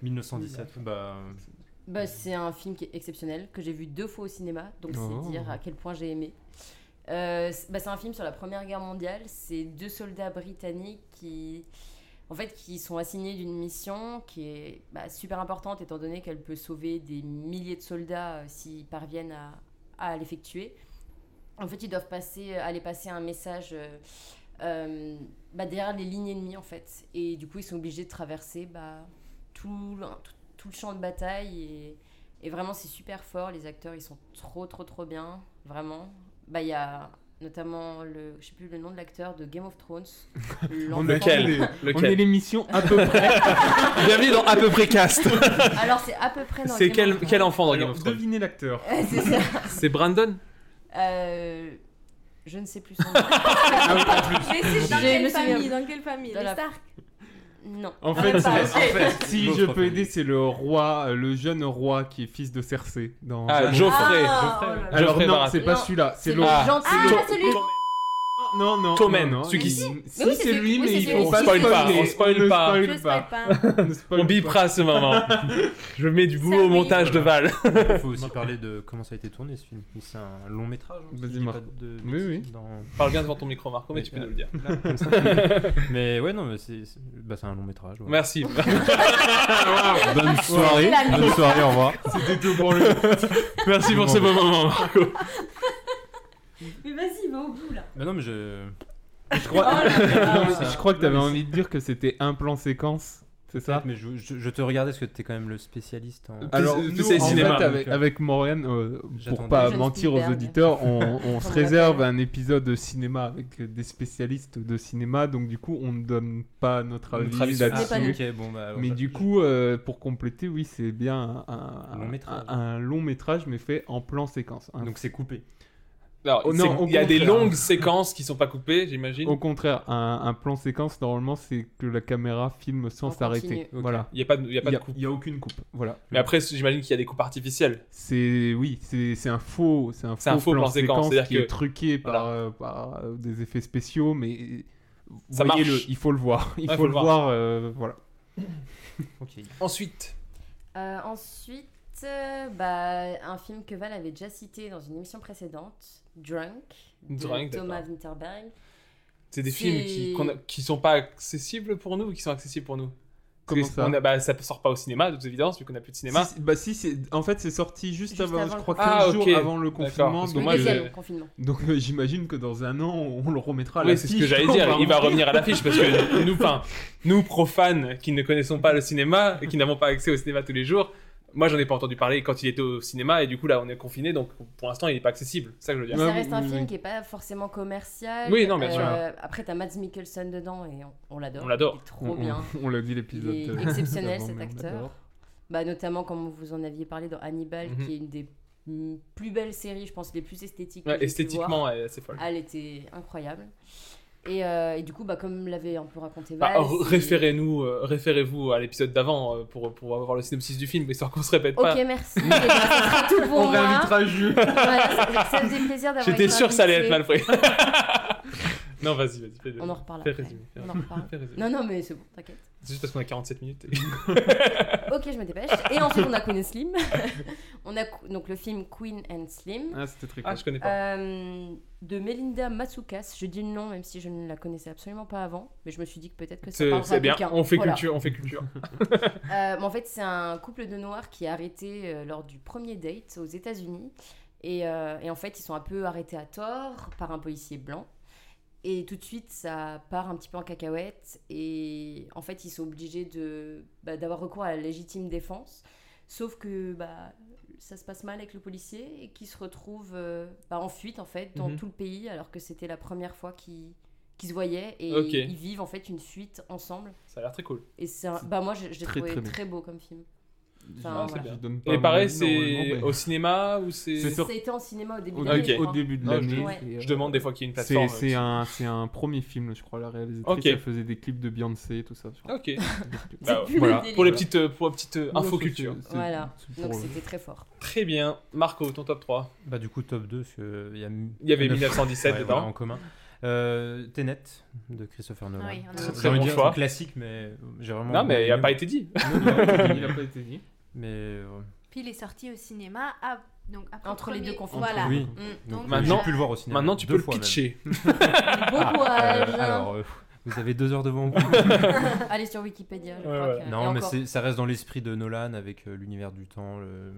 [SPEAKER 10] 1917, bah.
[SPEAKER 8] Bah, c'est un film qui est exceptionnel, que j'ai vu deux fois au cinéma, donc
[SPEAKER 4] Oh.
[SPEAKER 8] c'est dire à quel point j'ai aimé. Euh, c'est bah, c'est un film sur la Première Guerre mondiale, c'est deux soldats britanniques qui, en fait, qui sont assignés d'une mission qui est bah, super importante, étant donné qu'elle peut sauver des milliers de soldats euh, s'ils parviennent à, à l'effectuer. En fait, ils doivent passer, aller passer un message euh, euh, bah, derrière les lignes ennemies, en fait. Et du coup, ils sont obligés de traverser bah, tout, le- tout- tout le champ de bataille. Et, et vraiment, c'est super fort. Les acteurs, ils sont trop, trop, trop bien. Vraiment. Bah, Il y a notamment, le, je sais plus le nom de l'acteur de Game of Thrones. l'enfant.
[SPEAKER 7] Lequel
[SPEAKER 4] On est
[SPEAKER 7] Lequel
[SPEAKER 4] l'émission à peu près.
[SPEAKER 7] Bienvenue dans à peu près cast.
[SPEAKER 8] Alors, c'est à peu près dans
[SPEAKER 7] C'est
[SPEAKER 8] Game
[SPEAKER 7] quel,
[SPEAKER 8] of Thrones.
[SPEAKER 7] quel enfant dans Game
[SPEAKER 4] Alors,
[SPEAKER 7] of Thrones
[SPEAKER 4] devinez l'acteur.
[SPEAKER 8] Ouais, c'est ça.
[SPEAKER 7] C'est Brandon
[SPEAKER 8] Euh, je ne sais plus son nom.
[SPEAKER 9] Mais c'est
[SPEAKER 8] Je
[SPEAKER 9] dans
[SPEAKER 8] me
[SPEAKER 9] quelle
[SPEAKER 8] souviens.
[SPEAKER 9] famille Dans quelle famille
[SPEAKER 8] Dans
[SPEAKER 9] Les
[SPEAKER 8] la-
[SPEAKER 9] Stark.
[SPEAKER 8] Non.
[SPEAKER 4] En
[SPEAKER 8] Ah,
[SPEAKER 4] fait,
[SPEAKER 8] même
[SPEAKER 4] c'est- en
[SPEAKER 8] pas.
[SPEAKER 4] fait, si
[SPEAKER 10] L'autre
[SPEAKER 4] je peux
[SPEAKER 10] famille.
[SPEAKER 4] aider, c'est le roi, euh, le jeune roi qui est fils de Cersei. Dans
[SPEAKER 7] Ah, Geoffrey.
[SPEAKER 9] Ah, oh là là.
[SPEAKER 4] Alors
[SPEAKER 7] Geoffrey
[SPEAKER 4] non,
[SPEAKER 7] Baratheon.
[SPEAKER 4] c'est pas
[SPEAKER 8] Non,
[SPEAKER 4] celui-là, c'est
[SPEAKER 8] C'est
[SPEAKER 4] l'autre.
[SPEAKER 7] Ah.
[SPEAKER 8] le gentil.
[SPEAKER 9] Ah,
[SPEAKER 7] Tom-
[SPEAKER 9] celui
[SPEAKER 4] Non, non.
[SPEAKER 7] Tommen,
[SPEAKER 4] non, non,
[SPEAKER 7] celui qui-
[SPEAKER 4] il-
[SPEAKER 8] Mais oui,
[SPEAKER 4] Si,
[SPEAKER 8] c'est
[SPEAKER 4] c'est
[SPEAKER 8] celui-
[SPEAKER 4] lui,
[SPEAKER 8] oui,
[SPEAKER 4] mais
[SPEAKER 8] c'est
[SPEAKER 4] il
[SPEAKER 8] celui-
[SPEAKER 4] faut pas
[SPEAKER 8] on spoil
[SPEAKER 7] pas,
[SPEAKER 4] spoiler.
[SPEAKER 7] on spoil
[SPEAKER 4] ne
[SPEAKER 7] pas.
[SPEAKER 9] Je
[SPEAKER 4] spoil
[SPEAKER 9] spoil
[SPEAKER 4] pas.
[SPEAKER 9] pas.
[SPEAKER 4] Ne spoil
[SPEAKER 7] On
[SPEAKER 4] pas.
[SPEAKER 7] bipera ce moment. Je mets du boulot au
[SPEAKER 9] Salut.
[SPEAKER 7] montage de Val.
[SPEAKER 10] Il faut aussi parler de comment ça a été tourné ce film. C'est un long métrage. hein,
[SPEAKER 4] Vas-y,
[SPEAKER 10] si je dis
[SPEAKER 4] Marc.
[SPEAKER 10] pas de
[SPEAKER 4] Oui,
[SPEAKER 10] bêtises,
[SPEAKER 4] oui.
[SPEAKER 10] dans-
[SPEAKER 7] Parle bien devant ton micro, Marco, mais tu peux nous le dire.
[SPEAKER 10] là, comme ça. mais ouais, non, mais c'est c'est- bah, c'est un long métrage. ouais.
[SPEAKER 7] Merci.
[SPEAKER 10] Bonne soirée.
[SPEAKER 9] la nuit.
[SPEAKER 10] Bonne soirée, au revoir.
[SPEAKER 4] C'était tout pour le.
[SPEAKER 7] Merci pour ce beau moment, Marco.
[SPEAKER 8] Mais vas-y, va au bout là.
[SPEAKER 10] Bah non, mais je.
[SPEAKER 4] Je crois,
[SPEAKER 8] Oh là
[SPEAKER 4] Non, mais je crois que t'avais envie de dire que c'était un plan séquence, c'est ça
[SPEAKER 10] Mais je, je- je te regardais parce que t'es quand même le spécialiste en.
[SPEAKER 4] Alors,
[SPEAKER 7] Plus-
[SPEAKER 4] nous,
[SPEAKER 7] plus c'est
[SPEAKER 4] en
[SPEAKER 7] cinéma,
[SPEAKER 4] fait, avec,
[SPEAKER 10] donc, euh,
[SPEAKER 4] avec Morgan, euh, pour
[SPEAKER 10] j'attendais.
[SPEAKER 4] pas
[SPEAKER 8] John
[SPEAKER 4] mentir aux
[SPEAKER 8] Spielberg.
[SPEAKER 4] auditeurs, on, on se
[SPEAKER 8] On
[SPEAKER 4] réserve
[SPEAKER 8] l'appelle.
[SPEAKER 4] un épisode de cinéma avec euh, des spécialistes de cinéma, donc du coup, on ne donne pas notre avis,
[SPEAKER 10] Travis Scott.
[SPEAKER 4] là-dessus.
[SPEAKER 8] pas nous.
[SPEAKER 10] ok, bon,
[SPEAKER 7] Ah,
[SPEAKER 10] bah, alors,
[SPEAKER 4] Mais
[SPEAKER 10] bah,
[SPEAKER 4] du coup, euh, pour compléter, oui, c'est bien un, un-
[SPEAKER 10] Long métrage.
[SPEAKER 4] un- un long métrage, mais fait en plan séquence. Un-
[SPEAKER 10] Donc c'est coupé.
[SPEAKER 7] Alors,
[SPEAKER 4] Oh, non,
[SPEAKER 7] c'est-
[SPEAKER 4] au
[SPEAKER 7] il y a des
[SPEAKER 4] contraire.
[SPEAKER 7] longues séquences qui sont pas coupées, j'imagine.
[SPEAKER 4] au contraire, un, un plan séquence, normalement, c'est que la caméra filme sans
[SPEAKER 8] En
[SPEAKER 4] s'arrêter.
[SPEAKER 8] continu.
[SPEAKER 10] Ok.
[SPEAKER 4] Voilà.
[SPEAKER 7] Il n'y a pas de, il y a pas
[SPEAKER 4] Il y
[SPEAKER 7] de
[SPEAKER 4] a-
[SPEAKER 7] coupe.
[SPEAKER 4] il y a aucune coupe. Voilà.
[SPEAKER 7] Mais après, j'imagine qu'il y a des coupes artificielles.
[SPEAKER 4] C'est oui, c'est c'est un faux, c'est un faux,
[SPEAKER 7] C'est un faux plan séquence, c'est-à-dire
[SPEAKER 4] qui
[SPEAKER 7] que-
[SPEAKER 4] est truqué par,
[SPEAKER 7] voilà.
[SPEAKER 4] euh, par, euh, des effets spéciaux, mais
[SPEAKER 7] Ça
[SPEAKER 4] voyez-le,
[SPEAKER 7] marche.
[SPEAKER 4] il faut le voir, il
[SPEAKER 7] Ouais,
[SPEAKER 4] faut le voir, euh, voilà.
[SPEAKER 10] Ok.
[SPEAKER 7] Ensuite,
[SPEAKER 8] ensuite, euh, bah, un film que Val avait déjà cité dans une émission précédente, Drunk, de
[SPEAKER 7] Drunk,
[SPEAKER 8] Thomas
[SPEAKER 7] d'accord.
[SPEAKER 8] Winterberg.
[SPEAKER 7] c'est des
[SPEAKER 8] C'est-
[SPEAKER 7] films qui, qu'on a- qui sont pas accessibles pour nous ou qui sont accessibles pour nous
[SPEAKER 4] Comment
[SPEAKER 7] Parce que
[SPEAKER 4] ça
[SPEAKER 7] on a- bah, Ça sort pas au cinéma, de toute évidence, vu qu'on n'a plus de cinéma.
[SPEAKER 4] Si- bah si, c'est en fait c'est sorti juste,
[SPEAKER 8] Juste
[SPEAKER 4] avant,
[SPEAKER 8] avant
[SPEAKER 4] je
[SPEAKER 8] le
[SPEAKER 4] crois
[SPEAKER 7] confinement.
[SPEAKER 4] 15
[SPEAKER 7] Ah,
[SPEAKER 4] jours
[SPEAKER 7] ok.
[SPEAKER 4] avant le
[SPEAKER 7] D'accord,
[SPEAKER 4] confinement,
[SPEAKER 7] parce que
[SPEAKER 4] donc,
[SPEAKER 7] moi,
[SPEAKER 8] le
[SPEAKER 7] je-
[SPEAKER 4] euh,
[SPEAKER 8] deuxième confinement.
[SPEAKER 4] donc, euh, j'imagine que dans un an on le remettra à la
[SPEAKER 7] Oui, c'est ce que j'allais dire. Il va revenir à l'affiche parce que nous, enfin, nous profanes qui ne connaissons pas le cinéma et qui n'avons pas accès au cinéma tous les jours, moi j'en ai pas entendu parler quand il était au cinéma et du coup là on est confiné donc pour l'instant il est pas accessible. C'est ça que je veux dire.
[SPEAKER 4] Ouais,
[SPEAKER 8] ça reste un
[SPEAKER 4] oui, oui.
[SPEAKER 8] film qui est pas forcément commercial. Euh,
[SPEAKER 7] Oui, non, bien sûr.
[SPEAKER 8] Après, t'as Mads Mikkelsen dedans et on, on l'adore.
[SPEAKER 7] On l'adore.
[SPEAKER 8] Il est
[SPEAKER 4] On-
[SPEAKER 8] trop
[SPEAKER 4] on-
[SPEAKER 8] bien.
[SPEAKER 4] On, l'a dit
[SPEAKER 8] Il
[SPEAKER 4] l'épisode.
[SPEAKER 8] est
[SPEAKER 4] euh,
[SPEAKER 8] exceptionnel
[SPEAKER 4] d'avant,
[SPEAKER 8] cet
[SPEAKER 4] mais on
[SPEAKER 8] acteur.
[SPEAKER 4] l'adore.
[SPEAKER 8] Bah, notamment, comme vous en aviez parlé dans Hannibal,
[SPEAKER 7] Mhm.
[SPEAKER 8] qui est une des mm, plus belles séries, je pense, les plus esthétiques. que
[SPEAKER 7] Ouais,
[SPEAKER 8] j'ai pu voir.
[SPEAKER 7] esthétiquement, elle- c'est folle.
[SPEAKER 8] Elle était incroyable. Et, euh, et du coup, bah, comme l'avait un peu raconté
[SPEAKER 7] Bah,
[SPEAKER 8] Val,
[SPEAKER 7] r-
[SPEAKER 8] c'est-
[SPEAKER 7] référez-nous, euh, référez-vous à l'épisode d'avant euh, pour, pour avoir le synopsis du film, histoire qu'on se répète
[SPEAKER 8] Ok,
[SPEAKER 7] pas.
[SPEAKER 8] merci. Eh ben, ce sera tout pour
[SPEAKER 4] On
[SPEAKER 8] moi.
[SPEAKER 4] réinvitera Jules.
[SPEAKER 8] Voilà, ça, ça faisait plaisir d'avoir
[SPEAKER 7] J'étais
[SPEAKER 8] été
[SPEAKER 7] sûr que ça allait
[SPEAKER 8] invitée.
[SPEAKER 7] être mal pris. non, vas-y, vas-y. fais-
[SPEAKER 8] On en reparle
[SPEAKER 7] fais
[SPEAKER 8] après.
[SPEAKER 7] résumer, fais
[SPEAKER 8] On en
[SPEAKER 7] résumer,
[SPEAKER 8] reparle.
[SPEAKER 7] fais résumer.
[SPEAKER 8] Non, non, mais c'est bon, t'inquiète.
[SPEAKER 7] C'est juste parce qu'on a 47 minutes.
[SPEAKER 8] Ok, je me dépêche. Et ensuite, on a Queen Slim. on On a cou- donc le film Queen and Slim
[SPEAKER 4] Ah, c'était très cool.
[SPEAKER 7] Ah, je connais pas.
[SPEAKER 8] euh, de Melinda Matsoukas. Je dis le nom même si je ne la connaissais absolument pas avant, mais je me suis dit que peut-être que ça
[SPEAKER 7] C'est
[SPEAKER 8] parlera
[SPEAKER 7] c'est
[SPEAKER 8] à
[SPEAKER 7] bien,
[SPEAKER 8] quelqu'un.
[SPEAKER 7] on fait
[SPEAKER 8] Voilà.
[SPEAKER 7] culture, on fait culture.
[SPEAKER 8] Euh, mais en fait, c'est un couple de noirs qui est arrêté euh, lors du premier date aux États-Unis. Et, euh, et en fait, ils sont un peu arrêtés à tort par un policier blanc. Et tout de suite, ça part un petit peu en cacahuète. Et en fait, ils sont obligés de, bah, d'avoir recours à la légitime défense. Sauf que bah, ça se passe mal avec le policier et qu'ils se retrouvent euh, bah, en fuite, en fait, dans
[SPEAKER 4] Mhm.
[SPEAKER 8] tout le pays, alors que c'était la première fois qu'ils qu'ils se voyaient. Et
[SPEAKER 7] Ok.
[SPEAKER 8] ils vivent, en fait, une fuite ensemble.
[SPEAKER 7] Ça a l'air très cool.
[SPEAKER 8] Et c'est un- bah moi, je, je l'ai
[SPEAKER 4] très,
[SPEAKER 8] trouvé
[SPEAKER 4] très
[SPEAKER 8] très,
[SPEAKER 4] bien.
[SPEAKER 8] beau comme film.
[SPEAKER 4] Ah,
[SPEAKER 8] Enfin,
[SPEAKER 4] c'est
[SPEAKER 8] voilà.
[SPEAKER 4] bien. Je donne pas
[SPEAKER 7] Et
[SPEAKER 4] mon
[SPEAKER 7] pareil,
[SPEAKER 4] avis, normalement,
[SPEAKER 7] c'est
[SPEAKER 4] mais-
[SPEAKER 7] au cinéma ou c'est.
[SPEAKER 4] C'est sur-
[SPEAKER 8] C'était en cinéma au début
[SPEAKER 4] au,
[SPEAKER 8] de l'année. hein.
[SPEAKER 7] Ok.
[SPEAKER 8] Ah, je
[SPEAKER 4] au
[SPEAKER 8] crois.
[SPEAKER 4] début de
[SPEAKER 7] Non, je-
[SPEAKER 4] l'année.
[SPEAKER 8] ouais.
[SPEAKER 4] et, euh,
[SPEAKER 7] Je demande des fois qu'il y ait une plateforme. euh,
[SPEAKER 4] C'est c'est un, c'est un premier film, je crois, la réalisatrice.
[SPEAKER 7] Ok.
[SPEAKER 4] Elle faisait des clips de Beyoncé, tout ça. je crois.
[SPEAKER 7] Ok.
[SPEAKER 8] C'est
[SPEAKER 7] Bah,
[SPEAKER 8] plus le
[SPEAKER 4] voilà.
[SPEAKER 8] délire.
[SPEAKER 7] Pour les petites, euh, pour les petites euh, infos
[SPEAKER 4] Ouais, c'est-
[SPEAKER 7] culture.
[SPEAKER 4] c'est-
[SPEAKER 8] Voilà.
[SPEAKER 4] c'est pour
[SPEAKER 8] Donc
[SPEAKER 4] le-
[SPEAKER 8] c'était très fort.
[SPEAKER 7] Très bien. Marco, ton top 3.
[SPEAKER 10] Bah, du coup, top 2, parce qu'il y, a...
[SPEAKER 7] Il y avait
[SPEAKER 10] 1917
[SPEAKER 7] 1917 dedans.
[SPEAKER 10] en commun. Euh, Tenet de Christopher Nolan.
[SPEAKER 9] Oui, on a-
[SPEAKER 10] J'ai
[SPEAKER 9] Très
[SPEAKER 10] envie
[SPEAKER 7] bon
[SPEAKER 10] de dire
[SPEAKER 7] choix.
[SPEAKER 10] un classique, mais j'ai vraiment.
[SPEAKER 7] Non, mais il a pas été dit.
[SPEAKER 4] Il a pas été dit.
[SPEAKER 10] Mais euh,
[SPEAKER 9] Puis il est sorti au cinéma à- donc après
[SPEAKER 8] Entre
[SPEAKER 9] le
[SPEAKER 8] les
[SPEAKER 9] premier-
[SPEAKER 8] deux confinements.
[SPEAKER 9] Voilà.
[SPEAKER 10] oui.
[SPEAKER 8] Mm.
[SPEAKER 7] Maintenant-
[SPEAKER 10] Donc,
[SPEAKER 9] euh,
[SPEAKER 10] maintenant, j'ai pu le voir au cinéma.
[SPEAKER 7] Maintenant, tu
[SPEAKER 10] deux
[SPEAKER 7] peux le
[SPEAKER 10] fois même.
[SPEAKER 7] pitcher.
[SPEAKER 8] Bon
[SPEAKER 10] Euh,
[SPEAKER 8] courage.
[SPEAKER 10] alors, euh, vous avez deux heures devant vous.
[SPEAKER 8] Allez sur Wikipédia. je
[SPEAKER 7] Ouais,
[SPEAKER 8] crois
[SPEAKER 7] ouais.
[SPEAKER 8] qu'il y a-
[SPEAKER 10] non,
[SPEAKER 8] et
[SPEAKER 10] mais
[SPEAKER 8] encore,
[SPEAKER 10] c'est- ça reste dans l'esprit de Nolan avec euh, l'univers du temps. Le...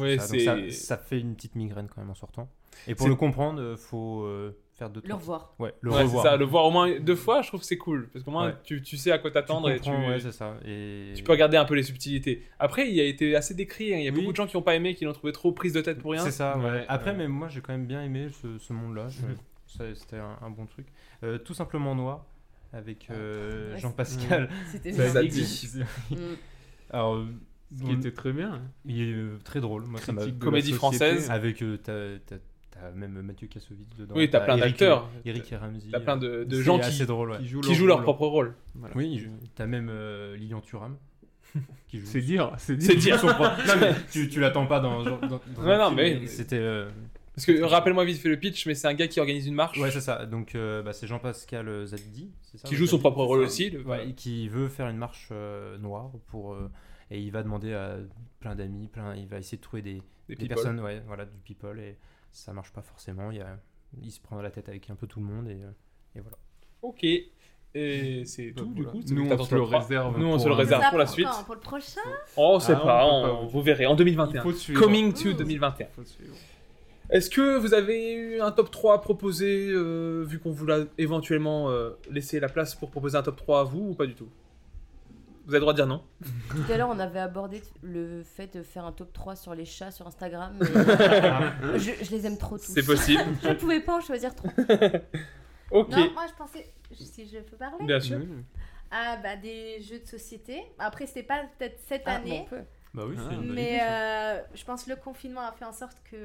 [SPEAKER 7] Ouais,
[SPEAKER 10] ça, donc ça,
[SPEAKER 7] c'est.
[SPEAKER 10] ça fait une petite migraine quand même en sortant. Et pour
[SPEAKER 7] C'est-
[SPEAKER 10] le comprendre, euh, faut euh, faire deux.
[SPEAKER 8] Le
[SPEAKER 10] trois-
[SPEAKER 8] revoir.
[SPEAKER 10] Ouais, le
[SPEAKER 7] ouais, c'est
[SPEAKER 10] revoir.
[SPEAKER 7] ça, le voir au moins deux fois, je trouve que c'est cool. Parce qu'au moins,
[SPEAKER 10] Ouais.
[SPEAKER 7] tu, tu sais à quoi t'attendre et tu,
[SPEAKER 10] comprends, ouais, c'est ça. Et...
[SPEAKER 7] tu peux regarder un peu les subtilités. Après, il a été assez décrit. hein. Il y a
[SPEAKER 10] Oui.
[SPEAKER 7] beaucoup de gens qui n'ont pas aimé, qui l'ont trouvé trop prise de tête pour rien.
[SPEAKER 10] C'est ça. ouais.
[SPEAKER 4] Ouais,
[SPEAKER 10] Après,
[SPEAKER 4] euh,
[SPEAKER 10] mais moi, j'ai quand même bien aimé ce, ce monde-là. Je-
[SPEAKER 4] Mhm.
[SPEAKER 10] ça, C'était un, un bon truc. Euh, tout simplement noir avec euh,
[SPEAKER 8] Ah, Ouais,
[SPEAKER 10] Jean-Pascal.
[SPEAKER 8] C'était
[SPEAKER 7] Ça
[SPEAKER 8] bien.
[SPEAKER 7] date. dit.
[SPEAKER 8] Mm.
[SPEAKER 10] Alors, euh,
[SPEAKER 4] Ce qui était très bien. hein.
[SPEAKER 10] il est euh, très drôle. Moi, ça m'a-
[SPEAKER 4] Critique de
[SPEAKER 7] Comédie
[SPEAKER 4] la société.
[SPEAKER 7] française.
[SPEAKER 10] Avec euh, t'as- t'as t'as même Mathieu Kassovitz dedans.
[SPEAKER 7] Oui, t'as plein
[SPEAKER 10] Eric-
[SPEAKER 7] d'acteurs.
[SPEAKER 10] Eric et Ramsey.
[SPEAKER 7] T'as plein de, de
[SPEAKER 10] C'est
[SPEAKER 7] gens qui,
[SPEAKER 10] assez drôle, ouais.
[SPEAKER 4] Qui jouent
[SPEAKER 7] qui jouent leur propre rôle.
[SPEAKER 4] Voilà.
[SPEAKER 10] Oui, ils jouent- t'as même euh, Lilian Thuram qui joue.
[SPEAKER 4] C'est dire. C'est
[SPEAKER 7] C'est
[SPEAKER 4] dire.
[SPEAKER 7] dire.
[SPEAKER 10] Non, mais tu, tu l'attends pas dans. dans, dans- dans
[SPEAKER 7] Ouais,
[SPEAKER 10] un
[SPEAKER 7] non,
[SPEAKER 10] film,
[SPEAKER 7] mais-
[SPEAKER 10] C'était. euh,
[SPEAKER 7] Parce que rappelle-moi vite fait le pitch, mais c'est un gars qui organise une marche,
[SPEAKER 10] Ouais, c'est ça. Donc, euh, bah, c'est Jean-Pascal Zaddi. c'est ça,
[SPEAKER 7] qui
[SPEAKER 10] ouais,
[SPEAKER 7] joue son
[SPEAKER 10] Zaddi
[SPEAKER 7] propre rôle aussi. le-
[SPEAKER 10] Ouais, et qui veut faire une marche euh, noire pour. euh, et il va demander à plein d'amis, plein. Il va essayer de trouver des,
[SPEAKER 7] des
[SPEAKER 10] des
[SPEAKER 7] people.
[SPEAKER 10] personnes, ouais, voilà, du people. Et ça marche pas forcément. Il, y a, il se prend la tête avec un peu tout le monde. Et, euh,
[SPEAKER 7] Ok. Et c'est tout, du
[SPEAKER 4] Voilà.
[SPEAKER 7] coup. c'est
[SPEAKER 4] Nous,
[SPEAKER 7] que t'as
[SPEAKER 4] on
[SPEAKER 7] ton
[SPEAKER 4] se le
[SPEAKER 7] top trois.
[SPEAKER 4] réserve.
[SPEAKER 7] Nous, on
[SPEAKER 4] pour
[SPEAKER 7] se le
[SPEAKER 4] un-
[SPEAKER 7] réserve.
[SPEAKER 9] Ça
[SPEAKER 7] pour la
[SPEAKER 9] quand
[SPEAKER 7] suite.
[SPEAKER 9] Pour le prochain
[SPEAKER 7] Oh, on sait
[SPEAKER 4] Ah, on
[SPEAKER 7] pas,
[SPEAKER 4] peut
[SPEAKER 7] on-
[SPEAKER 4] pas vous dire.
[SPEAKER 7] vous verrez. En 2021.
[SPEAKER 4] Faut suivre.
[SPEAKER 7] Coming to
[SPEAKER 10] Ah,
[SPEAKER 9] Mmh.
[SPEAKER 7] 2021.
[SPEAKER 4] Faut suivre.
[SPEAKER 7] Est-ce que vous avez eu un top 3 à proposer, euh, vu qu'on vous l'a éventuellement euh, laissé la place pour proposer un top 3 à vous ou pas du tout Vous avez le droit de dire non
[SPEAKER 8] Tout à l'heure, on avait abordé le fait de faire un top 3 sur les chats sur Instagram.
[SPEAKER 4] Ah,
[SPEAKER 8] mais- je, je les aime trop tous.
[SPEAKER 7] C'est possible.
[SPEAKER 8] Je ne pouvais pas en choisir trop.
[SPEAKER 7] ok.
[SPEAKER 9] Non, moi je pensais, si je peux parler,
[SPEAKER 7] Bien sûr.
[SPEAKER 4] Oui.
[SPEAKER 9] ah bah des jeux de société. Après c'était pas peut-être cette
[SPEAKER 8] Ah, bon, on
[SPEAKER 9] année,
[SPEAKER 8] peut.
[SPEAKER 10] Bah oui,
[SPEAKER 4] c'est une
[SPEAKER 9] mais euh, je pense que le confinement a fait en sorte que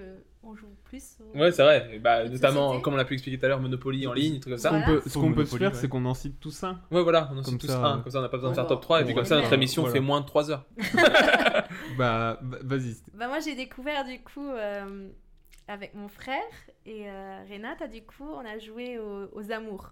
[SPEAKER 9] on joue plus. au-
[SPEAKER 7] Ouais, c'est vrai. Et Bah,
[SPEAKER 9] Une
[SPEAKER 7] notamment,
[SPEAKER 9] société.
[SPEAKER 7] comme on l'a pu expliquer tout à l'heure, Monopoly en ligne, des trucs comme ça.
[SPEAKER 9] Voilà.
[SPEAKER 4] On peut- Ce
[SPEAKER 10] Faut
[SPEAKER 4] qu'on peut se
[SPEAKER 10] Monopoly,
[SPEAKER 4] faire,
[SPEAKER 10] ouais.
[SPEAKER 4] c'est qu'on en cite tout ça.
[SPEAKER 7] Ouais, voilà, on en
[SPEAKER 4] Comme
[SPEAKER 7] cite tous
[SPEAKER 4] ça,
[SPEAKER 7] un,
[SPEAKER 4] euh,
[SPEAKER 7] comme ça on n'a pas besoin de
[SPEAKER 8] on
[SPEAKER 7] faire un
[SPEAKER 8] va-
[SPEAKER 7] top 3, et
[SPEAKER 4] on
[SPEAKER 7] puis
[SPEAKER 4] va
[SPEAKER 7] comme ça
[SPEAKER 4] faire
[SPEAKER 7] notre
[SPEAKER 4] un-
[SPEAKER 7] émission
[SPEAKER 4] voilà.
[SPEAKER 7] fait moins de 3 heures.
[SPEAKER 4] Bah, bah, vas-y. c'était-
[SPEAKER 9] Bah moi j'ai découvert du coup euh, avec mon frère et euh, Renata du coup on a joué aux, aux amours.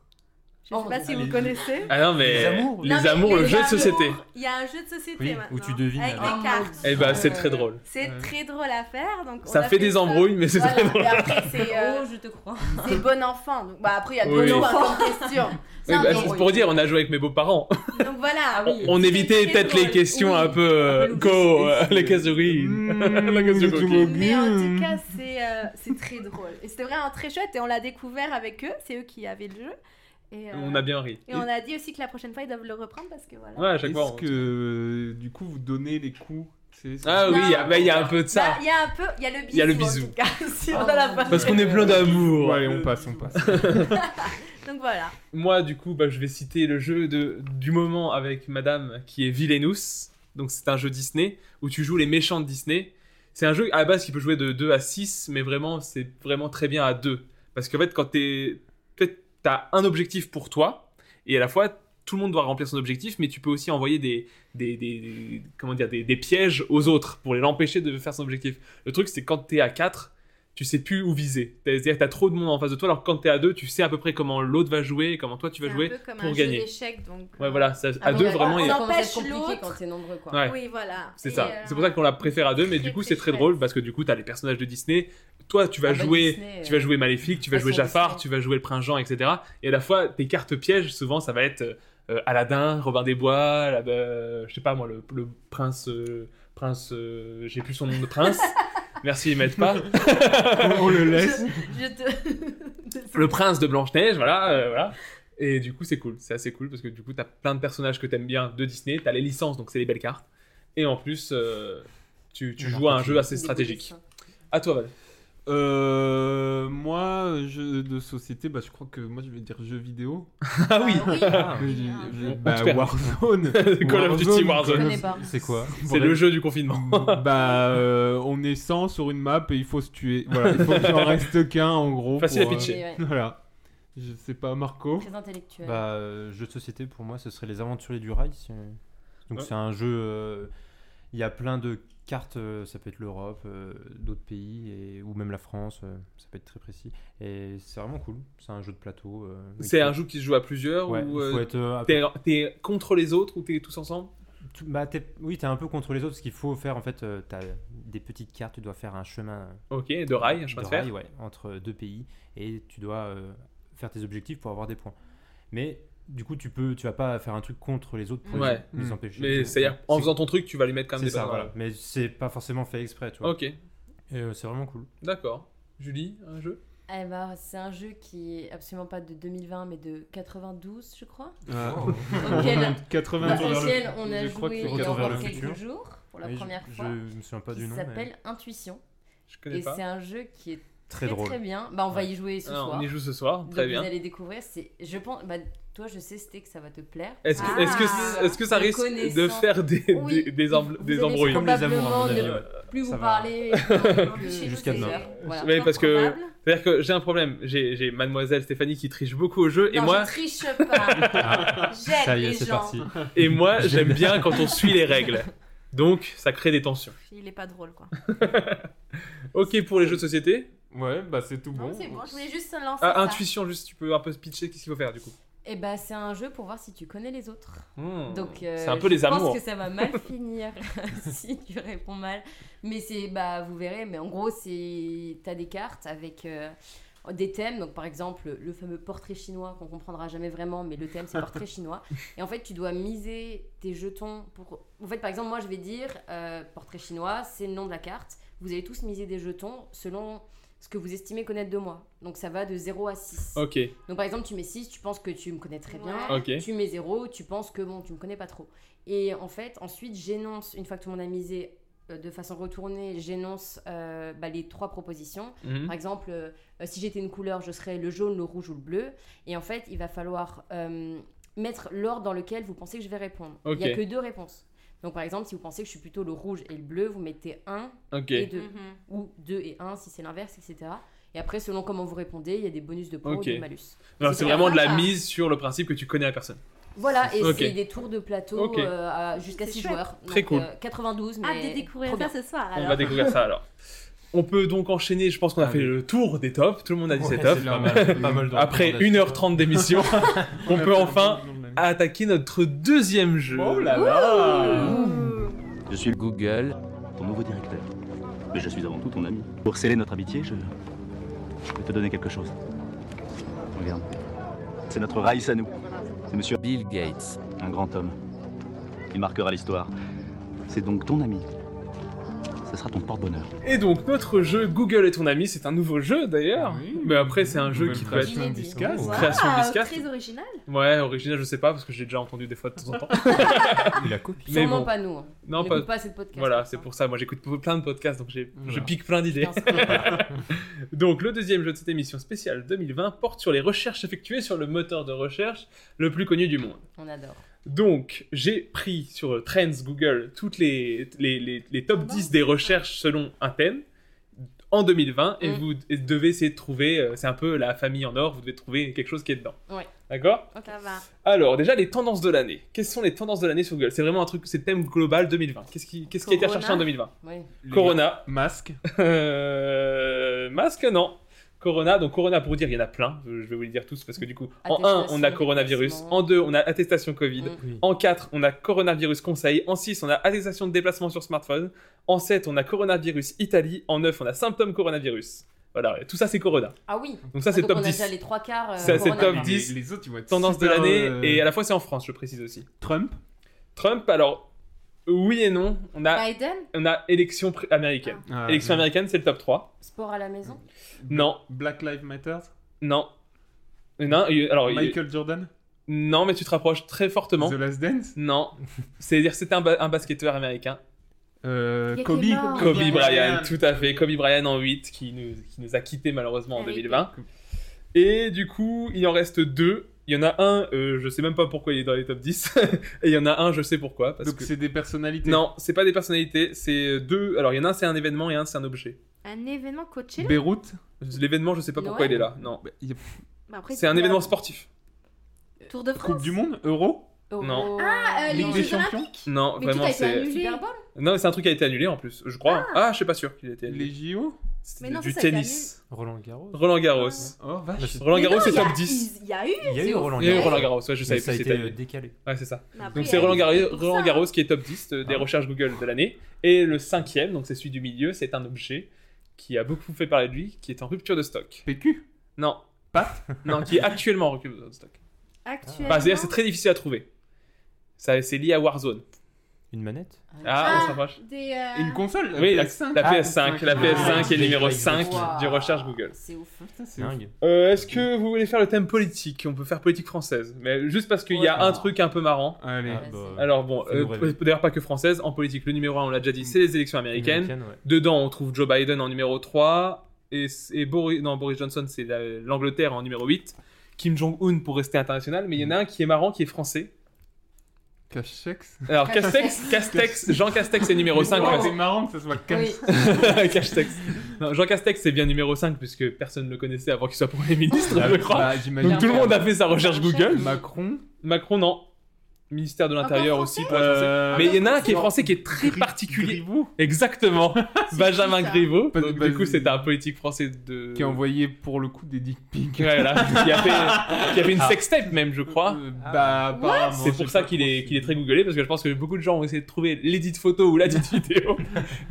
[SPEAKER 9] Je
[SPEAKER 8] Oh,
[SPEAKER 9] sais pas si vous
[SPEAKER 10] allez-y.
[SPEAKER 9] connaissez.
[SPEAKER 7] Ah non, mais.
[SPEAKER 10] Les amours.
[SPEAKER 7] Les
[SPEAKER 9] Non, mais
[SPEAKER 7] amours, le
[SPEAKER 9] les
[SPEAKER 7] jeu de
[SPEAKER 9] amours,
[SPEAKER 7] société.
[SPEAKER 9] Il y a un jeu de société
[SPEAKER 10] Oui, où
[SPEAKER 9] maintenant.
[SPEAKER 10] tu devines
[SPEAKER 9] Avec
[SPEAKER 10] avec-
[SPEAKER 9] des cartes.
[SPEAKER 7] Eh bah,
[SPEAKER 8] Euh,
[SPEAKER 7] c'est très drôle.
[SPEAKER 9] C'est
[SPEAKER 10] Ouais.
[SPEAKER 9] très drôle à faire. Donc on
[SPEAKER 7] Ça
[SPEAKER 9] a
[SPEAKER 7] fait des
[SPEAKER 9] ça.
[SPEAKER 7] embrouilles, mais c'est
[SPEAKER 9] Voilà,
[SPEAKER 7] très drôle.
[SPEAKER 9] Et après, c'est euh,
[SPEAKER 8] Oh, je te crois.
[SPEAKER 9] c'est bon enfant. Donc, bah, après, il y a
[SPEAKER 7] Oui.
[SPEAKER 9] deux enfants en question.
[SPEAKER 7] Oui,
[SPEAKER 9] Non,
[SPEAKER 7] bah,
[SPEAKER 9] mais-
[SPEAKER 7] c'est pour dire, on a joué avec mes beaux-parents.
[SPEAKER 9] Donc voilà.
[SPEAKER 8] Ah oui.
[SPEAKER 7] On
[SPEAKER 9] C'était
[SPEAKER 7] évitait
[SPEAKER 9] très
[SPEAKER 7] peut-être les
[SPEAKER 9] drôle.
[SPEAKER 7] questions un peu. euh,
[SPEAKER 8] Un peu
[SPEAKER 7] go,
[SPEAKER 8] loufoques.
[SPEAKER 7] euh, les caisses de riz.
[SPEAKER 9] Mm.
[SPEAKER 7] La question
[SPEAKER 4] Mmh,
[SPEAKER 7] coquine.
[SPEAKER 4] tout
[SPEAKER 9] Mais en tout
[SPEAKER 4] Mmh.
[SPEAKER 9] cas, c'est euh, c'est très drôle. Et c'était vraiment très chouette. Et on l'a découvert avec eux. C'est eux qui avaient le jeu. Et, euh,
[SPEAKER 7] On a bien ri.
[SPEAKER 9] et on a dit aussi que la prochaine fois, ils doivent le reprendre parce que voilà.
[SPEAKER 7] Ouais, à chaque fois.
[SPEAKER 4] Est-ce
[SPEAKER 7] on-
[SPEAKER 4] que euh, du coup vous donnez les coups c'est- c'est-
[SPEAKER 7] Ah oui,
[SPEAKER 9] Non.
[SPEAKER 7] il y a- bah, il y a un peu de
[SPEAKER 9] Bah,
[SPEAKER 7] ça.
[SPEAKER 9] Il y a un peu, il y a le bisou.
[SPEAKER 7] Il y a le
[SPEAKER 9] En
[SPEAKER 7] bisou.
[SPEAKER 9] tout cas, si on
[SPEAKER 8] Oh.
[SPEAKER 9] a la part.
[SPEAKER 7] Parce qu'on est plein d'amour.
[SPEAKER 4] Ouais, allez, on passe, on passe.
[SPEAKER 9] Donc voilà.
[SPEAKER 7] Moi, du coup, bah, je vais citer le jeu de, du moment avec madame qui est Villainous. Donc, c'est un jeu Disney où tu joues les méchants de Disney. C'est un jeu à la base qui peut jouer de 2 à 6, mais vraiment, c'est vraiment très bien à 2. Parce qu'en fait, quand t'es. Peut-être t'as un objectif pour toi, et à la fois, tout le monde doit remplir son objectif, mais tu peux aussi envoyer des. des, des- des- comment dire, des, des pièges aux autres pour les- l'empêcher de faire son objectif. Le truc, c'est quand t'es à 4, tu sais plus où viser. C'est-à-dire que t'as trop de monde en face de toi, alors que quand t'es à deux, tu sais à peu près comment l'autre va jouer et comment toi tu vas
[SPEAKER 9] C'est
[SPEAKER 7] jouer
[SPEAKER 9] un peu comme
[SPEAKER 7] pour
[SPEAKER 9] un
[SPEAKER 7] gagner.
[SPEAKER 9] jeu d'échecs, donc.
[SPEAKER 7] Ouais,
[SPEAKER 9] euh,
[SPEAKER 7] voilà, ça- à
[SPEAKER 9] bon,
[SPEAKER 7] deux,
[SPEAKER 9] bah,
[SPEAKER 7] vraiment,
[SPEAKER 9] on
[SPEAKER 7] il y a-
[SPEAKER 9] en- empêche
[SPEAKER 8] C'est compliqué
[SPEAKER 9] l'autre.
[SPEAKER 8] quand t'es nombreux, quoi.
[SPEAKER 7] Ouais.
[SPEAKER 9] Oui, voilà.
[SPEAKER 7] C'est
[SPEAKER 9] Et,
[SPEAKER 7] ça.
[SPEAKER 9] euh,
[SPEAKER 7] C'est pour ça qu'on la préfère à deux, mais
[SPEAKER 9] très,
[SPEAKER 7] du coup,
[SPEAKER 9] très
[SPEAKER 7] c'est très
[SPEAKER 9] chouette.
[SPEAKER 7] drôle parce que du coup, t'as les personnages de Disney. Toi, tu vas
[SPEAKER 8] Ah bah,
[SPEAKER 7] jouer,
[SPEAKER 8] Disney,
[SPEAKER 7] tu vas
[SPEAKER 8] euh,
[SPEAKER 7] jouer Maléfique, tu vas
[SPEAKER 8] façon
[SPEAKER 7] jouer Jafar,
[SPEAKER 8] Disney.
[SPEAKER 7] tu vas jouer le Prince Jean, etc. Et à la fois, tes cartes pièges, souvent, ça va être euh, Aladdin, Robin des Bois, la- euh, je sais pas moi, le, le prince, euh, prince, euh, j'ai plus son nom de prince. Merci, ils m'aident pas.
[SPEAKER 4] On le laisse.
[SPEAKER 8] Je te.
[SPEAKER 7] le prince de Blanche-Neige, voilà, euh, voilà. Et du coup, c'est cool, c'est assez cool parce que du coup, t'as plein de personnages que t'aimes bien de Disney, t'as les licences, donc c'est les belles cartes. Et en plus, euh, tu, tu joues à un jeu assez stratégique. À toi, Val.
[SPEAKER 4] Euh, moi, jeu de société, bah, je crois que moi je vais dire jeu vidéo.
[SPEAKER 7] Ah oui,
[SPEAKER 9] Ah
[SPEAKER 4] Mais
[SPEAKER 9] oui.
[SPEAKER 4] j'ai-
[SPEAKER 9] hein.
[SPEAKER 4] j'ai-
[SPEAKER 7] On- on
[SPEAKER 4] bah,
[SPEAKER 7] te perd.
[SPEAKER 4] Warzone.
[SPEAKER 7] Call of Duty
[SPEAKER 8] Je
[SPEAKER 7] Warzone.
[SPEAKER 8] connais pas.
[SPEAKER 10] C'est quoi
[SPEAKER 7] C'est le jeu du confinement.
[SPEAKER 4] bah, euh, on est 100 sur une map et il faut se tuer. Voilà, il faut qu'il en reste qu'un en gros.
[SPEAKER 7] Facile à
[SPEAKER 4] pour, euh,
[SPEAKER 7] pitcher.
[SPEAKER 8] Mais ouais,
[SPEAKER 4] Voilà. Je sais pas, Marco.
[SPEAKER 8] Très intellectuel.
[SPEAKER 10] Bah, euh, jeu de société pour moi, ce serait Les Aventuriers du Rail. c'est- Donc,
[SPEAKER 7] Ouais.
[SPEAKER 10] c'est un jeu. euh, Il y a plein de cartes, euh, ça peut être l'Europe, euh, d'autres pays, et, ou même la France, euh, ça peut être très précis. Et c'est vraiment cool. C'est un jeu de plateau. euh, mais
[SPEAKER 7] C'est
[SPEAKER 10] qui-
[SPEAKER 7] un jeu qui se joue à plusieurs
[SPEAKER 10] Ouais,
[SPEAKER 7] ou
[SPEAKER 10] il faut
[SPEAKER 7] euh,
[SPEAKER 10] être, euh, à peu-
[SPEAKER 7] t'es t'es contre les autres ou t'es tous ensemble
[SPEAKER 10] tu- bah, t'es- oui, t'es un peu contre les autres parce qu'il faut faire en fait, euh, t'as des petites cartes, tu dois faire un chemin euh,
[SPEAKER 7] Ok, de rail, je
[SPEAKER 10] de
[SPEAKER 7] pense
[SPEAKER 10] rail,
[SPEAKER 7] faire.
[SPEAKER 10] ouais, entre deux pays et tu dois euh, faire tes objectifs pour avoir des points. Mais du coup, tu peux, tu vas pas faire un truc contre les autres pour
[SPEAKER 7] Ouais.
[SPEAKER 10] les, les
[SPEAKER 4] Mm.
[SPEAKER 10] empêcher.
[SPEAKER 7] Mais c'est-à-dire, en faisant ton truc, tu vas lui mettre quand même
[SPEAKER 10] c'est
[SPEAKER 7] des
[SPEAKER 10] ça,
[SPEAKER 7] barres.
[SPEAKER 10] voilà. Mais c'est pas forcément fait exprès, tu vois.
[SPEAKER 7] Ok,
[SPEAKER 10] Et euh, c'est vraiment cool.
[SPEAKER 7] d'accord. Julie, un jeu
[SPEAKER 8] Eh ben, c'est un jeu qui est absolument pas de 2020, mais de 92, je crois.
[SPEAKER 10] Euh,
[SPEAKER 4] Ah.
[SPEAKER 8] Auquel,
[SPEAKER 4] 80
[SPEAKER 10] Retour vers le-
[SPEAKER 8] auquel on a
[SPEAKER 4] je crois que
[SPEAKER 8] joué
[SPEAKER 4] c'est
[SPEAKER 8] il y a
[SPEAKER 10] Retour vers le
[SPEAKER 8] encore quelques
[SPEAKER 10] futur.
[SPEAKER 8] jours, pour la
[SPEAKER 10] Oui, je-
[SPEAKER 8] première
[SPEAKER 10] je,
[SPEAKER 8] fois,
[SPEAKER 10] me souviens pas
[SPEAKER 8] qui
[SPEAKER 10] du nom. mais
[SPEAKER 8] s'appelle Intuition.
[SPEAKER 7] Je
[SPEAKER 8] Et
[SPEAKER 7] connais pas.
[SPEAKER 8] c'est un jeu qui est
[SPEAKER 10] Très
[SPEAKER 8] très
[SPEAKER 10] drôle.
[SPEAKER 8] très bien. Bah, on va y jouer ce
[SPEAKER 7] Ah,
[SPEAKER 8] soir.
[SPEAKER 7] on y joue ce soir,
[SPEAKER 8] Donc,
[SPEAKER 7] très
[SPEAKER 8] Vous
[SPEAKER 7] bien.
[SPEAKER 8] allez découvrir. C'est, je pense, bah, toi, je sais, c'était que ça va te plaire.
[SPEAKER 7] Est-ce que,
[SPEAKER 9] Ah.
[SPEAKER 7] est-ce que, est-ce que ça
[SPEAKER 8] Le
[SPEAKER 7] risque de
[SPEAKER 8] connaissant.
[SPEAKER 7] faire des, des-
[SPEAKER 8] Oui,
[SPEAKER 7] des, embr-
[SPEAKER 8] vous
[SPEAKER 7] des
[SPEAKER 8] allez
[SPEAKER 7] embrouilles
[SPEAKER 10] Comme les amours, à mon
[SPEAKER 8] probablement
[SPEAKER 10] avis.
[SPEAKER 8] ne
[SPEAKER 10] ouais.
[SPEAKER 8] Plus
[SPEAKER 10] Ça
[SPEAKER 8] vous
[SPEAKER 10] va.
[SPEAKER 8] parler
[SPEAKER 10] Jusqu'à demain.
[SPEAKER 8] Voilà.
[SPEAKER 7] Ouais, parce que-
[SPEAKER 9] Probable.
[SPEAKER 7] C'est-à-dire que j'ai un problème. J'ai j'ai mademoiselle Stéphanie qui triche beaucoup au jeu et
[SPEAKER 9] Non,
[SPEAKER 7] moi,
[SPEAKER 9] je triche pas.
[SPEAKER 10] Ça
[SPEAKER 9] J'aide
[SPEAKER 10] y est,
[SPEAKER 9] les
[SPEAKER 10] c'est
[SPEAKER 9] gens.
[SPEAKER 10] parti.
[SPEAKER 7] et moi j'aime bien quand on suit les règles. Donc ça crée des tensions.
[SPEAKER 9] Il est pas drôle, quoi.
[SPEAKER 7] Ok pour les jeux de société.
[SPEAKER 4] Ouais, bah c'est tout
[SPEAKER 9] Non,
[SPEAKER 4] bon.
[SPEAKER 9] c'est bon, je voulais juste lancer
[SPEAKER 7] Ah,
[SPEAKER 9] ça.
[SPEAKER 7] intuition juste, tu peux un peu pitcher qu'est-ce qu'il faut faire du coup.
[SPEAKER 8] Et bah, c'est un jeu pour voir si tu connais les autres.
[SPEAKER 7] Hmm.
[SPEAKER 8] Donc, euh,
[SPEAKER 7] c'est un peu les
[SPEAKER 8] Je
[SPEAKER 7] amours.
[SPEAKER 8] pense que ça va mal finir si tu réponds mal. Mais c'est, bah, vous verrez. Mais en gros, c'est, t'as des cartes avec euh, des thèmes. Donc, par exemple, le fameux portrait chinois qu'on comprendra jamais vraiment, mais le thème c'est portrait chinois. Et en fait, tu dois miser tes jetons pour. En fait, par exemple, moi, je vais dire euh, portrait chinois, c'est le nom de la carte. Vous allez tous miser des jetons selon ce que vous estimez connaître de moi. Donc, ça va de 0 à 6.
[SPEAKER 7] Ok,
[SPEAKER 8] Donc, par exemple, tu mets 6, tu penses que tu me connais très bien.
[SPEAKER 9] Ouais.
[SPEAKER 7] ok.
[SPEAKER 8] Tu mets zéro, tu penses que bon, tu me connais pas trop. Et en fait, ensuite, j'énonce, une fois que tout le monde a misé euh, de façon retournée, j'énonce euh, bah, les trois propositions.
[SPEAKER 7] Mhm.
[SPEAKER 8] Par exemple, euh, euh, si j'étais une couleur, je serais le jaune, le rouge ou le bleu. Et en fait, il va falloir euh, mettre l'ordre dans lequel vous pensez que je vais répondre. Il
[SPEAKER 7] Ok.
[SPEAKER 8] n'y a que deux réponses. Donc, par exemple, si vous pensez que je suis plutôt le rouge et le bleu, vous mettez 1
[SPEAKER 7] Ok,
[SPEAKER 8] et 2.
[SPEAKER 9] Mhm.
[SPEAKER 8] Ou 2 et 1 si c'est l'inverse, etc. Et après, selon comment vous répondez, il y a des bonus de points
[SPEAKER 7] Ok.
[SPEAKER 8] ou des malus.
[SPEAKER 7] Non, c'est vraiment de la
[SPEAKER 9] sympa.
[SPEAKER 7] mise sur le principe que tu connais la personne.
[SPEAKER 8] Voilà, et
[SPEAKER 7] Ok.
[SPEAKER 8] c'est des tours de plateau
[SPEAKER 7] Ok.
[SPEAKER 8] euh, à- jusqu'à
[SPEAKER 9] C'est
[SPEAKER 8] 6
[SPEAKER 9] chouette.
[SPEAKER 8] joueurs.
[SPEAKER 7] Très
[SPEAKER 8] Donc,
[SPEAKER 7] cool.
[SPEAKER 8] euh, 92, mais.
[SPEAKER 9] Hâte de découvrir
[SPEAKER 8] trop
[SPEAKER 9] ça
[SPEAKER 8] bien.
[SPEAKER 9] ce soir.
[SPEAKER 7] On
[SPEAKER 9] alors.
[SPEAKER 7] va découvrir ça alors. On peut donc enchaîner, je pense qu'on a
[SPEAKER 10] Ah
[SPEAKER 7] fait
[SPEAKER 10] oui.
[SPEAKER 7] le tour des tops, tout le monde a dit ses tops.
[SPEAKER 10] pas mal, pas mal de
[SPEAKER 7] Après
[SPEAKER 10] recommandations.
[SPEAKER 7] 1h30 d'émission, on peut enfin attaquer notre deuxième jeu.
[SPEAKER 4] Oh là là
[SPEAKER 2] Je suis
[SPEAKER 6] Google,
[SPEAKER 2] ton nouveau directeur. Mais je suis avant tout ton ami. Pour sceller notre amitié, je. Je vais te donner quelque chose. Regarde. C'est notre Raïs à nous. C'est monsieur
[SPEAKER 6] Bill Gates,
[SPEAKER 2] un grand homme. Il marquera l'histoire. C'est donc ton ami. Ce sera ton porte-bonheur.
[SPEAKER 7] Et donc notre jeu Google est ton ami, c'est un nouveau jeu d'ailleurs.
[SPEAKER 4] Oui.
[SPEAKER 7] Mais après c'est un jeu
[SPEAKER 4] Nouvelle
[SPEAKER 7] qui peut être
[SPEAKER 4] création
[SPEAKER 8] Inédit.
[SPEAKER 4] Discast.
[SPEAKER 9] Waouh,
[SPEAKER 7] Création Biscate.
[SPEAKER 9] Très original.
[SPEAKER 7] ouais original, je sais pas parce que j'ai déjà entendu des fois de temps en temps.
[SPEAKER 10] Il a copié.
[SPEAKER 7] Mais
[SPEAKER 8] Sûrement
[SPEAKER 7] bon.
[SPEAKER 8] pas nous. hein.
[SPEAKER 7] Non
[SPEAKER 8] On
[SPEAKER 7] pas.
[SPEAKER 8] n'écoute pas assez de podcasts.
[SPEAKER 7] Voilà,
[SPEAKER 8] comme
[SPEAKER 7] c'est
[SPEAKER 8] ça.
[SPEAKER 7] pour ça. Moi j'écoute plein de podcasts donc j'ai- je
[SPEAKER 4] Voilà.
[SPEAKER 7] pique plein d'idées.
[SPEAKER 8] Putain, c'est pas mal.
[SPEAKER 7] Donc le deuxième jeu de cette émission spéciale 2020 porte sur les recherches effectuées sur le moteur de recherche le plus connu du monde.
[SPEAKER 8] On adore.
[SPEAKER 7] Donc, j'ai pris sur euh, Trends Google toutes les, les, les- les top 10 des recherches selon un thème en 2020 et
[SPEAKER 8] Mm.
[SPEAKER 7] vous d- devez essayer de trouver, euh, c'est un peu la famille en or, vous devez trouver quelque chose qui est dedans.
[SPEAKER 8] Ouais.
[SPEAKER 7] D'accord
[SPEAKER 9] Ça va.
[SPEAKER 7] Alors, déjà, les tendances de l'année. Quelles sont les tendances de l'année sur Google C'est vraiment un truc, c'est le thème global 2020. Qu'est-ce qui, qu'est-ce qui a été
[SPEAKER 8] Corona.
[SPEAKER 7] recherché en 2020
[SPEAKER 8] Oui.
[SPEAKER 7] Corona.
[SPEAKER 4] Masque.
[SPEAKER 7] Euh, masque, non. Corona, donc Corona pour dire, il y en a plein, je vais vous les dire tous parce que du coup, en 1, on a
[SPEAKER 8] Attestation,
[SPEAKER 7] coronavirus,
[SPEAKER 8] déplacement.
[SPEAKER 7] en 2, on a attestation Covid,
[SPEAKER 8] Mm.
[SPEAKER 10] Oui.
[SPEAKER 7] en 4, on a coronavirus conseil, en 6, on a attestation de déplacement sur smartphone, en 7, on a coronavirus Italie, en 9, on a symptômes coronavirus. Voilà, tout ça c'est Corona.
[SPEAKER 8] Ah oui.
[SPEAKER 7] Donc ça
[SPEAKER 8] Ah,
[SPEAKER 7] c'est
[SPEAKER 8] donc
[SPEAKER 7] top
[SPEAKER 8] on a déjà
[SPEAKER 7] 10.
[SPEAKER 8] les trois quarts. euh,
[SPEAKER 7] Ça, c'est
[SPEAKER 8] Corona,
[SPEAKER 7] top
[SPEAKER 8] quoi.
[SPEAKER 7] 10.
[SPEAKER 4] Les, les autres, ils vont être
[SPEAKER 7] Tendance de
[SPEAKER 4] super,
[SPEAKER 7] l'année,
[SPEAKER 4] euh,
[SPEAKER 7] et à la fois c'est en France, je précise aussi.
[SPEAKER 4] Trump.
[SPEAKER 7] Trump, alors, oui et non, on a,
[SPEAKER 9] Biden
[SPEAKER 7] on a élection pré- américaine.
[SPEAKER 4] Ah,
[SPEAKER 7] élection américaine, c'est le top 3.
[SPEAKER 8] Sport à la maison.
[SPEAKER 7] Non,
[SPEAKER 4] Black Lives Matter.
[SPEAKER 7] non. Non, il- alors, il-
[SPEAKER 4] Michael Jordan.
[SPEAKER 7] non, mais tu te rapproches très fortement.
[SPEAKER 4] The Last Dance.
[SPEAKER 7] Non. C'est-à-dire c'était un, ba- un basketteur américain.
[SPEAKER 4] euh,
[SPEAKER 9] Il y a
[SPEAKER 4] Kobe.
[SPEAKER 9] qui est mort.
[SPEAKER 4] Kobe
[SPEAKER 7] Kobe
[SPEAKER 9] Kobe
[SPEAKER 7] Bryant, tout à fait. Kobe Bryant en 8 qui nous, qui nous a quittés malheureusement en
[SPEAKER 9] R.I.P.
[SPEAKER 7] 2020. Et du coup, il en reste deux. Il y en a un, euh, je sais même pas pourquoi il est dans les top 10. Et il y en a un, je sais pourquoi. Parce
[SPEAKER 4] Donc
[SPEAKER 7] que...
[SPEAKER 4] c'est des personnalités.
[SPEAKER 7] Non, c'est pas des personnalités, c'est euh, deux. Alors il y en a un, c'est un événement et un, c'est un objet.
[SPEAKER 9] Un événement coaché
[SPEAKER 4] Beyrouth.
[SPEAKER 7] L'événement, je sais pas pourquoi
[SPEAKER 8] Noël
[SPEAKER 7] il est là. Non. C'est un événement
[SPEAKER 9] événement
[SPEAKER 7] sportif.
[SPEAKER 9] Bah, Tour de France.
[SPEAKER 4] Coupe du Monde. Euro.
[SPEAKER 8] Oh,
[SPEAKER 7] Non.
[SPEAKER 9] Ah, euh,
[SPEAKER 4] Ligue
[SPEAKER 9] les
[SPEAKER 4] des
[SPEAKER 9] Jeux Olympiques.
[SPEAKER 4] Champions.
[SPEAKER 7] Non,
[SPEAKER 9] Mais tout
[SPEAKER 7] vraiment,
[SPEAKER 9] a été
[SPEAKER 7] c'est.
[SPEAKER 9] annulé.
[SPEAKER 8] Super Bowl
[SPEAKER 7] Non, c'est un truc qui a été annulé en plus, je crois. Ah, je sais pas sûr qu'il a été annulé.
[SPEAKER 4] Les JO.
[SPEAKER 7] C'était
[SPEAKER 9] Mais non,
[SPEAKER 7] du
[SPEAKER 9] ça, ça a été Ah
[SPEAKER 7] tennis.
[SPEAKER 10] Roland Garros.
[SPEAKER 7] Roland Garros.
[SPEAKER 4] Oh vache.
[SPEAKER 7] Roland
[SPEAKER 9] Mais
[SPEAKER 7] Garros,
[SPEAKER 9] non,
[SPEAKER 7] Bah, c'est
[SPEAKER 9] il y a-
[SPEAKER 7] top 10.
[SPEAKER 9] Il y a eu.
[SPEAKER 10] Il y a eu Roland
[SPEAKER 7] Il y a eu
[SPEAKER 10] Garros.
[SPEAKER 7] Roland Garros, ouais, je
[SPEAKER 10] mais
[SPEAKER 7] savais plus
[SPEAKER 10] ça a
[SPEAKER 7] si
[SPEAKER 10] été
[SPEAKER 7] c'était
[SPEAKER 10] euh,
[SPEAKER 7] annulé.
[SPEAKER 10] décalé.
[SPEAKER 7] Ouais, c'est ça.
[SPEAKER 9] Mais après,
[SPEAKER 7] Donc
[SPEAKER 9] il y
[SPEAKER 7] c'est
[SPEAKER 9] a eu
[SPEAKER 7] Roland, Gar-
[SPEAKER 9] pour ça.
[SPEAKER 7] Roland Garros qui est top 10 euh, des
[SPEAKER 10] Ah.
[SPEAKER 7] recherches Google de l'année. Et le cinquième, donc c'est celui du milieu, c'est un objet qui a beaucoup fait parler de lui, qui est en rupture de stock.
[SPEAKER 4] PQ.
[SPEAKER 7] Non.
[SPEAKER 4] Pâte
[SPEAKER 7] Non, qui est actuellement en rupture de stock.
[SPEAKER 9] hein, Actuellement.
[SPEAKER 7] Bah, C'est-à-dire c'est très difficile à trouver. Ça, C'est lié à Warzone.
[SPEAKER 10] Une manette
[SPEAKER 7] Ah, on s'approche.
[SPEAKER 9] Des, euh,
[SPEAKER 4] Une console.
[SPEAKER 7] Oui, la,
[SPEAKER 4] PS5.
[SPEAKER 7] la PS5, la
[SPEAKER 4] Ah,
[SPEAKER 7] PS5 est
[SPEAKER 10] oui.
[SPEAKER 7] numéro 5
[SPEAKER 8] Ah. Wow.
[SPEAKER 7] du recherche Google.
[SPEAKER 8] C'est ouf.
[SPEAKER 4] Putain, c'est ouf.
[SPEAKER 10] Dingue.
[SPEAKER 7] Euh, Est-ce que vous voulez faire le thème politique On peut faire politique française, mais juste parce qu'il y a
[SPEAKER 8] Ouais.
[SPEAKER 7] un truc un peu marrant.
[SPEAKER 4] Allez.
[SPEAKER 10] Ah,
[SPEAKER 8] Vas-y.
[SPEAKER 10] bah,
[SPEAKER 7] Alors bon,
[SPEAKER 10] Fais-nous
[SPEAKER 7] euh,
[SPEAKER 10] rêver.
[SPEAKER 7] d'ailleurs pas que française, en politique, le numéro 1, on l'a déjà dit, c'est les élections américaines.
[SPEAKER 10] américaine, ouais.
[SPEAKER 7] Dedans, on trouve Joe Biden en numéro 3, et, et Boris, non, Boris Johnson, c'est la- l'Angleterre en numéro 8. Kim Jong-un pour rester international, mais il y en a un qui est marrant, qui est français.
[SPEAKER 4] Cachex.
[SPEAKER 7] Alors Castex, Castex, Jean Castex est numéro 5
[SPEAKER 4] Oh, C'est marrant que ça soit
[SPEAKER 8] Oui.
[SPEAKER 4] Cachex.
[SPEAKER 7] Castex. Non, Jean Castex, c'est bien numéro 5 puisque personne ne le connaissait avant qu'il soit Premier ministre, je crois.
[SPEAKER 4] Bah, j'imagine.
[SPEAKER 7] Donc tout le monde a fait sa recherche Google.
[SPEAKER 4] Macron.
[SPEAKER 7] Macron, non. Ministère de l'Intérieur
[SPEAKER 9] Encore
[SPEAKER 7] aussi.
[SPEAKER 9] français
[SPEAKER 7] pour être français.
[SPEAKER 4] Euh,
[SPEAKER 7] Mais il y en a un qui est
[SPEAKER 4] non.
[SPEAKER 7] français qui est très
[SPEAKER 4] Gri-
[SPEAKER 7] particulier.
[SPEAKER 4] Griveaux,
[SPEAKER 7] Exactement. Benjamin
[SPEAKER 9] C'est ça.
[SPEAKER 7] Griveaux.
[SPEAKER 4] Pas-
[SPEAKER 7] Donc,
[SPEAKER 4] pas-
[SPEAKER 7] du coup, c'est un politique français de.
[SPEAKER 4] qui a envoyé pour le coup des dick pics.
[SPEAKER 7] Ouais, voilà. qui, a fait, qui a fait une sextape même, je crois.
[SPEAKER 4] Euh, Ah.
[SPEAKER 9] Ah.
[SPEAKER 4] Bah, apparemment,
[SPEAKER 7] C'est
[SPEAKER 4] je
[SPEAKER 7] pour
[SPEAKER 4] sais
[SPEAKER 7] ça
[SPEAKER 4] pas
[SPEAKER 7] qu'il
[SPEAKER 4] trop
[SPEAKER 7] est,
[SPEAKER 4] si-
[SPEAKER 7] qu'il est très googlé, parce que je pense que beaucoup de gens ont essayé de trouver l'édite photo ou l'édite vidéo.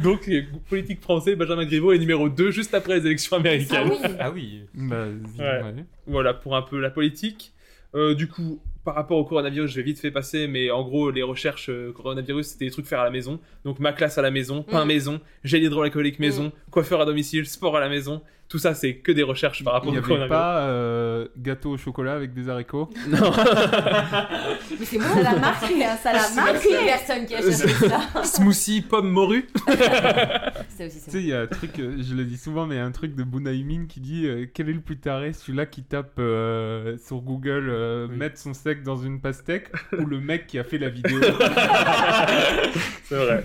[SPEAKER 7] Donc, euh, politique français, Benjamin Griveaux est numéro 2 juste après les élections
[SPEAKER 8] Ah
[SPEAKER 7] américaines.
[SPEAKER 8] oui.
[SPEAKER 10] Ah oui.
[SPEAKER 4] Bah,
[SPEAKER 7] Ouais. Voilà pour un peu la politique. Euh, du coup, par rapport au coronavirus, je vais vite fait passer, mais en gros, les recherches euh, coronavirus, c'était des trucs faire à la maison. Donc, ma classe à la maison, pain
[SPEAKER 8] Mm.
[SPEAKER 7] maison, gel hydroalcoolique maison, coiffeur à domicile, sport à la maison. Tout ça, c'est que des recherches par
[SPEAKER 4] Il
[SPEAKER 7] rapport
[SPEAKER 4] n'y
[SPEAKER 7] au
[SPEAKER 4] avait
[SPEAKER 7] coronavirus.
[SPEAKER 4] pas euh, gâteau au chocolat avec des haricots.
[SPEAKER 8] Mais c'est moi
[SPEAKER 9] Ça l'a marqué, hein, ça l'a
[SPEAKER 8] la marque.
[SPEAKER 9] marqué.
[SPEAKER 8] personne qui a cherché ça.
[SPEAKER 7] Smoothie, pomme, morue.
[SPEAKER 4] Tu
[SPEAKER 8] Ça aussi, c'est
[SPEAKER 4] sais, il y a un truc, euh, je le dis souvent, mais il y a un truc de Bunaimin qui dit euh, Quel est le plus taré Celui-là qui tape euh, sur Google euh, mettre son steak dans une pastèque ou le mec qui a fait la vidéo
[SPEAKER 7] C'est vrai.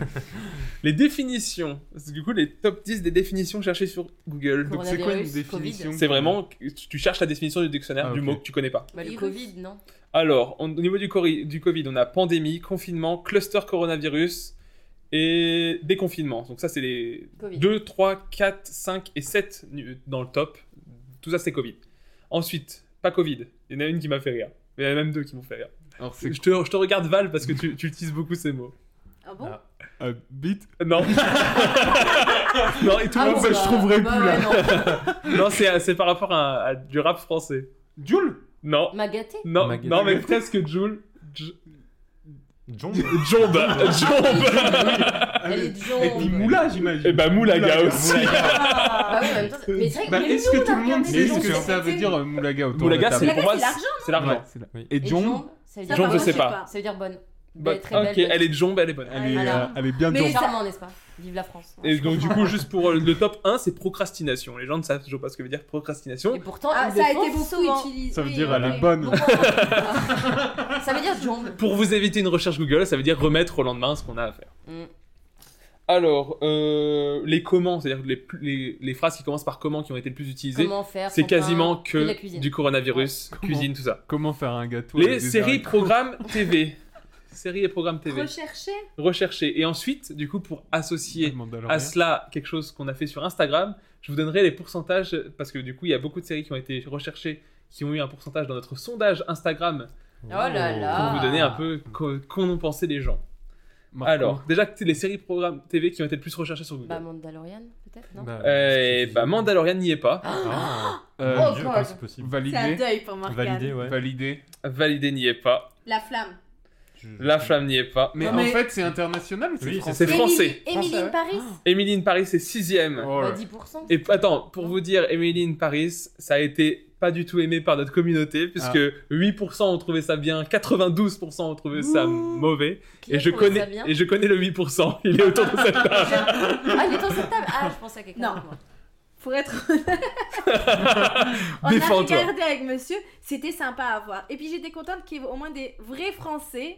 [SPEAKER 7] les définitions. C'est Du coup, les top 10 des définitions cherchées sur Google.
[SPEAKER 4] Donc, c'est quoi une
[SPEAKER 8] Coronavirus,
[SPEAKER 4] définition
[SPEAKER 7] C'est vraiment, tu tu cherches la définition du dictionnaire
[SPEAKER 4] Ah,
[SPEAKER 7] du
[SPEAKER 4] ok.
[SPEAKER 7] mot que tu connais pas.
[SPEAKER 8] Bah, le
[SPEAKER 9] Virus.
[SPEAKER 8] Covid, non
[SPEAKER 7] Alors, on- au niveau du, cori- du Covid, on a pandémie, confinement, cluster coronavirus et déconfinement. Donc ça, c'est les
[SPEAKER 8] Covid.
[SPEAKER 7] 2, 3, 4, 5 et 7 nu- dans le top. Tout ça, c'est Covid. Ensuite, pas Covid. Il y en a une qui m'a fait rire. Il y en a même deux qui m'ont fait rire.
[SPEAKER 4] Alors, c'est
[SPEAKER 7] Je te, je te regarde Val parce que tu, tu utilises beaucoup ces mots. Euh,
[SPEAKER 9] Ah bon
[SPEAKER 4] un bit.
[SPEAKER 7] Non. non, et tout le
[SPEAKER 8] Ah
[SPEAKER 7] monde
[SPEAKER 8] bon,
[SPEAKER 7] se-
[SPEAKER 8] bah,
[SPEAKER 4] je trouverai
[SPEAKER 8] bah,
[SPEAKER 4] plus, là.
[SPEAKER 8] ouais, non.
[SPEAKER 7] Non, c'est c'est par rapport à, à du rap français.
[SPEAKER 4] Joule
[SPEAKER 7] Non.
[SPEAKER 8] M'a gâté
[SPEAKER 7] Non,
[SPEAKER 10] Magali.
[SPEAKER 7] non mais presque Joule.
[SPEAKER 10] John.
[SPEAKER 7] Jombe. Jombe.
[SPEAKER 8] Elle est de
[SPEAKER 4] Et puis
[SPEAKER 8] jambe.
[SPEAKER 4] Moula, j'imagine.
[SPEAKER 7] Et bah Moulaga aussi.
[SPEAKER 8] Ah ouais, en même temps, c'est- mais c'est vrai que
[SPEAKER 4] Bah,
[SPEAKER 8] même
[SPEAKER 4] est-ce
[SPEAKER 8] nous,
[SPEAKER 4] que
[SPEAKER 8] on a
[SPEAKER 4] tout le monde
[SPEAKER 8] regardé
[SPEAKER 4] sait
[SPEAKER 8] les
[SPEAKER 4] ce
[SPEAKER 8] gens
[SPEAKER 4] que
[SPEAKER 8] qui
[SPEAKER 4] ça
[SPEAKER 8] étaient-
[SPEAKER 4] veut dire euh, Moulaga autour de la
[SPEAKER 7] Moulaga,
[SPEAKER 4] table
[SPEAKER 7] c'est pour moi.
[SPEAKER 9] c'est l'argent,
[SPEAKER 7] C'est l'argent.
[SPEAKER 4] Ouais, c'est là.
[SPEAKER 10] Oui.
[SPEAKER 4] Et
[SPEAKER 8] Et
[SPEAKER 4] John,
[SPEAKER 8] jambe, ça veut dire
[SPEAKER 7] Jombe, je
[SPEAKER 8] bonne.
[SPEAKER 7] sais pas.
[SPEAKER 8] ça veut dire bonne.
[SPEAKER 7] Bah,
[SPEAKER 8] Belle, très belle,
[SPEAKER 7] ok,
[SPEAKER 8] bonne.
[SPEAKER 7] elle est Jombe, elle est bonne.
[SPEAKER 9] Ah,
[SPEAKER 4] elle est,
[SPEAKER 8] Voilà.
[SPEAKER 4] euh, elle est bien
[SPEAKER 9] Mais
[SPEAKER 4] John.
[SPEAKER 9] ça-
[SPEAKER 8] Charmant, n'est-ce pas Vive la France.
[SPEAKER 7] Et donc, du coup, juste pour euh, le top 1, c'est procrastination. Les gens ne savent toujours pas ce que veut dire procrastination.
[SPEAKER 8] Et bah- pourtant,
[SPEAKER 9] Ah,
[SPEAKER 8] elle
[SPEAKER 9] ça a
[SPEAKER 8] défend
[SPEAKER 9] été beaucoup
[SPEAKER 8] souvent.
[SPEAKER 9] utilisé.
[SPEAKER 4] Ça veut dire
[SPEAKER 9] oui,
[SPEAKER 4] elle
[SPEAKER 9] oui.
[SPEAKER 4] est bonne.
[SPEAKER 8] Ça veut dire jambe.
[SPEAKER 7] Pour vous éviter une recherche Google, ça veut dire remettre au lendemain ce qu'on a à faire.
[SPEAKER 8] Mm.
[SPEAKER 7] Alors, euh, les comment, c'est-à-dire les, plus- les, les phrases qui commencent par comment, qui ont été le plus utilisées,
[SPEAKER 8] Comment faire
[SPEAKER 7] c'est
[SPEAKER 8] son pain,
[SPEAKER 7] quasiment
[SPEAKER 8] de la
[SPEAKER 7] que
[SPEAKER 8] cuisine.
[SPEAKER 7] du coronavirus,
[SPEAKER 4] Comment-
[SPEAKER 7] cuisine, tout ça.
[SPEAKER 4] Comment faire un gâteau
[SPEAKER 7] les
[SPEAKER 4] avec des
[SPEAKER 7] séries,
[SPEAKER 4] haricots
[SPEAKER 7] programmes TV. séries et programmes TV.
[SPEAKER 9] Rechercher
[SPEAKER 7] Rechercher. Et ensuite, du coup, pour associer
[SPEAKER 4] de Mandalorian.
[SPEAKER 7] à cela quelque chose qu'on a fait sur Instagram, je vous donnerai les pourcentages parce que du coup, il y a beaucoup de séries qui ont été recherchées qui ont eu un pourcentage dans notre sondage Instagram
[SPEAKER 8] Oh là là.
[SPEAKER 7] pour
[SPEAKER 8] Ah.
[SPEAKER 7] vous donner un peu co- qu'en ont pensé les gens.
[SPEAKER 4] Marco.
[SPEAKER 7] Alors, déjà, c'est les séries programmes TV qui ont été le plus recherchées sur Google.
[SPEAKER 8] Bah, Mandalorian, peut-être, non
[SPEAKER 10] Bah,
[SPEAKER 7] Euh, bah, Mandalorian n'y est pas.
[SPEAKER 10] Ah,
[SPEAKER 4] Euh,
[SPEAKER 8] Oh,
[SPEAKER 10] mon Dieu,
[SPEAKER 8] God.
[SPEAKER 10] comment c'est possible
[SPEAKER 9] C'est un
[SPEAKER 4] Validé.
[SPEAKER 9] deuil pour Morgane.
[SPEAKER 10] Validé, ouais.
[SPEAKER 4] Validé.
[SPEAKER 7] Validé n'y est pas.
[SPEAKER 9] La flamme.
[SPEAKER 10] Je-
[SPEAKER 7] La Flamme n'y est pas.
[SPEAKER 4] Mais,
[SPEAKER 7] Non,
[SPEAKER 4] en fait, c'est international ou c'est
[SPEAKER 10] Oui, c'est-
[SPEAKER 4] français
[SPEAKER 7] c'est français.
[SPEAKER 4] Français,
[SPEAKER 9] Émilie Émilie
[SPEAKER 4] ouais. Ah.
[SPEAKER 9] in Paris.
[SPEAKER 7] Emily in Paris, c'est sixième.
[SPEAKER 4] Oh là.
[SPEAKER 8] Bah, 10%.
[SPEAKER 7] Et attends, pour vous dire, Emily in Paris, ça a été pas du tout aimé par notre communauté, puisque 8% ont trouvé ça bien, 92% ont trouvé ça
[SPEAKER 8] Ouh.
[SPEAKER 7] mauvais,
[SPEAKER 8] Qui
[SPEAKER 7] et
[SPEAKER 8] a
[SPEAKER 7] je,
[SPEAKER 8] trouvé ça
[SPEAKER 7] connais,
[SPEAKER 8] bien
[SPEAKER 7] et je connais le 8%, il est autour de cette table.
[SPEAKER 8] Ah, il est dans cette table. Ah, je pensais à quelqu'un.
[SPEAKER 9] Non.
[SPEAKER 8] moi.
[SPEAKER 9] Pour être honnête, on a
[SPEAKER 7] Défends-toi.
[SPEAKER 9] regardé avec monsieur, c'était sympa à voir. Et puis j'étais contente qu'il y ait au moins des vrais Français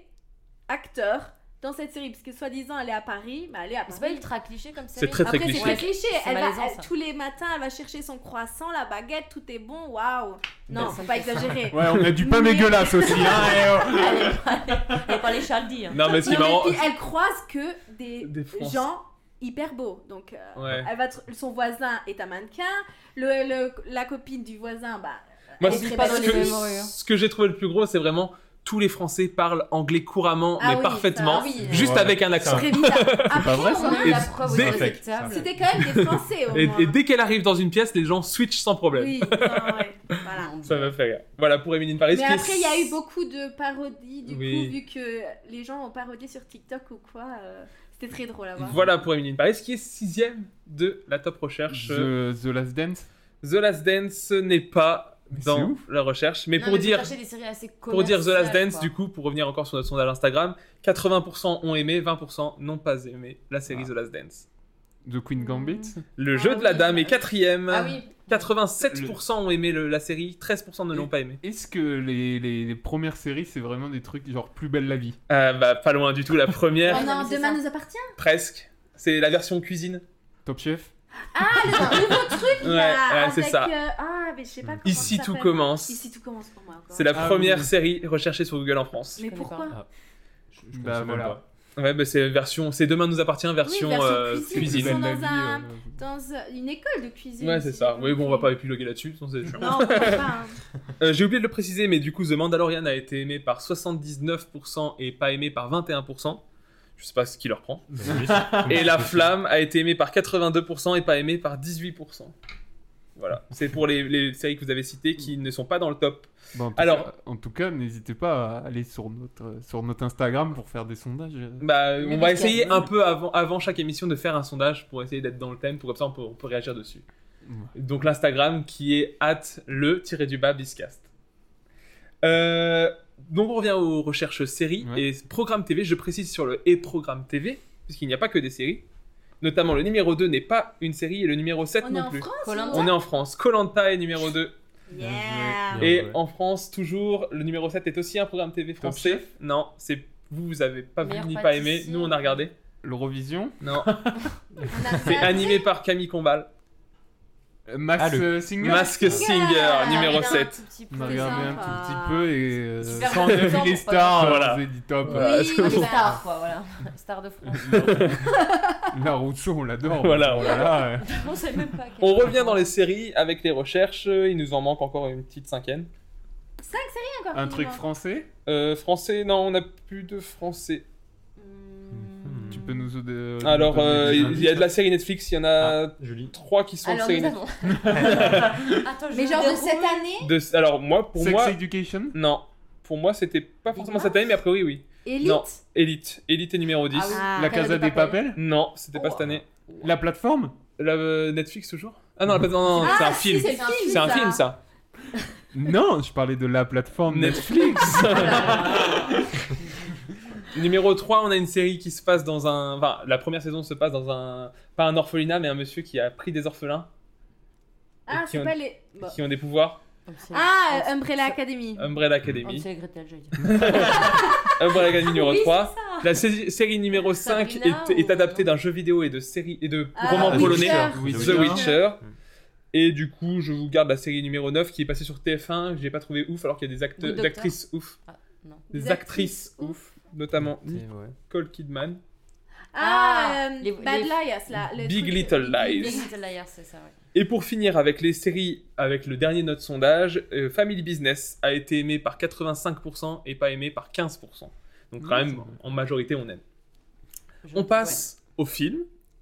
[SPEAKER 9] acteurs dans cette série, parce que soi-disant elle est à Paris, bah elle est à
[SPEAKER 8] Mais C'est pas
[SPEAKER 9] Paris.
[SPEAKER 8] ultra cliché comme série.
[SPEAKER 7] C'est très très
[SPEAKER 9] Après c'est
[SPEAKER 7] cliché.
[SPEAKER 9] très cliché,
[SPEAKER 8] C'est
[SPEAKER 9] elle va,
[SPEAKER 8] malaisant,
[SPEAKER 9] elle-
[SPEAKER 8] ça.
[SPEAKER 9] tous les matins elle va chercher son croissant, la baguette, tout est bon, waouh. Non,
[SPEAKER 8] Bah,
[SPEAKER 9] faut
[SPEAKER 8] ça
[SPEAKER 9] pas
[SPEAKER 8] fait ça.
[SPEAKER 9] exagérer.
[SPEAKER 4] Ouais, on a du pain
[SPEAKER 9] Mais-
[SPEAKER 4] dégueulasse aussi. hein, eh oh.
[SPEAKER 8] Et pas les Charlie. hein.
[SPEAKER 7] Non, mais ce qui est
[SPEAKER 9] Non, mais
[SPEAKER 7] marrant,
[SPEAKER 9] puis elle croise que des,
[SPEAKER 7] Des Français.
[SPEAKER 9] gens hyper beaux, donc euh,
[SPEAKER 7] Ouais.
[SPEAKER 9] elle va tr- son voisin est un mannequin, le, le- la copine du voisin, bah
[SPEAKER 7] moi,
[SPEAKER 8] Elle
[SPEAKER 7] ce
[SPEAKER 8] est
[SPEAKER 7] que,
[SPEAKER 8] très bonne, les mémoires.
[SPEAKER 7] ce que j'ai trouvé le plus gros, c'est vraiment tous les Français parlent anglais couramment,
[SPEAKER 9] Ah
[SPEAKER 7] mais
[SPEAKER 9] oui,
[SPEAKER 7] parfaitement,
[SPEAKER 8] ça, oui.
[SPEAKER 7] juste
[SPEAKER 10] Ouais.
[SPEAKER 7] avec un accent.
[SPEAKER 9] très bizarre. Après,
[SPEAKER 10] vrai,
[SPEAKER 9] au
[SPEAKER 8] On
[SPEAKER 9] moins,
[SPEAKER 8] a
[SPEAKER 7] Ah, Et
[SPEAKER 8] la preuve
[SPEAKER 7] dès-
[SPEAKER 8] autour de cette table.
[SPEAKER 9] C'était quand même des Français au
[SPEAKER 7] Et,
[SPEAKER 9] moins.
[SPEAKER 7] et dès qu'elle arrive dans une pièce, les gens switchent sans problème.
[SPEAKER 9] Oui, non, ouais, voilà.
[SPEAKER 7] Ça me fait rire. Voilà pour Emily in Paris.
[SPEAKER 9] Mais
[SPEAKER 7] qui est-
[SPEAKER 9] après, il y a eu beaucoup de parodies, du
[SPEAKER 7] Oui.
[SPEAKER 9] coup, vu que les gens ont parodié sur TikTok ou quoi. euh, C'était très drôle à voir.
[SPEAKER 7] Voilà pour Emily in Paris, qui est sixième de la top recherche.
[SPEAKER 4] The, The Last Dance.
[SPEAKER 7] The Last Dance n'est pas
[SPEAKER 4] Mais c'est
[SPEAKER 7] dans
[SPEAKER 4] ouf.
[SPEAKER 7] la recherche. Mais
[SPEAKER 8] Non,
[SPEAKER 7] pour
[SPEAKER 8] vous
[SPEAKER 7] dire,
[SPEAKER 8] cherchez des séries assez
[SPEAKER 7] pour dire The Last
[SPEAKER 8] commerciales,
[SPEAKER 7] Dance,
[SPEAKER 8] quoi.
[SPEAKER 7] du coup, pour revenir encore sur notre sondage Instagram, 80% ont aimé, 20% n'ont pas aimé la série
[SPEAKER 4] Ah.
[SPEAKER 7] The Last Dance.
[SPEAKER 4] The Queen Gambit.
[SPEAKER 9] Oh
[SPEAKER 7] Le
[SPEAKER 8] Ah
[SPEAKER 7] jeu de la
[SPEAKER 8] oui.
[SPEAKER 7] dame est quatrième.
[SPEAKER 8] Ah oui.
[SPEAKER 7] 87% ont aimé le- la série, 13% ne l'ont pas aimé.
[SPEAKER 4] Est-ce que les, les- les premières séries, c'est vraiment des trucs genre plus belle la vie
[SPEAKER 7] Ah bah, pas loin du tout, la
[SPEAKER 9] Oh
[SPEAKER 7] première,
[SPEAKER 8] Ouais.
[SPEAKER 9] non,
[SPEAKER 8] mais c'est
[SPEAKER 9] demain
[SPEAKER 8] ça.
[SPEAKER 9] nous appartient.
[SPEAKER 7] presque. C'est la version cuisine.
[SPEAKER 4] Top Chef
[SPEAKER 9] Ah, le nouveau truc
[SPEAKER 7] Ouais,
[SPEAKER 9] là,
[SPEAKER 7] ouais,
[SPEAKER 9] avec,
[SPEAKER 7] c'est ça.
[SPEAKER 9] euh, ah, mais je sais pas comment
[SPEAKER 7] Ici
[SPEAKER 9] ça
[SPEAKER 7] tout
[SPEAKER 9] s'appelle.
[SPEAKER 7] commence.
[SPEAKER 9] Ici tout commence pour moi. encore.
[SPEAKER 7] C'est la
[SPEAKER 4] Ah
[SPEAKER 7] première
[SPEAKER 4] oui.
[SPEAKER 7] série recherchée sur Google en France.
[SPEAKER 9] Mais
[SPEAKER 8] Je connais
[SPEAKER 9] pourquoi
[SPEAKER 10] pas. Je- je
[SPEAKER 4] Bah
[SPEAKER 10] pensais même
[SPEAKER 4] voilà.
[SPEAKER 10] pas.
[SPEAKER 7] Ouais, bah, c'est version, c'est Demain nous appartient, version,
[SPEAKER 9] version
[SPEAKER 7] euh,
[SPEAKER 9] cuisine.
[SPEAKER 7] cuisine.
[SPEAKER 9] Ils sont
[SPEAKER 4] Belle la
[SPEAKER 9] dans
[SPEAKER 4] vie,
[SPEAKER 9] un-
[SPEAKER 4] euh,
[SPEAKER 9] Dans euh, une école de cuisine.
[SPEAKER 7] Ouais, c'est
[SPEAKER 9] si
[SPEAKER 7] ça.
[SPEAKER 9] j'ai
[SPEAKER 7] Oui, bon, on va
[SPEAKER 9] compris.
[SPEAKER 7] pas épiloguer là-dessus, sinon c'est chiant.
[SPEAKER 9] Non, on va pas. hein.
[SPEAKER 7] Euh, J'ai oublié de le préciser, mais du coup, The Mandalorian a été aimé par 79% et pas aimé par 21%. Je sais pas ce qui leur prend.
[SPEAKER 10] Bah oui, c'est- comment
[SPEAKER 7] Et
[SPEAKER 10] c'est
[SPEAKER 7] La
[SPEAKER 10] possible
[SPEAKER 7] Flamme a été aimée par 82% et pas aimée par 18%. Voilà, c'est pour les, les séries que vous avez citées qui ne sont pas dans le top.
[SPEAKER 4] Bah, en tout
[SPEAKER 7] Alors-
[SPEAKER 4] cas- en tout cas, n'hésitez pas à aller sur notre, sur notre Instagram pour faire des sondages.
[SPEAKER 7] Bah,
[SPEAKER 8] Mais
[SPEAKER 7] on va
[SPEAKER 8] parce qu'il y a
[SPEAKER 7] essayer
[SPEAKER 8] des-
[SPEAKER 7] un peu avant, avant chaque émission de faire un sondage pour essayer d'être dans le thème, pour comme ça on peut, on peut réagir dessus.
[SPEAKER 4] Ouais.
[SPEAKER 7] Donc l'Instagram qui est at le du bas biscast. Euh, donc on revient aux recherches séries
[SPEAKER 4] Ouais.
[SPEAKER 7] et programme TV. Je précise sur le et programme TV puisqu'il n'y a pas que des séries. Notamment le numéro 2 n'est pas une série et le numéro 7
[SPEAKER 9] On est
[SPEAKER 7] non
[SPEAKER 9] en
[SPEAKER 7] plus.
[SPEAKER 9] France hein.
[SPEAKER 8] Koh-Lanta.
[SPEAKER 7] On est en France. Colanta est numéro 2
[SPEAKER 9] Yeah.
[SPEAKER 10] Ouais,
[SPEAKER 7] et
[SPEAKER 10] ouais.
[SPEAKER 7] en France toujours le numéro 7 est aussi un programme TV français. Non, c'est vous vous avez pas vu
[SPEAKER 8] Meilleur
[SPEAKER 7] ni pas
[SPEAKER 8] pâtissier.
[SPEAKER 7] aimé. Nous on a regardé.
[SPEAKER 4] L'Eurovision.
[SPEAKER 7] Non,
[SPEAKER 9] On a
[SPEAKER 7] c'est
[SPEAKER 9] pas-
[SPEAKER 7] animé par Camille Combal.
[SPEAKER 4] Euh, Max
[SPEAKER 10] Ah, le-
[SPEAKER 4] euh, Singer.
[SPEAKER 7] Masque Singer
[SPEAKER 9] Ah,
[SPEAKER 7] numéro
[SPEAKER 8] Regardez un
[SPEAKER 7] 7.
[SPEAKER 8] tout petit peu.
[SPEAKER 4] On a regardé un
[SPEAKER 9] sympa.
[SPEAKER 7] Ah,
[SPEAKER 4] tout petit peu et euh,
[SPEAKER 8] Super
[SPEAKER 4] sans
[SPEAKER 8] intéressant
[SPEAKER 4] enlever les
[SPEAKER 8] pour pas-
[SPEAKER 4] stars,
[SPEAKER 7] Voilà.
[SPEAKER 4] on s'est dit top.
[SPEAKER 7] Voilà,
[SPEAKER 9] Oui,
[SPEAKER 7] c'est
[SPEAKER 9] on est
[SPEAKER 8] Les
[SPEAKER 9] là.
[SPEAKER 8] stars, quoi, voilà. Star de France.
[SPEAKER 4] La Rousseau, on l'adore.
[SPEAKER 7] Voilà,
[SPEAKER 4] Oh
[SPEAKER 7] on
[SPEAKER 4] là là, ouais.
[SPEAKER 8] On sait même pas.
[SPEAKER 7] On revient dans les séries avec les recherches. euh, Il nous en manque encore une petite cinquième.
[SPEAKER 9] encore hein.
[SPEAKER 4] Un
[SPEAKER 9] qui
[SPEAKER 4] truc
[SPEAKER 9] manque.
[SPEAKER 4] français
[SPEAKER 7] Euh, français, non, on n'a plus de français.
[SPEAKER 9] Hmm.
[SPEAKER 4] Tu peux nous euh, nous
[SPEAKER 7] Alors,
[SPEAKER 4] donner
[SPEAKER 7] euh,
[SPEAKER 4] des
[SPEAKER 7] il
[SPEAKER 4] indices,
[SPEAKER 7] y a de la série Netflix, il y en a
[SPEAKER 4] Ah.
[SPEAKER 10] Julie.
[SPEAKER 7] trois qui sont
[SPEAKER 8] Alors,
[SPEAKER 7] de séries
[SPEAKER 8] nous
[SPEAKER 7] Netflix.
[SPEAKER 8] avons. Attends, je
[SPEAKER 9] Mais genre de cette année
[SPEAKER 7] De- Alors, moi, pour
[SPEAKER 4] Sex
[SPEAKER 7] moi,
[SPEAKER 4] Education
[SPEAKER 7] non. Pour moi, c'était pas forcément
[SPEAKER 8] Divorce
[SPEAKER 7] cette année, mais a priori, oui.
[SPEAKER 9] Elite
[SPEAKER 7] Non. Elite. Elite est numéro 10.
[SPEAKER 8] Ah oui.
[SPEAKER 4] La Casa des Papel
[SPEAKER 7] Non, c'était pas cette
[SPEAKER 9] Oh.
[SPEAKER 7] année.
[SPEAKER 4] La plateforme
[SPEAKER 7] La, euh, Netflix, toujours Ah non, la- non, non,
[SPEAKER 9] Ah,
[SPEAKER 7] c'est un
[SPEAKER 9] si,
[SPEAKER 7] film.
[SPEAKER 9] C'est un film.
[SPEAKER 7] C'est un
[SPEAKER 9] ça.
[SPEAKER 7] film, ça.
[SPEAKER 4] Non, je parlais de la plateforme.
[SPEAKER 7] Netflix Numéro 3, on a une série qui se passe dans un... Enfin, la première saison se passe dans un... Pas un orphelinat, mais un monsieur qui a pris des orphelins
[SPEAKER 9] Ah,
[SPEAKER 7] Et qui
[SPEAKER 9] c'est
[SPEAKER 7] on-
[SPEAKER 9] pas les. bon.
[SPEAKER 7] qui ont des pouvoirs.
[SPEAKER 9] Ah,
[SPEAKER 7] Ah,
[SPEAKER 9] euh, Umbrella Academy.
[SPEAKER 7] Umbrella
[SPEAKER 8] On
[SPEAKER 7] Academy.
[SPEAKER 8] sait Gretel, je veux dire.
[SPEAKER 7] Umbrella Academy numéro
[SPEAKER 9] Oui,
[SPEAKER 7] 3.
[SPEAKER 9] c'est ça.
[SPEAKER 7] La sé- série numéro 5
[SPEAKER 8] Sabrina
[SPEAKER 7] est, est
[SPEAKER 8] ou-
[SPEAKER 7] adaptée d'un jeu vidéo et de, série, et de
[SPEAKER 8] Ah,
[SPEAKER 7] roman
[SPEAKER 8] The
[SPEAKER 7] polonais,
[SPEAKER 8] Witcher.
[SPEAKER 7] The
[SPEAKER 8] The Witcher.
[SPEAKER 7] Witcher. Et du coup, je vous garde la série numéro 9 qui est passée sur TF1, que j'ai pas trouvé ouf, alors qu'il y a des acteurs,
[SPEAKER 8] Good
[SPEAKER 7] des
[SPEAKER 8] Doctor.
[SPEAKER 7] actrices ouf.
[SPEAKER 8] Ah, non.
[SPEAKER 7] Des,
[SPEAKER 9] Des
[SPEAKER 7] actrices,
[SPEAKER 9] actrices
[SPEAKER 7] ouf, notamment
[SPEAKER 10] C'est- ouais.
[SPEAKER 7] Nicole Kidman.
[SPEAKER 9] Ah,
[SPEAKER 8] Ah,
[SPEAKER 9] euh,
[SPEAKER 8] les-
[SPEAKER 9] Bad
[SPEAKER 8] les-
[SPEAKER 9] Liars, là. le
[SPEAKER 7] Big
[SPEAKER 9] truc-
[SPEAKER 7] Little Lies.
[SPEAKER 8] Big Little Liars, c'est ça, ouais.
[SPEAKER 7] Et pour finir avec les séries, avec le dernier de notre sondage, euh, Family Business a été aimé par 85% et pas aimé par 15%. Donc quand même, en majorité, on aime.
[SPEAKER 8] Je-
[SPEAKER 7] On passe aux films.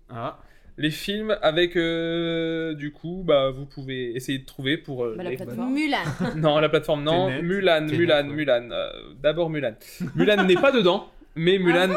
[SPEAKER 4] Ah.
[SPEAKER 7] Les films avec, euh, du coup, bah, vous pouvez essayer de trouver pour... euh,
[SPEAKER 8] Bah, la
[SPEAKER 7] les-
[SPEAKER 8] plateforme.
[SPEAKER 9] Mulan.
[SPEAKER 7] Non, la plateforme, non.
[SPEAKER 4] Tenet.
[SPEAKER 7] Mulan,
[SPEAKER 4] Tenet,
[SPEAKER 7] Mulan,
[SPEAKER 4] ouais.
[SPEAKER 7] Mulan. Euh, D'abord Mulan. Mulan n'est pas dedans, mais
[SPEAKER 8] Ah
[SPEAKER 7] Mulan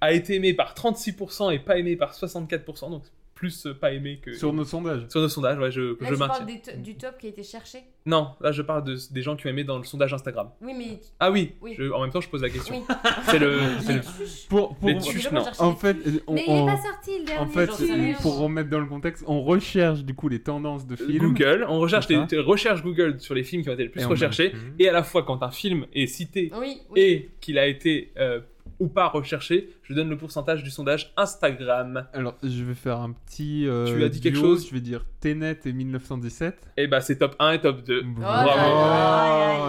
[SPEAKER 7] a été aimé par 36% et pas aimé par 64%, donc plus euh, pas aimé que...
[SPEAKER 4] Sur nos sondages.
[SPEAKER 7] Sur nos sondages, ouais, je,
[SPEAKER 8] Là,
[SPEAKER 7] je
[SPEAKER 8] Ah, tu parles
[SPEAKER 7] maintiens.
[SPEAKER 8] des to- du top qui a été cherché.
[SPEAKER 7] Non, là je parle de, des gens qui ont aimé dans le sondage Instagram.
[SPEAKER 8] Oui, mais.
[SPEAKER 7] Ah oui,
[SPEAKER 8] Oui.
[SPEAKER 7] je- en même temps je pose la question.
[SPEAKER 8] Oui.
[SPEAKER 7] C'est le. c'est
[SPEAKER 8] Les
[SPEAKER 7] le-
[SPEAKER 8] tuches.
[SPEAKER 4] Pour, pour-
[SPEAKER 7] Les
[SPEAKER 8] Je
[SPEAKER 7] tuches,
[SPEAKER 8] sais pas,
[SPEAKER 7] non.
[SPEAKER 8] je cherchais
[SPEAKER 4] en
[SPEAKER 8] les
[SPEAKER 4] fait,
[SPEAKER 8] tuches.
[SPEAKER 4] on-
[SPEAKER 9] Mais
[SPEAKER 4] on-
[SPEAKER 9] il est pas sorti le dernier.
[SPEAKER 4] en fait,
[SPEAKER 8] j'en sais rien.
[SPEAKER 4] pour remettre dans le contexte, on recherche du coup les tendances de films.
[SPEAKER 7] Google, on recherche
[SPEAKER 4] C'est
[SPEAKER 7] les,
[SPEAKER 4] ça.
[SPEAKER 7] les recherches Google sur les films qui ont été le plus
[SPEAKER 4] Et on-
[SPEAKER 7] recherchés,
[SPEAKER 10] Mhm.
[SPEAKER 7] et à la fois quand un film est cité
[SPEAKER 8] Oui, oui.
[SPEAKER 7] et qu'il a été euh, ou pas recherché, je donne le pourcentage du sondage Instagram.
[SPEAKER 4] Alors, je vais faire un petit. euh,
[SPEAKER 7] Tu as dit quelque
[SPEAKER 4] duo,
[SPEAKER 7] chose
[SPEAKER 4] Je vais dire Tenet et 1917.
[SPEAKER 7] Et bah c'est top 1 et top 2.
[SPEAKER 8] Oh
[SPEAKER 7] Bravo.
[SPEAKER 8] là là,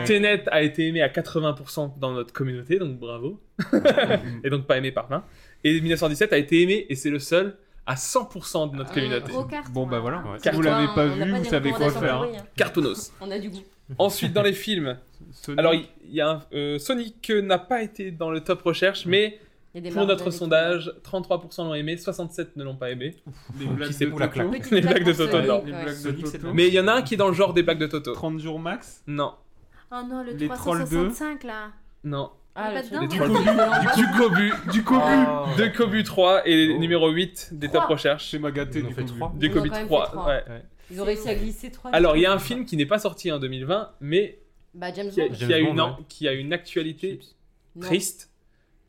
[SPEAKER 4] Ouais.
[SPEAKER 7] Tenet a été aimé à 80% dans notre communauté, donc bravo. et donc pas aimé par 20. Et 1917 a été aimé, et c'est le seul, à 100% de notre
[SPEAKER 8] Ah,
[SPEAKER 7] communauté.
[SPEAKER 9] Gros carton.
[SPEAKER 4] Bon, bah voilà.
[SPEAKER 10] Ouais.
[SPEAKER 4] Si vous l'avez
[SPEAKER 8] On-
[SPEAKER 4] pas
[SPEAKER 8] on a
[SPEAKER 4] vu,
[SPEAKER 8] des
[SPEAKER 4] vous savez quoi
[SPEAKER 8] recommandations
[SPEAKER 4] faire.
[SPEAKER 8] pourries, hein.
[SPEAKER 7] Cartonos.
[SPEAKER 8] On a du goût.
[SPEAKER 7] Ensuite, dans les films,
[SPEAKER 4] Sony-
[SPEAKER 7] alors il il y a un- euh, Sonic euh, n'a pas été dans le top recherche, mais
[SPEAKER 8] Il y a des
[SPEAKER 7] pour
[SPEAKER 8] marques
[SPEAKER 7] notre
[SPEAKER 8] avec-
[SPEAKER 7] sondage, 33% l'ont aimé, 67 ne l'ont pas aimé.
[SPEAKER 4] les blagues
[SPEAKER 7] sait
[SPEAKER 4] de
[SPEAKER 10] où la
[SPEAKER 4] Toto.
[SPEAKER 10] claque.
[SPEAKER 7] Les blagues de
[SPEAKER 8] pour
[SPEAKER 7] Toto,
[SPEAKER 8] Sonic,
[SPEAKER 7] non.
[SPEAKER 8] ouais.
[SPEAKER 4] Les blagues de
[SPEAKER 10] Sonic, c'est
[SPEAKER 4] Toto.
[SPEAKER 10] le
[SPEAKER 7] Mais il y en a un qui est dans le genre des bagues de Toto.
[SPEAKER 4] 30 jours max.
[SPEAKER 7] Non,
[SPEAKER 9] Oh non, le
[SPEAKER 4] Les Trolls
[SPEAKER 9] 365 là.
[SPEAKER 7] non.
[SPEAKER 8] Ah,
[SPEAKER 9] Pas
[SPEAKER 8] le
[SPEAKER 9] dedans.
[SPEAKER 8] truc.
[SPEAKER 7] Les
[SPEAKER 4] Du Cobu.
[SPEAKER 7] Du Cobu,
[SPEAKER 4] Du Cobu.
[SPEAKER 7] de Cobu 3 et
[SPEAKER 10] Oh.
[SPEAKER 7] numéro 8 des top
[SPEAKER 8] Trois.
[SPEAKER 7] recherches.
[SPEAKER 4] Chez Magaté,
[SPEAKER 10] Ils en
[SPEAKER 4] du
[SPEAKER 10] fait
[SPEAKER 4] Cobu.
[SPEAKER 10] trois.
[SPEAKER 7] Du
[SPEAKER 8] Ils ont
[SPEAKER 7] Cobu
[SPEAKER 8] quand même
[SPEAKER 7] 3,
[SPEAKER 8] fait trois. Ah,
[SPEAKER 7] ouais.
[SPEAKER 8] Ils ont réussi à glisser trois.
[SPEAKER 7] Alors, il y a un film qui n'est pas sorti en 2020, mais
[SPEAKER 8] Bah, James
[SPEAKER 7] qui a,
[SPEAKER 8] Bond.
[SPEAKER 7] qui a
[SPEAKER 10] James
[SPEAKER 7] une,
[SPEAKER 10] Bond,
[SPEAKER 7] an- qui a une actualité
[SPEAKER 8] Non.
[SPEAKER 7] triste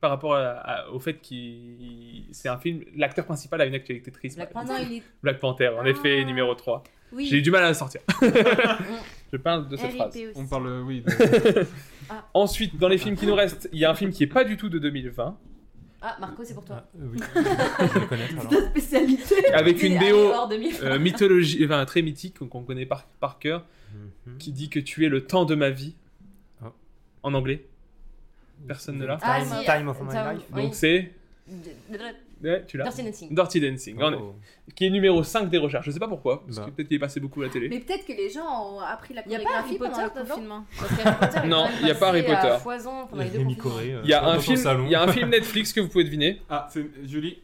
[SPEAKER 7] par rapport à- à- au fait qu'il. C'est un film. L'acteur principal a une actualité triste.
[SPEAKER 8] Black
[SPEAKER 7] par
[SPEAKER 8] Panther,
[SPEAKER 7] exemple.
[SPEAKER 8] il est.
[SPEAKER 7] Black Panther, en effet,
[SPEAKER 9] Ah.
[SPEAKER 7] numéro 3.
[SPEAKER 9] Oui.
[SPEAKER 7] J'ai eu du mal à la sortir. Je parle de cette
[SPEAKER 9] RIP
[SPEAKER 7] phrase.
[SPEAKER 9] aussi.
[SPEAKER 4] On parle, euh, oui. de-
[SPEAKER 7] Ensuite, dans les films qui nous restent, il y a un film qui est pas du tout de 2020,
[SPEAKER 8] Ah, Marco, c'est pour toi.
[SPEAKER 10] Ah, euh, oui. je vais le connaître alors.
[SPEAKER 9] Ta spécialité.
[SPEAKER 7] avec une
[SPEAKER 8] Allez,
[SPEAKER 7] BO
[SPEAKER 8] hors de mille.
[SPEAKER 7] euh, mythologie, enfin très mythique qu'on connaît par, par cœur,
[SPEAKER 10] Mhm.
[SPEAKER 7] qui dit que tu es le temps de ma vie.
[SPEAKER 10] Ah.
[SPEAKER 7] En anglais. Personne
[SPEAKER 10] Mhm.
[SPEAKER 7] ne l'a.
[SPEAKER 8] Ah,
[SPEAKER 10] Time,
[SPEAKER 8] si,
[SPEAKER 10] Time of My
[SPEAKER 8] Time-
[SPEAKER 10] Life.
[SPEAKER 8] oui.
[SPEAKER 7] Donc c'est.
[SPEAKER 8] Dirty
[SPEAKER 7] Ouais, tu l'as.
[SPEAKER 8] Dancing.
[SPEAKER 7] Dirty Dancing, en effet.
[SPEAKER 10] Oh.
[SPEAKER 7] qui est numéro 5 des recherches. Je sais pas pourquoi, parce
[SPEAKER 10] Bah.
[SPEAKER 7] que peut-être qu'il est passé beaucoup à la télé.
[SPEAKER 9] Mais peut-être que les gens ont appris la
[SPEAKER 8] Y a pas
[SPEAKER 9] chorégraphie
[SPEAKER 8] Harry
[SPEAKER 9] pendant le
[SPEAKER 8] Potter dedans
[SPEAKER 9] confinement.
[SPEAKER 8] Parce qu'Harry Potter est
[SPEAKER 7] Non,
[SPEAKER 8] quand même
[SPEAKER 7] il y a pas Harry
[SPEAKER 8] passé à
[SPEAKER 7] Potter.
[SPEAKER 8] foison pendant les deux
[SPEAKER 10] Rémi
[SPEAKER 8] confinements.
[SPEAKER 10] Coré. euh,
[SPEAKER 7] Il y, a
[SPEAKER 10] dans
[SPEAKER 7] un
[SPEAKER 10] ton
[SPEAKER 7] film,
[SPEAKER 10] salon.
[SPEAKER 7] il y a un film Netflix que vous pouvez deviner.
[SPEAKER 4] Ah, c'est Julie.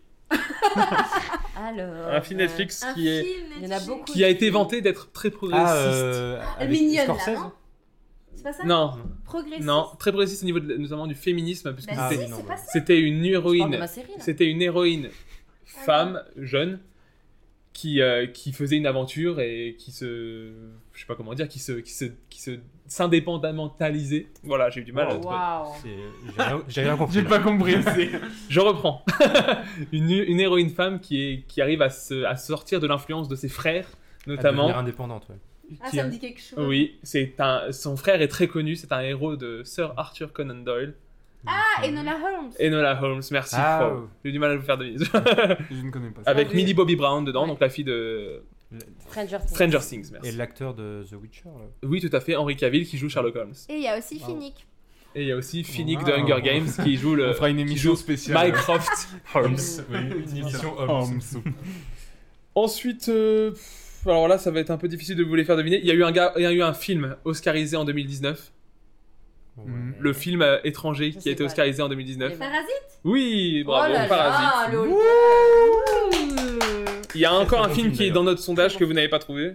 [SPEAKER 8] Alors.
[SPEAKER 7] Un film
[SPEAKER 8] euh,
[SPEAKER 7] Netflix
[SPEAKER 9] Un
[SPEAKER 7] qui, est,
[SPEAKER 9] film
[SPEAKER 8] Il y en a
[SPEAKER 9] Netflix.
[SPEAKER 8] beaucoup.
[SPEAKER 7] qui a été vanté d'être très progressiste.
[SPEAKER 10] Ah, euh, avec
[SPEAKER 9] Mignonne, là,
[SPEAKER 10] Scorsese
[SPEAKER 9] non C'est pas ça
[SPEAKER 7] Non,
[SPEAKER 9] Progressiste.
[SPEAKER 7] non, très progressiste au niveau de- notamment du féminisme, parce que
[SPEAKER 9] Bah
[SPEAKER 10] Ah,
[SPEAKER 7] c'était-
[SPEAKER 10] oui,
[SPEAKER 9] si,
[SPEAKER 10] non,
[SPEAKER 9] c'est
[SPEAKER 10] bah.
[SPEAKER 9] pas ça.
[SPEAKER 7] c'était une
[SPEAKER 8] je parle de
[SPEAKER 7] héroïne.
[SPEAKER 8] ma série, là.
[SPEAKER 7] C'était une héroïne
[SPEAKER 9] Ah
[SPEAKER 7] femme, jeune, qui, euh, qui faisait une aventure et qui se. Je sais pas comment dire, qui se. qui se. qui se. s'indépendamentalisait. Voilà, j'ai eu du mal à
[SPEAKER 10] Wow.
[SPEAKER 7] trouver.
[SPEAKER 8] Waouh.
[SPEAKER 10] C'est- J'ai rien- j'ai rien compris.
[SPEAKER 4] J'ai
[SPEAKER 10] là.
[SPEAKER 4] pas compris. c'est-
[SPEAKER 7] Je reprends. une, une héroïne femme qui, est, qui arrive à, se, à sortir de l'influence de ses frères,
[SPEAKER 10] À
[SPEAKER 7] notamment.
[SPEAKER 10] devenir indépendante, ouais.
[SPEAKER 9] Ah,
[SPEAKER 7] qui-
[SPEAKER 9] ça me dit quelque chose.
[SPEAKER 7] Oui, c'est un, son frère est très connu, c'est un héros de Sir Arthur Conan Doyle.
[SPEAKER 9] Ah, Enola Holmes.
[SPEAKER 7] Enola Holmes, merci.
[SPEAKER 10] Ah,
[SPEAKER 7] Paul.
[SPEAKER 10] ouais.
[SPEAKER 7] J'ai du mal à vous faire deviner.
[SPEAKER 4] oh. Je ne connais pas ça.
[SPEAKER 7] Avec
[SPEAKER 8] oui.
[SPEAKER 7] Millie Bobby Brown dedans,
[SPEAKER 8] Ouais.
[SPEAKER 7] donc la fille de
[SPEAKER 8] Stranger Things.
[SPEAKER 7] Stranger Things,
[SPEAKER 10] Et
[SPEAKER 7] merci.
[SPEAKER 10] l'acteur de The Witcher, là.
[SPEAKER 7] Oui, tout à fait, Henry Cavill qui joue Sherlock Holmes.
[SPEAKER 9] Et il y a aussi
[SPEAKER 4] Bravo.
[SPEAKER 9] Finnick.
[SPEAKER 7] Et il y a aussi Finnick
[SPEAKER 10] Wow.
[SPEAKER 7] de Hunger Games qui joue
[SPEAKER 4] On
[SPEAKER 7] le
[SPEAKER 4] fera une émission
[SPEAKER 7] joue
[SPEAKER 4] spéciale.
[SPEAKER 7] Mycroft Holmes.
[SPEAKER 10] une émission
[SPEAKER 4] Holmes.
[SPEAKER 7] Ensuite, euh, pff, alors là, ça va être un peu difficile de vous les faire deviner. Il y a eu un, gars, il y a eu un film oscarisé en 2019, le film euh, étranger
[SPEAKER 8] Je
[SPEAKER 7] qui
[SPEAKER 8] sais
[SPEAKER 7] a été
[SPEAKER 8] pas.
[SPEAKER 7] oscarisé en 2019.
[SPEAKER 8] Et ben-
[SPEAKER 9] Parasite
[SPEAKER 7] Oui, bravo,
[SPEAKER 8] oh là
[SPEAKER 7] Parasite.
[SPEAKER 8] là, lol.
[SPEAKER 7] Il y a encore
[SPEAKER 10] très
[SPEAKER 7] un
[SPEAKER 10] bon
[SPEAKER 7] film,
[SPEAKER 10] film,
[SPEAKER 7] qui est
[SPEAKER 10] d'ailleurs.
[SPEAKER 7] dans notre sondage que vous n'avez pas trouvé,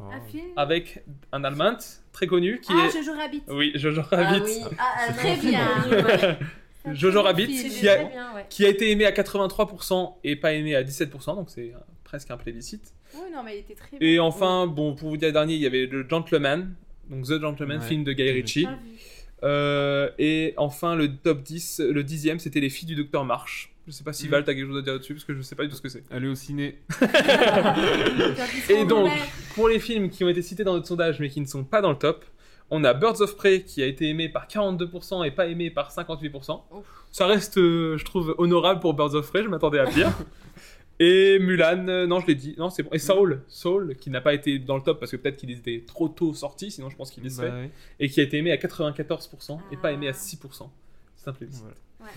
[SPEAKER 9] Un film
[SPEAKER 7] avec un Allemand très connu Ah, qui
[SPEAKER 9] Ah,
[SPEAKER 7] est.
[SPEAKER 9] Jojo Rabbit.
[SPEAKER 7] Oui, Jojo
[SPEAKER 8] Ah
[SPEAKER 7] Rabbit.
[SPEAKER 8] oui. Ah, ah,
[SPEAKER 9] Très
[SPEAKER 8] non,
[SPEAKER 9] bien.
[SPEAKER 7] Jojo Rabbit
[SPEAKER 9] film.
[SPEAKER 8] C'est
[SPEAKER 7] qui a,
[SPEAKER 8] très bien, ouais.
[SPEAKER 7] qui a été aimé à 83% et pas aimé à 17%, donc c'est euh, presque un plébiscite.
[SPEAKER 9] Oui, non, mais il était très bien.
[SPEAKER 7] Et enfin, bon, pour vous dire le dernier, il y avait Le Gentleman, donc The Gentleman,
[SPEAKER 10] Ouais.
[SPEAKER 7] film de Guy Ritchie.
[SPEAKER 9] Ah, oui.
[SPEAKER 7] Euh, et enfin, le top 10, le dixième, c'était Les filles du Docteur Marsh. Je sais pas si
[SPEAKER 4] Mm.
[SPEAKER 7] Val, t'as quelque chose à dire dessus parce que je sais pas du tout ce que c'est.
[SPEAKER 4] Allez au ciné.
[SPEAKER 9] Quand ils
[SPEAKER 7] Et
[SPEAKER 9] seront
[SPEAKER 7] donc,
[SPEAKER 9] ouverts.
[SPEAKER 7] pour les films qui ont été cités dans notre sondage mais qui ne sont pas dans le top, On a Birds of Prey qui a été aimé par 42% et pas aimé par 58%. Ça reste, euh, je trouve, honorable pour Birds of Prey, je m'attendais à pire. et Mulan, euh, non, je l'ai dit, non, c'est bon. Et Saul, Saul, qui n'a pas été dans le top parce que peut-être qu'il était trop tôt sorti, sinon je pense qu'il est fait.
[SPEAKER 10] Bah oui.
[SPEAKER 7] Et qui a été aimé à 94% et pas aimé à 6%. C'est un plébiscite.
[SPEAKER 10] Voilà.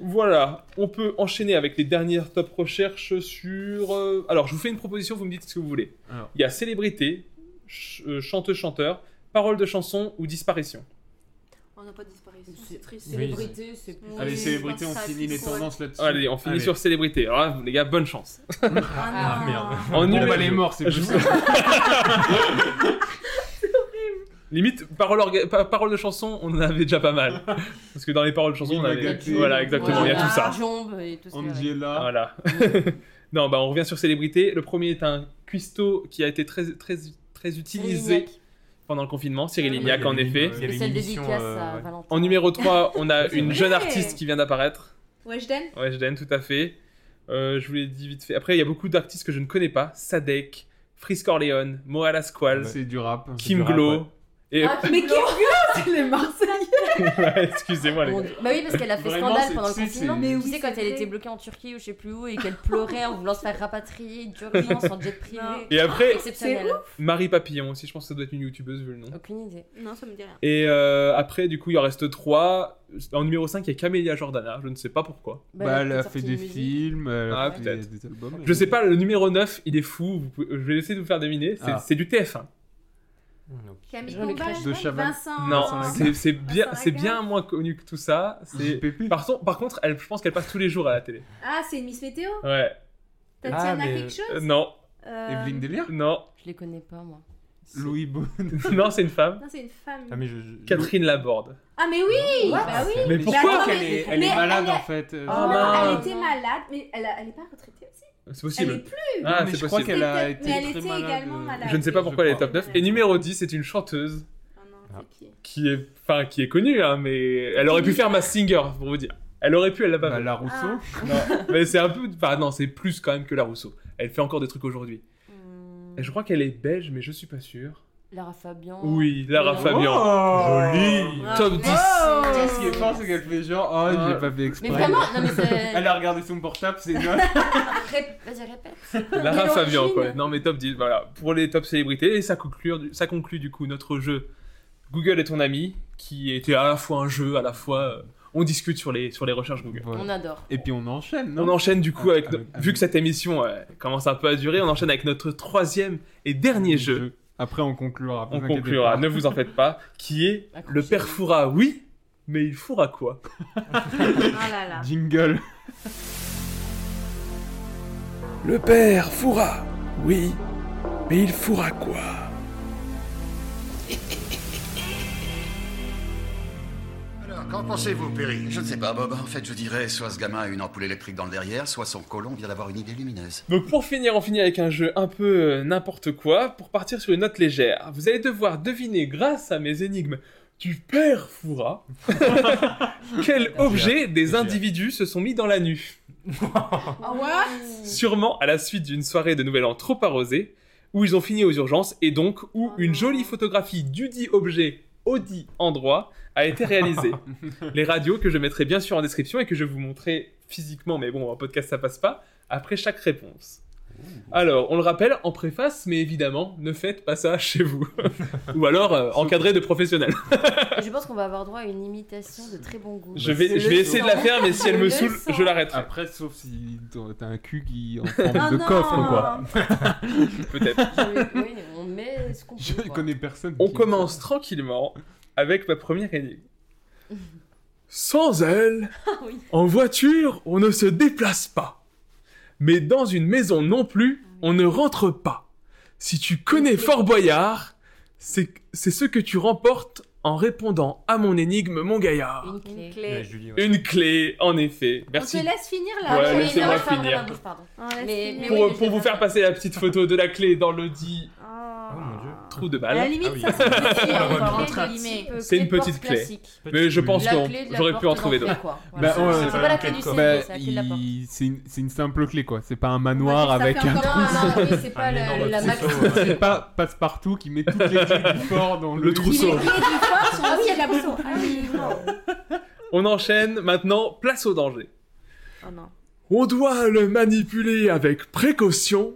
[SPEAKER 7] Voilà, on peut enchaîner avec les dernières top recherches sur. euh, Alors, je vous fais une proposition, vous me dites ce que vous voulez.
[SPEAKER 4] Alors.
[SPEAKER 7] Il y a célébrité, ch- euh, chanteuse-chanteur, parole de chanson ou disparition.
[SPEAKER 9] On n'a pas de disparition, c'est triste.
[SPEAKER 8] Célébrité, c'est plus.
[SPEAKER 4] Allez,
[SPEAKER 9] Oui,
[SPEAKER 4] célébrité, on
[SPEAKER 9] ça,
[SPEAKER 4] finit les
[SPEAKER 9] c'est cool.
[SPEAKER 4] tendances là-dessus.
[SPEAKER 7] Allez, on finit
[SPEAKER 4] Allez.
[SPEAKER 7] sur célébrité. Alors là, les gars, bonne chance.
[SPEAKER 9] Ah,
[SPEAKER 10] Ah, merde.
[SPEAKER 7] En
[SPEAKER 4] Bon,
[SPEAKER 7] numéro-
[SPEAKER 4] bah, les morts, c'est
[SPEAKER 7] Je
[SPEAKER 4] plus
[SPEAKER 7] vous-
[SPEAKER 4] ça.
[SPEAKER 7] Limite, parole, orga- pa- parole de chanson, on en avait déjà pas mal. Parce que dans les paroles de chanson,
[SPEAKER 4] Oui,
[SPEAKER 7] on avait.
[SPEAKER 4] Magaté.
[SPEAKER 7] Voilà, exactement, il y a tout ça.
[SPEAKER 8] Jombe et tout ça.
[SPEAKER 10] Ah.
[SPEAKER 4] Angela.
[SPEAKER 7] Voilà. non, bah, on revient sur célébrité. Le premier est un cuistot qui a été très, très, très utilisé pendant le confinement, Cyril
[SPEAKER 8] Ouais.
[SPEAKER 7] Lignac, en
[SPEAKER 10] Il y avait une-
[SPEAKER 7] effet.
[SPEAKER 10] euh, il y avait une
[SPEAKER 8] Spéciale
[SPEAKER 10] émission,
[SPEAKER 8] dédicace
[SPEAKER 10] euh,
[SPEAKER 8] à
[SPEAKER 10] ouais.
[SPEAKER 8] Valentin.
[SPEAKER 7] En numéro 3, on a une
[SPEAKER 9] vrai.
[SPEAKER 7] jeune artiste qui vient d'apparaître.
[SPEAKER 9] Weshden
[SPEAKER 7] Weshden, tout à fait. Euh, je vous l'ai dit vite fait. Après, il y a beaucoup d'artistes que je ne connais pas. Sadek, Frisk Orleans, Moala Squall,
[SPEAKER 4] C'est du rap.
[SPEAKER 7] Kim
[SPEAKER 10] du rap,
[SPEAKER 7] Glow.
[SPEAKER 10] ouais.
[SPEAKER 7] Et...
[SPEAKER 9] Ah, Mais qui regarde les Marseillais
[SPEAKER 7] Ouais, Excusez-moi, les
[SPEAKER 8] Mon
[SPEAKER 7] gars.
[SPEAKER 8] Dieu. Bah oui, parce qu'elle a fait
[SPEAKER 4] Vraiment,
[SPEAKER 8] scandale
[SPEAKER 4] c'est-
[SPEAKER 8] pendant le
[SPEAKER 4] c'est-
[SPEAKER 8] confinement.
[SPEAKER 4] c'est-
[SPEAKER 8] Mais
[SPEAKER 9] Mais
[SPEAKER 8] tu
[SPEAKER 9] oui,
[SPEAKER 8] sais, quand
[SPEAKER 9] c'est
[SPEAKER 8] elle
[SPEAKER 9] vrai.
[SPEAKER 8] était bloquée en Turquie ou je sais plus où et qu'elle pleurait en voulant se faire rapatrier d'urgence en jet privé.
[SPEAKER 9] Non.
[SPEAKER 7] Et après,
[SPEAKER 8] Exceptionnel.
[SPEAKER 7] Marie Papillon aussi. Je pense que ça doit être une youtubeuse vu le nom.
[SPEAKER 8] Aucune idée.
[SPEAKER 9] Non, ça me dit rien.
[SPEAKER 7] Et euh, après, du coup, il en reste 3. En numéro 5, il y a Camélia Jordana. Je ne sais pas pourquoi.
[SPEAKER 4] Bah, elle a
[SPEAKER 8] peut-être
[SPEAKER 4] fait
[SPEAKER 8] sorti
[SPEAKER 4] des
[SPEAKER 8] une musique.
[SPEAKER 4] films, elle a
[SPEAKER 7] Ah,
[SPEAKER 4] fait
[SPEAKER 7] peut-être.
[SPEAKER 4] des, des albums.
[SPEAKER 7] Je sais pas, le numéro 9, il est fou. Vous pouvez- Je vais essayer de vous faire deviner. C'est
[SPEAKER 4] Ah.
[SPEAKER 7] c'est du TF1.
[SPEAKER 10] Non.
[SPEAKER 9] Camille
[SPEAKER 8] Jean-Luc
[SPEAKER 9] Combal,
[SPEAKER 4] De Chavannes.
[SPEAKER 9] Vincent.
[SPEAKER 7] non,
[SPEAKER 4] Lagarde.
[SPEAKER 7] c'est- c'est bien,
[SPEAKER 9] Vincent
[SPEAKER 7] c'est bien
[SPEAKER 9] Lagarde.
[SPEAKER 7] moins connu que tout ça. C'est-
[SPEAKER 4] JPP.
[SPEAKER 7] Par, son- par contre, elle, je pense qu'elle passe tous les jours à la télé.
[SPEAKER 9] Ah, c'est une Miss Météo
[SPEAKER 7] Ouais.
[SPEAKER 9] Tatiana
[SPEAKER 10] mais-
[SPEAKER 9] quelque chose
[SPEAKER 7] Euh, non,
[SPEAKER 9] Euh,
[SPEAKER 4] Evelyne Delia
[SPEAKER 7] non,
[SPEAKER 8] Je les connais pas, moi.
[SPEAKER 4] Louis Bo.
[SPEAKER 7] non, c'est une femme.
[SPEAKER 9] Non, c'est une femme.
[SPEAKER 10] Ah, mais je. je-
[SPEAKER 7] Catherine Laborde.
[SPEAKER 9] Ah, mais oui Bah oui
[SPEAKER 7] Mais pourquoi
[SPEAKER 9] attends,
[SPEAKER 4] Elle est, elle
[SPEAKER 9] mais
[SPEAKER 4] est malade
[SPEAKER 9] elle
[SPEAKER 4] en fait. euh,
[SPEAKER 7] Ah,
[SPEAKER 9] Non,
[SPEAKER 7] mince.
[SPEAKER 9] Oh, Elle était malade, mais elle, a- elle est pas retraitée aussi.
[SPEAKER 7] C'est
[SPEAKER 9] Elle
[SPEAKER 7] possible.
[SPEAKER 9] est plus.
[SPEAKER 7] Ah,
[SPEAKER 4] mais
[SPEAKER 7] c'est
[SPEAKER 4] je crois
[SPEAKER 7] possible.
[SPEAKER 4] qu'elle a
[SPEAKER 9] Mais
[SPEAKER 4] été
[SPEAKER 9] elle
[SPEAKER 4] très
[SPEAKER 9] était
[SPEAKER 4] malade.
[SPEAKER 9] également malade.
[SPEAKER 7] Je ne sais pas
[SPEAKER 9] Je
[SPEAKER 7] pourquoi elle est
[SPEAKER 4] crois.
[SPEAKER 7] top 9. Et numéro 10, c'est une chanteuse
[SPEAKER 9] Oh non,
[SPEAKER 10] Ah.
[SPEAKER 9] c'est qui
[SPEAKER 7] qui est, enfin, qui est connue, hein, mais elle aurait pu faire ma singer, pour vous dire. Elle aurait pu, elle l'a pas
[SPEAKER 4] Bah,
[SPEAKER 7] fait.
[SPEAKER 4] la Rousseau.
[SPEAKER 7] Non, mais c'est un peu. Enfin, non, c'est plus quand même que la Rousseau. Elle fait encore des trucs aujourd'hui.
[SPEAKER 4] Hmm.
[SPEAKER 8] Hum,
[SPEAKER 7] Et je crois qu'elle est belge, mais je suis pas sûr.
[SPEAKER 8] Lara Fabian.
[SPEAKER 7] Oui, Lara
[SPEAKER 8] Oh.
[SPEAKER 7] Fabian.
[SPEAKER 4] Joli.
[SPEAKER 7] Top 10.
[SPEAKER 4] Tu sais, ce qui est fort, c'est qu'elle fait genre, oh,
[SPEAKER 7] Ah.
[SPEAKER 4] j'ai pas fait exprès.
[SPEAKER 8] Mais vraiment, non mais
[SPEAKER 4] Elle
[SPEAKER 8] c'est.
[SPEAKER 4] a regardé son portable, c'est notes.
[SPEAKER 8] Ré- Vas-y, répète.
[SPEAKER 7] Lara
[SPEAKER 8] Quelle
[SPEAKER 7] Fabian,
[SPEAKER 8] origine.
[SPEAKER 7] quoi. Non, mais top 10, voilà. Pour les top célébrités. Et ça conclut, ça conclut du coup notre jeu Google est ton ami, qui était à la fois un jeu, à la fois. euh, on discute sur les, sur les recherches Google.
[SPEAKER 4] Voilà.
[SPEAKER 8] On adore.
[SPEAKER 4] Et puis on enchaîne, non
[SPEAKER 7] On enchaîne du coup
[SPEAKER 4] Ah,
[SPEAKER 7] avec,
[SPEAKER 4] avec-
[SPEAKER 7] vu que cette émission euh, commence un peu à durer, on enchaîne avec notre troisième et dernier jeu.
[SPEAKER 4] Après, on conclura. vous
[SPEAKER 7] On
[SPEAKER 4] inquiétez
[SPEAKER 7] conclura,
[SPEAKER 4] pas.
[SPEAKER 7] ne vous en faites pas, qui est le père fourra, oui, mais il fourra quoi
[SPEAKER 9] Oh là là.
[SPEAKER 4] Jingle.
[SPEAKER 1] Le père fourra, oui, mais il fourra quoi
[SPEAKER 11] Alors, qu'en pensez-vous, Perry Je ne sais pas, Bob. En fait, je dirais soit ce gamin a une ampoule électrique dans le derrière, soit son colon vient d'avoir une idée lumineuse.
[SPEAKER 7] Donc pour finir, on finit avec un jeu un peu euh, n'importe quoi, pour partir sur une note légère. Vous allez devoir deviner, grâce à mes énigmes du père fourra, quel objet des
[SPEAKER 10] J'ai hâte.
[SPEAKER 7] individus se sont mis dans la nuit.
[SPEAKER 9] Oh, what
[SPEAKER 7] Sûrement à la suite d'une soirée de Nouvel An trop arrosée, où ils ont fini aux urgences et donc où
[SPEAKER 9] Oh
[SPEAKER 7] une
[SPEAKER 9] non.
[SPEAKER 7] jolie photographie du dit objet au dit endroit a été réalisée. Les radios que je mettrai bien sûr en description et que je vous montrerai physiquement, mais bon, en podcast ça passe pas, après chaque réponse. Alors, on le rappelle en préface, mais évidemment, ne faites pas ça chez vous. Ou alors, euh, encadré de professionnels.
[SPEAKER 4] Bah,
[SPEAKER 8] Et je pense qu'on va avoir droit à une imitation de très bon goût.
[SPEAKER 7] Je
[SPEAKER 4] c'est
[SPEAKER 7] vais, je vais
[SPEAKER 4] le
[SPEAKER 7] essayer de la
[SPEAKER 8] sang.
[SPEAKER 7] faire, mais si elle me
[SPEAKER 8] Le
[SPEAKER 7] saoule,
[SPEAKER 8] sang.
[SPEAKER 7] je l'arrêterai.
[SPEAKER 4] Après, sauf si t'as- t'as un cul qui en forme
[SPEAKER 9] Oh
[SPEAKER 4] de
[SPEAKER 9] non
[SPEAKER 4] coffre, quoi. Ah.
[SPEAKER 7] Peut-être.
[SPEAKER 8] Je- oui, on met ce qu'on peut.
[SPEAKER 4] Je
[SPEAKER 8] quoi.
[SPEAKER 4] connais personne.
[SPEAKER 7] On
[SPEAKER 4] qui-
[SPEAKER 7] commence tranquillement avec ma première énigme. Sans elle,
[SPEAKER 9] Ah
[SPEAKER 8] oui.
[SPEAKER 7] en voiture, on ne se déplace pas. Mais dans une maison non plus, on ne rentre pas. Si tu connais Fort Boyard, c'est c'est ce que tu remportes en répondant à mon énigme, mon gaillard.
[SPEAKER 8] Une
[SPEAKER 9] Une
[SPEAKER 8] clé.
[SPEAKER 10] Ouais,
[SPEAKER 9] clé.
[SPEAKER 10] Julie, ouais.
[SPEAKER 7] Une clé, en effet.
[SPEAKER 9] On te
[SPEAKER 7] Merci.
[SPEAKER 9] laisse finir là.
[SPEAKER 7] Ouais,
[SPEAKER 8] Ah, oui,
[SPEAKER 7] laissez-moi
[SPEAKER 8] non, je parle
[SPEAKER 7] finir.
[SPEAKER 8] vraiment, pardon.
[SPEAKER 9] On laisse
[SPEAKER 8] Mais-
[SPEAKER 9] finir.
[SPEAKER 8] mais
[SPEAKER 7] Pour,
[SPEAKER 8] oui,
[SPEAKER 7] pour
[SPEAKER 8] je
[SPEAKER 7] vous
[SPEAKER 8] vais
[SPEAKER 7] faire
[SPEAKER 8] faire.
[SPEAKER 7] passer la petite photo de la clé dans le dit
[SPEAKER 9] Oh.
[SPEAKER 10] mon Dieu.
[SPEAKER 7] trou de
[SPEAKER 9] À
[SPEAKER 7] balle.
[SPEAKER 9] la limite, ça, c'est une petite- on va rentrer un petit peu.
[SPEAKER 7] C'est une
[SPEAKER 9] Clé de
[SPEAKER 7] petite
[SPEAKER 9] porte
[SPEAKER 7] clé.
[SPEAKER 9] classique.
[SPEAKER 7] Mais je pense
[SPEAKER 9] La
[SPEAKER 7] que
[SPEAKER 9] clé de la
[SPEAKER 7] j'aurais pu en
[SPEAKER 9] porte
[SPEAKER 7] trouver
[SPEAKER 9] d'entrée,
[SPEAKER 7] d'autres.
[SPEAKER 9] quoi. Voilà, Bah, c'est- ouais, c'est pas la clé du
[SPEAKER 4] Bah,
[SPEAKER 9] c'est la clé de la porte.
[SPEAKER 4] il- c'est une, c'est une simple clé quoi, c'est pas un manoir
[SPEAKER 9] Ouais, mais
[SPEAKER 4] avec
[SPEAKER 9] ça
[SPEAKER 4] un
[SPEAKER 9] fait encore-
[SPEAKER 4] trousseau.
[SPEAKER 9] Non, non, oui, c'est pas Un le- énorme la trousseau, maxi- ouais.
[SPEAKER 4] C'est pas passe-partout qui met toutes les clés du fort dans le,
[SPEAKER 7] trousseau.
[SPEAKER 9] Clé du fort, sur
[SPEAKER 8] Ah oui,
[SPEAKER 9] aussi de la
[SPEAKER 8] le trousseau.
[SPEAKER 9] porte. Ah oui, non.
[SPEAKER 7] On enchaîne maintenant, place au danger.
[SPEAKER 9] Oh non.
[SPEAKER 7] On doit le manipuler avec précaution.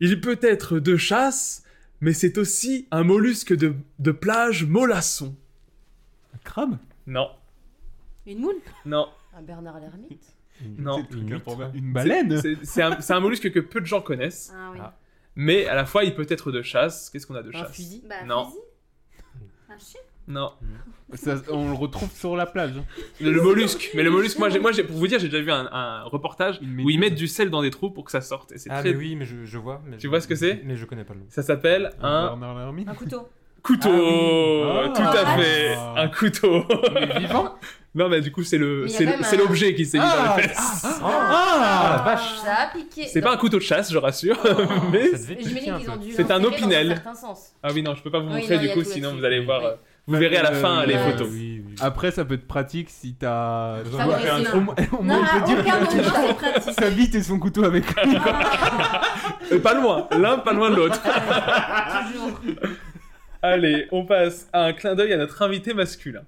[SPEAKER 7] Il peut être de chasse, mais c'est aussi un mollusque de, de plage mollasson. Un
[SPEAKER 4] crabe
[SPEAKER 7] Non,
[SPEAKER 8] Une moule
[SPEAKER 7] non,
[SPEAKER 8] Un Bernard l'ermite
[SPEAKER 7] non.
[SPEAKER 4] hein, Une,
[SPEAKER 7] baleine C'est c'est un, c'est un mollusque que peu de gens connaissent.
[SPEAKER 8] Ah oui. Ah.
[SPEAKER 7] Mais à la fois, il peut être de chasse. Qu'est-ce qu'on a de
[SPEAKER 8] Un
[SPEAKER 7] chasse
[SPEAKER 8] fusil
[SPEAKER 9] Bah,
[SPEAKER 7] Non,
[SPEAKER 9] fusil. Un chien
[SPEAKER 7] non.
[SPEAKER 4] Ça- on le retrouve sur la plage. hein.
[SPEAKER 7] Le, le mollusque, mais le mollusque, moi, j'ai- moi j'ai- pour vous dire, j'ai déjà vu un, un reportage où ils mettent du sel dans des trous pour que ça sorte. Et c'est
[SPEAKER 10] Ah,
[SPEAKER 7] très...
[SPEAKER 10] mais oui, mais je, je vois. mais
[SPEAKER 7] Tu
[SPEAKER 10] je-
[SPEAKER 7] vois ce que c'est
[SPEAKER 10] Mais je connais pas le nom.
[SPEAKER 7] Ça s'appelle un
[SPEAKER 8] Un couteau.
[SPEAKER 7] couteau.
[SPEAKER 10] Ah oui.
[SPEAKER 7] Tout à
[SPEAKER 10] Ah.
[SPEAKER 7] fait, un couteau. vivant Non, mais du coup, c'est le,
[SPEAKER 8] Mais il y a
[SPEAKER 7] c'est
[SPEAKER 8] quand
[SPEAKER 7] le-
[SPEAKER 8] même
[SPEAKER 7] c'est
[SPEAKER 8] un- Ah,
[SPEAKER 7] l'objet qui s'est mis dans les fesses.
[SPEAKER 10] Oh,
[SPEAKER 4] Ah,
[SPEAKER 8] Ça a piqué.
[SPEAKER 7] C'est pas un couteau de chasse, je rassure,
[SPEAKER 8] Oh.
[SPEAKER 7] mais
[SPEAKER 8] J'imagine qu'ils ont dû
[SPEAKER 7] c'est un
[SPEAKER 8] l'enterrer dans un
[SPEAKER 7] opinel.
[SPEAKER 8] certain sens.
[SPEAKER 7] Ah oui, non, je peux pas vous
[SPEAKER 8] Oui, non,
[SPEAKER 7] montrer
[SPEAKER 8] il y
[SPEAKER 7] du
[SPEAKER 8] a
[SPEAKER 7] coup,
[SPEAKER 8] tout
[SPEAKER 7] sinon
[SPEAKER 8] là-dessus.
[SPEAKER 7] vous allez voir. euh, Vous verrez à la fin les photos. Ah.
[SPEAKER 4] Après, ça peut être pratique si t'as.
[SPEAKER 7] Ça aurait été
[SPEAKER 4] Au moins, au moins,
[SPEAKER 9] Non,
[SPEAKER 4] on peut
[SPEAKER 9] à
[SPEAKER 4] dire
[SPEAKER 9] aucun
[SPEAKER 4] que
[SPEAKER 9] moment, c'est
[SPEAKER 4] t'as- sa bite et son couteau avec lui.
[SPEAKER 7] Euh, pas loin, l'un pas loin de l'autre. Allez, on passe à un clin d'œil à notre invité masculin.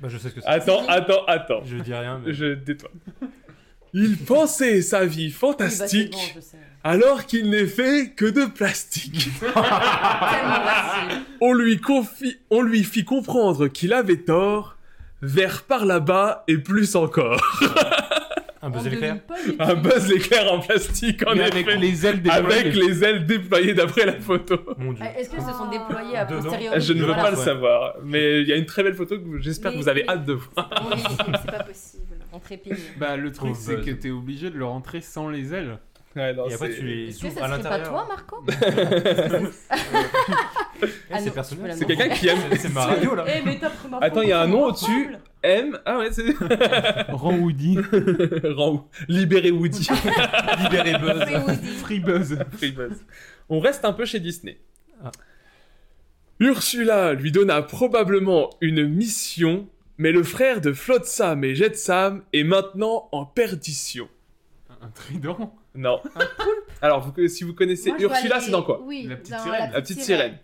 [SPEAKER 10] Bah, je sais ce que c'est.
[SPEAKER 7] Attends, attends, attends.
[SPEAKER 10] Je dis rien, mais.
[SPEAKER 7] Ah, Je détoile. Il pensait sa vie fantastique
[SPEAKER 8] Oui, bah, c'est bon, je sais.
[SPEAKER 7] alors qu'il n'est fait que de plastique. on, lui confie, on lui fit comprendre qu'il avait tort, vers par là-bas et plus encore.
[SPEAKER 10] Un
[SPEAKER 7] Oh,
[SPEAKER 10] buzz éclair
[SPEAKER 7] Un buzz l'éclair en plastique, en
[SPEAKER 4] Mais
[SPEAKER 7] effet.
[SPEAKER 4] avec les ailes déployées.
[SPEAKER 7] Avec les ailes déployées d'après la photo.
[SPEAKER 10] Mon
[SPEAKER 8] Ah, Est-ce qu'elles se sont déployées à posteriori
[SPEAKER 7] Je ne veux
[SPEAKER 8] Voilà.
[SPEAKER 7] pas le savoir, mais il y a une très belle photo que j'espère que
[SPEAKER 8] Mais-
[SPEAKER 7] vous avez hâte de voir.
[SPEAKER 8] Oui, c'est pas possible. On trépigne.
[SPEAKER 4] Bah, le truc,
[SPEAKER 7] Pauvre
[SPEAKER 4] c'est
[SPEAKER 7] buzz.
[SPEAKER 4] que t'es obligé de le rentrer sans les ailes.
[SPEAKER 7] Ouais, non,
[SPEAKER 10] Et après,
[SPEAKER 7] c'est-
[SPEAKER 10] tu les
[SPEAKER 8] Est-ce que
[SPEAKER 10] ouvres
[SPEAKER 8] ça
[SPEAKER 10] à
[SPEAKER 8] serait pas toi,
[SPEAKER 10] l'intérieur.
[SPEAKER 8] Marco
[SPEAKER 10] Eh,
[SPEAKER 8] Ah non,
[SPEAKER 10] c'est
[SPEAKER 8] je peux
[SPEAKER 10] personnel.
[SPEAKER 8] la
[SPEAKER 7] C'est quelqu'un qui aime.
[SPEAKER 10] C'est ma radio là.
[SPEAKER 8] Eh, mais t'as pris ma
[SPEAKER 7] Attends, il y a un
[SPEAKER 8] photo.
[SPEAKER 7] nom au-dessus. M. Ah ouais, c'est.
[SPEAKER 4] Rends Woody.
[SPEAKER 7] Rend... Libéré Woody.
[SPEAKER 10] Libéré
[SPEAKER 8] Free
[SPEAKER 10] buzz.
[SPEAKER 8] Woody.
[SPEAKER 4] Free buzz.
[SPEAKER 7] Free Buzz. On reste un peu chez Disney.
[SPEAKER 10] Ah.
[SPEAKER 7] Ursula lui donna probablement une mission, mais le frère de Flotsam et Jetsam est maintenant en perdition.
[SPEAKER 4] Un trident.
[SPEAKER 7] Non. Alors, vous- si vous connaissez
[SPEAKER 9] Moi, je vois
[SPEAKER 7] Ursula,
[SPEAKER 9] les-
[SPEAKER 7] c'est dans quoi
[SPEAKER 9] Oui,
[SPEAKER 4] La petite
[SPEAKER 9] dans
[SPEAKER 4] sirène.
[SPEAKER 7] La petite sirène.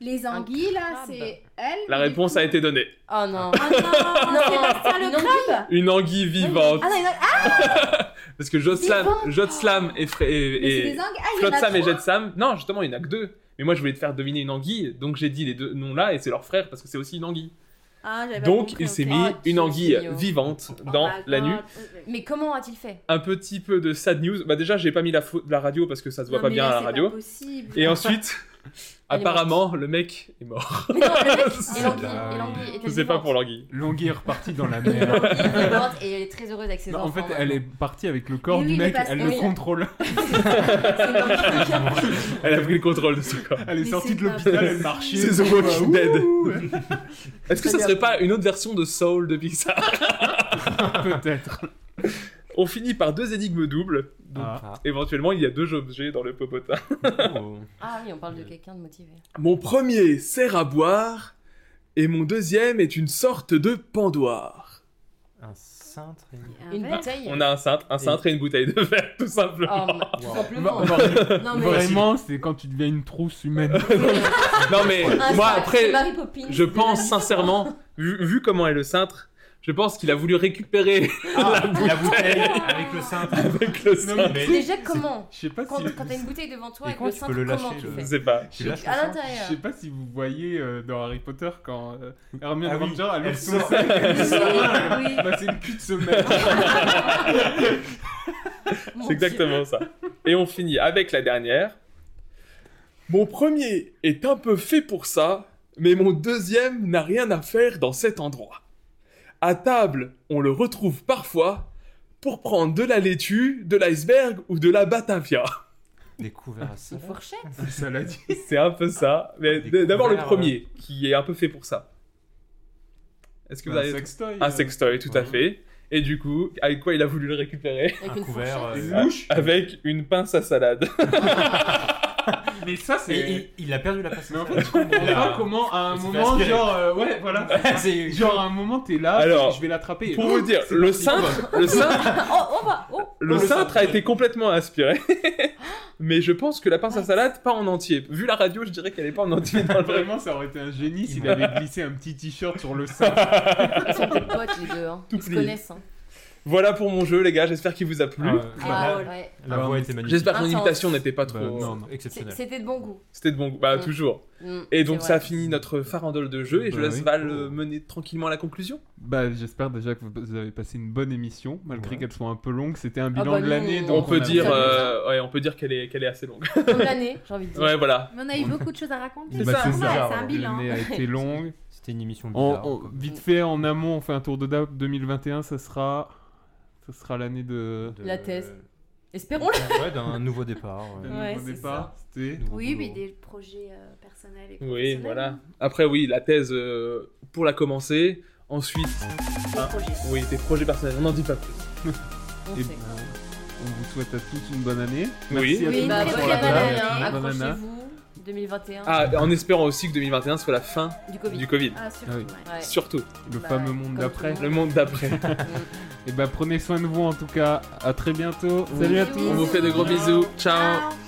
[SPEAKER 9] Les anguilles, là,
[SPEAKER 8] crabe.
[SPEAKER 9] c'est elle.
[SPEAKER 7] La réponse a été donnée.
[SPEAKER 8] Oh non.
[SPEAKER 9] Ah non, c'est pas ça
[SPEAKER 8] Une
[SPEAKER 9] le
[SPEAKER 8] anguille
[SPEAKER 9] crabe
[SPEAKER 7] Une anguille vivante.
[SPEAKER 9] Ah non, il y en a- ah,
[SPEAKER 7] Parce que Jotslam,
[SPEAKER 9] Vivante.
[SPEAKER 7] Jotslam et, Fre- et-
[SPEAKER 9] mais c'est
[SPEAKER 7] et
[SPEAKER 9] des anguilles. Ah, il y en a
[SPEAKER 7] Flotsam et
[SPEAKER 9] trois.
[SPEAKER 7] Jetsam. Non, justement, il n'y en a que deux. Mais moi, je voulais te faire deviner une anguille, donc j'ai dit les deux noms là, et c'est leur frère parce que c'est aussi une anguille.
[SPEAKER 9] Ah, j'avais pas
[SPEAKER 7] Donc,
[SPEAKER 9] compris,
[SPEAKER 7] il s'est
[SPEAKER 9] ok.
[SPEAKER 7] mis
[SPEAKER 8] Ah,
[SPEAKER 7] une
[SPEAKER 8] tu
[SPEAKER 7] anguille
[SPEAKER 8] mignon.
[SPEAKER 7] vivante
[SPEAKER 9] Oh
[SPEAKER 7] dans
[SPEAKER 9] my
[SPEAKER 7] la
[SPEAKER 9] God.
[SPEAKER 7] nuit.
[SPEAKER 8] Mais comment a-t-il fait
[SPEAKER 7] Un petit peu de sad news. Bah, déjà, j'ai pas mis la, fo- la radio parce que ça se voit
[SPEAKER 9] Non,
[SPEAKER 7] pas
[SPEAKER 9] mais
[SPEAKER 7] bien
[SPEAKER 9] là,
[SPEAKER 7] à la
[SPEAKER 9] c'est
[SPEAKER 7] radio.
[SPEAKER 9] pas possible.
[SPEAKER 7] Et ensuite,
[SPEAKER 8] Elle est
[SPEAKER 7] apparemment, le mec est mort.
[SPEAKER 8] Mais non, le mec, et
[SPEAKER 10] là.
[SPEAKER 8] l'anguille, et l'anguille était
[SPEAKER 7] Je sais pas
[SPEAKER 8] vivante.
[SPEAKER 7] pour l'anguille.
[SPEAKER 4] L'anguille est repartie dans la
[SPEAKER 8] Et
[SPEAKER 4] mer.
[SPEAKER 8] l'anguille est vivante et elle est très heureuse avec ses
[SPEAKER 4] Non, en
[SPEAKER 8] enfants.
[SPEAKER 4] fait, elle est partie avec le corps
[SPEAKER 9] Mais
[SPEAKER 4] du
[SPEAKER 9] oui, mais
[SPEAKER 4] mec,
[SPEAKER 9] parce
[SPEAKER 4] elle
[SPEAKER 9] que-
[SPEAKER 4] le
[SPEAKER 9] oui.
[SPEAKER 4] contrôle.
[SPEAKER 7] Elle a pris le contrôle de ce corps.
[SPEAKER 4] Elle est
[SPEAKER 9] Mais
[SPEAKER 4] sortie
[SPEAKER 9] c'est
[SPEAKER 4] de
[SPEAKER 9] pas
[SPEAKER 4] l'hôpital,
[SPEAKER 9] vrai.
[SPEAKER 4] elle marchait.
[SPEAKER 7] C'est The Walking Dead. Est-ce que ça
[SPEAKER 8] C'est-à-dire-
[SPEAKER 7] serait pas une autre version de Soul de Pixar
[SPEAKER 4] Peut-être.
[SPEAKER 7] On finit par deux énigmes doubles. Donc,
[SPEAKER 4] Ah.
[SPEAKER 7] éventuellement, il y a deux objets dans le popotin.
[SPEAKER 10] Oh.
[SPEAKER 8] Ah oui, on parle de quelqu'un de motivé.
[SPEAKER 7] Mon premier sert à boire, et mon deuxième est une sorte de pendoir.
[SPEAKER 10] Un cintre.
[SPEAKER 8] Une
[SPEAKER 9] Un verre.
[SPEAKER 8] bouteille
[SPEAKER 7] On a un cintre, un cintre et une bouteille de verre, tout
[SPEAKER 8] Oh,
[SPEAKER 7] simplement.
[SPEAKER 8] ma- tout simplement. Non, mais-
[SPEAKER 4] Bah, Vraiment, c'est quand tu deviens une trousse humaine.
[SPEAKER 7] Non mais
[SPEAKER 8] Un
[SPEAKER 7] moi
[SPEAKER 8] sac,
[SPEAKER 7] après,
[SPEAKER 8] c'est Mary Poppins,
[SPEAKER 7] je
[SPEAKER 8] de
[SPEAKER 7] pense
[SPEAKER 8] la-
[SPEAKER 7] sincèrement, vu, vu comment est le cintre, je pense qu'il a voulu récupérer
[SPEAKER 10] La bouteille avec le cintre.
[SPEAKER 7] avec le
[SPEAKER 4] Non,
[SPEAKER 7] cintre.
[SPEAKER 10] mais-
[SPEAKER 8] Déjà, comment
[SPEAKER 4] Je sais pas
[SPEAKER 8] Quand
[SPEAKER 4] si.
[SPEAKER 8] quand t'as une bouteille devant toi
[SPEAKER 10] Mais
[SPEAKER 8] avec
[SPEAKER 10] comment
[SPEAKER 8] le
[SPEAKER 10] tu
[SPEAKER 8] cintre,
[SPEAKER 10] peux le
[SPEAKER 8] comment
[SPEAKER 10] lâcher,
[SPEAKER 8] tu
[SPEAKER 10] le-
[SPEAKER 7] Je
[SPEAKER 8] fais
[SPEAKER 7] sais pas.
[SPEAKER 10] Tu lâches le
[SPEAKER 8] À
[SPEAKER 10] cintre.
[SPEAKER 4] hein. Je
[SPEAKER 8] l'intérieur.
[SPEAKER 4] sais pas si vous voyez euh, dans Harry Potter quand euh, Hermione
[SPEAKER 10] Ah oui,
[SPEAKER 4] Granger elle
[SPEAKER 10] elle
[SPEAKER 4] ouvre son
[SPEAKER 10] sort.
[SPEAKER 4] sac, elle
[SPEAKER 10] Oui,
[SPEAKER 4] sort, euh,
[SPEAKER 9] oui.
[SPEAKER 4] bah, c'est le cul de ce mec.
[SPEAKER 8] Mon
[SPEAKER 7] C'est
[SPEAKER 8] Dieu.
[SPEAKER 7] exactement ça. Et on finit avec la dernière. Mon premier est un peu fait pour ça, mais mon deuxième n'a rien à faire dans cet endroit. À table, on le retrouve parfois pour prendre de la laitue, de l'iceberg ou de la batavia.
[SPEAKER 10] Découvert à ça.
[SPEAKER 8] Une fourchette
[SPEAKER 4] Ça l'a dit.
[SPEAKER 7] C'est un peu ça. Mais d- d'abord le premier, qui est un peu fait pour ça. Est-ce que vous
[SPEAKER 4] Un
[SPEAKER 7] avez
[SPEAKER 4] sextoy. euh,
[SPEAKER 7] un sextoy Tout à
[SPEAKER 10] ouais.
[SPEAKER 7] fait. Et du coup, avec quoi il a voulu le récupérer
[SPEAKER 8] Avec
[SPEAKER 10] Un
[SPEAKER 7] euh,
[SPEAKER 8] une
[SPEAKER 10] couvert.
[SPEAKER 8] fourchette
[SPEAKER 10] euh,
[SPEAKER 4] Une mouche
[SPEAKER 7] Avec une pince à salade.
[SPEAKER 4] Mais ça, c'est-
[SPEAKER 10] Et- et- il a perdu la passe.
[SPEAKER 4] Mais en fait, je comprends
[SPEAKER 10] Il a-
[SPEAKER 4] pas comment, à un
[SPEAKER 10] il s'est fait
[SPEAKER 4] moment,
[SPEAKER 10] aspirer.
[SPEAKER 4] genre, euh, ouais, voilà.
[SPEAKER 10] C'est-
[SPEAKER 4] Genre, à un moment, t'es là,
[SPEAKER 7] Alors,
[SPEAKER 4] je vais l'attraper.
[SPEAKER 7] pour vous le dire,
[SPEAKER 4] C'est
[SPEAKER 7] le
[SPEAKER 4] parti.
[SPEAKER 7] cintre- le cintre-
[SPEAKER 8] Oh, oh, bah, oh.
[SPEAKER 7] Le cintre a été complètement inspiré, mais je pense que la pince à salade, pas en entier. Vu la radio, je dirais qu'elle est pas en entier dans le vrai.
[SPEAKER 4] Vraiment, ça aurait été un génie s'il avait glissé un petit t-shirt sur le sein.
[SPEAKER 8] Ils sont peut-être potes, les deux. Hein. Ils se
[SPEAKER 7] plié.
[SPEAKER 8] connaissent. Hein.
[SPEAKER 7] Voilà pour mon jeu, les gars. J'espère qu'il vous a plu.
[SPEAKER 8] Ah, ouais.
[SPEAKER 10] La voix était magnifique.
[SPEAKER 7] J'espère que mon
[SPEAKER 8] Intense.
[SPEAKER 7] imitation n'était pas trop.
[SPEAKER 10] Bah, non, non,
[SPEAKER 8] C'est-
[SPEAKER 10] exceptionnel.
[SPEAKER 8] C'était de bon goût.
[SPEAKER 7] C'était de bon goût. Bah,
[SPEAKER 8] Mm.
[SPEAKER 7] toujours.
[SPEAKER 8] Mm,
[SPEAKER 7] Et
[SPEAKER 8] c'est
[SPEAKER 7] donc,
[SPEAKER 8] vrai.
[SPEAKER 7] ça finit notre farandole de jeu et je
[SPEAKER 4] Bah
[SPEAKER 7] laisse
[SPEAKER 4] oui.
[SPEAKER 7] Val euh, mener tranquillement à la conclusion.
[SPEAKER 4] Bah, j'espère déjà que vous avez passé une bonne émission, malgré qu'elle soit un peu longue. C'était un bilan
[SPEAKER 8] bah,
[SPEAKER 4] de
[SPEAKER 8] nous,
[SPEAKER 4] l'année,
[SPEAKER 8] on-
[SPEAKER 4] donc
[SPEAKER 7] on peut
[SPEAKER 4] a-
[SPEAKER 7] dire, euh, ouais, on peut dire qu'elle est, qu'elle est assez longue.
[SPEAKER 8] Comme l'année, j'ai envie de dire.
[SPEAKER 7] ouais, voilà.
[SPEAKER 9] Mais on a eu beaucoup de choses à raconter.
[SPEAKER 4] Bah,
[SPEAKER 9] c'est
[SPEAKER 4] c'est
[SPEAKER 9] normal,
[SPEAKER 4] ça.
[SPEAKER 9] c'est un bilan.
[SPEAKER 4] L'année a été longue.
[SPEAKER 10] C'était une émission
[SPEAKER 4] En-
[SPEAKER 10] bizarre.
[SPEAKER 4] en- vite fait, en amont, on fait un tour de date. 2021, ça sera, ça sera l'année de.
[SPEAKER 10] De-
[SPEAKER 8] La thèse. Espérons-le.
[SPEAKER 10] Ouais, d'un nouveau départ. ouais.
[SPEAKER 8] Ouais,
[SPEAKER 4] nouveau
[SPEAKER 8] c'est
[SPEAKER 4] départ. C'était.
[SPEAKER 10] Nouveau
[SPEAKER 9] Oui,
[SPEAKER 10] boulot.
[SPEAKER 9] mais des projets euh, personnels et
[SPEAKER 7] Oui,
[SPEAKER 9] professionnels.
[SPEAKER 7] voilà. Après, oui, la thèse euh, pour la commencer. Ensuite, Ah, oui, tes projets personnels. On n'en dit pas plus.
[SPEAKER 8] On
[SPEAKER 4] Et-
[SPEAKER 8] sait.
[SPEAKER 4] On vous souhaite à tous une bonne année.
[SPEAKER 7] Oui.
[SPEAKER 4] Merci à
[SPEAKER 9] Oui,
[SPEAKER 4] tout le
[SPEAKER 9] bah,
[SPEAKER 4] monde
[SPEAKER 9] bonne
[SPEAKER 4] pour la
[SPEAKER 9] année,
[SPEAKER 4] place.
[SPEAKER 9] hein.
[SPEAKER 4] Bonne année.
[SPEAKER 8] Accrochez-vous. 2021.
[SPEAKER 7] Ah, en espérant aussi que 2021 soit la fin
[SPEAKER 8] Du Covid.
[SPEAKER 7] du Covid.
[SPEAKER 9] Ah, surtout,
[SPEAKER 4] Ah oui.
[SPEAKER 9] ouais.
[SPEAKER 8] Ouais.
[SPEAKER 7] Surtout,
[SPEAKER 4] Le
[SPEAKER 8] Bah,
[SPEAKER 4] fameux
[SPEAKER 8] ouais,
[SPEAKER 4] monde
[SPEAKER 8] comme
[SPEAKER 4] d'après. Eh ben,
[SPEAKER 8] tout
[SPEAKER 7] le monde d'après.
[SPEAKER 4] Et bah, prenez soin de vous en tout cas. À très bientôt. Salut à tous.
[SPEAKER 7] On vous fait de gros bisous. Ciao.
[SPEAKER 9] Ah.